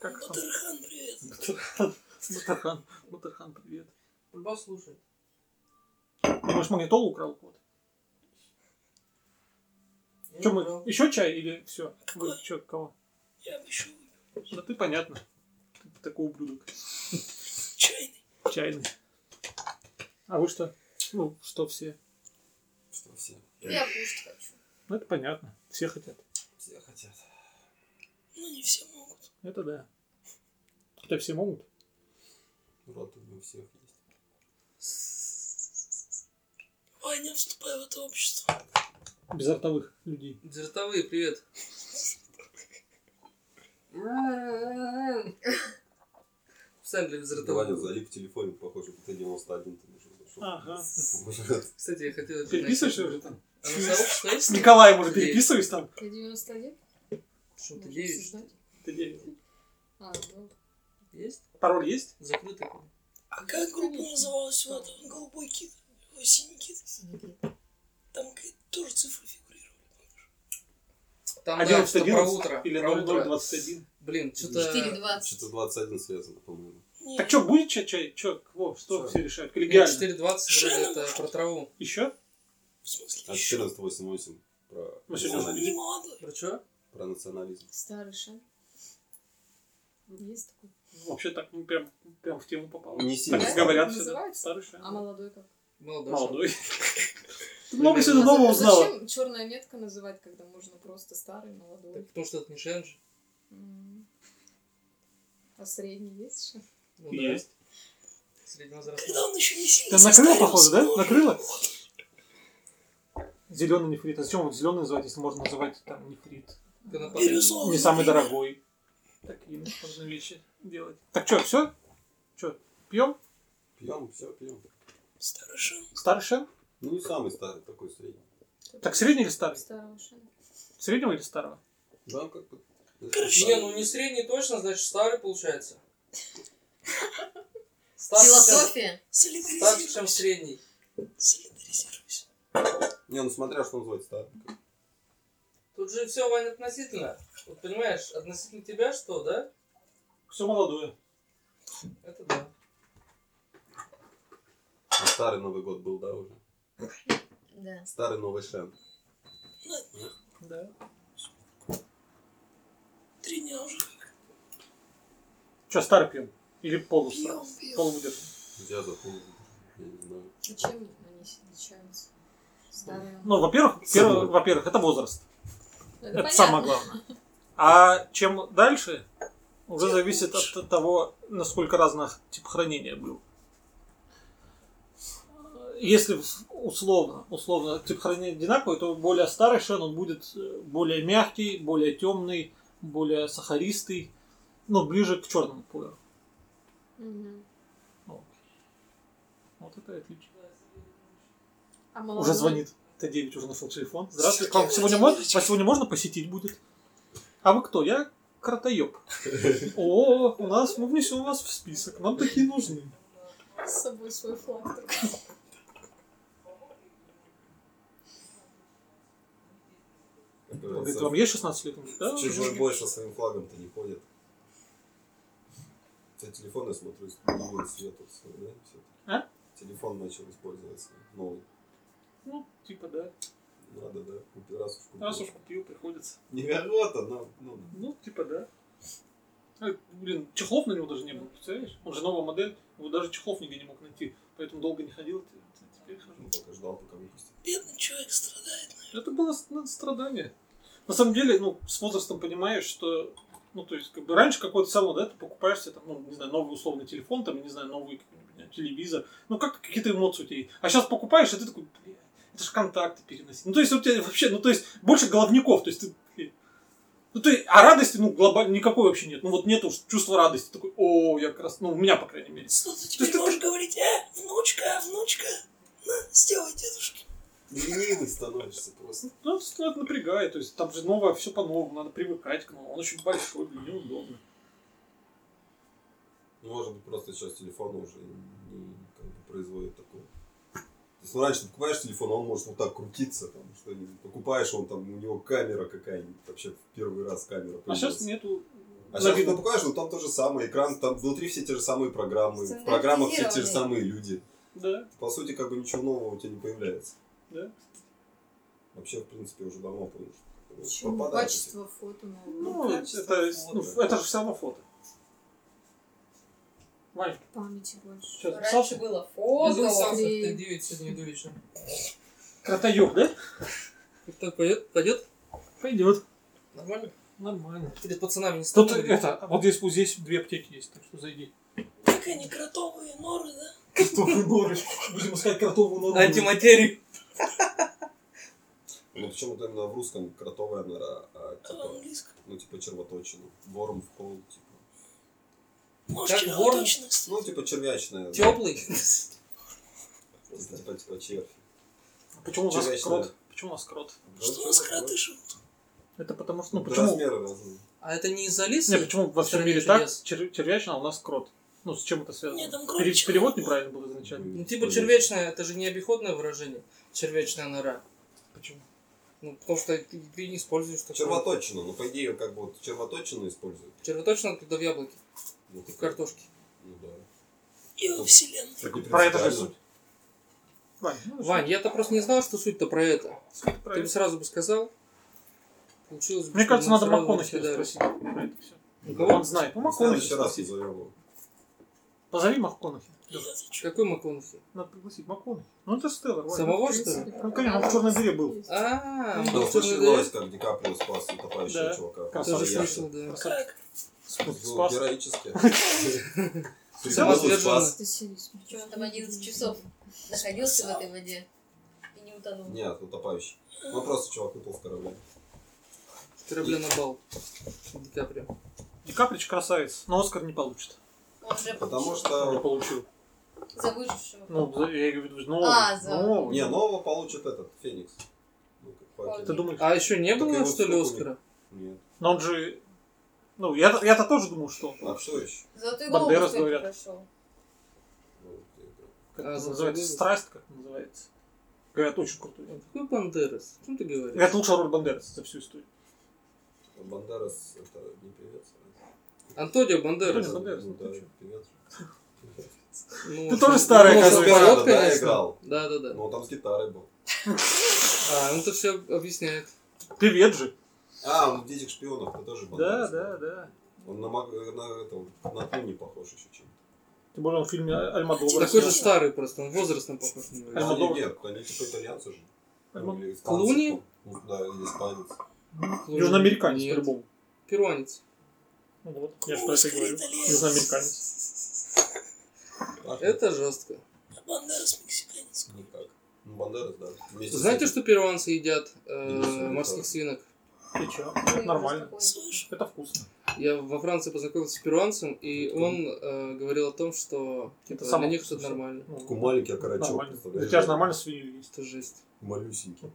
S2: Да. Как там?
S3: Батырхан, привет.
S2: Батархан. Батархан. Батархан, привет.
S12: Льва слушает.
S2: Думаешь, магнитолу украл кого-то? Че, мы еще чай или все? Вы че, кого? Ну,
S3: Я бы еще
S2: Да ты понятно. Ты такой ублюдок.
S3: чайный.
S2: Чайный. А вы что? Ну, что все?
S1: Что все?
S9: Я кушать хочу.
S2: Ну, это понятно. Все хотят.
S1: Все хотят.
S3: Ну, не все могут.
S2: Это да. Хотя все могут.
S1: Рот у всех есть.
S3: Ой, не вступай в это общество.
S2: Без ротовых людей.
S6: Дзертовые, привет. Сами для
S1: Ваня
S6: дзертовых.
S1: залип в телефоне, похоже, Т-91 там уже зашел.
S2: Ага.
S1: Может.
S6: Кстати, я хотел... это
S2: Переписываешься
S6: начать.
S2: уже там?
S6: А на сообщество есть?
S2: С Николаем уже переписываюсь там?
S5: Ты 91?
S6: Что, ты
S5: Можно
S6: веришь?
S5: обсуждать?
S2: Ты веришь?
S5: А, ну,
S6: Есть?
S2: Пароль есть?
S6: Закрытый.
S3: А как группа называлась у этого? Голубой кит? Ой, синий кит? Там какая-то тоже цифра фигурирует.
S6: Там, да,
S2: 11,
S6: А что про
S2: 11
S6: утро.
S2: или
S6: про
S2: 00,
S6: утро.
S2: 21?
S6: Блин, что-то...
S9: 4.20.
S1: Что-то 21 связано, по-моему.
S2: Так что, будет чай, чай? Чё, кого, что все решают? Коллегиально.
S6: 4.20 Э, вроде это про траву.
S2: Еще?
S3: В смысле?
S1: А 1488 про
S2: Мы сегодня
S3: Он не
S1: национализм.
S3: молодой.
S6: Про что?
S1: Про национализм.
S5: Старый шаг. Есть такой?
S2: Ну, Вообще так, ну, прям, прям в тему попало.
S1: Не сильно.
S2: Так говорят
S5: Да?
S2: всегда.
S5: Называется?
S2: Старый шаг.
S5: А молодой как?
S6: Молодой.
S2: Молодой. Ты много всего нового
S5: А за-
S2: узнала.
S5: Зачем черная метка называть, когда можно просто старый, молодой?
S6: Так, потому что это не шенж.
S5: М. А средний есть еще?
S6: Ну, да.
S2: Есть.
S6: Средневозрастной.
S3: Когда он еще не сильно
S2: Ты накрыла,
S3: состарился,
S2: походу, да?
S3: он-
S2: Накрыла? Зеленый нефрит. А зачем вот зеленый называть, если можно называть там нефрит?
S6: Ты на папе.
S3: Бирюзовый.
S2: Не самый
S3: например.
S2: дорогой. Такие можно вещи делать. Так что, все? Что, пьем?
S1: Пьем, все пьем.
S3: Старый шаг.
S2: Старый шен?
S1: Ну не самый старый, такой средний.
S2: Так средний или старый?
S5: Старого шага.
S2: Среднего или старого?
S1: Да, он как бы. э,
S6: Не, ну не средний точно, значит старый получается. Старше, чем,
S9: Философия.
S6: старше,
S3: Солидаризируйся.
S6: чем средний.
S3: Солидаризируйся.
S1: Не, ну смотря, что он звать старый.
S6: Тут же все, Вань, относительно. Вот понимаешь, относительно тебя что, да?
S2: Все молодое.
S6: Это да.
S1: А старый Новый год был, да, уже?
S9: Да.
S1: Старый Новый Шен.
S2: Да.
S3: Три дня уже.
S2: Что, старый пьем? Или полу
S3: Пьем, пьем.
S2: Полубудет.
S1: Я запомнил. Я не знаю.
S5: А чем они отличаются? Старый. он-
S2: Ну, во-первых,
S1: Самое.
S2: перво- во-первых, это возраст.
S5: Ну,
S2: Это
S5: понятно.
S2: самое главное. А чем дальше, уже зависит от того, насколько разных тип хранения был. Если в- условно, условно тип хранения одинаковый, то более старый шен он будет э, более мягкий, более темный, более сахаристый, но ближе к черному полю.
S5: Мгм.
S2: Вот. Вот это и отличие.
S5: А молодой?
S2: Уже звонит. Т9 уже нашел телефон. Здравствуйте. К вам сегодня можно, вас сегодня можно посетить будет? А вы кто? Я кротоеб. О, у нас, мы внесем вас в список. Нам такие нужны.
S5: С собой свой флаг только.
S2: Говорит, вам есть 16 лет? Он говорит, Да,
S1: В чужой
S2: уже.
S1: бой со своим флагом-то не ходят. Я телефон, я смотрю, новый цвет вот свой, да? всё-таки?
S2: А?
S1: Телефон начал использоваться. Новый.
S2: Ну, типа, да.
S1: Надо, да? Купи, раз уж купил.
S2: Раз уж купил, приходится.
S1: Не ворота, но... Ну, да.
S2: Ну, типа, да. А, блин, чехлов на него даже не было, представляешь? Он же новая модель, его даже чехлов нигде не мог найти. Поэтому долго не ходил, теперь хожу.
S1: Ну, пока ждал, пока выпустят.
S3: Бедный человек страдает.
S2: Это было с- ну, страдание. На самом деле, ну, с возрастом понимаешь, что, ну, то есть, как бы раньше какое-то само, да, ты покупаешь себе, там, ну, не знаю, новый условный телефон, там, не знаю, новый какой-нибудь, не знаю, телевизор, ну, как какие-то эмоции у тебя есть. А сейчас покупаешь, и ты такой, «Бля, это же контакты переносить. Ну, то есть, у тебя вообще, ну, то есть, больше головников, то есть, ты, блин. ну, то есть, а радости, ну, глобально никакой вообще нет. Ну, вот нету чувства радости. Такой, о, я как раз, ну, у меня, по крайней мере.
S3: Что ты
S2: Ты
S3: теперь
S2: что,
S3: можешь говорить? Э, внучка, внучка, на, сделай дедушке.
S1: Ленивый становишься просто.
S2: Ну, это это напрягает, то есть там же новое, все по-новому, надо привыкать к новому. Он очень большой, блин, неудобно.
S1: Ну, может быть, просто сейчас телефон уже не как бы, производит такого. То есть, ну, раньше ты покупаешь телефон, а он может вот так крутиться, там, что-нибудь. Покупаешь, он там, у него камера какая-нибудь, вообще в первый раз камера
S2: А
S1: появилась.
S2: сейчас нету.
S1: А сейчас ты
S2: Забито.
S1: покупаешь, ну там то же самое, экран, там внутри все те же самые программы, в
S9: Стандартизированные.
S1: программах все те же самые люди.
S2: Да.
S1: По сути, как бы ничего нового у тебя не появляется.
S2: Да.
S1: Вообще, в принципе, уже давно понял, что как бы
S5: Почему?
S1: попадаешь.
S5: Качество фото новое.
S2: Ну, это, ну, это же все равно фото. Вань.
S5: Памяти больше.
S2: Чё,
S9: Раньше
S2: записался?
S9: было
S6: записался
S9: фото.
S6: в 9, сегодня иду вечером.
S2: Кротоёб, да?
S6: Кто пойдет? Пойдет?
S2: Пойдет.
S6: Нормально?
S2: Нормально.
S6: Ты с пацанами не
S2: Тут
S6: сталкивались?
S2: это, вот здесь, вот здесь две аптеки есть, так что зайди.
S3: Как они, кротовые норы, да?
S2: Кротовые норы. Будем искать кротовую нору.
S6: Антиматерик.
S1: Ну почему то именно в русском кротовая нора, а типа,
S3: Английском.
S1: ну типа червоточина. Вором в кол, типа.
S3: Может,
S6: Как ворон?
S3: точно.
S1: Ну типа червячная. да.
S6: Теплый?
S1: Типа, типа червь.
S2: Почему у нас
S1: Червячная.
S2: крот? Почему у нас крот?
S3: Что у нас кроты живут?
S2: Это потому что, ну
S1: Да,
S2: почему?
S1: Размеры разные.
S6: А это не из-за леса?
S2: Не, почему во всем
S6: Стране
S2: мире так?
S6: чудес.
S2: Чер- Червячина, а у нас крот. Ну, с чем это связано?
S3: Нет, там
S2: Пере-
S3: кроличий.
S2: Перевод неправильно был изначально.
S6: Ну, типа червячная, это же не обиходное выражение. Червячная нора.
S2: Почему?
S6: Ну, потому что ты, ты не используешь такое.
S1: Червоточина, ну по идее как бы вот червоточину используют.
S6: Червоточина, когда в яблоке
S1: Ну,
S6: и в картошке.
S1: Ну да.
S3: И во вселенной.
S1: Так и
S2: Про это же
S1: принципиально.
S2: суть. Вань, ну,
S6: Вань, я-то просто не знал, что суть-то про это.
S2: суть про
S6: Ты бы
S2: это.
S6: сразу бы сказал. Получилось бы,
S2: Мне
S6: что
S2: кажется,
S6: мы
S2: надо
S6: сразу
S2: МакКонахи
S6: раскидали.
S2: спросить про это все.
S6: Ну, кого?
S2: Он знает. Ну,
S1: В следующий
S2: МакКонахи
S1: раз
S2: спросить.
S1: назовем его.
S2: Позови МакКонахи.
S3: Я зачем?
S6: Какой МакКонахи?
S2: Надо пригласить МакКонахи. Ну, это Стеллар. Вань.
S6: Самого, что ли?
S2: Ну, конечно, он в черной дыре был.
S6: А,
S2: Ну,
S1: Ну,
S6: Мак
S1: слышали
S6: Конахи,
S1: новость, как Ди Каприо спас утопающего
S2: Да.
S1: чувака?
S6: да?
S2: Красавчик.
S6: Тоже
S1: Настоящего.
S6: слышал, да.
S2: Красавчик.
S3: Как?
S2: Спас.
S1: Ну,
S2: спас.
S1: Героически. Прикол,
S2: Взял
S1: он
S6: отверженно.
S1: спас.
S5: Ты сидишь.
S9: Чё, он там 11 часов находился в этой воде и не утонул.
S1: Нет, утопающий. Ну просто чувак упал в корабле.
S6: С корабля на бал. Ди Каприо.
S2: Ди Каприч красавец, но Оскар не получит.
S9: Он же
S1: Потому
S2: Не
S6: А.
S1: что...
S2: получил.
S9: за выжившего.
S2: Ну, за- я имею в виду, новый.
S9: А, за-
S2: новый.
S1: Не, нового получит этот, Феникс. Ну, как Хоакин.
S2: Ты думаешь?
S6: А еще не
S1: Так
S6: было,
S1: его
S6: что ли,
S1: сколько
S6: Оскара?
S1: Нет.
S2: Но он же... Ну, я- я-то тоже думал, что он
S1: А что еще?
S9: Золотой
S2: Бандерас,
S9: голос
S2: говорят.
S9: прошел.
S1: Ну, где играл?
S2: Как
S6: А,
S2: это
S6: за
S2: называется?
S6: Джон
S2: Страсть, как называется. Говорят, очень крутой.
S6: Какой Бандерас? О чем ты говоришь?
S2: Это лучшая роль Бандераса за всю историю.
S1: Бандерас, это не певец. а?
S6: Антонио
S2: Антонио
S6: Бандерас.
S2: Бандерас,
S1: Ну,
S2: ну,
S1: да,
S2: ты чё?
S1: певец.
S6: Ну,
S2: Ты
S6: что-
S2: тоже старый,
S6: ну,
S2: оказывается.
S1: Пирата,
S6: Каспаров,
S1: да,
S6: конечно.
S1: играл.
S6: Да, да, да.
S1: Ну, там с гитарой был.
S6: А, ну это все объясняет.
S2: Певец же.
S1: А, он в «Детях шпионов» ты тоже
S2: Да,
S1: Бандерас.
S2: да, да.
S1: Он на, маг- э, на, этом, на Клуни похож еще чем-то.
S2: Тем более он в фильме Альмадовар.
S6: Такой же
S1: ну.
S2: снялся.
S6: старый просто, он возрастом похож на него.
S1: А,
S2: Альмодовар.
S1: Они, нет, они типа итальянцы же.
S2: Альмодовар.
S1: Или испанцы.
S6: Клуни?
S1: Ну, Да, или испанец.
S2: Южноамериканец,
S6: Ну, Нет.
S2: по-любому.
S6: Перуанец.
S2: Ну Вот, я же про это и говорю.
S3: Итальянец.
S2: Южноамериканец.
S1: Так,
S6: Это жестко.
S3: А Бандерас мексиканец.
S1: Никак. Ну, Бандерас, да. Вместе с
S6: Знаете,
S1: этим.
S6: что перуанцы едят э,
S1: Или свинок,
S6: морских
S1: да.
S6: свинок?
S2: И чё?
S6: Ну,
S2: Это Ну, Нормально.
S3: Слышь,
S2: Это вкусно.
S6: Я во Франции познакомился с перуанцем,
S2: Ну,
S6: и он э, говорил о том, что типа,
S2: Это
S6: для
S2: самое
S6: них это
S2: вкусное.
S6: нормально.
S2: Ну,
S1: Такой маленький окорочок.
S2: Нормально.
S1: представляешь?
S2: У тебя же нормально свинью есть.
S6: Это жесть.
S1: Малюсенький.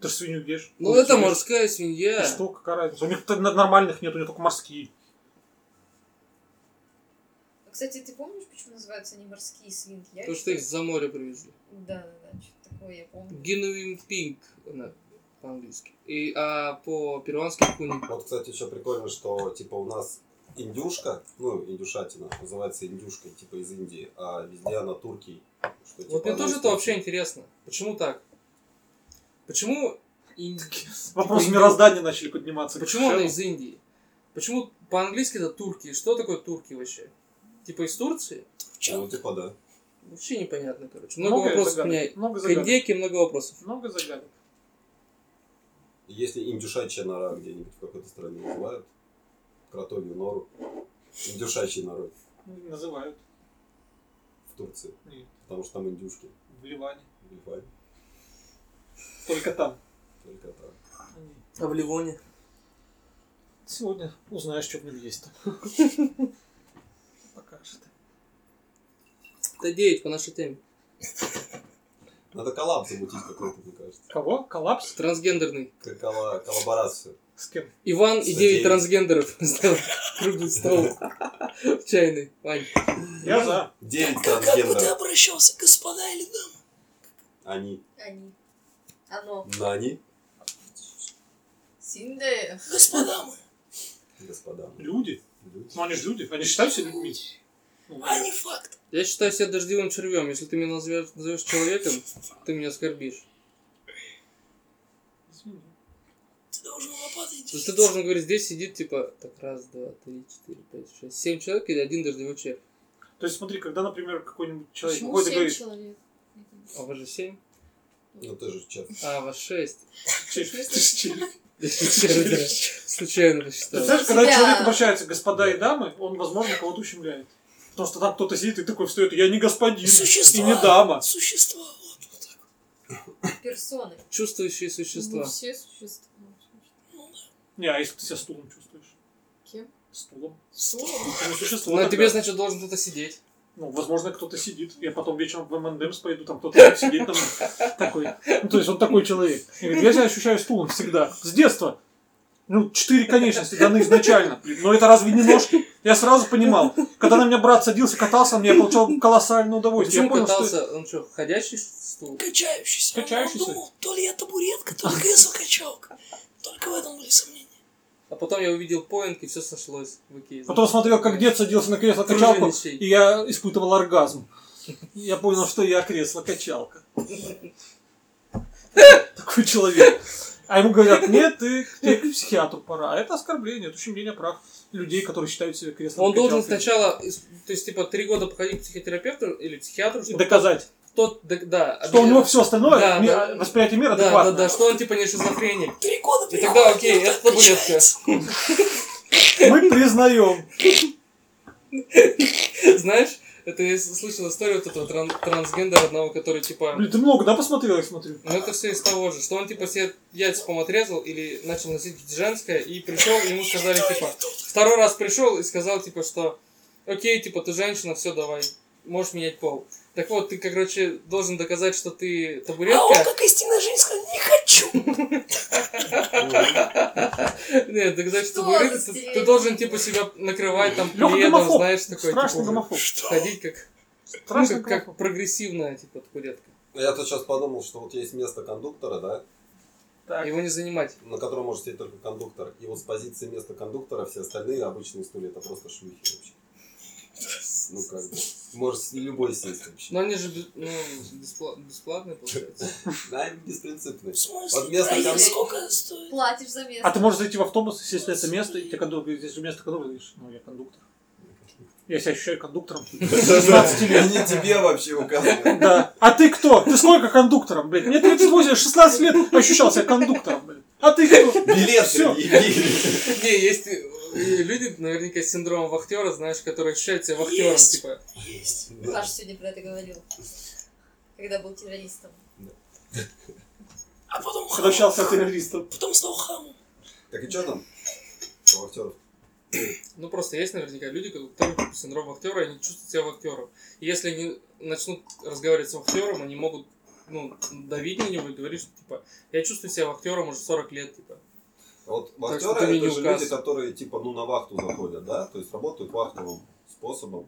S2: Ты же свинью ешь.
S6: Ну это
S2: съешь.
S6: морская
S2: И
S6: свинья.
S2: что, какая разница? У них т- нормальных нет, у них только морские.
S9: А, Кстати, ты помнишь, почему называются они морские свинки? Я
S6: Потому что их
S9: считаю-
S6: за море привезли.
S9: Да, да, да, что-то такое я помню.
S6: Генуин пинг на- по-английски. И, а по-перуански куни.
S1: Вот, кстати, еще прикольно, что типа у нас индюшка, ну, индюшатина, называется индюшкой, типа из Индии, а везде она турки. Что,
S6: Вот
S1: типа,
S6: мне
S1: она
S6: тоже
S1: из
S6: это
S1: Турции.
S6: вообще интересно. Почему так? Почему ин-
S2: Вопросы
S6: индюк.
S2: мироздания начали подниматься.
S6: Типа Почему
S2: Шел.
S6: она из Индии? Почему по-английски это турки? Что такое турки вообще? Типа из Турции?
S1: Ну, типа, да.
S6: Вообще непонятно, короче. Много,
S2: Много
S6: вопросов
S2: загадок.
S6: у меня.
S2: Много
S6: К
S2: загадок.
S6: индейке много вопросов.
S2: Много загадок.
S1: Если индюшачья нора где-нибудь в какой-то стране называют, кротовью нору, индюшачьей норой
S2: Ну, Называют.
S1: в Турции,
S2: И
S1: потому что там индюшки.
S2: в Ливане.
S1: Ебать,
S2: Только там.
S1: Только так.
S2: Они-
S6: А в Ливоне?
S2: Сегодня узнаешь, что в нем есть. Покажет.
S6: Это 9 по нашей теме.
S1: Надо коллаб замутить какой-то, мне кажется.
S2: Кого? Коллапс?
S6: Трансгендерный.
S1: Как колла- коллаборацию.
S2: С кем?
S6: Иван и
S1: Сто
S6: 9
S1: девять.
S6: трансгендеров. Сделать Круглый стол. В чайной. Вань.
S2: Я за.
S1: Девять
S3: как, как бы ты
S1: трансгендеров.
S3: обращался, господа или дамы?
S1: Они.
S9: Они. Оно.
S1: На они.
S9: Синде.
S3: Господа мы,
S1: Господа.
S2: Люди.
S1: Люди.
S2: Ну они же люди. Они считают себя людьми. Ну,
S3: а не факт.
S6: Я считаю себя дождевым червем. Если ты меня назовешь, назовешь человеком, ты меня оскорбишь.
S2: извини.
S3: Ты должен лопатой
S6: То есть
S3: двигаться.
S6: Ну, ты должен говорить, здесь сидит типа так раз, два, три, четыре, пять, шесть, семь человек или один дождевой червь.
S2: То есть смотри, когда, например, какой-нибудь человек
S5: Почему
S2: выходит и
S5: семь
S2: говорит,
S5: человек?
S6: А вы же семь?
S1: Ну ты же час.
S6: А, вас шесть.
S2: Ты
S6: Короче, Случайно посчитал.
S2: знаешь, когда
S6: Себя.
S2: человек обращается, господа и дамы, он, возможно, кого-то ущемляет. Потому что там кто-то сидит и такой встает, я не господин и
S3: Существа.
S2: не дама.
S3: Существа.
S5: Персоны.
S6: Чувствующие существа.
S5: Ну, все существа.
S2: Не, а если ты себя стулом чувствуешь?
S5: Кем?
S2: Стулом.
S5: Стулом?
S2: Ну, существо.
S6: Но
S2: тогда.
S6: а тебе, значит, должен кто-то сидеть.
S2: Ну, возможно, кто-то сидит. Я потом вечером в МНДМС пойду, там кто-то будет сидеть там такой. Ну, то есть он такой человек. И говорит, я себя ощущаю стулом всегда. С детства. Ну, четыре конечности даны изначально. Но это разве не ножки? Я сразу понимал. Когда на меня брат садился, катался, мне я получал колоссальное удовольствие.
S6: Почему
S2: я понял,
S6: катался? Он что, ходячий стул?
S3: Качающийся.
S2: Качающийся?
S3: Он думал, то ли я табуретка, то ли кресло-качалка. Только в этом были сомнения.
S6: А потом я увидел поинт, и все сошлось в Икее.
S2: что... Потом смотрел, как дед садился на кресло-качалку,
S6: Кружевный
S2: и я испытывал оргазм. Я понял, что я кресло-качалка. Такой человек. А ему говорят, нет, ты, ты к психиатру пора. А это оскорбление, это ущемление прав людей, которые считают себя креслом
S6: Он должен сначала, из- то есть, типа, три года походить к психотерапевту или психиатру, чтобы...
S2: доказать.
S6: Тот, да, да,
S2: Что у него все
S6: Да,
S2: остальное, ми-
S6: да.
S2: а, восприятие мира
S6: Да, да,
S2: адекватное.
S6: да, что он, типа, не шизофреник.
S3: Три года ну,
S6: И тогда, окей, это
S3: А
S6: табуретка.
S2: Мы признаем.
S6: Знаешь, это я слышал историю вот этого тран- трансгендера одного, который, типа...
S2: Блин, ты много, да, посмотрел, я смотрю.
S6: Ну это все из того же, что он типа себе яйца по отрезал или начал носить женское и пришел, ему сказали типа, второй раз пришел и сказал типа, что окей, типа ты женщина, все давай, можешь менять пол. Так вот, ты, короче, должен доказать, что ты
S3: А он,
S6: табуретка.
S3: как истинная жизнь, сказал, не хочу.
S6: Нет, доказать, что
S3: Что
S6: табуретка,
S3: за
S6: ты, ты
S3: стереотип?
S6: должен типа себя накрывать там
S2: Лёха
S6: пледом,
S2: гомофоб.
S6: знаешь, такой
S2: Страшный
S6: типа,
S2: гомофоб.
S6: ходить как, ну,
S1: Страшный
S6: как, как прогрессивная типа табуретка.
S1: Ну, Я тут сейчас подумал, что вот есть место кондуктора, да?
S6: Его не занимать.
S1: На котором может сидеть только кондуктор. И вот с позиции места кондуктора все остальные обычные стулья это просто шлюхи вообще. Ну как бы. Может любой сесть вообще.
S6: Но они же бе- ну, беспла- бесплатные получается.
S1: Да, они беспринципные.
S6: смысле?
S1: Вот место
S6: А
S1: кондуктора.
S6: если-
S3: Сколько стоит?
S9: Платишь за место.
S2: А ты можешь зайти в автобус, сесть на это место, и тебе кондуктор говорит, здесь же место кондуктора, говоришь, ну, я кондуктор. Я себя ощущаю кондуктором. 16 лет.
S1: Они тебе вообще указывают.
S2: Да. А ты кто? Ты сколько кондуктором, блядь? Мне 38, 16 лет ощущал себя кондуктором, блядь. А ты кто?
S1: Билет
S2: Всё.
S6: Не, есть э, люди, наверняка, с синдромом вахтера, знаешь, которые ощущают себя вахтером,
S9: Есть.
S6: типа.
S9: Паша сегодня про это говорил. Когда был террористом.
S3: А потом хамом.
S2: Общался с террористом.
S3: Потом стал хамом.
S1: Так и что там? У актеров.
S6: Ну, просто есть наверняка люди, у которых синдром вахтера, и они чувствуют себя вахтером. И если они начнут разговаривать с вахтером, они могут ну, давить на него и говорить, что, типа, я чувствую себя вахтером уже 40 лет, типа.
S1: Вот
S6: Так
S1: актеры
S6: что ты мне
S1: это
S6: не
S1: же
S6: указ.
S1: люди, которые типа ну на вахту заходят, да? То есть работают вахтовым способом.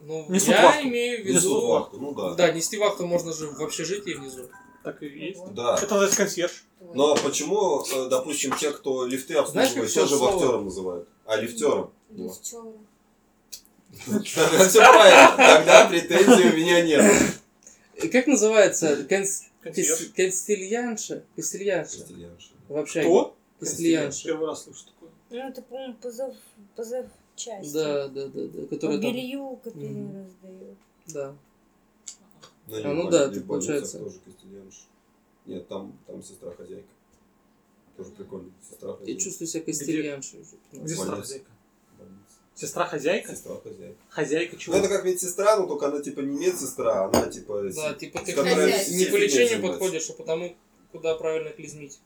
S6: Ну,
S1: Несут
S6: я
S1: вахту.
S6: имею в виду...
S1: Несут вахту, ну да.
S6: Да, нести вахту можно же в общежитии внизу.
S2: Так и есть.
S1: Да.
S2: Это называется консьерж.
S1: Но почему, э, допустим, те, кто лифты
S2: Знаешь, как
S1: обслуживают,
S2: сейчас
S1: тоже
S2: слово?
S1: вахтером называют? А лифтером?
S5: Ну, в чём?
S1: Все правильно. Тогда претензий у меня нет.
S6: И как называется? Конс-
S2: Консьерж.
S6: кис- Констельянша? Костельянша. Вообще.
S2: Кто?
S6: Костельянша.
S2: Первый раз слышу такое.
S7: Ну, это, по-моему, позов, часть.
S6: Да, да, да, да.
S7: По
S6: Которая там...
S7: белью, которое
S6: Мгм.
S7: раздают.
S6: Да.
S1: Ну, и
S6: А,
S1: в
S6: ну
S1: боль-
S6: да,
S1: и в
S6: это
S1: больницах
S6: получается.
S1: тоже Костельянш. Нет, там, там сестра хозяйка. Тоже прикольно. Сестра
S6: Я
S1: хозяйка.
S6: чувствую себя костельяншей уже.
S2: Где сестра
S1: Больница.
S2: хозяйка? Сестра хозяйка?
S1: Сестра хозяйка.
S2: Хозяйка
S1: Ну
S2: чего?
S1: это как медсестра, но только она типа не медсестра, она типа...
S6: Да,
S1: с-
S6: типа
S1: с
S6: ты
S1: которой
S6: хозяин.
S1: все
S6: не по
S1: фигней
S6: лечению
S1: занимается.
S6: подходишь, а потому куда правильно клизмить.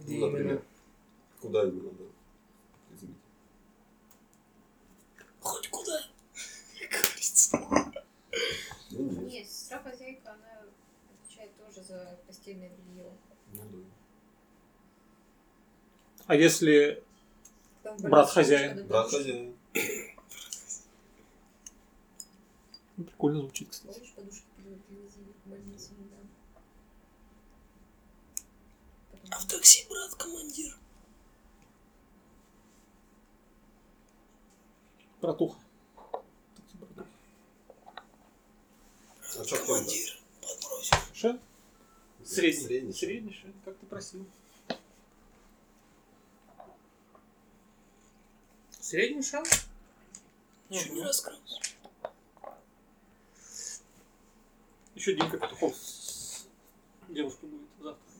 S6: Где
S1: Ну,
S6: именно?
S1: например. Куда именно, да. Извините.
S3: Хоть куда. Как говорится.
S1: Ну, нет.
S9: Нет, сестра хозяйка, она отвечает тоже за постельное белье.
S2: А если брат хозяин?
S1: Брат хозяин.
S2: Ну, Прикольно звучит, кстати.
S9: Помнишь, подушки привезли в больницу недавно?
S3: А в такси брат командир.
S2: Братуха.
S1: А что командир?
S2: Ше? Средний.
S1: Средний.
S2: Средний ше, как ты просил.
S6: Средний шанс?
S3: Еще не раскрыл.
S2: Еще Димка Петухов с девушкой будет завтра.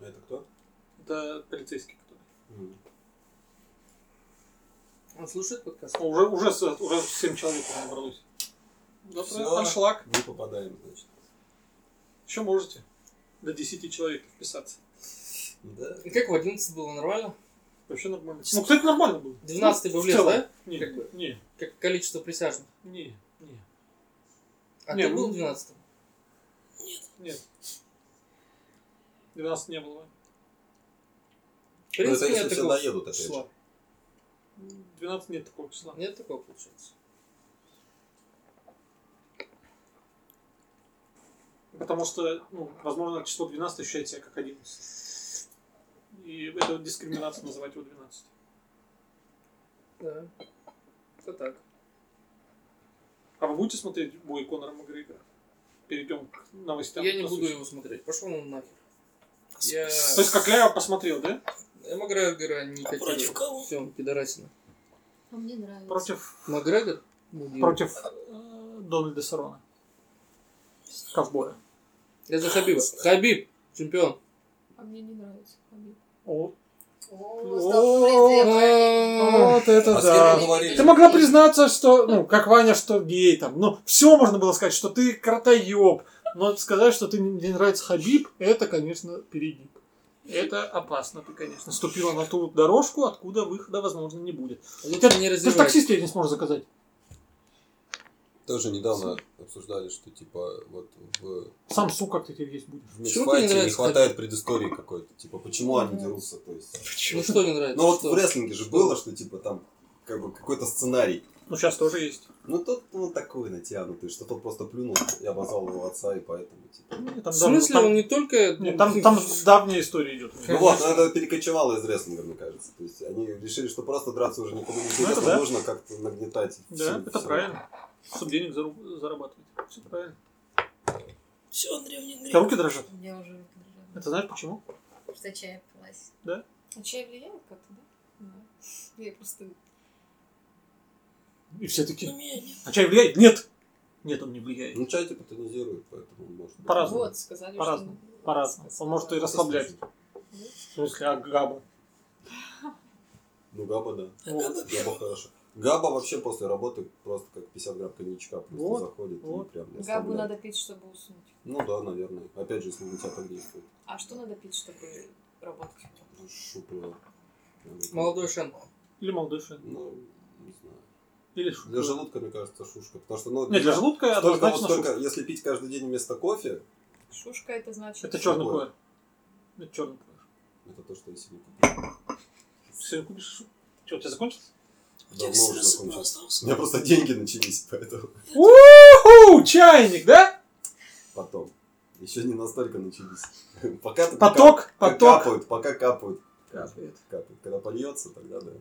S1: А Это кто?
S2: Это полицейский который.
S6: Он слушает подкаст?
S2: Ну, Уже, уже, с- уже 7 человек уже набралось. Завтра
S1: Всё,
S2: аншлаг.
S1: Не попадаем, значит.
S2: Еще можете до 10 человек вписаться.
S1: Да.
S6: И как в 11 было нормально?
S2: Вообще нормально. Ну, кстати, нормально было.
S6: 12 бы
S2: Ну, в
S6: влез,
S2: целом.
S6: да?
S2: Не,
S6: Как бы.
S2: не.
S6: Как количество присяжных.
S2: Не, не.
S6: А
S2: Не,
S6: ты
S2: ну-
S6: был в 12
S2: Нет. 12 не было.
S6: В
S1: Ну, это
S6: принципе,
S1: если
S6: нет
S1: все
S6: такого
S1: доедут, опять
S6: числа.
S1: же.
S2: 12 нет такого числа.
S6: Нет такого, получается.
S2: Потому что, ну, возможно, число 12 ощущает себя как 11. И это дискриминация называть его 12.
S6: Да. Это так.
S2: А вы будете смотреть бой Конора Макгрегора? Перейдем к новостям.
S6: Я не
S2: насущным.
S6: буду его смотреть. Пошел он нахер. Я...
S2: То есть, как Ляя посмотрел, да?
S6: Я Макгрегора не
S2: А против
S6: котирую.
S2: кого?
S6: Всё, он пидорасина.
S5: А мне нравится.
S2: Против,
S6: Макгрегор? Ну.
S2: против э, Дональда Сарона. Ковбоя.
S6: Я за Хабиба. Хабиб, чемпион.
S5: А мне не нравится. Хабиб.
S2: О,
S9: Э,
S6: Вот
S1: А
S2: это да. Ты могла признаться, что, ну, как Ваня, что гей там. Ну, все можно было сказать, что ты кротоеб. Но сказать, что ты не не нравится Хабиб, это, конечно, перегиб. Это опасно, ты, конечно, ступила на ту дорожку, откуда выхода, возможно, не будет.
S6: Лучше
S2: Ты-
S6: не
S2: ты ж
S6: развивать.
S2: таксиста не сможешь заказать.
S1: Тоже недавно обсуждали, что типа вот в
S2: Сам сука ты теперь есть будешь.
S1: в миксфайте не хватает предыстории какой-то. Типа, почему они дерутся? То есть.
S6: Ну что не нравится?
S1: Ну вот
S6: Что?
S1: в рестлинге же было, что типа там как бы какой-то сценарий.
S2: Ну сейчас тоже есть.
S1: Ну тот ну, такой натянутый, что тот просто плюнул и обозвал его отца, и поэтому типа.
S2: Ну,
S6: В смысле,
S2: там-
S6: он не только...
S2: Нет, там, там давняя история идет.
S1: Ну вот, ну, это перекочевало из рестлинга, мне кажется. То есть они решили, что просто драться уже никому не интересно,
S2: Ну, да.
S1: нужно как-то нагнетать.
S2: Да,
S1: всё-
S2: это
S1: всё.
S2: правильно. Чтобы денег зару- зарабатывать. Все правильно.
S3: Все, древний
S2: У
S3: грех.
S2: тебя руки дрожат?
S9: У меня уже руки дрожат.
S2: Это знаешь почему?
S9: Потому Что чай пилась.
S2: Да?
S9: А чай влияет как-то, да? Я просто...
S2: И все такие. А чай влияет? Нет! Нет, он не влияет.
S1: Ну чай типа тонизирует, поэтому может. быть.
S2: По-разному.
S9: Вот, сказали,
S2: По-разному. По-разному. Он может и расслаблять. В смысле, а габа?
S1: Ну габа, да.
S2: Вот.
S1: Габа хорошо. Габа вообще после работы просто как 50 грамм коньячка просто
S2: Вот,
S1: заходит
S2: вот.
S1: и прям не
S5: Габу
S1: оставляет.
S5: надо пить, чтобы уснуть.
S1: Ну да, наверное. Опять же, если на тебя так действует.
S5: А что надо пить, чтобы работать?
S1: Ну, шупа.
S6: Молодой Шен.
S2: Или молодой шен.
S1: Ну, не знаю.
S2: Или
S1: Для желудка, мне кажется, шушка. Потому что, ну,
S2: Нет, для желудка
S1: столько, вот
S2: однозначно
S1: столько,
S2: шушка.
S1: если пить каждый день вместо кофе,
S5: Шушка это значит...
S2: Это черный
S1: Какое?
S2: пуэр. Это черный пуэр.
S1: это то, что я себе купил.
S2: Ты сегодня купишь шушку? Че, у тебя закончилось?
S1: Давно уже закончилось. У меня просто деньги начались, поэтому
S2: Уху! Чайник, да?
S1: потом. Еще не настолько начались. Пока ты-
S2: Поток,
S1: пока-
S2: поток.
S1: Капают, пока капают.
S2: Капает.
S1: Капают. Когда польется, тогда да.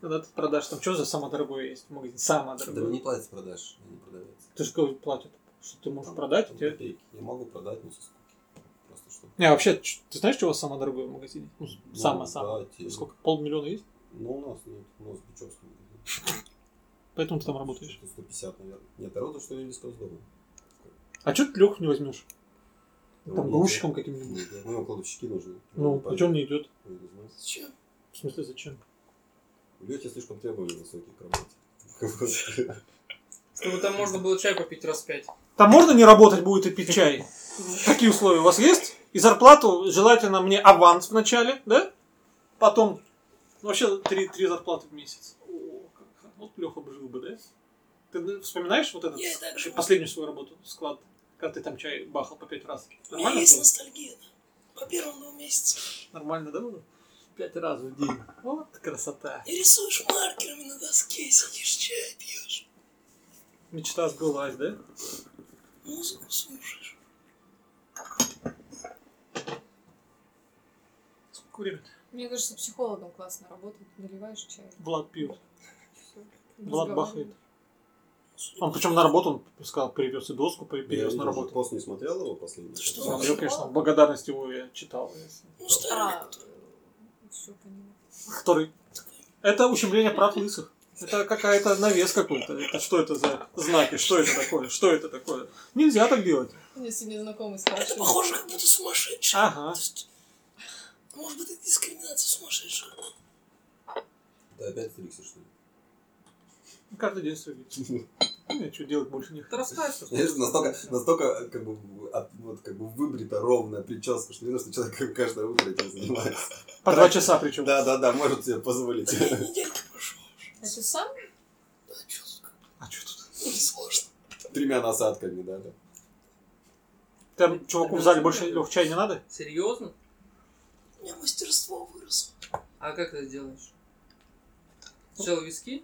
S2: Когда ты продашь, там что за самое дорогое есть в магазине? Самое
S1: Да мне
S2: дорогое.
S1: не платят продаж, не продается.
S2: Ты же говоришь, платят. Что ты можешь продать, у тебя...
S1: Копейки. Я могу продать, но со скуки. Просто чтобы.
S2: Не, вообще, ч- ты знаешь, чего самое дорогое в магазине? Ну, самое-самое.
S1: да, те-
S2: Сколько? Полмиллиона есть?
S1: Ну, у нас нет, у нас бичевский магазин.
S2: Поэтому ты там работаешь.
S1: Что-то 150, наверное. Нет, народу что-нибудь сказал дома.
S2: А что ты Леху не возьмешь? Там
S1: нет,
S2: грузчиком
S1: нет.
S2: каким-нибудь.
S1: Нет, нет. Ну, кладовщики нужны.
S2: Ну, почем не идет?
S1: Я не знаю.
S2: В смысле, зачем?
S1: У Лехи слишком требования высокие к работе.
S6: Чтобы там можно было чай попить раз пять.
S2: Там можно не работать будет и пить чай? Какие условия у вас есть? И зарплату желательно мне аванс вначале, да? Потом, ну, вообще, три, три зарплаты в месяц. О, как, х- вот Леха бы жил бы, да? Ты ну, вспоминаешь вот этот
S3: Я и так живу.
S2: последнюю свою работу, склад, когда ты там чай бахал по пять раз?
S3: У меня есть
S2: было?
S3: ностальгия, да. По первым двум месяцам.
S2: Нормально, да, было? Пять раз в день. Вот красота.
S3: И рисуешь маркерами на доске, сидишь, чай пьешь,
S2: Мечта сбылась, да?
S3: музыку слушаешь.
S2: Сколько времени?
S5: Мне кажется, психологом классно работает. Наливаешь чай.
S2: Влад пьет.
S5: всё.
S2: Влад
S3: Ну,
S5: Разговариваешь.
S2: бахает. Он причем на работу, он сказал, перевез и доску, перевез
S1: Я уже
S2: на работу.
S1: Пост не смотрел его последний?
S2: Смотрел, конечно, в благодарность его я читал.
S3: Ну,
S5: А, все поняла.
S2: Который... Это ущемление прав лысых. Это какая-то навес какой-то. Это что это за знаки? Что это такое? Что это такое? Нельзя так делать.
S5: Если незнакомый
S1: А,
S5: спрашивает.
S3: Это похоже, как будто сумасшедший.
S2: Ага.
S3: Может быть, это дискриминация сумасшедших.
S1: Ты опять фриксишь, что ли?
S2: Каждый день стрелять. Нет, что делать больше не хочу.
S1: Знаешь, настолько, настолько как бы, от- вот, как бы выбрита ровная прическа, что видно, что человек как бы каждое утро этим занимается.
S2: По два часа причем.
S1: Да, да, да, может себе позволить.
S5: А ты сам?
S2: А
S1: Тремя насадками, да, да.
S2: Там чуваку в зале больше Лёх, чай не надо?
S6: Серьезно?
S3: У меня мастерство выросло.
S6: А как это делаешь? Сначала виски?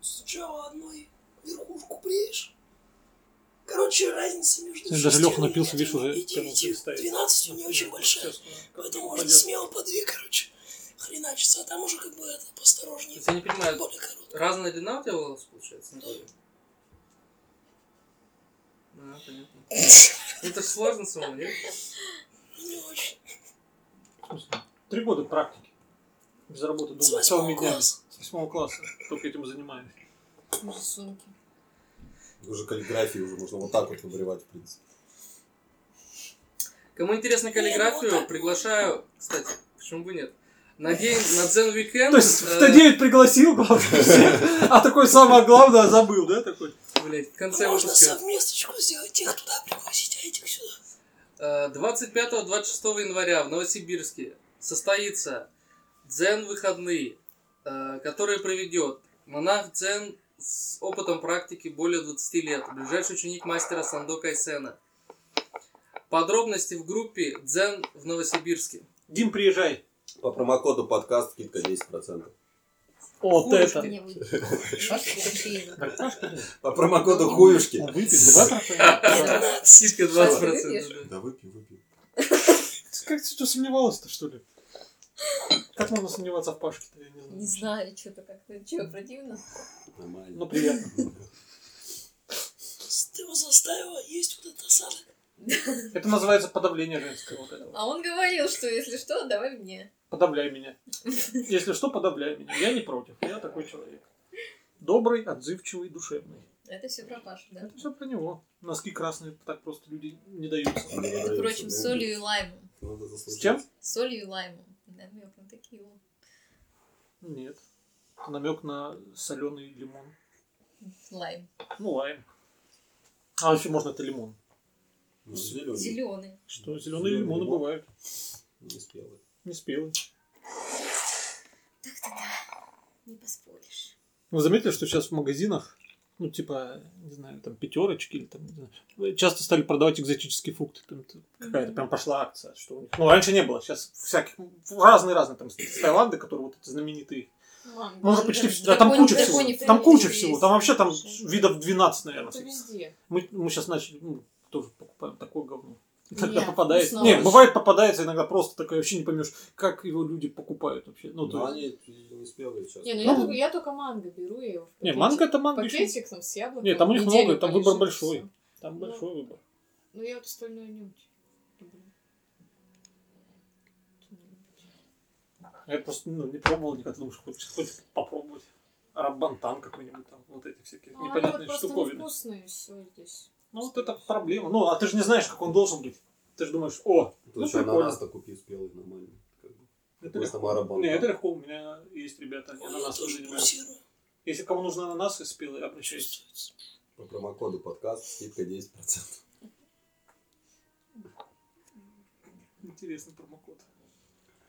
S3: Сначала одной верхушку бреешь. Короче, разница между
S2: Даже
S3: шестью
S2: Леха напился, видишь, уже
S3: и девятью, двенадцатью не очень большая. Поэтому можно смело по две, короче, хреначиться. А там уже как бы это, посторожнее.
S6: Я не понимаю, разная длина у тебя волос получается? на голове? А, понятно. Это ж сложно самому, нет?
S3: ну, Не очень.
S2: Три года практики. Без работы дома.
S3: восьмого
S2: Целыми днями.
S3: класса.
S2: С восьмого класса. Только этим занимаюсь.
S5: Рисунки.
S1: Уже каллиграфии уже можно вот так вот выбривать, в принципе.
S6: Кому интересно каллиграфию, приглашаю, кстати, почему бы нет, на день, на дзен уикенд. э,
S2: То есть в Т9 пригласил, главное, всех, а такой самое главное забыл, да, такой?
S6: Блять, в конце
S3: Можно
S6: выпуска.
S3: совместочку сделать, тех туда пригласить, а этих сюда.
S6: э, 25-26 января в Новосибирске состоится дзен выходные, э, которые проведет монах дзен с опытом практики более 20 лет, ближайший ученик мастера Сандо Кайсена. Подробности в группе «Дзен в Новосибирске».
S2: Дим, приезжай.
S1: По промокоду подкаст скидка 10%.
S2: Вот
S6: Хуюшки.
S2: это.
S1: По промокоду хуюшки.
S2: Выпить два
S6: Скидка 20%.
S1: Да выпью, выпью.
S2: Как ты что, сомневалась-то, что ли? Как можно сомневаться в Пашке-то, я не знаю.
S5: Не знаю, что-то как-то. Че, противно?
S1: Нормально.
S2: Ну, приятно.
S3: Ты его заставила есть вот этот осадок.
S2: Это называется подавление женское вот этого.
S5: А он говорил, что если что, давай мне.
S2: Подавляй меня. Если что, подавляй меня. Я не против. Я такой человек. Добрый, отзывчивый, душевный.
S5: Это все про Пашу, да?
S2: Это все про него. Носки красные так просто люди не даются.
S5: Между прочим, Э, с солью и лаймом.
S2: С чем?
S5: С солью и лаймом.
S9: ну,
S5: Намек на такие вот.
S2: Нет. Намек на соленый лимон.
S5: Лайм.
S2: Ну, лайм. А еще можно это лимон.
S1: Ну, Зеленый.
S5: Зеленый.
S2: Что, зеленые
S1: Зелёный
S2: лимоны
S1: лимон.
S2: бывают.
S1: Не спелый.
S2: Не спелые.
S5: Не поспоришь.
S2: Вы заметили, что сейчас в магазинах, ну, типа, не знаю, там, пятерочки или там, не знаю, часто стали продавать экзотические фрукты. Там, т- какая-то
S12: Мгм.
S2: прям пошла акция, что у них. Ну, раньше не было, сейчас всяких, разные-разные, там, с с Таиланда, которые вот эти знаменитые. Ну, уже почти все. Да, там куча всего. Там куча всего. Там вообще там видов 12, наверное.
S5: Это везде.
S2: Мы, мы сейчас начали, ну, тоже покупаем такое говно. Иногда
S5: Не,
S2: попадается.
S5: вкусно
S2: Не,
S5: очень.
S2: бывает попадается иногда просто такое, вообще не поймешь, как его люди покупают вообще. Ну,
S1: Но
S2: то есть-
S1: они не спелые сейчас.
S5: Не, ну, я, только, я только манго беру я его. в
S2: Не,
S5: пакетик.
S2: манго это манго
S5: Пакетик там с яблоком.
S2: Нет, там у них
S5: неделю
S2: много, там выбор
S5: полежит,
S2: большой.
S5: всё.
S2: Там
S5: Ну.
S2: большой выбор.
S5: Ну, я вот остальное не очень. люблю.
S2: Я просто ну, не пробовал никогда, думаю, что хочется хоть попробовать. Рабантан какой-нибудь там, вот эти всякие
S5: Ну, они вот
S2: непонятные
S5: просто
S2: штуковины.
S5: невкусные все здесь.
S2: Ну вот это проблема. Ну, а ты же не знаешь, как он должен быть. Ты же думаешь, о,
S1: Тут
S2: ну
S1: еще
S2: прикольно.
S1: ананас-то купи спелый, нормально. Как бы.
S2: Это
S1: Такой
S2: легко.
S1: самарабан.
S2: Не, это легко. У меня есть ребята, они
S3: я
S2: ананас
S3: тоже
S2: тоже занимаются. Если кому нужны ананасы спелые, обращайтесь.
S1: По промокоду подкаст скидка 10%.
S2: Интересный промокод.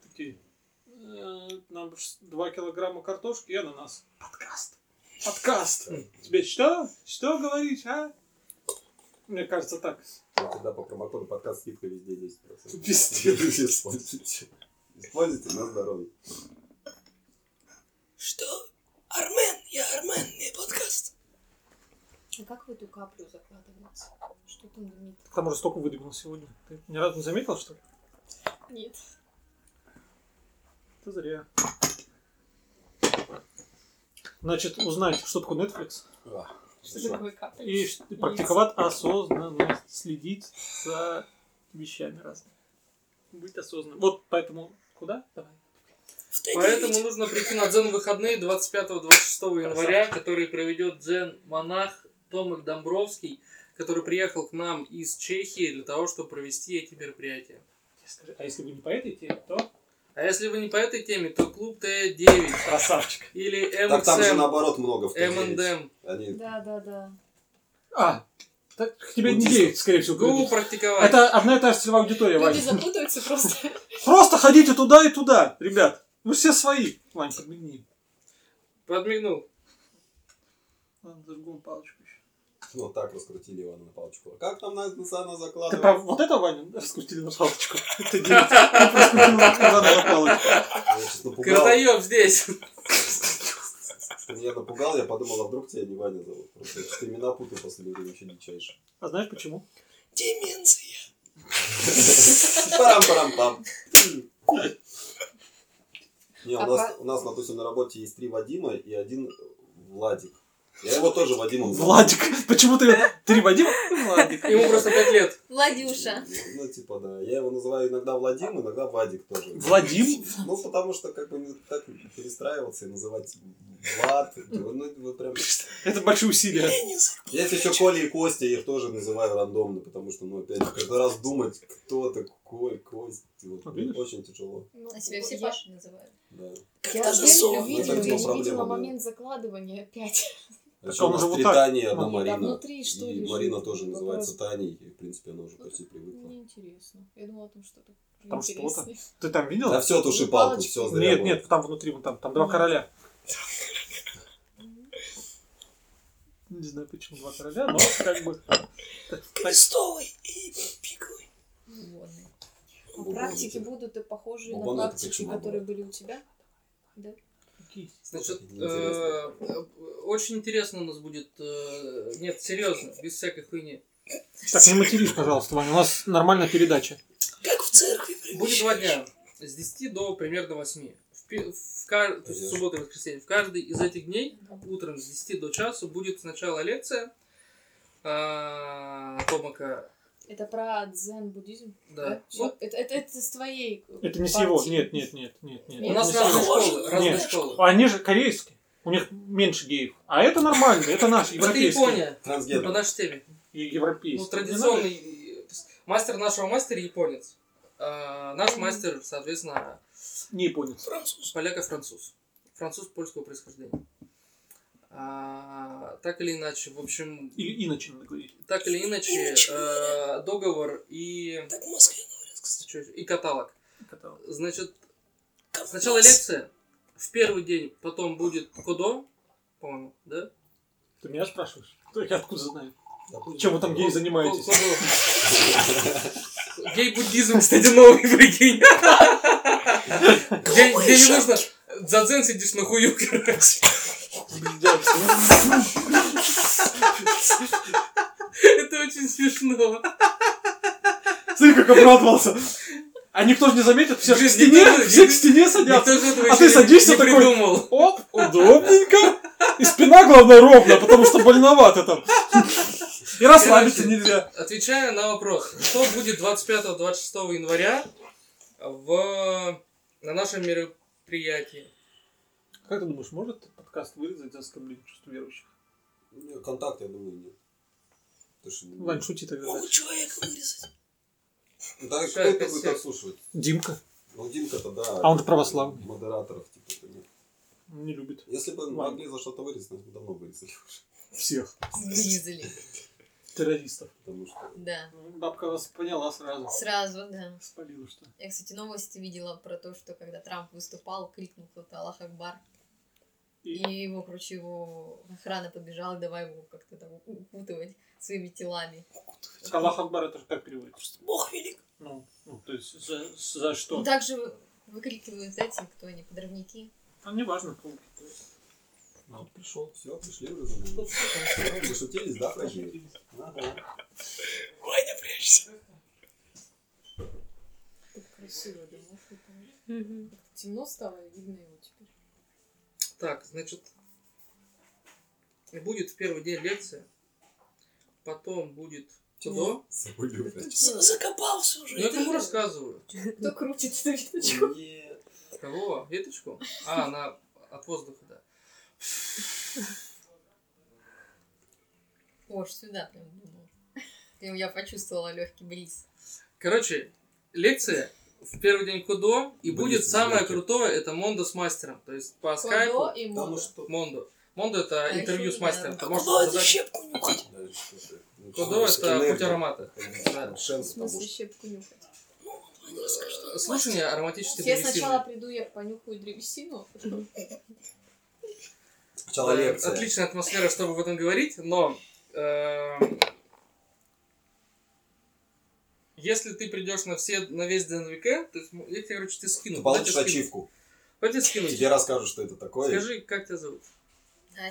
S2: Такие. э, Нам 2 килограмма картошки и ананас. Подкаст. Подкаст. Тебе что? Что говоришь, а? Мне кажется, так.
S1: Ну, Всегда по промокоду подкаст скидка везде 10%.
S2: Пиздец.
S1: Используйте. Используйте на здоровье.
S3: Что? Армен, я Армен, мне подкаст.
S5: А как в эту каплю закладывается? Что там Дмитрий?
S2: К тому же столько выдвинул сегодня. Ты ни разу не заметил, что ли?
S5: Нет.
S2: Это зря. Значит, узнать, что такое Netflix.
S5: Что такое капля?
S2: И ш- практиковать осознанность, следить за вещами разными. Быть осознанным. Вот поэтому куда? Давай.
S6: Поэтому нужно прийти на дзен-выходные 25-26 января, которые проведет дзен-монах Томик Домбровский, который приехал к нам из Чехии для того, чтобы провести эти мероприятия.
S14: Скажи, А если вы не по этой теме, то...
S6: А если вы не по этой теме, то клуб Т9.
S14: Красавчик.
S6: Или МСМ.
S1: Так там же наоборот много в Т9.
S6: M&M.
S1: Они
S5: Да, да, да.
S2: А, так к тебе не девять, скорее всего,
S6: Ну,
S2: придут.
S6: практиковать.
S2: Это одна и та же целевая аудитория,
S5: Люди
S2: Ваня.
S5: запутаются просто.
S2: Просто ходите туда и туда, ребят. Мы все свои. Вань, подмигни.
S6: Подмигнул.
S2: Ладно, другую палочку еще.
S1: вот ну, так раскрутили Ивана на палочку. А Как там на, на, на
S2: Ты про
S1: закладывали?
S2: вот это, Ваня, раскрутили на палочку? Это девять. Ты раскрутил на на палочку.
S6: Кардаев здесь.
S1: Ты меня напугал, я подумал, а вдруг тебя не Ваня зовут. Просто я что-то имена путаю после него еще дичайше.
S2: А знаешь почему?
S3: Деменция.
S1: Парам-парам-пам. Не, у
S3: А
S1: нас,
S3: про-
S1: у нас, допустим, на работе есть три Вадима и один Владик. Я его тоже Вадимом зову.
S2: Владик. Почему ты... Ты Вадим? Владик.
S6: Ему просто пять лет.
S9: Владюша.
S1: Ну, типа, да. Я его называю иногда Владим, иногда Вадик тоже.
S2: Владим?
S1: Ну, потому что как бы не так перестраиваться и называть Влад. Ну, вот прям...
S2: Это большие усилия.
S1: Есть еще Коля и Костя, я их тоже называю рандомно, потому что, ну, опять же, каждый раз думать, кто такой Костя, вот, блин, очень тяжело.
S5: Ну,
S9: А тебя все Паша называют.
S1: Да.
S5: Я
S3: Когда же
S5: отдельно
S3: сон
S5: видела,
S1: Это
S5: я
S1: где
S5: не видела
S1: проблема была?
S5: момент закладывания опять.
S1: А
S2: Так
S1: еще у
S2: он
S1: нас
S2: же вот
S1: три
S2: так.
S1: Тани и одна
S2: Ну,
S5: да,
S1: Марина.
S5: внутри, что
S1: и
S5: лежит?
S1: Марина тоже
S5: Ну,
S1: называется Таней, и, в принципе, она уже почти привыкла.
S5: Мне интересно. Я думала, там что-то
S2: Там что-то.
S5: поинтереснее.
S2: Ты там видел?
S1: Да всё, туши палку, всё, зря
S2: Нет,
S1: было.
S2: нет, там внутри, вон там, там два короля. Не знаю, почему два короля, но как бы...
S3: Крестовый и пиковый.
S5: А практики будут и похожие на
S1: Бубон это
S5: практики,
S1: почему
S5: которые были у тебя? Да?
S6: Значит, э, очень интересно у нас будет... э, Нет, серьезно, без всякой хуйни.
S2: Так, не матерись, пожалуйста, Ваня, у нас нормальная передача.
S3: Как в церкви.
S6: Будет два дня. С 10 до примерно 8. В, пе- в кар- То есть суббота и воскресенье. В каждый из этих дней утром с 10 до часу будет сначала лекция а, Томака.
S5: Это про дзен-буддизм?
S6: Да. Ну,
S5: Чё, Это, это, это с твоей... э,
S2: Это не с его. Нет, нет, нет, нет, нет.
S5: У нас
S2: Это не с
S5: разные
S2: его.
S5: школы,
S6: разные
S2: Нет.
S6: школы.
S2: Они же корейские. У них меньше геев. А это нормально, это наши,
S6: Это
S2: европейские. ну,
S6: Япония. По нашей теме.
S2: Европейские.
S6: Ну, традиционный э, мастер нашего мастера японец. А, наш мастер, соответственно,
S2: Не японец.
S3: Француз.
S6: Поляко-француз. Француз польского происхождения. А, так или иначе, в общем...
S2: Или иначе надо говорить.
S6: Так или иначе,
S3: Иначе
S6: э, договор и... Чё ещё? И каталог. Значит, сначала лекция. В первый день, потом будет кодо, по-моему, да?
S2: Ты меня спрашиваешь? Да Я откуда знаю? Чем вы там геи занимаетесь?
S6: Гей-буддизм, кстати, новый, прикинь. Где, где не нужно... За дзен сидишь на хую, короче. Это очень смешно.
S2: Смотри, как обрадовался. А никто же не заметит, все же к
S6: Блин,
S2: стене,
S6: никто же-
S2: все к стене садятся.
S6: никто же этого
S2: А ты
S6: еще не-
S2: садишься
S6: не
S2: такой,
S6: придумал.
S2: оп, удобненько. И спина, главное, ровная, потому что больновато там. И расслабиться
S6: Короче,
S2: нельзя.
S6: Отвечая на вопрос, что будет 25-26 января в... на нашем мероприятии?
S2: Как ты думаешь, может подкаст вырезать за оскорбление чувств верующих?
S1: Ну, контакт, я думаю, нет. Потому что-
S2: Вань, шути тогда
S3: Могу
S2: дальше.
S3: человека вырезать.
S1: Ну, так кто это будет отслушивать?
S2: Димка.
S1: Ну, Димка-то, да.
S2: А он-то православный.
S1: Модераторов, типа, это нет.
S2: Не любит.
S1: Если бы
S2: Вань.
S1: могли за что-то вырезать, нас бы давно вырезали уже.
S2: Всех.
S9: Вырезали.
S2: Террористов.
S1: Потому что...
S9: Да.
S2: Бабка вас поняла сразу.
S9: Сразу, да.
S2: Спалила что.
S9: Я, кстати, новости видела про то, что когда Трамп выступал, крикнул кто-то Аллах Акбар. И его, короче, его охрана побежала, давай его как-то там у- укутывать своими телами.
S2: Так Аллах Акбар это же как переводится?
S3: Бог велик.
S2: Ну, ну то есть за, за что?
S9: Ну, также выкрикивают эти, кто они, подрывники.
S2: А не важно. А
S1: Ну, вот пришел. Все, пришли уже. Зашутились, да, прожили? Ага.
S3: Ваня, прячься.
S5: Так красиво, да? может, это- Как-то Темно стало, и видно его теперь.
S6: Так, значит, будет в первый день лекция, потом будет кудо.
S1: Забыли,
S3: Закопался
S6: Ну,
S3: уже.
S6: я кому рассказываю?
S5: Кто крутит эту ниточку?
S1: Нет.
S6: Кого? Веточку? А, она от воздуха, да.
S9: Ож, сюда прям думал. Прям я почувствовала легкий бриз.
S6: Короче, лекция в первый день Кудо, и будет самое крутое, это Мондо с мастером. То есть по скайпу.
S9: и
S6: Мондо. Мондо. Мондо это
S9: А,
S6: интервью
S9: еще
S6: с мастером.
S9: не
S6: Ты
S9: надо.
S6: можешь
S9: Кудо это
S6: задать-
S9: щепку
S1: Ну,
S6: Кудо это путь аромата. Да.
S5: В смысле щепку нюхать?
S6: Слушание ароматической
S5: Я сначала
S6: древесины.
S5: приду, я понюхаю древесину.
S1: Сначала
S6: Э,
S1: лекция.
S6: Отличная атмосфера, чтобы об этом говорить, но э, если ты придешь на все на весь ДНВК, то есть, м, я тебе, короче, тебе скину.
S1: Ты получишь
S6: Куда тебе скинуть?
S1: ачивку.
S6: Куда тебе скинуть?
S1: Тебе расскажут, что это такое.
S6: Скажи, как тебя зовут?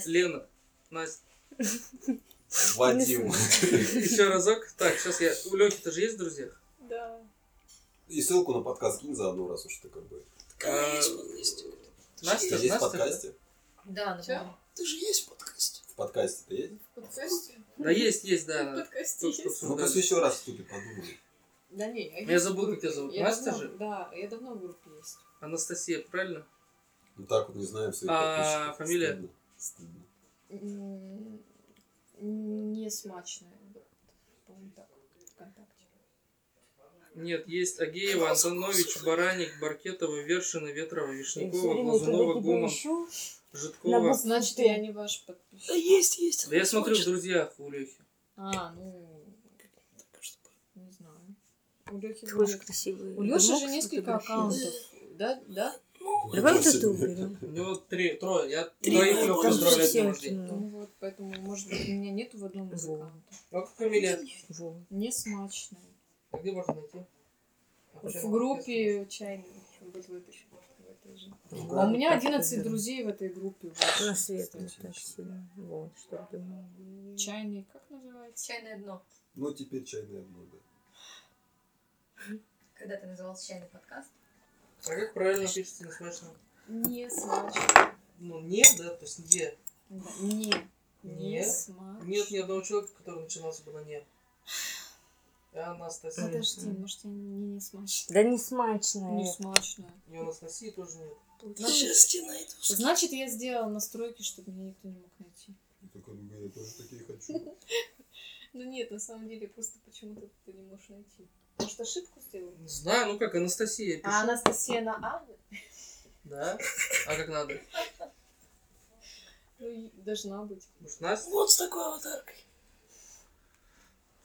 S6: Лена. Настя.
S1: Вадим.
S6: Еще разок. Так, сейчас я... У Лёхи тоже есть в друзьях?
S5: Да.
S1: И ссылку на подкаст кинь заодно, раз уж ты как бы...
S6: А, Настя,
S1: Ты есть в
S6: Настя,
S1: подкасте?
S9: Да, напомню.
S3: Ты же есть в подкасте.
S1: В подкасте ты есть?
S6: Да есть, есть, да.
S5: подкасте
S6: Тут
S5: есть.
S1: Ну,
S6: обсуждали.
S1: пусть еще раз вступит, подумай.
S5: Да не,
S6: Я
S5: есть в
S6: забыл, как
S5: группе.
S6: тебя зовут.
S5: Я
S6: Настя
S5: давно-
S6: же?
S5: Да, я давно в группе есть.
S6: Анастасия, правильно?
S1: Ну, так вот не знаем своих
S6: А,
S1: подписчиков.
S6: фамилия?
S1: Стыдно. Стыдно.
S5: М, Не смачная. вот, по-моему, так, ВКонтакте.
S6: Нет, есть Агеева, Антонович, Бараник, Баркетова, Вершина, Ветрова, Вишнякова,
S5: время,
S6: Глазунова,
S5: когда тебя
S6: Гоман,
S5: ищу,
S6: Житкова.
S5: Значит, я не ваш подписчик. Да есть, есть.
S6: Да я смотрю в друзьях у Лехи.
S5: А, ну... Не знаю. У Лёхи
S7: Ты хочешь
S5: будет-
S7: красивый
S5: У Лёши
S7: лоб
S5: же
S7: с
S5: несколько
S7: фотографией.
S5: аккаунтов. Да, да?
S7: Давай вот
S6: Ничего
S1: Ну,
S7: это
S6: себе.
S7: уберем.
S6: У него три, трое. Я
S7: Три,
S6: троих
S7: ну,
S6: Лёха
S7: там же
S6: поздравляю с
S7: всем
S6: днем рождения.
S5: Ну вот, поэтому, может быть, у меня нету в одном из аккаунтов.
S6: А как фамилия?
S5: Не смачная.
S6: Где можно найти? А
S5: В группе чайный будет вытащен. в этой же. А у меня 11 друзей в этой группе.
S7: На свет не так сильно. Вот, что ты думала.
S5: Чайный, как называется?
S9: Чайное дно.
S1: Ну, теперь чайное дно, да.
S9: Когда ты назывался чайный подкаст?
S6: А как правильно пишется не смачно?
S5: Не смачно.
S6: Ну, не, да, то есть где?
S5: Да, Не. Не
S6: Не?
S5: смачно.
S6: Нет ни одного человека, который начинался бы на «не». А Анастасия.
S5: Подожди, может, я не, не смачно.
S7: Да не смачная.
S5: Не смачно.
S6: И у Анастасии тоже нет.
S5: Значит, значит, я сделала настройки, чтобы меня никто не мог найти.
S1: Я такой, ну, я тоже такие хочу.
S5: Ну нет, на самом деле, просто почему-то ты не можешь найти. Может, ошибку сделала?
S6: Не знаю, ну как Анастасия пишет.
S5: А Анастасия на А?
S6: Да? А как надо?
S5: Ну, и должна быть.
S6: Может, Настя?
S3: Вот с такой аватаркой.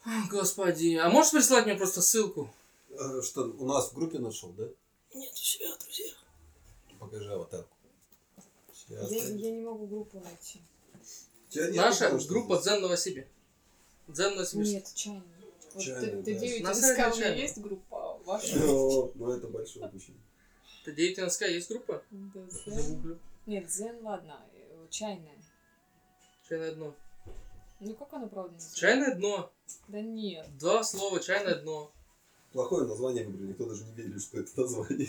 S6: Ой, Господи, а можешь прислать мне просто ссылку?
S1: А, Что, у нас в группе нашел, да?
S3: Нет, у себя, друзья.
S1: Покажи аватарку.
S5: Я,
S1: Сейчас.
S5: я не могу группу найти.
S1: Тебя нет,
S6: Наша
S1: потому что
S6: группа Дзен Новосибирь. Дзен Новосибирск.
S5: Нет, чайный. Вот
S1: Чайный,
S5: ты, ты
S1: да.
S5: девять
S6: На
S5: из
S6: самом деле
S5: камня
S6: чайный.
S5: есть группа, а ваша?
S1: О, Ну, это большое упущение.
S6: Ты 9 НСК, есть группа?
S5: Да, зен.
S6: Загуглю.
S5: Нет, зен, ладно, э, чайная.
S6: Чайное дно.
S5: Ну как она правда называется?
S6: Чайное дно.
S5: Да нет.
S6: Два слова, чайное дно.
S1: Плохое название выбрали, никто даже не верил, что это название.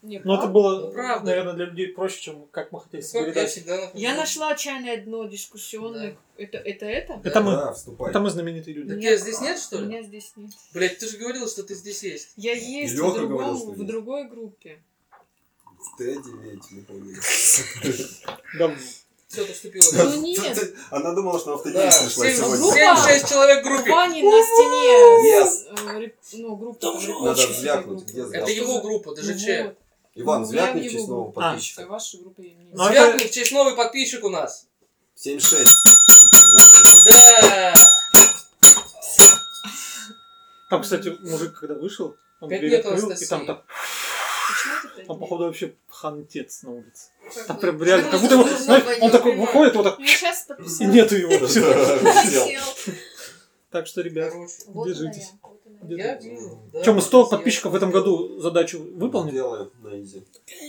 S5: Не,
S2: Но Ну, это
S5: правда?
S2: было,
S6: Ну, Правда.
S2: наверное, для людей проще, чем как мы хотели
S6: Сколько я
S2: передать.
S6: всегда нахожусь.
S5: Я нашла чайное дно дискуссионных. Это, это это?
S2: Это
S1: Да,
S2: мы.
S1: вступай.
S2: Это мы знаменитые люди.
S6: Так
S5: Нет.
S6: тебя здесь нет, что ли?
S5: Меня здесь нет.
S6: Блять, ты же говорила, что ты здесь есть.
S5: Я есть
S1: Лёха
S5: в, другом-
S1: говорил, что
S5: в
S1: есть.
S5: другой группе.
S1: Тедди ведь, мы помним.
S2: Давно.
S6: Все, ты вступила.
S5: Ну нет.
S1: Она думала, что она в Тедди
S6: Да, ну,
S1: пришла сегодня.
S6: 7-6 человек в группе.
S5: Ваня на стене. э, реп- Ну, группа. там
S1: Надо
S5: репочка.
S1: взвякнуть, где
S6: Это
S1: звякнуть.
S6: его группа, ДЖЧ.
S5: Вот.
S1: Иван,
S5: Ну,
S1: звякни
S5: я
S1: в
S5: в его
S1: честь нового
S5: группе.
S1: подписчика.
S5: В вашей группе я не
S2: Ну, это-
S6: Звякни в честь новый подписчик у нас.
S1: 7-6.
S6: Да.
S2: Там, кстати, мужик, когда вышел, он
S6: Пять
S2: дверь
S6: лет
S2: открыл, и
S6: Анастасии.
S2: там так,
S5: Почему ты
S2: там,
S5: так
S2: походу, вообще хантец на улице.
S5: Как
S2: Там
S5: бы-
S6: Ну,
S2: прям реально, как
S5: Потому
S2: будто,
S5: что
S2: его,
S5: нужно
S2: знаешь,
S5: звонить,
S2: он такой
S5: понимаю.
S2: выходит, вот так,
S5: Ну, сейчас
S2: и
S5: подписала.
S2: нету его.
S1: Сел.
S2: Всё.
S5: Сел.
S2: Так что, ребят,
S6: Короче,
S5: Вот она
S2: держитесь.
S5: я, вот она я.
S6: я
S2: держитесь.
S6: вижу.
S2: Чем мы 100
S6: Я-
S2: подписчиков в этом году задачу выполнили?
S1: Делаем на изи.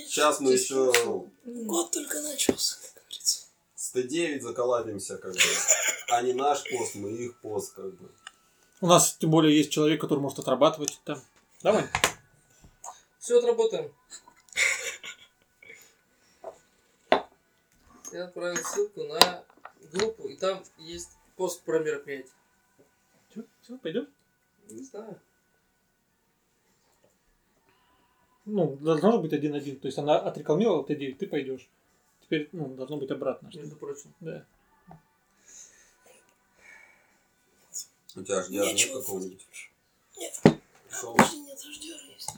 S1: Сейчас мы еще
S3: Год только начался, как говорится.
S1: с Т9 заколабимся, как бы. А не наш пост, мы их пост, как бы.
S2: У нас, тем более, есть человек, который может отрабатывать там. Давай.
S6: Все, отработаем. Я отправил ссылку на группу, и там есть пост про мероприятие.
S2: Все, пойдем.
S6: Не знаю.
S2: ну, должно же быть один-один. То есть она отрекламировала Т9, ты пойдешь. Теперь, ну, должно быть обратно. что ли.
S12: Между прочим.
S2: Да.
S1: У тебя же диагноз
S3: Нечего
S1: какого-нибудь.
S3: Нет.
S1: Пришел.
S3: Подожди, нет, ждер есть.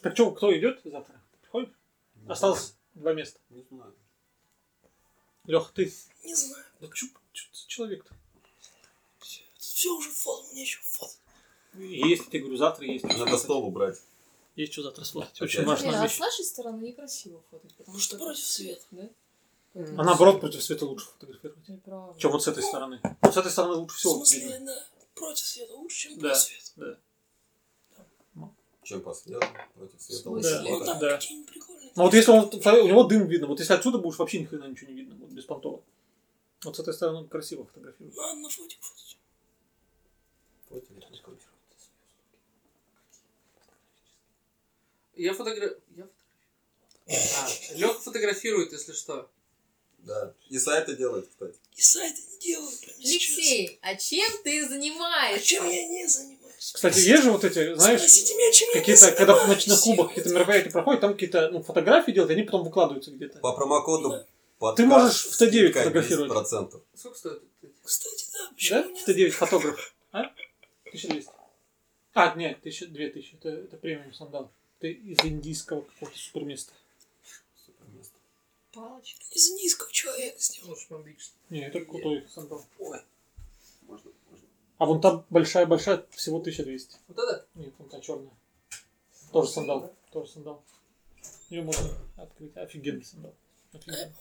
S2: Так что, кто идет завтра? Приходит? Осталось два места.
S1: Не знаю.
S2: Лех, ты.
S3: Не знаю.
S2: Да чё, чё ты за человек-то?
S3: Все уже фото, мне еще фото.
S2: Есть, я тебе говорю, завтра есть.
S1: Надо стол убрать.
S2: Есть что завтра смотреть.
S1: Опять.
S2: Очень важная
S5: Блин, а
S2: вещь.
S5: с нашей стороны некрасиво фотать, потому что...
S3: против света.
S5: Да?
S2: А наоборот, против света лучше фотографировать.
S5: Неправда.
S2: Чем вот с этой стороны. Вот с этой стороны лучше
S3: В
S2: всего.
S3: смысле,
S2: видно.
S3: она против света лучше, чем
S2: Да,
S3: против света.
S2: да.
S1: Чем последовал? Против света.
S3: Ну,
S2: Да,
S1: лучше фото.
S3: там
S2: да.
S3: какие-нибудь прикольные.
S2: Ну вот если он, у него дым видно, вот если отсюда будешь, вообще ни хрена ничего не видно, вот без понтова. Вот с этой стороны красиво фотографируют.
S3: Ладно, на фотик фотик.
S1: Против не против.
S6: Я фотографирую. Я фотографирую. Леха фотографирует, если что.
S1: Да. И сайты делает, кстати.
S3: И сайты не делают прямо сейчас.
S9: Алексей, а чем ты
S3: А
S9: занимаешься?
S3: чем я не занимаюсь?
S2: Кстати, есть же вот эти, знаешь,
S3: Спросите меня, чем я не
S2: какие-то, когда в
S3: занимаюсь.
S2: ночных клубах какие-то мероприятия проходят, там какие-то ну, фотографии делают, и они потом выкладываются где-то.
S1: По промокоду подкаст
S2: Ты можешь в Т9
S1: скидка
S2: фотографировать.
S1: 10%.
S6: Сколько стоит?
S3: Кстати, да,
S2: Да?
S3: почему
S2: В Т9 фотограф. А? 1200. А, нет, 1000, 2000. Это, это премиум сандал. Ты из индийского какого-то суперместа.
S1: Суперместо.
S9: Палочки.
S3: из низкого человека сделал?
S6: Лучше бомбичный.
S2: Не, это крутой сандал.
S1: Можно, можно.
S2: А вон там большая-большая, всего 1200.
S6: Вот это?
S2: Нет, вон та черная. Тоже сандал. Тоже сандал. Ее можно открыть. Офигенный сандал. Офигенный.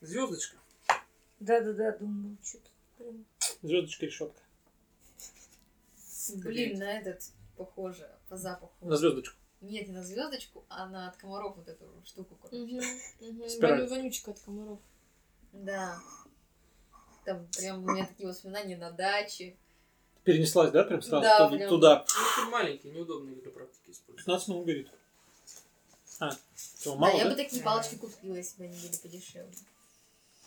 S6: Звездочка.
S7: Да-да-да, думаю, что-то прям...
S2: Звездочка и щетка.
S9: Блин, на этот похоже, по запаху.
S2: На звездочку.
S9: Нет, не на звездочку, а на от комаров вот эту штуку. короче.
S5: Мгм, мгм.
S2: Спираль.
S5: Воню- Вонючка от комаров.
S9: Да. Там прям у меня такие воспоминания на даче.
S2: Перенеслась, да, прям сразу
S9: Да,
S2: туда?
S9: прям.
S2: туда.
S6: Ну, ты маленький, неудобный для практики использовать.
S2: 15 минут горит. А, всё,
S9: да,
S2: мало,
S9: я
S2: да?
S9: бы такие палочки купила, если бы они были подешевле.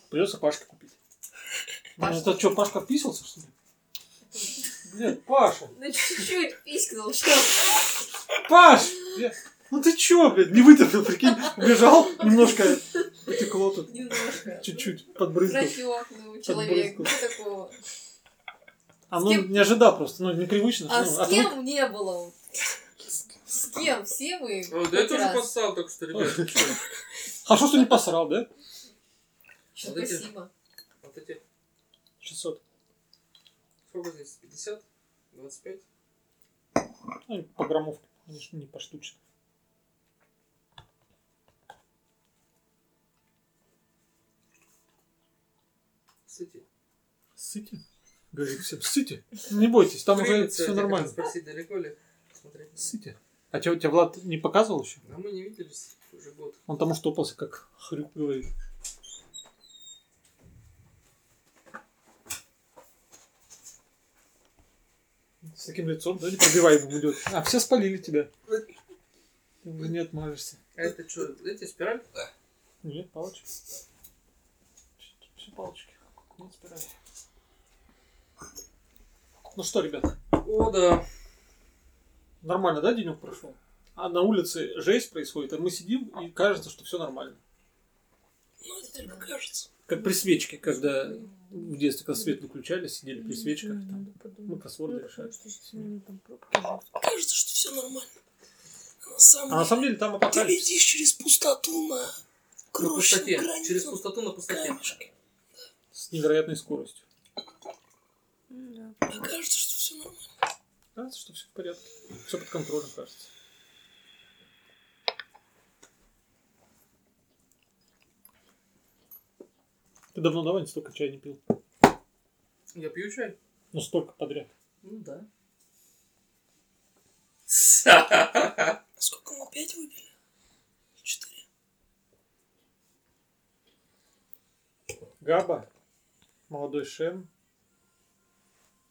S2: Придется Пашке купить.
S9: Пашка.
S2: Ну, это что, Пашка вписался, что ли? Блин, Паша!
S9: Ну, чуть-чуть пискнул, что
S2: Паш! Я- Ну ты чё, блядь, не вытерпел, прикинь, убежал, немножко потекло тут,
S9: немножко.
S2: чуть-чуть подбрызнул.
S9: Прочеркнул человек, ну
S2: брызгал.
S9: такого.
S2: А
S9: С
S2: ну
S9: кем?
S2: не ожидал просто, ну непривычно.
S9: А
S2: ну,
S9: с
S2: отвык.
S9: кем не было? вот? С кем? Все мы.
S6: О, да я тоже
S9: раз.
S6: поссал только что, ребят. Вы что?
S2: Хорошо, а что не посрал, да?
S9: Чё,
S6: Вот эти-
S9: Спасибо.
S6: Вот эти.
S2: 600.
S6: Сколько здесь? 50? 25?
S2: Ну, по граммовке, конечно, не поштучно.
S6: Кстати.
S2: Сыти? Говорит всем, сыти. Не бойтесь, там уже
S6: Кривится,
S2: все
S6: я
S2: нормально.
S6: хотел спросить, далеко ли? Смотреть.
S2: Сыти. А тебя, тебя Влад не показывал еще?
S6: А мы не виделись уже год.
S2: Он там уштопался, как хрюк говорит. С таким лицом, да, непробиваемым идет. А, все спалили тебя. Ты уже не отмажешься.
S6: А это что, эти спираль?
S2: Нет, палочки. Все палочки. Нет, спирали. Ну что, ребят,
S6: О, да.
S2: нормально, да, денек прошел? А на улице жесть происходит, а мы сидим и кажется, что все нормально.
S3: Ну, это только кажется.
S2: Как при свечке, когда в детстве, когда свет выключали, сидели при свечках, там,
S7: Надо подумать.
S2: мы кроссворды
S7: Ну,
S2: решали.
S7: потому что сейчас у меня там пробки жёсткие.
S3: Кажется, что все нормально. А на самом
S2: А на
S3: деле
S2: самом деле там
S3: ты
S2: апокалипсис.
S3: летишь через пустоту на
S6: На
S3: крошечном
S6: пустоте. Через
S3: гранитном
S6: пустоту на пустоте.
S3: камешке.
S2: с невероятной скоростью.
S7: М, да.
S3: А кажется, что все нормально.
S2: Кажется, что все в порядке. Все под контролем, кажется. Ты давно давай столько чая не пил.
S6: Я пью чай?
S2: Ну, столько подряд.
S6: Ну да.
S3: А Сколько мы опять выпили? Четыре.
S2: Габа, молодой шен,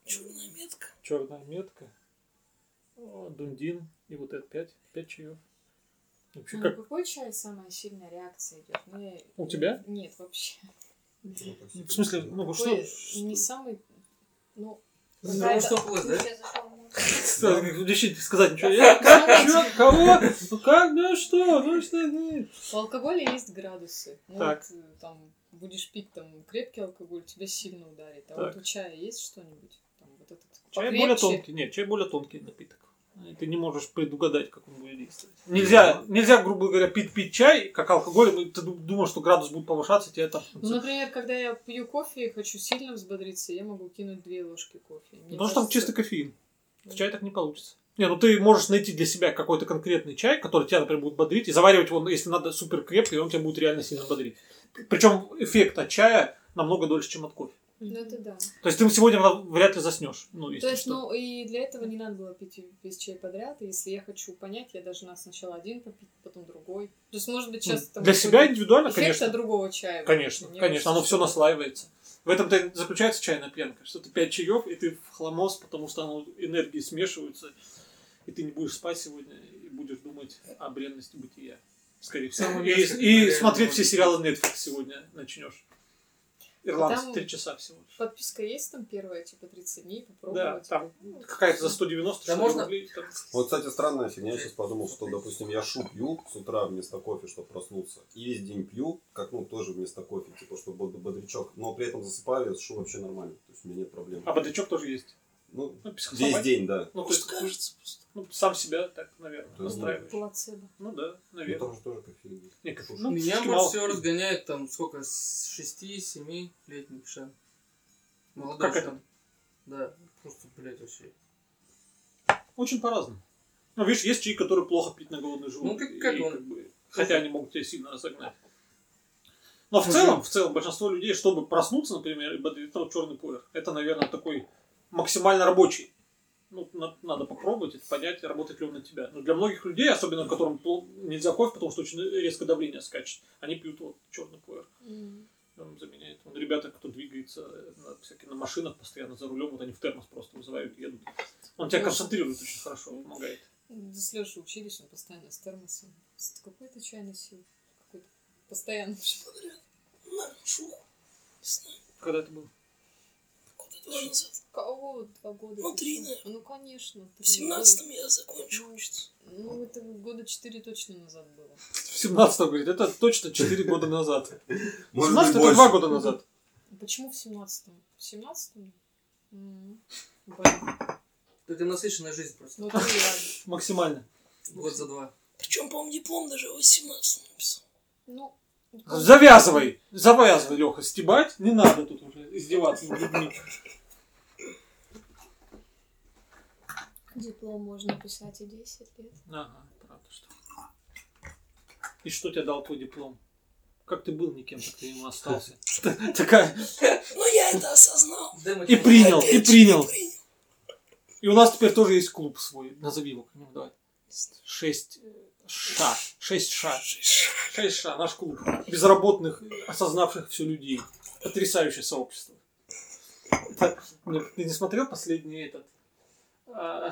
S3: Черная метка.
S2: черная метка, о, дундин и вот это пять. Пять чаев. Вообще,
S5: Ну,
S2: как
S5: какой чай самая сильная реакция идет? Ну, я-
S2: У тебя?
S5: Нет, вообще.
S2: В смысле, ну
S5: Какой
S2: что?
S5: не самый... Ну,
S6: Из того,
S5: какая-то-
S6: что плоть, да?
S9: Сейчас зашла в морг.
S2: Решить сказать ничего. Я, как, чё, кого? Ну как, да что? Ну что, ну.
S5: У алкоголя есть градусы. Ну,
S2: Так.
S5: вот, э, там, будешь пить там крепкий алкоголь, тебя сильно ударит. А
S2: Так.
S5: вот у чая есть что-нибудь? Там, вот этот
S2: Чай
S5: покрепче?
S2: более тонкий. Нет, чай более тонкий напиток. Ты не можешь предугадать, как он будет действовать. Нельзя, нельзя, грубо говоря, пить, пить чай, как алкоголь, и ты ду- думаешь, что градус будет повышаться, тебе это...
S5: Ну, например, когда я пью кофе и хочу сильно взбодриться, я могу кинуть две ложки кофе. Мне
S2: Ну, Потому что там
S5: кажется,
S2: чистый кофеин. В чай так не получится. Не, ну ты можешь найти для себя какой-то конкретный чай, который тебя, например, будет бодрить, и заваривать его, если надо, супер крепкий, и он тебя будет реально сильно бодрить. Причем эффект от чая намного дольше, чем от кофе.
S5: Ну, это да.
S2: То есть ты сегодня во- вряд ли заснешь. Ну, если
S5: То есть,
S2: что.
S5: ну, и для этого не надо было пить весь чай подряд. И если я хочу понять, я должна сначала один попить, потом другой. То есть, может быть, сейчас...
S2: Ну,
S5: там
S2: для
S5: какой-то
S2: себя индивидуально,
S5: эффект
S2: конечно.
S5: от другого чая.
S2: Конечно,
S5: Мне
S2: конечно,
S5: кажется,
S2: оно все
S5: что-
S2: наслаивается. В этом-то и заключается чайная пенка, что ты пять чаев, и ты в хламоз, потому что оно- энергии смешиваются, и ты не будешь спать сегодня, и будешь думать о бренности бытия. Скорее всего.
S15: Самый
S2: И,
S15: мерзкий,
S2: и
S15: Ну, наверное,
S2: смотреть
S15: может
S2: все
S15: быть.
S2: сериалы Netflix сегодня начнешь. Ирландцы,
S5: Там
S2: три часа всего.
S5: Подписка есть там первая, типа 30 дней,
S2: Да,
S5: попробовать.
S2: там какая-то за 190 что
S5: Да
S2: ли,
S5: можно-
S2: рублей. там.
S1: Вот, кстати, странная фигня. Я сейчас подумал, что, допустим, я шу пью с утра вместо кофе, чтобы проснуться. И весь день пью, как, ну, тоже вместо кофе, типа, чтобы был бодрячок. Но при этом засыпаю, я шу вообще нормально. То есть у меня нет проблем.
S2: А бодрячок тоже есть?
S1: Ну,
S2: Ну, психосоматика.
S1: весь день, да.
S2: Ну, то есть, ну, сам себя так, наверное,
S1: То есть, ну,
S2: настраиваешь.
S5: Плацебо.
S2: Ну да,
S1: Ну,
S2: наверное.
S1: там же тоже кофеин есть.
S2: Не, кофе- ну,
S6: Меня
S2: фишки
S6: больше
S2: мало.
S6: всего разгоняет там сколько, с 6-7 летних шан. Молодой
S2: Как это?
S6: шан. Да, просто, блядь, вообще.
S2: Очень по-разному. Ну, видишь, есть чаи, которые плохо пить на голодный желудок.
S6: Ну, как- как
S2: и
S6: он?
S2: бы, хотя они могут тебя сильно разогнать. Но в целом, в целом, большинство людей, чтобы проснуться, например, и бодрить, ну, черный пуэр, это, наверное, такой максимально рабочий. Ну, на- надо попробовать это понять, работает ли он на тебя. Но для многих людей, особенно которым пл- нельзя кофе, потому что очень резко давление скачет, они пьют вот черный пуэр. Он заменяет. Вон ребята, кто двигается э, на, всякие, на машинах постоянно за рулем, вот они в термос просто вызывают, едут. Он тебя
S5: Да.
S2: концентрирует очень хорошо, помогает.
S5: Да с Лешей учились, он постоянно с термосом. С Какой-то чай носил. Какой-то постоянно.
S3: На шуху. Не знаю,
S2: Когда это было?
S3: два назад.
S5: Кого? Два года.
S3: Ну, три,
S5: точно. Ну, конечно.
S3: В семнадцатом я закончил.
S5: Ну, это года четыре точно назад было.
S2: В 17 говорит, это точно 4 года назад. В
S1: Может быть,
S2: 17 это
S1: больше. А
S2: 2 года назад.
S5: Почему в семнадцатом? В семнадцатом? М.
S6: Да ты насыщенная жизнь просто.
S5: Ну, это ладно.
S2: Максимально.
S6: Год за два.
S3: Причем, по-моему, диплом даже в 18 написал.
S5: Ну,
S2: Завязывай! Завязывай, Леха, стебать не надо тут уже издеваться над людьми.
S5: Диплом можно писать и 10 лет.
S2: Ага, правда что. И что тебе дал твой диплом? Как ты был никем, так ты ему остался. Такая.
S3: Но я это осознал.
S2: И принял, и принял. И у нас теперь тоже есть клуб свой. Назови его как-нибудь, давай. Шесть э, ша. Шесть ша. Шесть ша. Наш клуб. Безработных, осознавших все людей. Потрясающее сообщество. Это- ну, ты не смотрел последний этот? а, э,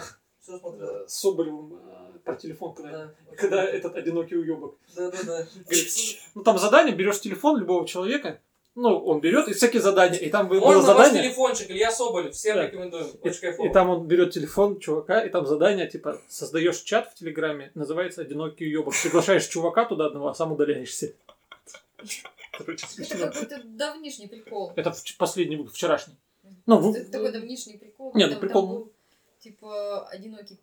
S2: с Соболевым а, про телефон, когда, когда этот одинокий уебок.
S6: Да-да-да.
S2: Говорит, ну там задание, берешь телефон любого человека, ну, он берет и всякие задания. И там было
S6: Можно ваш
S2: задание.
S6: телефончик, Илья Соболев, всем рекомендуем.
S2: И,
S6: Очень кайфово.
S2: и там он берет телефон чувака, и там задание, типа, создаешь чат в Телеграме, называется «Одинокий уебок». Приглашаешь чувака туда одного, а сам удаляешься. Короче,
S9: Это
S2: смешно.
S9: какой-то давнишний прикол.
S2: Это вч- последний выпуск, вчерашний. Ну, вы-
S9: Это такой давнишний прикол.
S2: Не, ну,
S9: когда там
S2: прикол.
S9: был, Типа, одинокий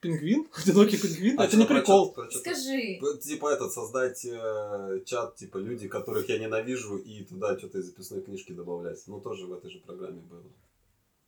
S2: Пингвин? Одинокий пингвин?
S1: А
S2: Это
S1: чё,
S2: не
S1: про чё-
S2: прикол.
S1: про чё-
S9: Скажи.
S1: Б- Типа этот, создать э, чат, типа люди, которых я ненавижу, и туда что-то из записной книжки добавлять. Ну, тоже в этой же программе было.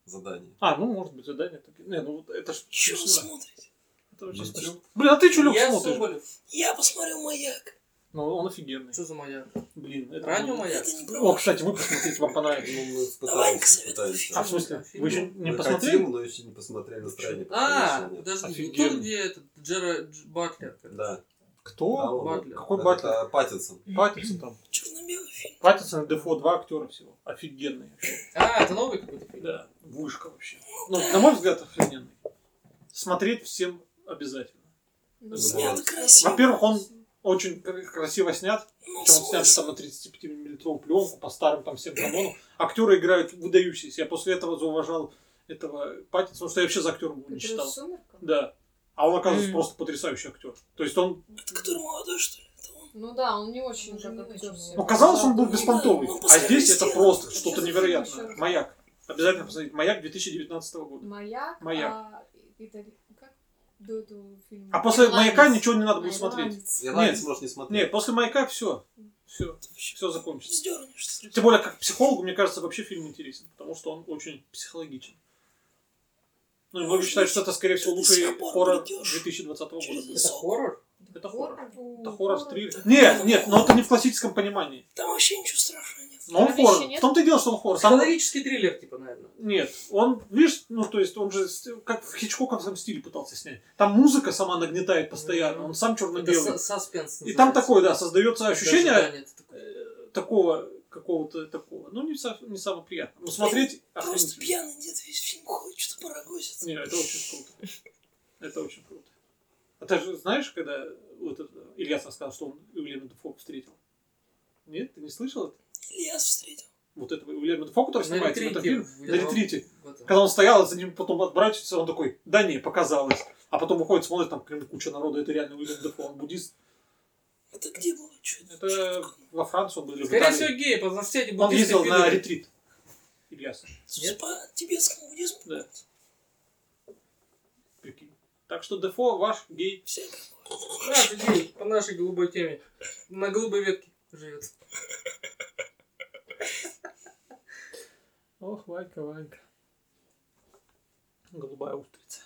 S1: Задание.
S2: А, ну, может быть, задание такие. Не, ну, вот это ж
S3: Чё вы
S2: смешно.
S3: смотрите?
S2: Это вообще смешно. Блин, а ты что, Люк,
S6: Я
S2: смотришь?
S6: Соболев.
S3: Я посмотрел «Маяк».
S2: Ну, он офигенный.
S6: Что за моя?
S2: Блин, это...
S6: Радио
S2: будет-
S6: «Маяк»?
S2: О, кстати, выпуск смотрите, вам понравится.
S1: Ну, мы пытаемся, пытаемся.
S2: А, в смысле? Вы еще не
S1: Мы
S2: посмотрели?
S1: хотим, но еще не посмотрели настроение.
S6: А,
S1: пока решили.
S6: подожди, ну тот, где этот Джера Дж- Батлер. как раз.
S1: Да. Да,
S2: Кто?
S1: он-
S6: Батлер.
S2: Какой
S1: Это
S2: батлер?
S1: Паттинсон.
S2: Паттинсон там.
S3: Черно-белый фильм.
S2: Паттинсон и Дефо два актера всего. Офигенные.
S6: А, это новый какой-то фильм?
S2: Да, вышка вообще. Ну, на мой взгляд, охрененный. Смотреть всем обязательно.
S3: Снято
S2: Вот.
S5: Ну,
S3: красиво.
S2: Во-первых, он, очень кр- красиво снят.
S3: Ну,
S2: Причем он снят там на 35-миллиметровую пленку по старым там всем канонам. Актеры играют выдающиеся. Я после этого зауважал этого Паттинсона, потому что я вообще за актера его не
S16: Который в
S2: считал.
S16: «Сумерках»?
S2: Да. А он, оказывается,
S16: М.
S2: просто потрясающий актер. То есть он
S3: Который молодой, что ли?
S16: Ну да, он не очень уже как актер
S2: Ну, казалось, он был беспонтовый,
S16: беспонтовый,
S2: а здесь это просто что-то невероятное. Маяк. Обязательно посмотрите. Маяк 2019 года.
S16: Маяк.
S2: Маяк.
S16: а, это как до этого фильма?
S2: А после
S16: Ирландец.
S2: маяка ничего не надо будет
S16: Ирландец.
S2: смотреть.
S1: Ирландец можешь не смотреть.
S2: Нет, после маяка все. Все. Все закончится. Тем более, как психологу, мне кажется, вообще фильм интересен, потому что он очень психологичен. Ну, и многие считают, что это, скорее всего, лучший хоррор 2020 года.
S3: Это
S2: хоррор? Это хоррор. Это хоррор-триллер.
S3: Да.
S2: Нет, нет, но это не в классическом понимании.
S3: Там вообще ничего страшного нет.
S2: Но он хоррор. В том-то и дело, что он хоррор.
S6: Психологический триллер, типа, наверное.
S2: Нет, он, видишь, ну то есть он же с- как в хичкоковском стиле пытался снять. Там музыка сама нагнетает постоянно, он сам черно-белый.
S6: Это са- саспенс
S2: И там
S6: называется.
S2: такое, да, создается ощущение
S6: ожидание,
S2: э, такого какого-то такого. Ну, не, са- не самое приятное. Ну, смотреть...
S3: Просто
S2: охренительно.
S3: пьяный дед весь фильм ходит, что-то парагозит.
S2: Не, это очень круто. Это очень круто. А ты же знаешь, когда вот это, Ильяс рассказал, что он Уильяма Дефо встретил? Нет, ты не слышал это?
S3: Ильяс встретил.
S2: Вот этого Уильяма Дефо, который
S6: На
S2: снимается в этом фильме,
S6: ретрите в
S2: на ретрите.
S6: в этом.
S2: Когда он стоял, за ним потом отбрачивается, он такой, да не, показалось. А потом выходит, смотрит, там блин, куча народу, это реально Уильям Дефо, он буддист.
S3: Это где было?
S2: Это во Франции он был или в
S6: Скорее
S2: Италии.
S6: всего, гей, потому что все эти
S2: Он
S6: буддисты
S2: ездил на
S6: пидоры.
S2: ретрит. Ильяс.
S3: Нет? По тибетскому буддизму?
S2: Да. Прикинь. Так что Дефо ваш гей.
S6: Наш гей, по нашей голубой теме. На голубой ветке живет.
S2: Ох, Ванька, Ванька. Голубая устрица.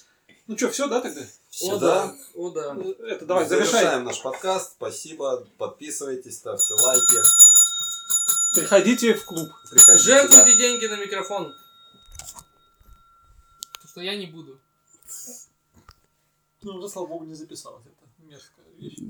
S2: Ну что, все, да, тогда?
S6: О, да. О, да.
S2: Это давай,
S1: Завершаем
S2: завершаем.
S1: наш подкаст. Спасибо. Подписывайтесь, ставьте лайки.
S2: Приходите в клуб.
S1: Приходите, да.
S6: Жертвуйте деньги на микрофон. Потому что я не буду.
S2: Ну, уже, слава богу, не записалось это мерзкая вещь.